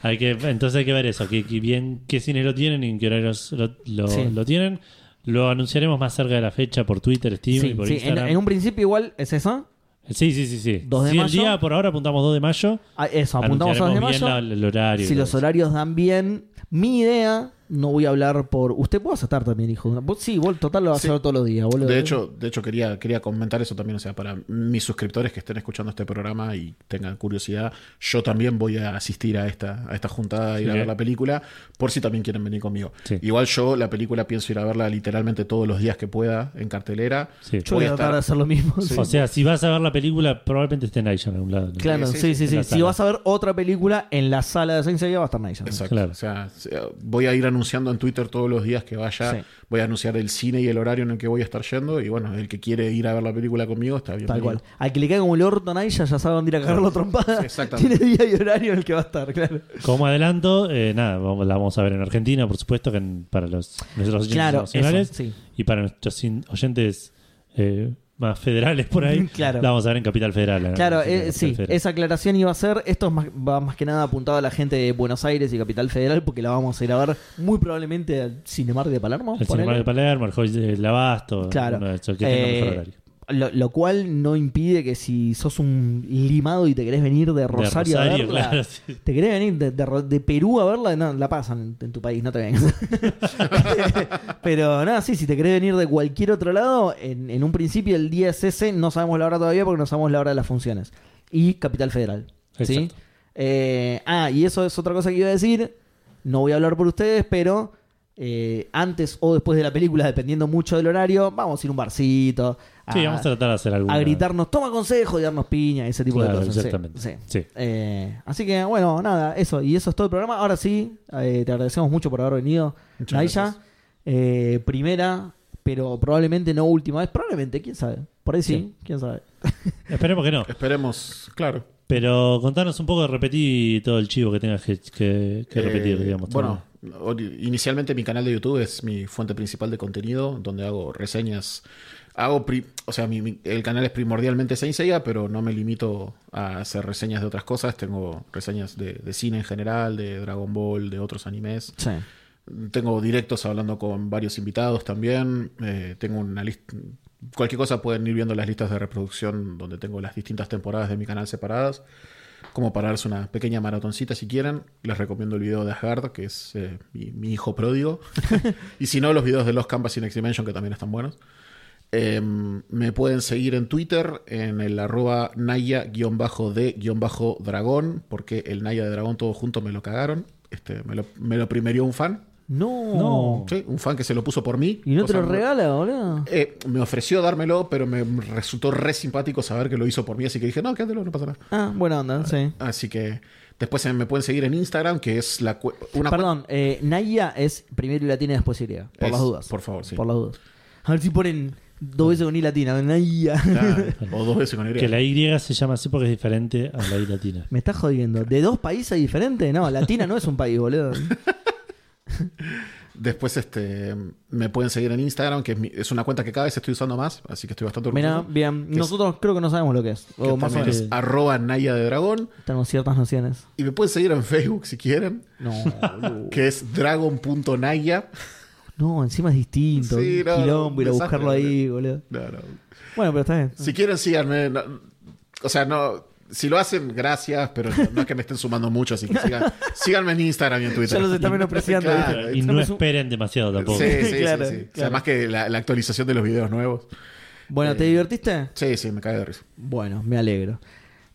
Speaker 3: Hay que, entonces hay que ver eso, que, que bien qué cine lo tienen y en qué horarios lo, lo-
Speaker 4: Sí.
Speaker 3: lo tienen. Lo anunciaremos más cerca de la fecha por Twitter, Steam y
Speaker 4: Sí,
Speaker 3: por
Speaker 4: sí, en,
Speaker 3: Instagram.
Speaker 4: en un principio igual es eso.
Speaker 3: Sí, sí, sí, sí.
Speaker 4: 2 de
Speaker 3: Si el
Speaker 4: mayo.
Speaker 3: día por ahora apuntamos 2 de mayo.
Speaker 4: Ah, Eso, apuntamos a los de
Speaker 3: anunciaremos
Speaker 4: mayo.
Speaker 3: bien la- el horario. y
Speaker 4: si
Speaker 3: todo
Speaker 4: los
Speaker 3: eso.
Speaker 4: horarios dan bien, mi idea, no voy a hablar por. Usted puede aceptar también, hijo. Vos, sí, vos total lo vas
Speaker 5: Sí.
Speaker 4: a hacer todos los días, boludo.
Speaker 5: De hecho, de hecho quería, quería comentar eso también, o sea, para mis suscriptores que estén escuchando este programa y tengan curiosidad, yo también voy a asistir a esta, a esta juntada, a ir a
Speaker 3: Sí.
Speaker 5: ver la película, por si también quieren venir conmigo.
Speaker 3: Sí.
Speaker 5: Igual yo la película pienso ir a verla literalmente todos los días que pueda en cartelera.
Speaker 3: Sí.
Speaker 4: yo voy
Speaker 5: voy
Speaker 4: a
Speaker 5: a
Speaker 4: tratar de
Speaker 5: estar-
Speaker 4: hacer lo mismo.
Speaker 5: Sí.
Speaker 3: O sea, si vas a ver la película, probablemente estén ahí ya en algún lado. ¿no?
Speaker 4: Claro,
Speaker 5: Sí,
Speaker 4: sí,
Speaker 5: sí,
Speaker 4: sí, sí.
Speaker 5: sí,
Speaker 3: en la
Speaker 4: Si
Speaker 3: sala.
Speaker 4: vas a ver otra película en la sala de Saint Seiya va a estar Night Shyamalan.
Speaker 5: Exacto.
Speaker 3: Claro.
Speaker 5: O sea, se- voy a ir anunciando en Twitter todos los días que vaya.
Speaker 4: Sí.
Speaker 5: Voy a anunciar el cine y el horario en el que voy a estar yendo. Y bueno, el que quiere ir a ver la película conmigo está bien.
Speaker 4: Tal cual. Al que le caiga como el orto a Naisha, ya sabe dónde ir a agarrar la trompada. Tiene
Speaker 5: Exactamente.
Speaker 4: día y horario en el que va a estar, claro.
Speaker 3: Como adelanto, eh, nada, vamos, la vamos a ver en Argentina, por supuesto, que en- para los, nuestros oyentes
Speaker 4: Claro,
Speaker 3: nacionales.
Speaker 4: eso, sí.
Speaker 3: Y para nuestros in- oyentes eh, más federales por ahí,
Speaker 4: Claro.
Speaker 3: la vamos a ver en Capital Federal. en
Speaker 4: Claro,
Speaker 3: Argentina,
Speaker 4: eh,
Speaker 3: Capital
Speaker 4: sí,
Speaker 3: Federal.
Speaker 4: esa aclaración iba a ser, esto es más, va más que nada apuntado a la gente de Buenos Aires y Capital Federal, porque la vamos a ir a ver muy probablemente al Cinemark de Palermo.
Speaker 3: El
Speaker 4: ponele.
Speaker 3: Cinemark de Palermo, el Hoy del Abasto.
Speaker 4: Claro.
Speaker 3: uno de esos que tenga
Speaker 4: Eh,
Speaker 3: mejor horario.
Speaker 4: lo, lo cual no impide que si sos un limado y te querés venir de Rosario, a
Speaker 3: Rosario,
Speaker 4: verla,
Speaker 3: claro, sí.
Speaker 4: te querés venir de, de Ro- de Perú a verla, no, la pasan en, en tu país, no te vengas. Pero nada, sí, si te querés venir de cualquier otro lado, en, en un principio el día es ese, no sabemos la hora todavía porque no sabemos la hora de las funciones. Y Capital Federal. ¿sí?
Speaker 3: Exacto.
Speaker 4: Eh, ah, y eso es otra cosa que iba a decir. No voy a hablar por ustedes, pero eh, antes o después de la película, dependiendo mucho del horario, vamos a ir a un barcito. A,
Speaker 3: Sí, vamos a tratar de hacer algo.
Speaker 4: a gritarnos, toma consejo y darnos piña, ese tipo
Speaker 3: Claro,
Speaker 4: de cosas. sí,
Speaker 3: exactamente.
Speaker 4: sí.
Speaker 3: Sí.
Speaker 4: Eh, así que, bueno, nada, eso. Y eso es todo el programa. Ahora sí, eh, te agradecemos mucho por haber venido,
Speaker 5: Muchas
Speaker 4: Naisha.
Speaker 5: gracias.
Speaker 4: Eh, primera, pero probablemente no última vez. Probablemente, quién sabe. Por ahí sí,
Speaker 3: Sí.
Speaker 4: quién sabe.
Speaker 3: Esperemos que no.
Speaker 5: Esperemos, claro.
Speaker 3: Pero contanos un poco, repetí todo el chivo que tengas que, que- que
Speaker 5: Eh,
Speaker 3: repetir, digamos.
Speaker 5: Bueno, ori- inicialmente mi canal de YouTube es mi fuente principal de contenido, donde hago reseñas. Hago, pri- o sea, mi- mi- el canal es primordialmente Saint Seiya, pero no me limito a hacer reseñas de otras cosas. Tengo reseñas de, de cine en general, de Dragon Ball, de otros animes.
Speaker 4: Sí.
Speaker 5: Tengo directos hablando con varios invitados también. Eh, tengo una lista. Cualquier cosa pueden ir viendo las listas de reproducción donde tengo las distintas temporadas de mi canal separadas. Como para darse una pequeña maratoncita si quieren. Les recomiendo el video de Asgard, que es eh, mi, mi hijo pródigo. y si no, los videos de Los Campas y Next Dimension, que también están buenos. Eh, me pueden seguir en Twitter en el arroba naya-d-dragón, porque el naya de dragón todo junto me lo cagaron. Este, me, lo, me lo primerió un fan.
Speaker 4: No.
Speaker 3: No.
Speaker 5: Sí, un fan que se lo puso por mí.
Speaker 4: Y no te
Speaker 5: Cosa
Speaker 4: lo
Speaker 5: muy-
Speaker 4: regala, boludo.
Speaker 5: Eh, me ofreció dármelo, pero me resultó re simpático saber que lo hizo por mí, así que dije, no, quédatelo, no pasa nada.
Speaker 4: Ah, buena onda, sí.
Speaker 5: Así que después eh, me pueden seguir en Instagram, que es la cue- una
Speaker 4: Perdón, eh, Naya es primero y latina y después Siria. Por
Speaker 5: Es-
Speaker 4: las dudas.
Speaker 5: por favor, sí.
Speaker 4: Por las dudas. A ver si ponen dos veces con I latina. Naya.
Speaker 5: Ah, o dos veces con
Speaker 3: que
Speaker 5: Y.
Speaker 3: la Y se llama así porque es diferente a la I latina.
Speaker 4: Me estás jodiendo. ¿De dos países diferentes? No, latina no es un país, boludo.
Speaker 5: Después este, me pueden seguir en Instagram, que es, mi- es una cuenta que cada vez estoy usando más, así que estoy bastante
Speaker 4: Mira,
Speaker 5: orgulloso.
Speaker 4: bien.
Speaker 5: Es-
Speaker 4: Nosotros creo que no sabemos lo que es.
Speaker 5: que
Speaker 4: O más o
Speaker 5: también
Speaker 4: menos.
Speaker 5: es arroba Naya de Dragón.
Speaker 4: Tenemos ciertas nociones.
Speaker 5: Y me pueden seguir en Facebook si quieren,
Speaker 4: No, boludo.
Speaker 5: que es dragon.naya.
Speaker 4: No, encima es distinto.
Speaker 5: Sí, no,
Speaker 4: Quilombo, ir a
Speaker 5: desastre,
Speaker 4: buscarlo ahí, boludo.
Speaker 5: No, no.
Speaker 4: Bueno, pero está bien.
Speaker 5: Si quieren, síganme. No, o sea, no. Si lo hacen, gracias, pero no, no es que me estén sumando mucho, así que sigan- síganme en Instagram y en Twitter.
Speaker 4: Ya los está menospreciando.
Speaker 5: Claro,
Speaker 4: ¿viste?
Speaker 3: Ah, Y no
Speaker 4: Somos un-
Speaker 3: esperen demasiado tampoco.
Speaker 5: Sí, sí, sí,
Speaker 4: Claro,
Speaker 5: sí. O sea,
Speaker 4: claro.
Speaker 5: más que la, la actualización de los videos nuevos.
Speaker 4: Bueno, ¿te
Speaker 5: Eh.
Speaker 4: divertiste?
Speaker 5: Sí, sí, me cae de risa.
Speaker 4: Bueno, me alegro.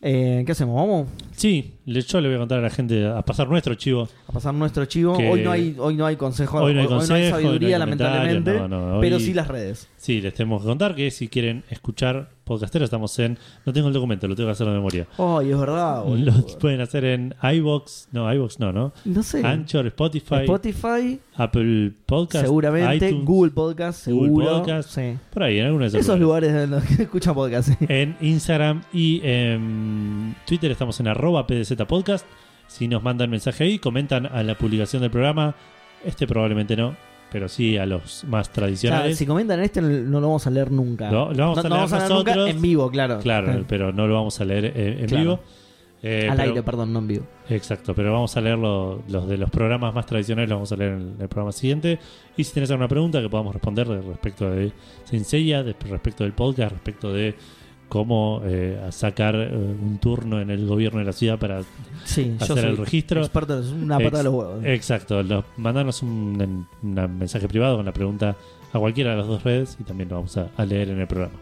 Speaker 4: Eh, ¿Qué hacemos? ¿Vamos
Speaker 3: Sí, le- yo le voy a contar a la gente a pasar nuestro chivo.
Speaker 4: a pasar nuestro chivo?
Speaker 3: Que-
Speaker 4: Hoy no hay hoy no hay consejo,
Speaker 3: Hoy no hay consejo,
Speaker 4: sabiduría,
Speaker 3: hoy no hay
Speaker 4: lamentablemente,
Speaker 3: comentario, no, no, hoy-
Speaker 4: pero sí las redes.
Speaker 3: Sí, les tenemos que contar que si quieren escuchar podcastero, estamos en. No tengo el documento, lo tengo que hacer de memoria.
Speaker 4: Ay, es
Speaker 5: Ah,
Speaker 4: verdad. boludo.
Speaker 3: Lo pueden hacer en iBox, no, iBox no, ¿no?
Speaker 4: No sé.
Speaker 3: Anchor, Spotify,
Speaker 4: Spotify,
Speaker 3: Apple Podcast,
Speaker 4: seguramente,
Speaker 3: iTunes,
Speaker 4: Google Podcast,
Speaker 3: Google
Speaker 4: seguro.
Speaker 3: Podcast,
Speaker 4: sí.
Speaker 3: por ahí, en alguno de esos,
Speaker 4: Esos
Speaker 3: lugares.
Speaker 4: lugares en los que escuchan podcast. sí.
Speaker 3: En Instagram y en Twitter estamos en arroba PDZ Podcast. Si nos mandan mensaje ahí, comentan a la publicación del programa. Este probablemente no, pero sí a los más
Speaker 4: Claro,
Speaker 3: tradicionales.
Speaker 4: si comentan este, no lo vamos a leer nunca.
Speaker 3: No, lo vamos a
Speaker 4: no
Speaker 3: leer nosotros.
Speaker 4: nunca en vivo, claro.
Speaker 3: Claro,
Speaker 4: Sí.
Speaker 3: pero no lo vamos a leer eh, en
Speaker 4: Claro.
Speaker 3: vivo. Eh,
Speaker 4: Al
Speaker 3: pero-
Speaker 4: aire, perdón, no en vivo.
Speaker 3: Exacto, pero vamos a leer lo- los de los programas más tradicionales, los vamos a leer en el programa siguiente. Y si tenés alguna pregunta que podamos responder de- respecto de Sencilla, de- respecto del podcast, respecto de cómo eh, sacar eh, un turno en el gobierno de la ciudad para
Speaker 4: Sí, yo
Speaker 3: Hacer
Speaker 4: soy
Speaker 3: el registro.
Speaker 4: experto, es una pata de los huevos.
Speaker 3: Exacto, lo- mandanos un, un mensaje privado con la pregunta a cualquiera de las dos redes y también lo vamos a, a leer en el programa.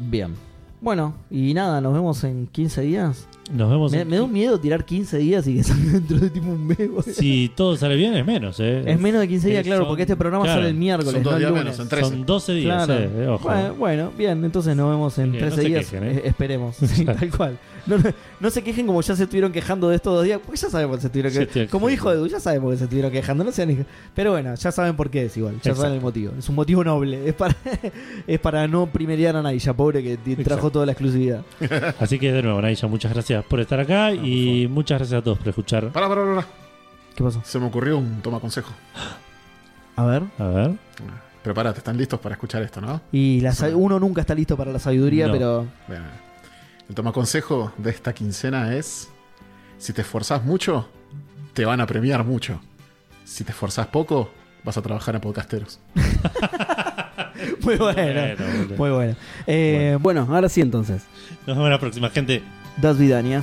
Speaker 4: Bien. Bueno, y nada, nos vemos en 15 días.
Speaker 3: Nos vemos.
Speaker 4: Me,
Speaker 3: en-
Speaker 4: me da un miedo tirar 15 días y que salga dentro de tipo un mes. boludo.
Speaker 3: Si todo sale bien, es menos, ¿eh?
Speaker 4: Es menos de 15 días,
Speaker 3: Eh,
Speaker 4: claro,
Speaker 3: son-
Speaker 4: porque este programa
Speaker 3: claro,
Speaker 4: sale el miércoles,
Speaker 5: Son dos
Speaker 4: no el
Speaker 5: días
Speaker 4: lunes.
Speaker 5: menos, son 13.
Speaker 3: Son 12 días,
Speaker 4: Claro.
Speaker 3: eh, ojo.
Speaker 4: Bueno, bueno, bien, entonces nos vemos en
Speaker 3: Que
Speaker 4: 13
Speaker 3: no se
Speaker 4: días.
Speaker 3: quejen, ¿eh?
Speaker 4: eh, esperemos, sí, tal cual. No, no- no se quejen como ya se estuvieron quejando de estos dos días, porque ya sabemos que se estuvieron
Speaker 3: Sí,
Speaker 4: quejando.
Speaker 3: estoy-
Speaker 4: Como
Speaker 3: estoy-
Speaker 4: dijo Edu, ya sabemos que se estuvieron quejando, no sean hijos. Pero bueno, ya saben por qué es igual, ya saben
Speaker 3: Exacto.
Speaker 4: el motivo. Es un motivo noble, es para, es para no primerear a nadie, ya pobre que t- trajo
Speaker 3: Exacto.
Speaker 4: toda la exclusividad.
Speaker 3: Así que de nuevo, Naya, muchas gracias por estar acá y muchas gracias a todos por escuchar.
Speaker 5: Pará, pará, pará.
Speaker 4: ¿Qué pasó?
Speaker 5: Se me ocurrió un toma consejo.
Speaker 4: A ver.
Speaker 3: A ver.
Speaker 5: Prepárate, están listos para escuchar esto, ¿no?
Speaker 4: Y la sa- uno nunca está listo para la sabiduría,
Speaker 3: Ah. No.
Speaker 4: pero
Speaker 5: Bien, bien. El toma consejo de esta quincena es: si te esforzás mucho, te van a premiar mucho. Si te esforzás poco, vas a trabajar en podcasteros.
Speaker 4: muy bueno.
Speaker 3: Bueno, boludo.
Speaker 4: Muy bueno. Eh,
Speaker 2: Bueno, ahora sí entonces.
Speaker 3: Nos vemos la próxima, gente.
Speaker 4: Das Vidania.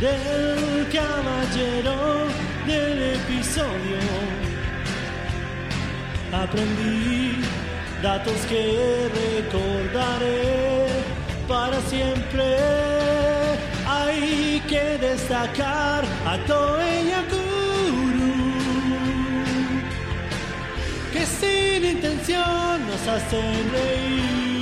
Speaker 1: del caballero del episodio aprendí datos que recordaré para siempre. Hay que destacar a Toe Yakuru, que sin intención nos hacen reír.